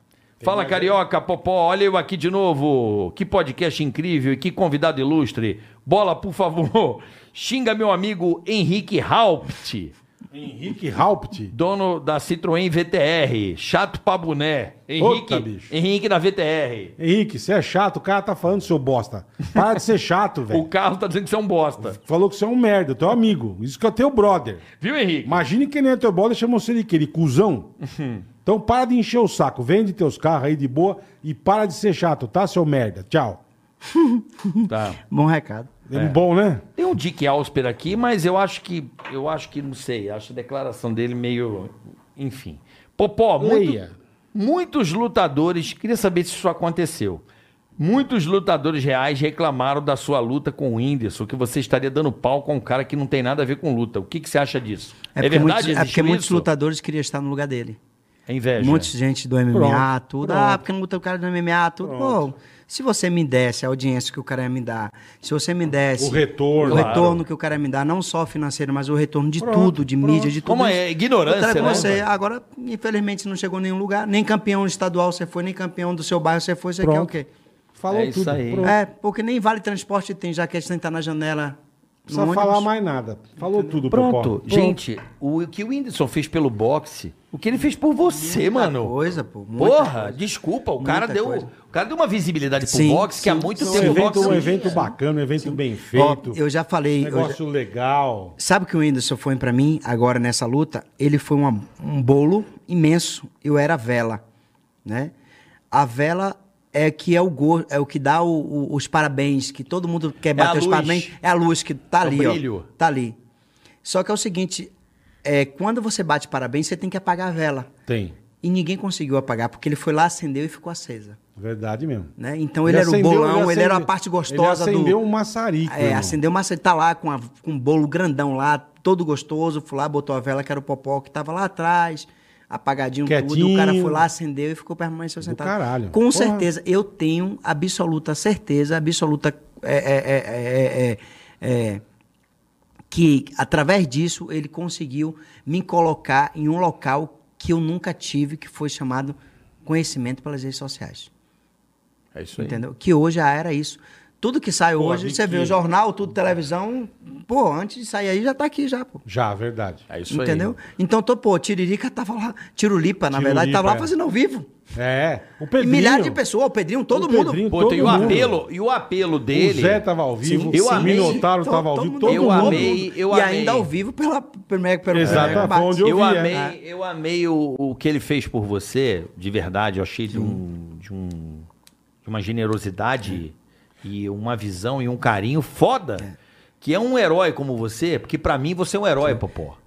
[SPEAKER 2] Fala, Carioca, Popó, olha eu aqui de novo. Que podcast incrível e que convidado ilustre. Bola, por favor, [LAUGHS] xinga meu amigo Henrique Haupt.
[SPEAKER 1] Henrique Haupt.
[SPEAKER 2] dono da Citroën VTR, chato pra boné. Henrique,
[SPEAKER 1] Puta, bicho.
[SPEAKER 2] Henrique da VTR.
[SPEAKER 1] Henrique, você é chato, o cara tá falando, seu bosta. Para de ser
[SPEAKER 2] [LAUGHS]
[SPEAKER 1] chato,
[SPEAKER 2] O
[SPEAKER 1] velho.
[SPEAKER 2] carro tá dizendo que você é um bosta.
[SPEAKER 1] Falou que você é um merda, teu amigo. Isso que é teu brother.
[SPEAKER 2] Viu, Henrique?
[SPEAKER 1] Imagine que nem é teu brother, chamou você de aquele
[SPEAKER 2] [LAUGHS]
[SPEAKER 1] cuzão. Então para de encher o saco, vende teus carros aí de boa e para de ser chato, tá, seu merda? Tchau. Hum.
[SPEAKER 2] Tá.
[SPEAKER 4] Bom recado.
[SPEAKER 1] É. Bom, né?
[SPEAKER 2] Tem um Dick Ausper aqui, mas eu acho que. Eu acho que não sei. Acho a declaração dele meio. Enfim. Popó, muito,
[SPEAKER 1] Leia.
[SPEAKER 2] muitos lutadores. Queria saber se isso aconteceu. Muitos lutadores reais reclamaram da sua luta com o Whindersson, que você estaria dando pau com um cara que não tem nada a ver com luta. O que, que você acha disso? É,
[SPEAKER 4] porque
[SPEAKER 2] verdade?
[SPEAKER 4] muitos, é porque
[SPEAKER 2] Existiu
[SPEAKER 4] muitos
[SPEAKER 2] isso?
[SPEAKER 4] lutadores queriam estar no lugar dele.
[SPEAKER 2] É inveja.
[SPEAKER 4] Muita Um gente do MMA,
[SPEAKER 1] Pronto,
[SPEAKER 4] tudo.
[SPEAKER 1] pronto.
[SPEAKER 4] Ah, porque não botou o cara do MMA, tudo. Pô, se você me desse a audiência que o cara ia me dar, se você me desse...
[SPEAKER 1] O retorno.
[SPEAKER 4] O
[SPEAKER 2] Claro.
[SPEAKER 4] retorno que o cara ia me dar, não só financeiro, mas o retorno de
[SPEAKER 1] Pronto,
[SPEAKER 4] tudo, de
[SPEAKER 1] pronto.
[SPEAKER 4] mídia, de tudo.
[SPEAKER 2] Como
[SPEAKER 4] isso.
[SPEAKER 2] é ignorância,
[SPEAKER 4] Eu trago
[SPEAKER 2] né,
[SPEAKER 4] você.
[SPEAKER 2] mano?
[SPEAKER 4] Agora, infelizmente, não chegou a nenhum lugar. Nem campeão estadual você foi, nem campeão do seu bairro você foi. Você quer o
[SPEAKER 1] Pronto.
[SPEAKER 4] quê?
[SPEAKER 1] Falou
[SPEAKER 2] É isso
[SPEAKER 1] tudo.
[SPEAKER 2] aí.
[SPEAKER 1] Pronto.
[SPEAKER 4] É, porque nem vale transporte tem, já que a gente tá na janela.
[SPEAKER 1] Não
[SPEAKER 4] no
[SPEAKER 1] precisa
[SPEAKER 4] ônibus.
[SPEAKER 1] falar mais nada. Falou tudo,
[SPEAKER 2] Pronto.
[SPEAKER 1] Popó.
[SPEAKER 2] Gente, o que o Whindersson fez pelo boxe, o que ele fez por você, mano.
[SPEAKER 4] coisa, pô, muita
[SPEAKER 2] Porra,
[SPEAKER 4] coisa.
[SPEAKER 2] desculpa, o cara,
[SPEAKER 4] Muita
[SPEAKER 2] deu,
[SPEAKER 4] coisa.
[SPEAKER 2] o cara deu uma visibilidade pro
[SPEAKER 4] Sim,
[SPEAKER 2] boxe que há
[SPEAKER 4] sim,
[SPEAKER 2] muito
[SPEAKER 4] sim.
[SPEAKER 1] Um
[SPEAKER 2] tempo o
[SPEAKER 1] evento,
[SPEAKER 2] boxe...
[SPEAKER 1] um
[SPEAKER 2] não-
[SPEAKER 1] evento bacana, um evento bem
[SPEAKER 4] Ó,
[SPEAKER 1] feito.
[SPEAKER 4] eu já falei. eu já-
[SPEAKER 1] Negócio legal.
[SPEAKER 4] Sabe o que o Whindersson foi pra mim agora nessa luta? Ele foi uma- um bolo imenso. Eu era a vela, né? A vela é que é o go, é o que dá o- o- os parabéns, que todo mundo quer
[SPEAKER 2] a
[SPEAKER 4] bater os
[SPEAKER 2] luz.
[SPEAKER 4] parabéns. É a luz que tá
[SPEAKER 2] É o
[SPEAKER 4] ali,
[SPEAKER 2] brilho.
[SPEAKER 4] ó. Tá ali. Só que é o seguinte, é, quando você bate parabéns, você tem que apagar a vela.
[SPEAKER 1] Tem.
[SPEAKER 4] E ninguém conseguiu apagar, porque ele foi lá, acendeu e ficou acesa.
[SPEAKER 1] Verdade mesmo.
[SPEAKER 4] né? Então ele, era o bolão, ele, era a parte gostosa
[SPEAKER 1] ele acendeu
[SPEAKER 4] do.
[SPEAKER 1] um maçarico.
[SPEAKER 4] É,
[SPEAKER 1] irmão.
[SPEAKER 4] acendeu uma Ele tá lá com, a, com um bolo grandão lá, todo gostoso. Fui lá, botou a vela, que era o popó que tava lá atrás, apagadinho tudo.
[SPEAKER 1] Quietinho.
[SPEAKER 4] O cara foi lá, acendeu e ficou permaneceu sentado.
[SPEAKER 1] caralho.
[SPEAKER 4] Com
[SPEAKER 1] Porra.
[SPEAKER 4] certeza, eu tenho absoluta certeza, absoluta. é, é, é, é, é, é, que através disso ele conseguiu me colocar em um local que eu nunca tive, que foi chamado conhecimento pelas redes sociais.
[SPEAKER 2] É isso aí.
[SPEAKER 4] Entendeu? Que hoje já era isso. Tudo que sai
[SPEAKER 1] Pô,
[SPEAKER 4] hoje,
[SPEAKER 1] vi
[SPEAKER 4] você vê
[SPEAKER 1] que-
[SPEAKER 4] o jornal, tudo, televisão. Pô, antes de sair aí já tá aqui já, pô.
[SPEAKER 1] Já, verdade.
[SPEAKER 2] É isso
[SPEAKER 4] Entendeu? Então, tô, pô, Tiririca tava lá, Tirulipa, na verdade, tava lá
[SPEAKER 1] Tirulipa, é.
[SPEAKER 4] fazendo ao vivo.
[SPEAKER 1] É. O
[SPEAKER 4] E
[SPEAKER 1] Pedrinho.
[SPEAKER 4] milhares de pessoas, o Pedrinho, todo
[SPEAKER 1] O
[SPEAKER 4] mundo.
[SPEAKER 1] Pedrinho,
[SPEAKER 2] aí. Pô, tem o
[SPEAKER 1] todo mundo.
[SPEAKER 2] apelo, e o apelo dele.
[SPEAKER 1] O Zé tava ao vivo,
[SPEAKER 2] Sim, eu
[SPEAKER 1] o
[SPEAKER 2] amei.
[SPEAKER 1] Minotauro
[SPEAKER 4] to-
[SPEAKER 1] tava ao
[SPEAKER 4] todo
[SPEAKER 1] vivo,
[SPEAKER 4] mundo.
[SPEAKER 1] todo
[SPEAKER 2] Eu
[SPEAKER 1] mundo.
[SPEAKER 2] amei. eu
[SPEAKER 4] e
[SPEAKER 2] amei.
[SPEAKER 4] ainda ao vivo pela, pela, pelo
[SPEAKER 1] Exato,
[SPEAKER 4] pelo-
[SPEAKER 1] foi onde
[SPEAKER 2] Eu,
[SPEAKER 1] Eu vi, é.
[SPEAKER 2] amei, eu amei o, o que ele fez por você, de verdade. Eu achei de, um, de, um, de uma generosidade e uma visão e um carinho foda. Que é um herói como você, porque pra mim você é um herói, Popó.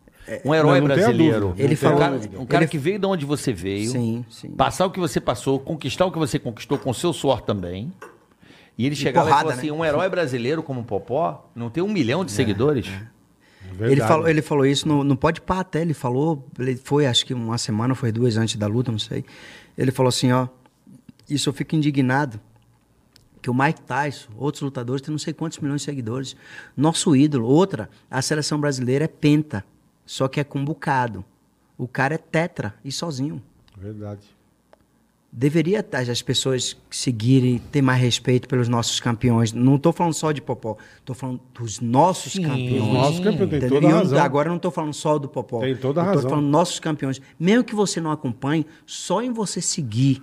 [SPEAKER 2] Um herói
[SPEAKER 1] não tenha
[SPEAKER 2] brasileiro.
[SPEAKER 1] dúvida,
[SPEAKER 4] não Ele tenha
[SPEAKER 2] um
[SPEAKER 4] falou-
[SPEAKER 2] cara,
[SPEAKER 4] dúvida.
[SPEAKER 2] um cara
[SPEAKER 4] ele-
[SPEAKER 2] que veio de onde você veio,
[SPEAKER 4] Sim, sim.
[SPEAKER 2] passar o que você passou, conquistar o que você conquistou com seu suor também. E ele chegar lá e
[SPEAKER 4] porrada,
[SPEAKER 2] falar assim:
[SPEAKER 4] né?
[SPEAKER 2] um herói brasileiro como o Popó não tem um milhão de seguidores.
[SPEAKER 1] Verdade.
[SPEAKER 4] Ele falou, ele falou isso no, no Pode Pá até, ele falou, ele foi acho que uma semana, foi duas antes da luta, não sei. Ele falou assim, ó, isso eu fico indignado, que o Mike Tyson, outros lutadores, tem não sei quantos milhões de seguidores. Nosso ídolo, outra, a seleção brasileira é penta, só que é com bocado. O cara é tetra e sozinho.
[SPEAKER 1] Verdade.
[SPEAKER 4] Deveria tá, as pessoas seguirem, ter mais respeito pelos nossos campeões. Não estou falando só de Popó, estou falando dos nossos campeões.
[SPEAKER 1] Os nossos campeões têm
[SPEAKER 4] Entendeu?
[SPEAKER 1] toda a
[SPEAKER 4] E eu
[SPEAKER 1] razão.
[SPEAKER 4] agora não estou falando só do Popó.
[SPEAKER 1] Tem toda a
[SPEAKER 4] eu
[SPEAKER 1] razão.
[SPEAKER 4] Estou falando nossos campeões. Mesmo que você não acompanhe, só em você seguir,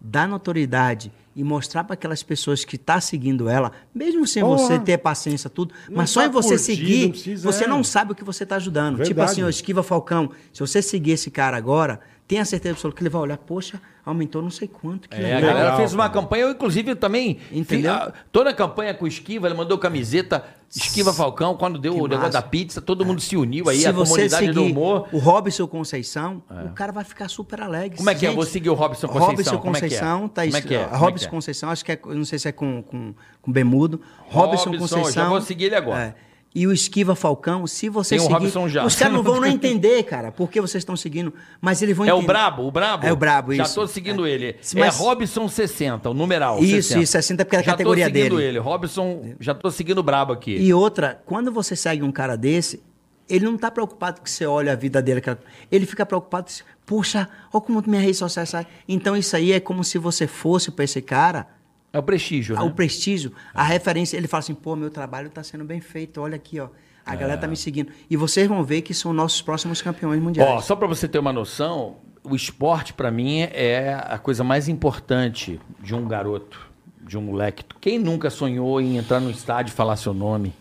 [SPEAKER 4] dar notoriedade e mostrar para aquelas pessoas que estão seguindo ela, mesmo sem
[SPEAKER 1] Porra.
[SPEAKER 4] você ter paciência, tudo,
[SPEAKER 1] Não
[SPEAKER 4] mas só
[SPEAKER 1] tá
[SPEAKER 4] em você
[SPEAKER 1] curtindo,
[SPEAKER 4] seguir,
[SPEAKER 1] não precisa,
[SPEAKER 4] você
[SPEAKER 1] é.
[SPEAKER 4] não sabe o que você está ajudando. Tipo
[SPEAKER 1] Verdade.
[SPEAKER 4] assim, ó, esquiva Falcão. Se você seguir esse cara agora, tenha certeza absoluta que ele vai olhar, poxa, aumentou não sei quanto. Que
[SPEAKER 2] É, a
[SPEAKER 1] Legal,
[SPEAKER 2] galera fez uma
[SPEAKER 1] cara.
[SPEAKER 2] campanha, eu inclusive também.
[SPEAKER 4] Entendeu?
[SPEAKER 2] Fiz, ah, toda a campanha com esquiva, ele mandou camiseta Esquiva Falcão, quando deu
[SPEAKER 4] Que
[SPEAKER 2] o negócio
[SPEAKER 4] massa.
[SPEAKER 2] da pizza, todo mundo se uniu aí,
[SPEAKER 4] Se
[SPEAKER 2] a
[SPEAKER 4] você
[SPEAKER 2] comunidade
[SPEAKER 4] seguir
[SPEAKER 2] do humor. É.
[SPEAKER 4] o Robson Conceição, o cara vai ficar super alegre.
[SPEAKER 2] Como é que é?
[SPEAKER 4] Gente,
[SPEAKER 2] Vou seguir o Robson Conceição.
[SPEAKER 4] Robson
[SPEAKER 2] Como é que é?
[SPEAKER 4] Conceição, tá
[SPEAKER 2] Como
[SPEAKER 4] isso.
[SPEAKER 2] é que é? Como é que
[SPEAKER 4] Robson
[SPEAKER 2] é?
[SPEAKER 4] Conceição, acho que é, eu não sei se é com, com, com Bemudo. Robson,
[SPEAKER 2] Robson,
[SPEAKER 4] Conceição.
[SPEAKER 2] já vou seguir ele agora.
[SPEAKER 4] É. E o Esquiva Falcão, se você
[SPEAKER 2] Tem o
[SPEAKER 4] seguir...
[SPEAKER 2] Robson já.
[SPEAKER 4] Os caras
[SPEAKER 2] [LAUGHS]
[SPEAKER 4] não vão nem entender, cara, por que vocês estão seguindo, mas eles vão
[SPEAKER 2] É
[SPEAKER 4] entender.
[SPEAKER 2] o Brabo, o Brabo?
[SPEAKER 4] É o Brabo,
[SPEAKER 2] Já
[SPEAKER 4] isso.
[SPEAKER 2] tô seguindo
[SPEAKER 4] É.
[SPEAKER 2] ele.
[SPEAKER 4] Mas-
[SPEAKER 2] É Robson 60, o numeral.
[SPEAKER 4] Isso, isso, 60 porque é a
[SPEAKER 2] já
[SPEAKER 4] categoria
[SPEAKER 2] tô seguindo
[SPEAKER 4] dele.
[SPEAKER 2] ele. Robson, já tô seguindo o Brabo aqui.
[SPEAKER 4] E outra, quando você segue um cara desse, ele não tá preocupado que você olha a vida dele. cara. Ele fica preocupado, se- poxa, olha como minha rede social sai. Então isso aí é como se você fosse para esse cara...
[SPEAKER 2] É o prestígio, né?
[SPEAKER 4] O prestígio, a referência, ele fala assim, pô, meu trabalho tá sendo bem feito, olha aqui, ó. A galera tá me seguindo. E vocês vão ver que são nossos próximos campeões mundiais.
[SPEAKER 2] Ó, só pra você ter uma noção, o esporte pra mim é a coisa mais importante de um garoto, de um moleque. Quem nunca sonhou em entrar no estádio e falar seu nome,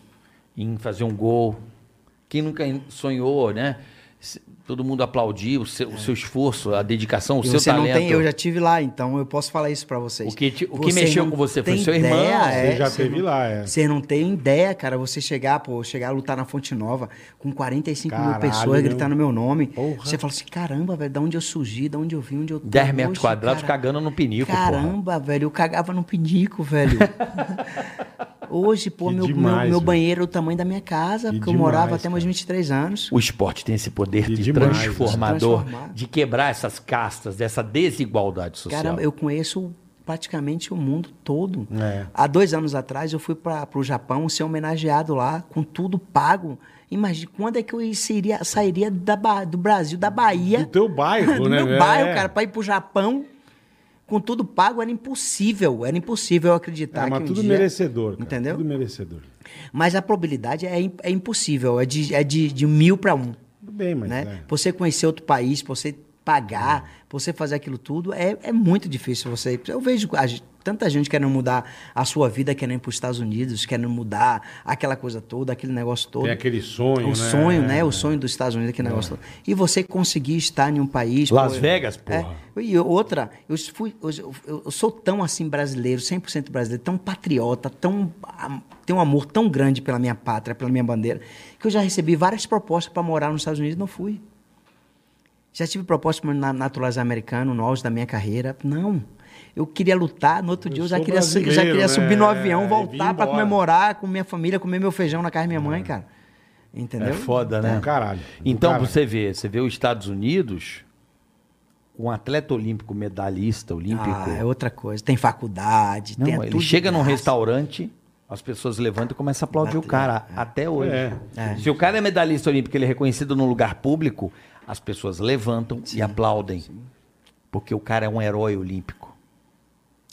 [SPEAKER 2] em fazer um gol? Quem nunca en- sonhou, né? Se- Todo mundo aplaudir o seu, o seu esforço, a dedicação, o
[SPEAKER 4] e
[SPEAKER 2] seu
[SPEAKER 4] você
[SPEAKER 2] talento.
[SPEAKER 4] não tem, eu já tive lá, então eu posso falar isso pra vocês.
[SPEAKER 2] O que te- o que
[SPEAKER 4] Vocês
[SPEAKER 2] mexeu
[SPEAKER 4] não
[SPEAKER 2] com você foi
[SPEAKER 4] têm
[SPEAKER 2] seu irmão,
[SPEAKER 1] Você já
[SPEAKER 4] cê
[SPEAKER 1] teve
[SPEAKER 4] não-
[SPEAKER 1] lá, é.
[SPEAKER 4] Você não tem ideia, cara, você chegar, pô, chegar a lutar na Fonte Nova com 45
[SPEAKER 1] Caralho,
[SPEAKER 4] mil pessoas
[SPEAKER 1] meu.
[SPEAKER 4] gritando meu nome.
[SPEAKER 1] Porra.
[SPEAKER 4] Você fala assim, caramba, velho, da onde eu surgi, da onde eu vim, onde eu tô.
[SPEAKER 2] 10 metros
[SPEAKER 4] hoje,
[SPEAKER 2] quadrados
[SPEAKER 4] cara.
[SPEAKER 2] cagando no pinico, porra.
[SPEAKER 4] Caramba, velho, eu cagava no
[SPEAKER 2] [LAUGHS]
[SPEAKER 4] pinico, velho. hoje, pô,
[SPEAKER 1] Que
[SPEAKER 4] meu,
[SPEAKER 1] demais,
[SPEAKER 4] meu, meu
[SPEAKER 1] velho.
[SPEAKER 4] banheiro é o tamanho da minha casa,
[SPEAKER 1] Que
[SPEAKER 4] porque eu morava
[SPEAKER 1] demais,
[SPEAKER 4] até meus
[SPEAKER 1] cara.
[SPEAKER 4] 23 anos.
[SPEAKER 2] O esporte tem esse poder
[SPEAKER 1] E
[SPEAKER 2] de
[SPEAKER 1] demais,
[SPEAKER 2] transformador,
[SPEAKER 4] de transformar.
[SPEAKER 2] de quebrar essas castas, dessa desigualdade social.
[SPEAKER 4] Caramba, eu conheço praticamente o mundo todo.
[SPEAKER 1] É.
[SPEAKER 4] Há dois anos atrás eu fui para o Japão ser homenageado lá, com tudo pago. Imagina, quando é que eu seria, sairia da Ba- do Brasil, da Bahia?
[SPEAKER 1] Do teu bairro,
[SPEAKER 4] [LAUGHS] do
[SPEAKER 1] né?
[SPEAKER 4] É. meu
[SPEAKER 1] É.
[SPEAKER 4] bairro, cara, para ir para o Japão. Com tudo pago era impossível, era impossível eu
[SPEAKER 1] É,
[SPEAKER 4] acreditar que
[SPEAKER 1] mas
[SPEAKER 4] um
[SPEAKER 1] tudo
[SPEAKER 4] dia-
[SPEAKER 1] merecedor, cara.
[SPEAKER 4] Entendeu?
[SPEAKER 1] Tudo merecedor.
[SPEAKER 4] Mas a probabilidade é, im- é impossível, é de, é de, de mil para um.
[SPEAKER 1] Tudo bem, mas...
[SPEAKER 4] Né?
[SPEAKER 1] é.
[SPEAKER 4] Você conhecer outro país, você pagar, você fazer aquilo tudo, é, é muito difícil. Você, eu vejo a gen- tanta gente querendo mudar a sua vida, querendo ir para os Estados Unidos, querendo mudar aquela coisa toda, aquele negócio todo.
[SPEAKER 1] Tem aquele sonho,
[SPEAKER 4] o
[SPEAKER 1] né?
[SPEAKER 4] sonho, né? O sonho dos Estados Unidos, aquele negócio todo. E você conseguir estar em um país.
[SPEAKER 2] Las Vegas, porra.
[SPEAKER 4] É, e outra, eu, fui, eu, eu- eu sou tão assim brasileiro, 100% brasileiro, tão patriota, tão, am- tenho um amor tão grande pela minha pátria, pela minha bandeira, que eu já recebi várias propostas para morar nos Estados Unidos e não fui. Já tive proposta para naturalizar americano no auge da minha carreira. Não. Eu queria lutar, no outro dia eu já
[SPEAKER 1] sou
[SPEAKER 4] queria, su- eu já
[SPEAKER 1] brasileiro,
[SPEAKER 4] queria
[SPEAKER 1] né?
[SPEAKER 4] subir no
[SPEAKER 1] É,
[SPEAKER 4] avião,
[SPEAKER 1] e
[SPEAKER 4] voltar
[SPEAKER 1] vim
[SPEAKER 4] para
[SPEAKER 1] embora.
[SPEAKER 4] comemorar com minha família, comer meu feijão na casa da minha mãe, cara. Entendeu?
[SPEAKER 2] É foda, né?
[SPEAKER 1] Do caralho. Do
[SPEAKER 2] Então,
[SPEAKER 1] caralho.
[SPEAKER 2] você vê, você vê os Estados Unidos, um atleta olímpico, medalhista olímpico.
[SPEAKER 4] Ah, é outra coisa. Tem faculdade,
[SPEAKER 2] Não,
[SPEAKER 4] tem
[SPEAKER 2] ele
[SPEAKER 4] tudo de
[SPEAKER 2] chega num
[SPEAKER 4] graça.
[SPEAKER 2] restaurante, as pessoas levantam e começam a aplaudir o
[SPEAKER 4] Bater,
[SPEAKER 2] cara, até hoje.
[SPEAKER 1] É.
[SPEAKER 2] Se o cara é medalhista olímpico, ele é reconhecido num lugar público, as pessoas levantam e aplaudem. Porque o cara é um herói olímpico.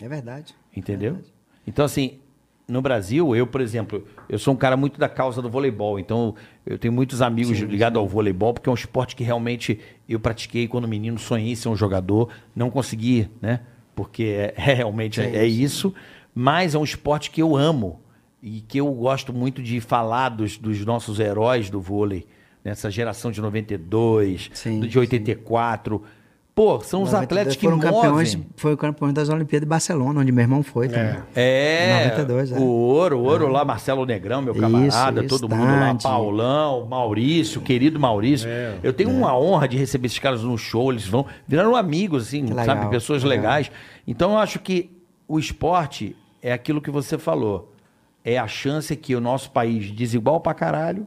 [SPEAKER 4] É verdade.
[SPEAKER 2] Entendeu? Então, assim, no Brasil, eu, por exemplo, eu sou um cara muito da causa do voleibol, então eu tenho muitos amigos ligados ao voleibol, porque é um esporte que realmente eu pratiquei quando menino, sonhei em ser um jogador, não consegui, né? Porque é, [LAUGHS] é realmente é, é isso, mas é um esporte que eu amo e que eu gosto muito de falar dos, dos nossos heróis do vôlei, nessa geração de 92,
[SPEAKER 4] Sim,
[SPEAKER 2] do- de
[SPEAKER 4] sim.
[SPEAKER 2] 84. Pô, são os
[SPEAKER 4] 92
[SPEAKER 2] atletas que
[SPEAKER 4] foram
[SPEAKER 2] movem.
[SPEAKER 4] campeões, foi campeão das Olimpíadas de Barcelona, onde meu irmão foi também.
[SPEAKER 2] É,
[SPEAKER 4] 92, é.
[SPEAKER 2] o ouro, o ouro lá, Marcelo Negrão, meu camarada,
[SPEAKER 4] Isso, isso,
[SPEAKER 2] todo mundo lá,
[SPEAKER 4] Tandy.
[SPEAKER 2] Paulão, Maurício, querido Maurício.
[SPEAKER 1] É.
[SPEAKER 2] Eu tenho uma honra de receber esses caras no show, eles vão, viraram amigos, assim,
[SPEAKER 4] Que
[SPEAKER 2] sabe,
[SPEAKER 4] legal,
[SPEAKER 2] pessoas
[SPEAKER 4] legal.
[SPEAKER 2] legais. Então eu acho que o esporte é aquilo que você falou, é a chance que o nosso país, desigual pra caralho,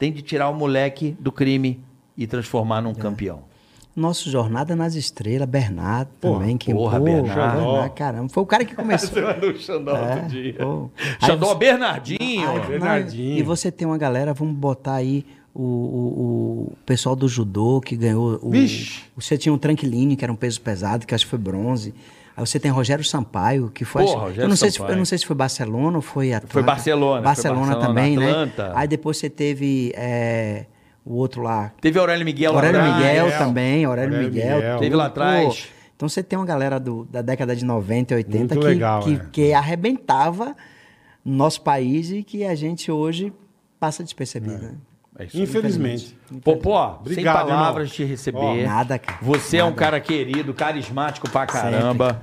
[SPEAKER 2] tem de tirar o moleque do crime e transformar
[SPEAKER 4] É.
[SPEAKER 2] num campeão.
[SPEAKER 4] Nosso Jornada nas Estrelas, Bernardo
[SPEAKER 1] Porra,
[SPEAKER 4] também. Que, Ah,
[SPEAKER 2] porra, Bernardo.
[SPEAKER 4] Caramba, foi o cara que começou.
[SPEAKER 2] Mandou o Xandó
[SPEAKER 4] É, pô. Aí
[SPEAKER 2] Xandó
[SPEAKER 4] você-
[SPEAKER 2] Bernardinho.
[SPEAKER 4] Aí, não,
[SPEAKER 1] Bernardinho.
[SPEAKER 4] E você tem uma galera, vamos botar aí o, o, o pessoal do judô que ganhou. O,
[SPEAKER 1] Vixe!
[SPEAKER 4] Você tinha o Tranquilini, que era um peso pesado, que acho que foi bronze. Aí você tem Rogério Sampaio, que foi.
[SPEAKER 2] Porra,
[SPEAKER 4] acho-
[SPEAKER 2] Rogério
[SPEAKER 4] eu, não sei se,
[SPEAKER 2] Sampaio.
[SPEAKER 4] eu não sei se foi Barcelona ou foi Atlanta.
[SPEAKER 2] Foi Barcelona, foi
[SPEAKER 4] Barcelona,
[SPEAKER 2] Barcelona,
[SPEAKER 4] também,
[SPEAKER 2] Atlanta.
[SPEAKER 4] né? Aí depois você teve é, o outro lá.
[SPEAKER 2] Teve Aurélio Miguel lá
[SPEAKER 4] Aurélio
[SPEAKER 2] atrás. É.
[SPEAKER 4] Miguel
[SPEAKER 1] Miguel.
[SPEAKER 4] também, Aurélio
[SPEAKER 1] Aurélio
[SPEAKER 4] Miguel.
[SPEAKER 1] Miguel.
[SPEAKER 4] tudo,
[SPEAKER 2] Teve lá
[SPEAKER 4] pô.
[SPEAKER 2] atrás.
[SPEAKER 4] Então você tem uma galera do- da década de 90 e 80
[SPEAKER 1] Muito
[SPEAKER 4] que,
[SPEAKER 1] legal,
[SPEAKER 4] que,
[SPEAKER 1] é.
[SPEAKER 4] que arrebentava no nosso país e que a gente hoje
[SPEAKER 1] É.
[SPEAKER 4] passa despercebido. né?
[SPEAKER 2] É
[SPEAKER 1] Infelizmente.
[SPEAKER 2] Popó,
[SPEAKER 1] Obrigado,
[SPEAKER 2] sem palavras
[SPEAKER 1] irmão.
[SPEAKER 2] te receber.
[SPEAKER 1] Ó,
[SPEAKER 4] nada, cara.
[SPEAKER 2] Você é um
[SPEAKER 4] Nada.
[SPEAKER 2] cara querido, carismático pra caramba.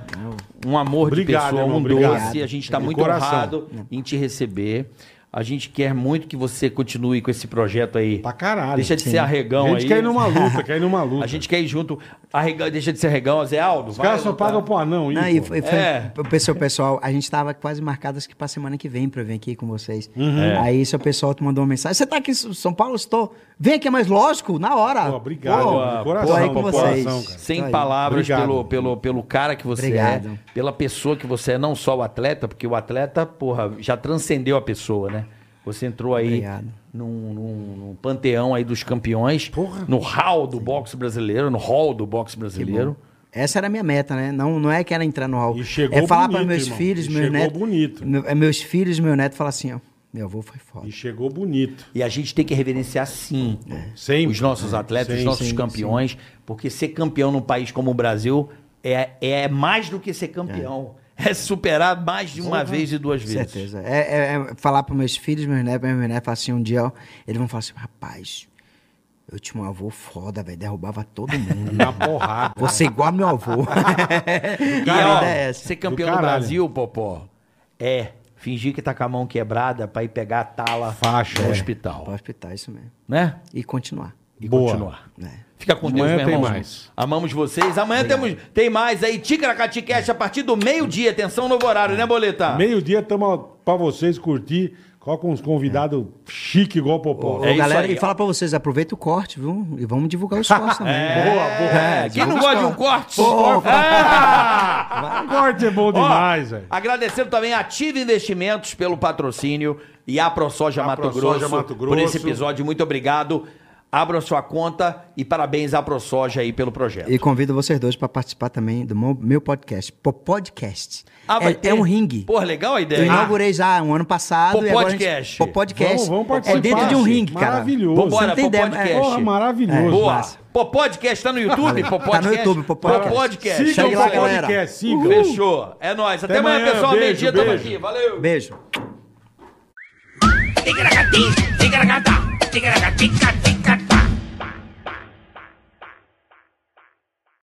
[SPEAKER 2] Um amor
[SPEAKER 1] Obrigado,
[SPEAKER 2] de pessoa,
[SPEAKER 1] irmão,
[SPEAKER 2] um
[SPEAKER 1] obrigado.
[SPEAKER 2] doce. A gente tá
[SPEAKER 1] De
[SPEAKER 2] muito
[SPEAKER 1] coração.
[SPEAKER 2] honrado em te receber. A gente quer muito que você continue com esse projeto aí.
[SPEAKER 1] Pra caralho.
[SPEAKER 2] Deixa de ser
[SPEAKER 1] A
[SPEAKER 2] arregão aí.
[SPEAKER 1] gente quer ir numa
[SPEAKER 2] [LAUGHS]
[SPEAKER 1] luta, quer ir numa luta.
[SPEAKER 2] A gente quer ir junto. Arregão, deixa de ser arregão, Zé Aldo.
[SPEAKER 1] Os caras só pagam pro anão,
[SPEAKER 4] Não,
[SPEAKER 1] aí,
[SPEAKER 4] e
[SPEAKER 1] pô.
[SPEAKER 4] foi,
[SPEAKER 2] É.
[SPEAKER 4] foi- o pessoal, pessoal, a gente tava quase marcado acho que pra semana que vem pra eu vir aqui com vocês.
[SPEAKER 2] Uhum.
[SPEAKER 1] É.
[SPEAKER 4] Aí seu pessoal te mandou uma mensagem. Você tá aqui em São Paulo? Estou. Vem aqui, é mais lógico, na hora.
[SPEAKER 1] Pô, obrigado,
[SPEAKER 4] Pô,
[SPEAKER 1] mano, de
[SPEAKER 4] tô
[SPEAKER 1] coração,
[SPEAKER 4] aí com
[SPEAKER 1] de
[SPEAKER 4] vocês.
[SPEAKER 1] coração, cara.
[SPEAKER 2] Sem
[SPEAKER 4] Tô Tá aí.
[SPEAKER 2] palavras
[SPEAKER 1] Obrigado.
[SPEAKER 2] pelo, pelo, pelo cara que você
[SPEAKER 4] Obrigado.
[SPEAKER 2] é, pela pessoa que você é, não só o atleta, porque o atleta, porra, já transcendeu a pessoa, né? Você entrou aí
[SPEAKER 4] Obrigado.
[SPEAKER 2] num, num- num panteão aí dos campeões, no hall do boxe brasileiro, no hall do boxe brasileiro.
[SPEAKER 4] Essa era a minha meta, né? Não, não é que era entrar no hall.
[SPEAKER 1] E chegou
[SPEAKER 4] é falar para
[SPEAKER 1] bonito,
[SPEAKER 4] meus
[SPEAKER 1] irmão.
[SPEAKER 4] filhos,
[SPEAKER 1] E
[SPEAKER 4] meus
[SPEAKER 1] chegou
[SPEAKER 4] netos.
[SPEAKER 1] bonito.
[SPEAKER 4] Meu, é, meus filhos, meu neto falar assim, ó. Meu avô foi foda.
[SPEAKER 1] E chegou bonito.
[SPEAKER 2] E a gente tem que reverenciar sim
[SPEAKER 1] Sempre.
[SPEAKER 2] os nossos atletas, os
[SPEAKER 1] Sim,
[SPEAKER 2] nossos
[SPEAKER 4] É. sim,
[SPEAKER 2] campeões, porque ser campeão num país como o Brasil é, é mais do que ser campeão. É, superar mais de uma vez e duas
[SPEAKER 4] Com
[SPEAKER 2] vezes.
[SPEAKER 4] certeza. É, é- é falar para meus filhos, meus netos, meus netos, falar assim, um dia, ó, eles vão falar assim, rapaz, eu tinha um avô foda, velho, derrubava todo mundo. [LAUGHS]
[SPEAKER 1] Na porrada.
[SPEAKER 4] Você igual a
[SPEAKER 2] [LAUGHS]
[SPEAKER 4] meu avô. [LAUGHS]
[SPEAKER 2] E,
[SPEAKER 1] Caralho.
[SPEAKER 2] ó,
[SPEAKER 4] vida é essa.
[SPEAKER 2] ser
[SPEAKER 1] Do
[SPEAKER 2] campeão do,
[SPEAKER 1] caralho.
[SPEAKER 2] Brasil, Popó, é fingir que tá com a mão quebrada pra ir pegar a tala
[SPEAKER 1] Faixa,
[SPEAKER 2] no
[SPEAKER 1] é.
[SPEAKER 2] hospital,
[SPEAKER 4] Pro hospital, isso mesmo.
[SPEAKER 2] né?
[SPEAKER 4] E continuar.
[SPEAKER 2] E
[SPEAKER 1] Boa.
[SPEAKER 2] continuar.
[SPEAKER 4] né?
[SPEAKER 2] Fica com Deus,
[SPEAKER 1] Amanhã
[SPEAKER 2] meu
[SPEAKER 1] tem
[SPEAKER 2] irmão.
[SPEAKER 1] mais.
[SPEAKER 2] Amamos vocês. Amanhã temos tem mais aí. Ticaracati Cash a partir do meio-dia. Atenção, novo horário, né, Boleta?
[SPEAKER 1] Meio-dia estamos pra vocês curtir. Coloca uns convidados chique igual o Popó.
[SPEAKER 4] Ô,
[SPEAKER 2] É isso
[SPEAKER 4] galera,
[SPEAKER 2] aí,
[SPEAKER 4] e
[SPEAKER 2] ó.
[SPEAKER 4] fala pra vocês, aproveita o corte, viu? E vamos divulgar os
[SPEAKER 2] [LAUGHS]
[SPEAKER 4] cortes também.
[SPEAKER 2] É,
[SPEAKER 4] né?
[SPEAKER 2] é, quem não gosta de um corte? É.
[SPEAKER 1] O corte é bom
[SPEAKER 2] Ó,
[SPEAKER 1] demais, velho.
[SPEAKER 2] Agradecendo também a Ativa Investimentos pelo patrocínio e a ProSoja
[SPEAKER 1] A
[SPEAKER 2] Mato,
[SPEAKER 1] ProSoja
[SPEAKER 2] Grosso
[SPEAKER 1] Mato
[SPEAKER 2] por
[SPEAKER 1] Grosso.
[SPEAKER 2] esse episódio. Muito obrigado. Abra sua conta e parabéns à ProSoja aí pelo projeto.
[SPEAKER 4] E convido vocês dois para participar também do meu, meu podcast. Po- Podcast.
[SPEAKER 2] Ah, vai
[SPEAKER 4] é,
[SPEAKER 2] ter?
[SPEAKER 4] é um ringue.
[SPEAKER 2] Pô, legal a
[SPEAKER 4] Eu
[SPEAKER 2] ideia.
[SPEAKER 4] inaugurei já um ano passado.
[SPEAKER 2] Po-
[SPEAKER 4] e agora a
[SPEAKER 2] podcast.
[SPEAKER 4] Gente, po- podcast.
[SPEAKER 1] Vamos, vamos participar.
[SPEAKER 4] É dentro de um
[SPEAKER 1] gente.
[SPEAKER 4] ringue, cara.
[SPEAKER 1] Maravilhoso.
[SPEAKER 2] Vambora,
[SPEAKER 4] Você não tem
[SPEAKER 2] Pô
[SPEAKER 4] ideia,
[SPEAKER 2] Podcast.
[SPEAKER 4] é-
[SPEAKER 1] Porra, maravilhoso.
[SPEAKER 2] Boa.
[SPEAKER 4] massa.
[SPEAKER 2] Pô, podcast tá no YouTube? Pô,
[SPEAKER 4] Tá no
[SPEAKER 2] podcast?
[SPEAKER 4] YouTube, Pô, podcast.
[SPEAKER 2] Pô, podcast.
[SPEAKER 1] Sigam
[SPEAKER 4] Segue
[SPEAKER 1] o
[SPEAKER 4] lá,
[SPEAKER 1] Popó
[SPEAKER 4] galera.
[SPEAKER 1] Podcast, sigam.
[SPEAKER 2] Fechou. É nóis. Até,
[SPEAKER 1] Até
[SPEAKER 2] amanhã,
[SPEAKER 1] amanhã,
[SPEAKER 2] pessoal.
[SPEAKER 1] beijo,
[SPEAKER 2] Meio-dia, tamo
[SPEAKER 1] beijo.
[SPEAKER 2] aqui. Valeu.
[SPEAKER 4] Beijo.
[SPEAKER 5] Tigra-gata, tigra-gata, tigra-gata, tigra-gata.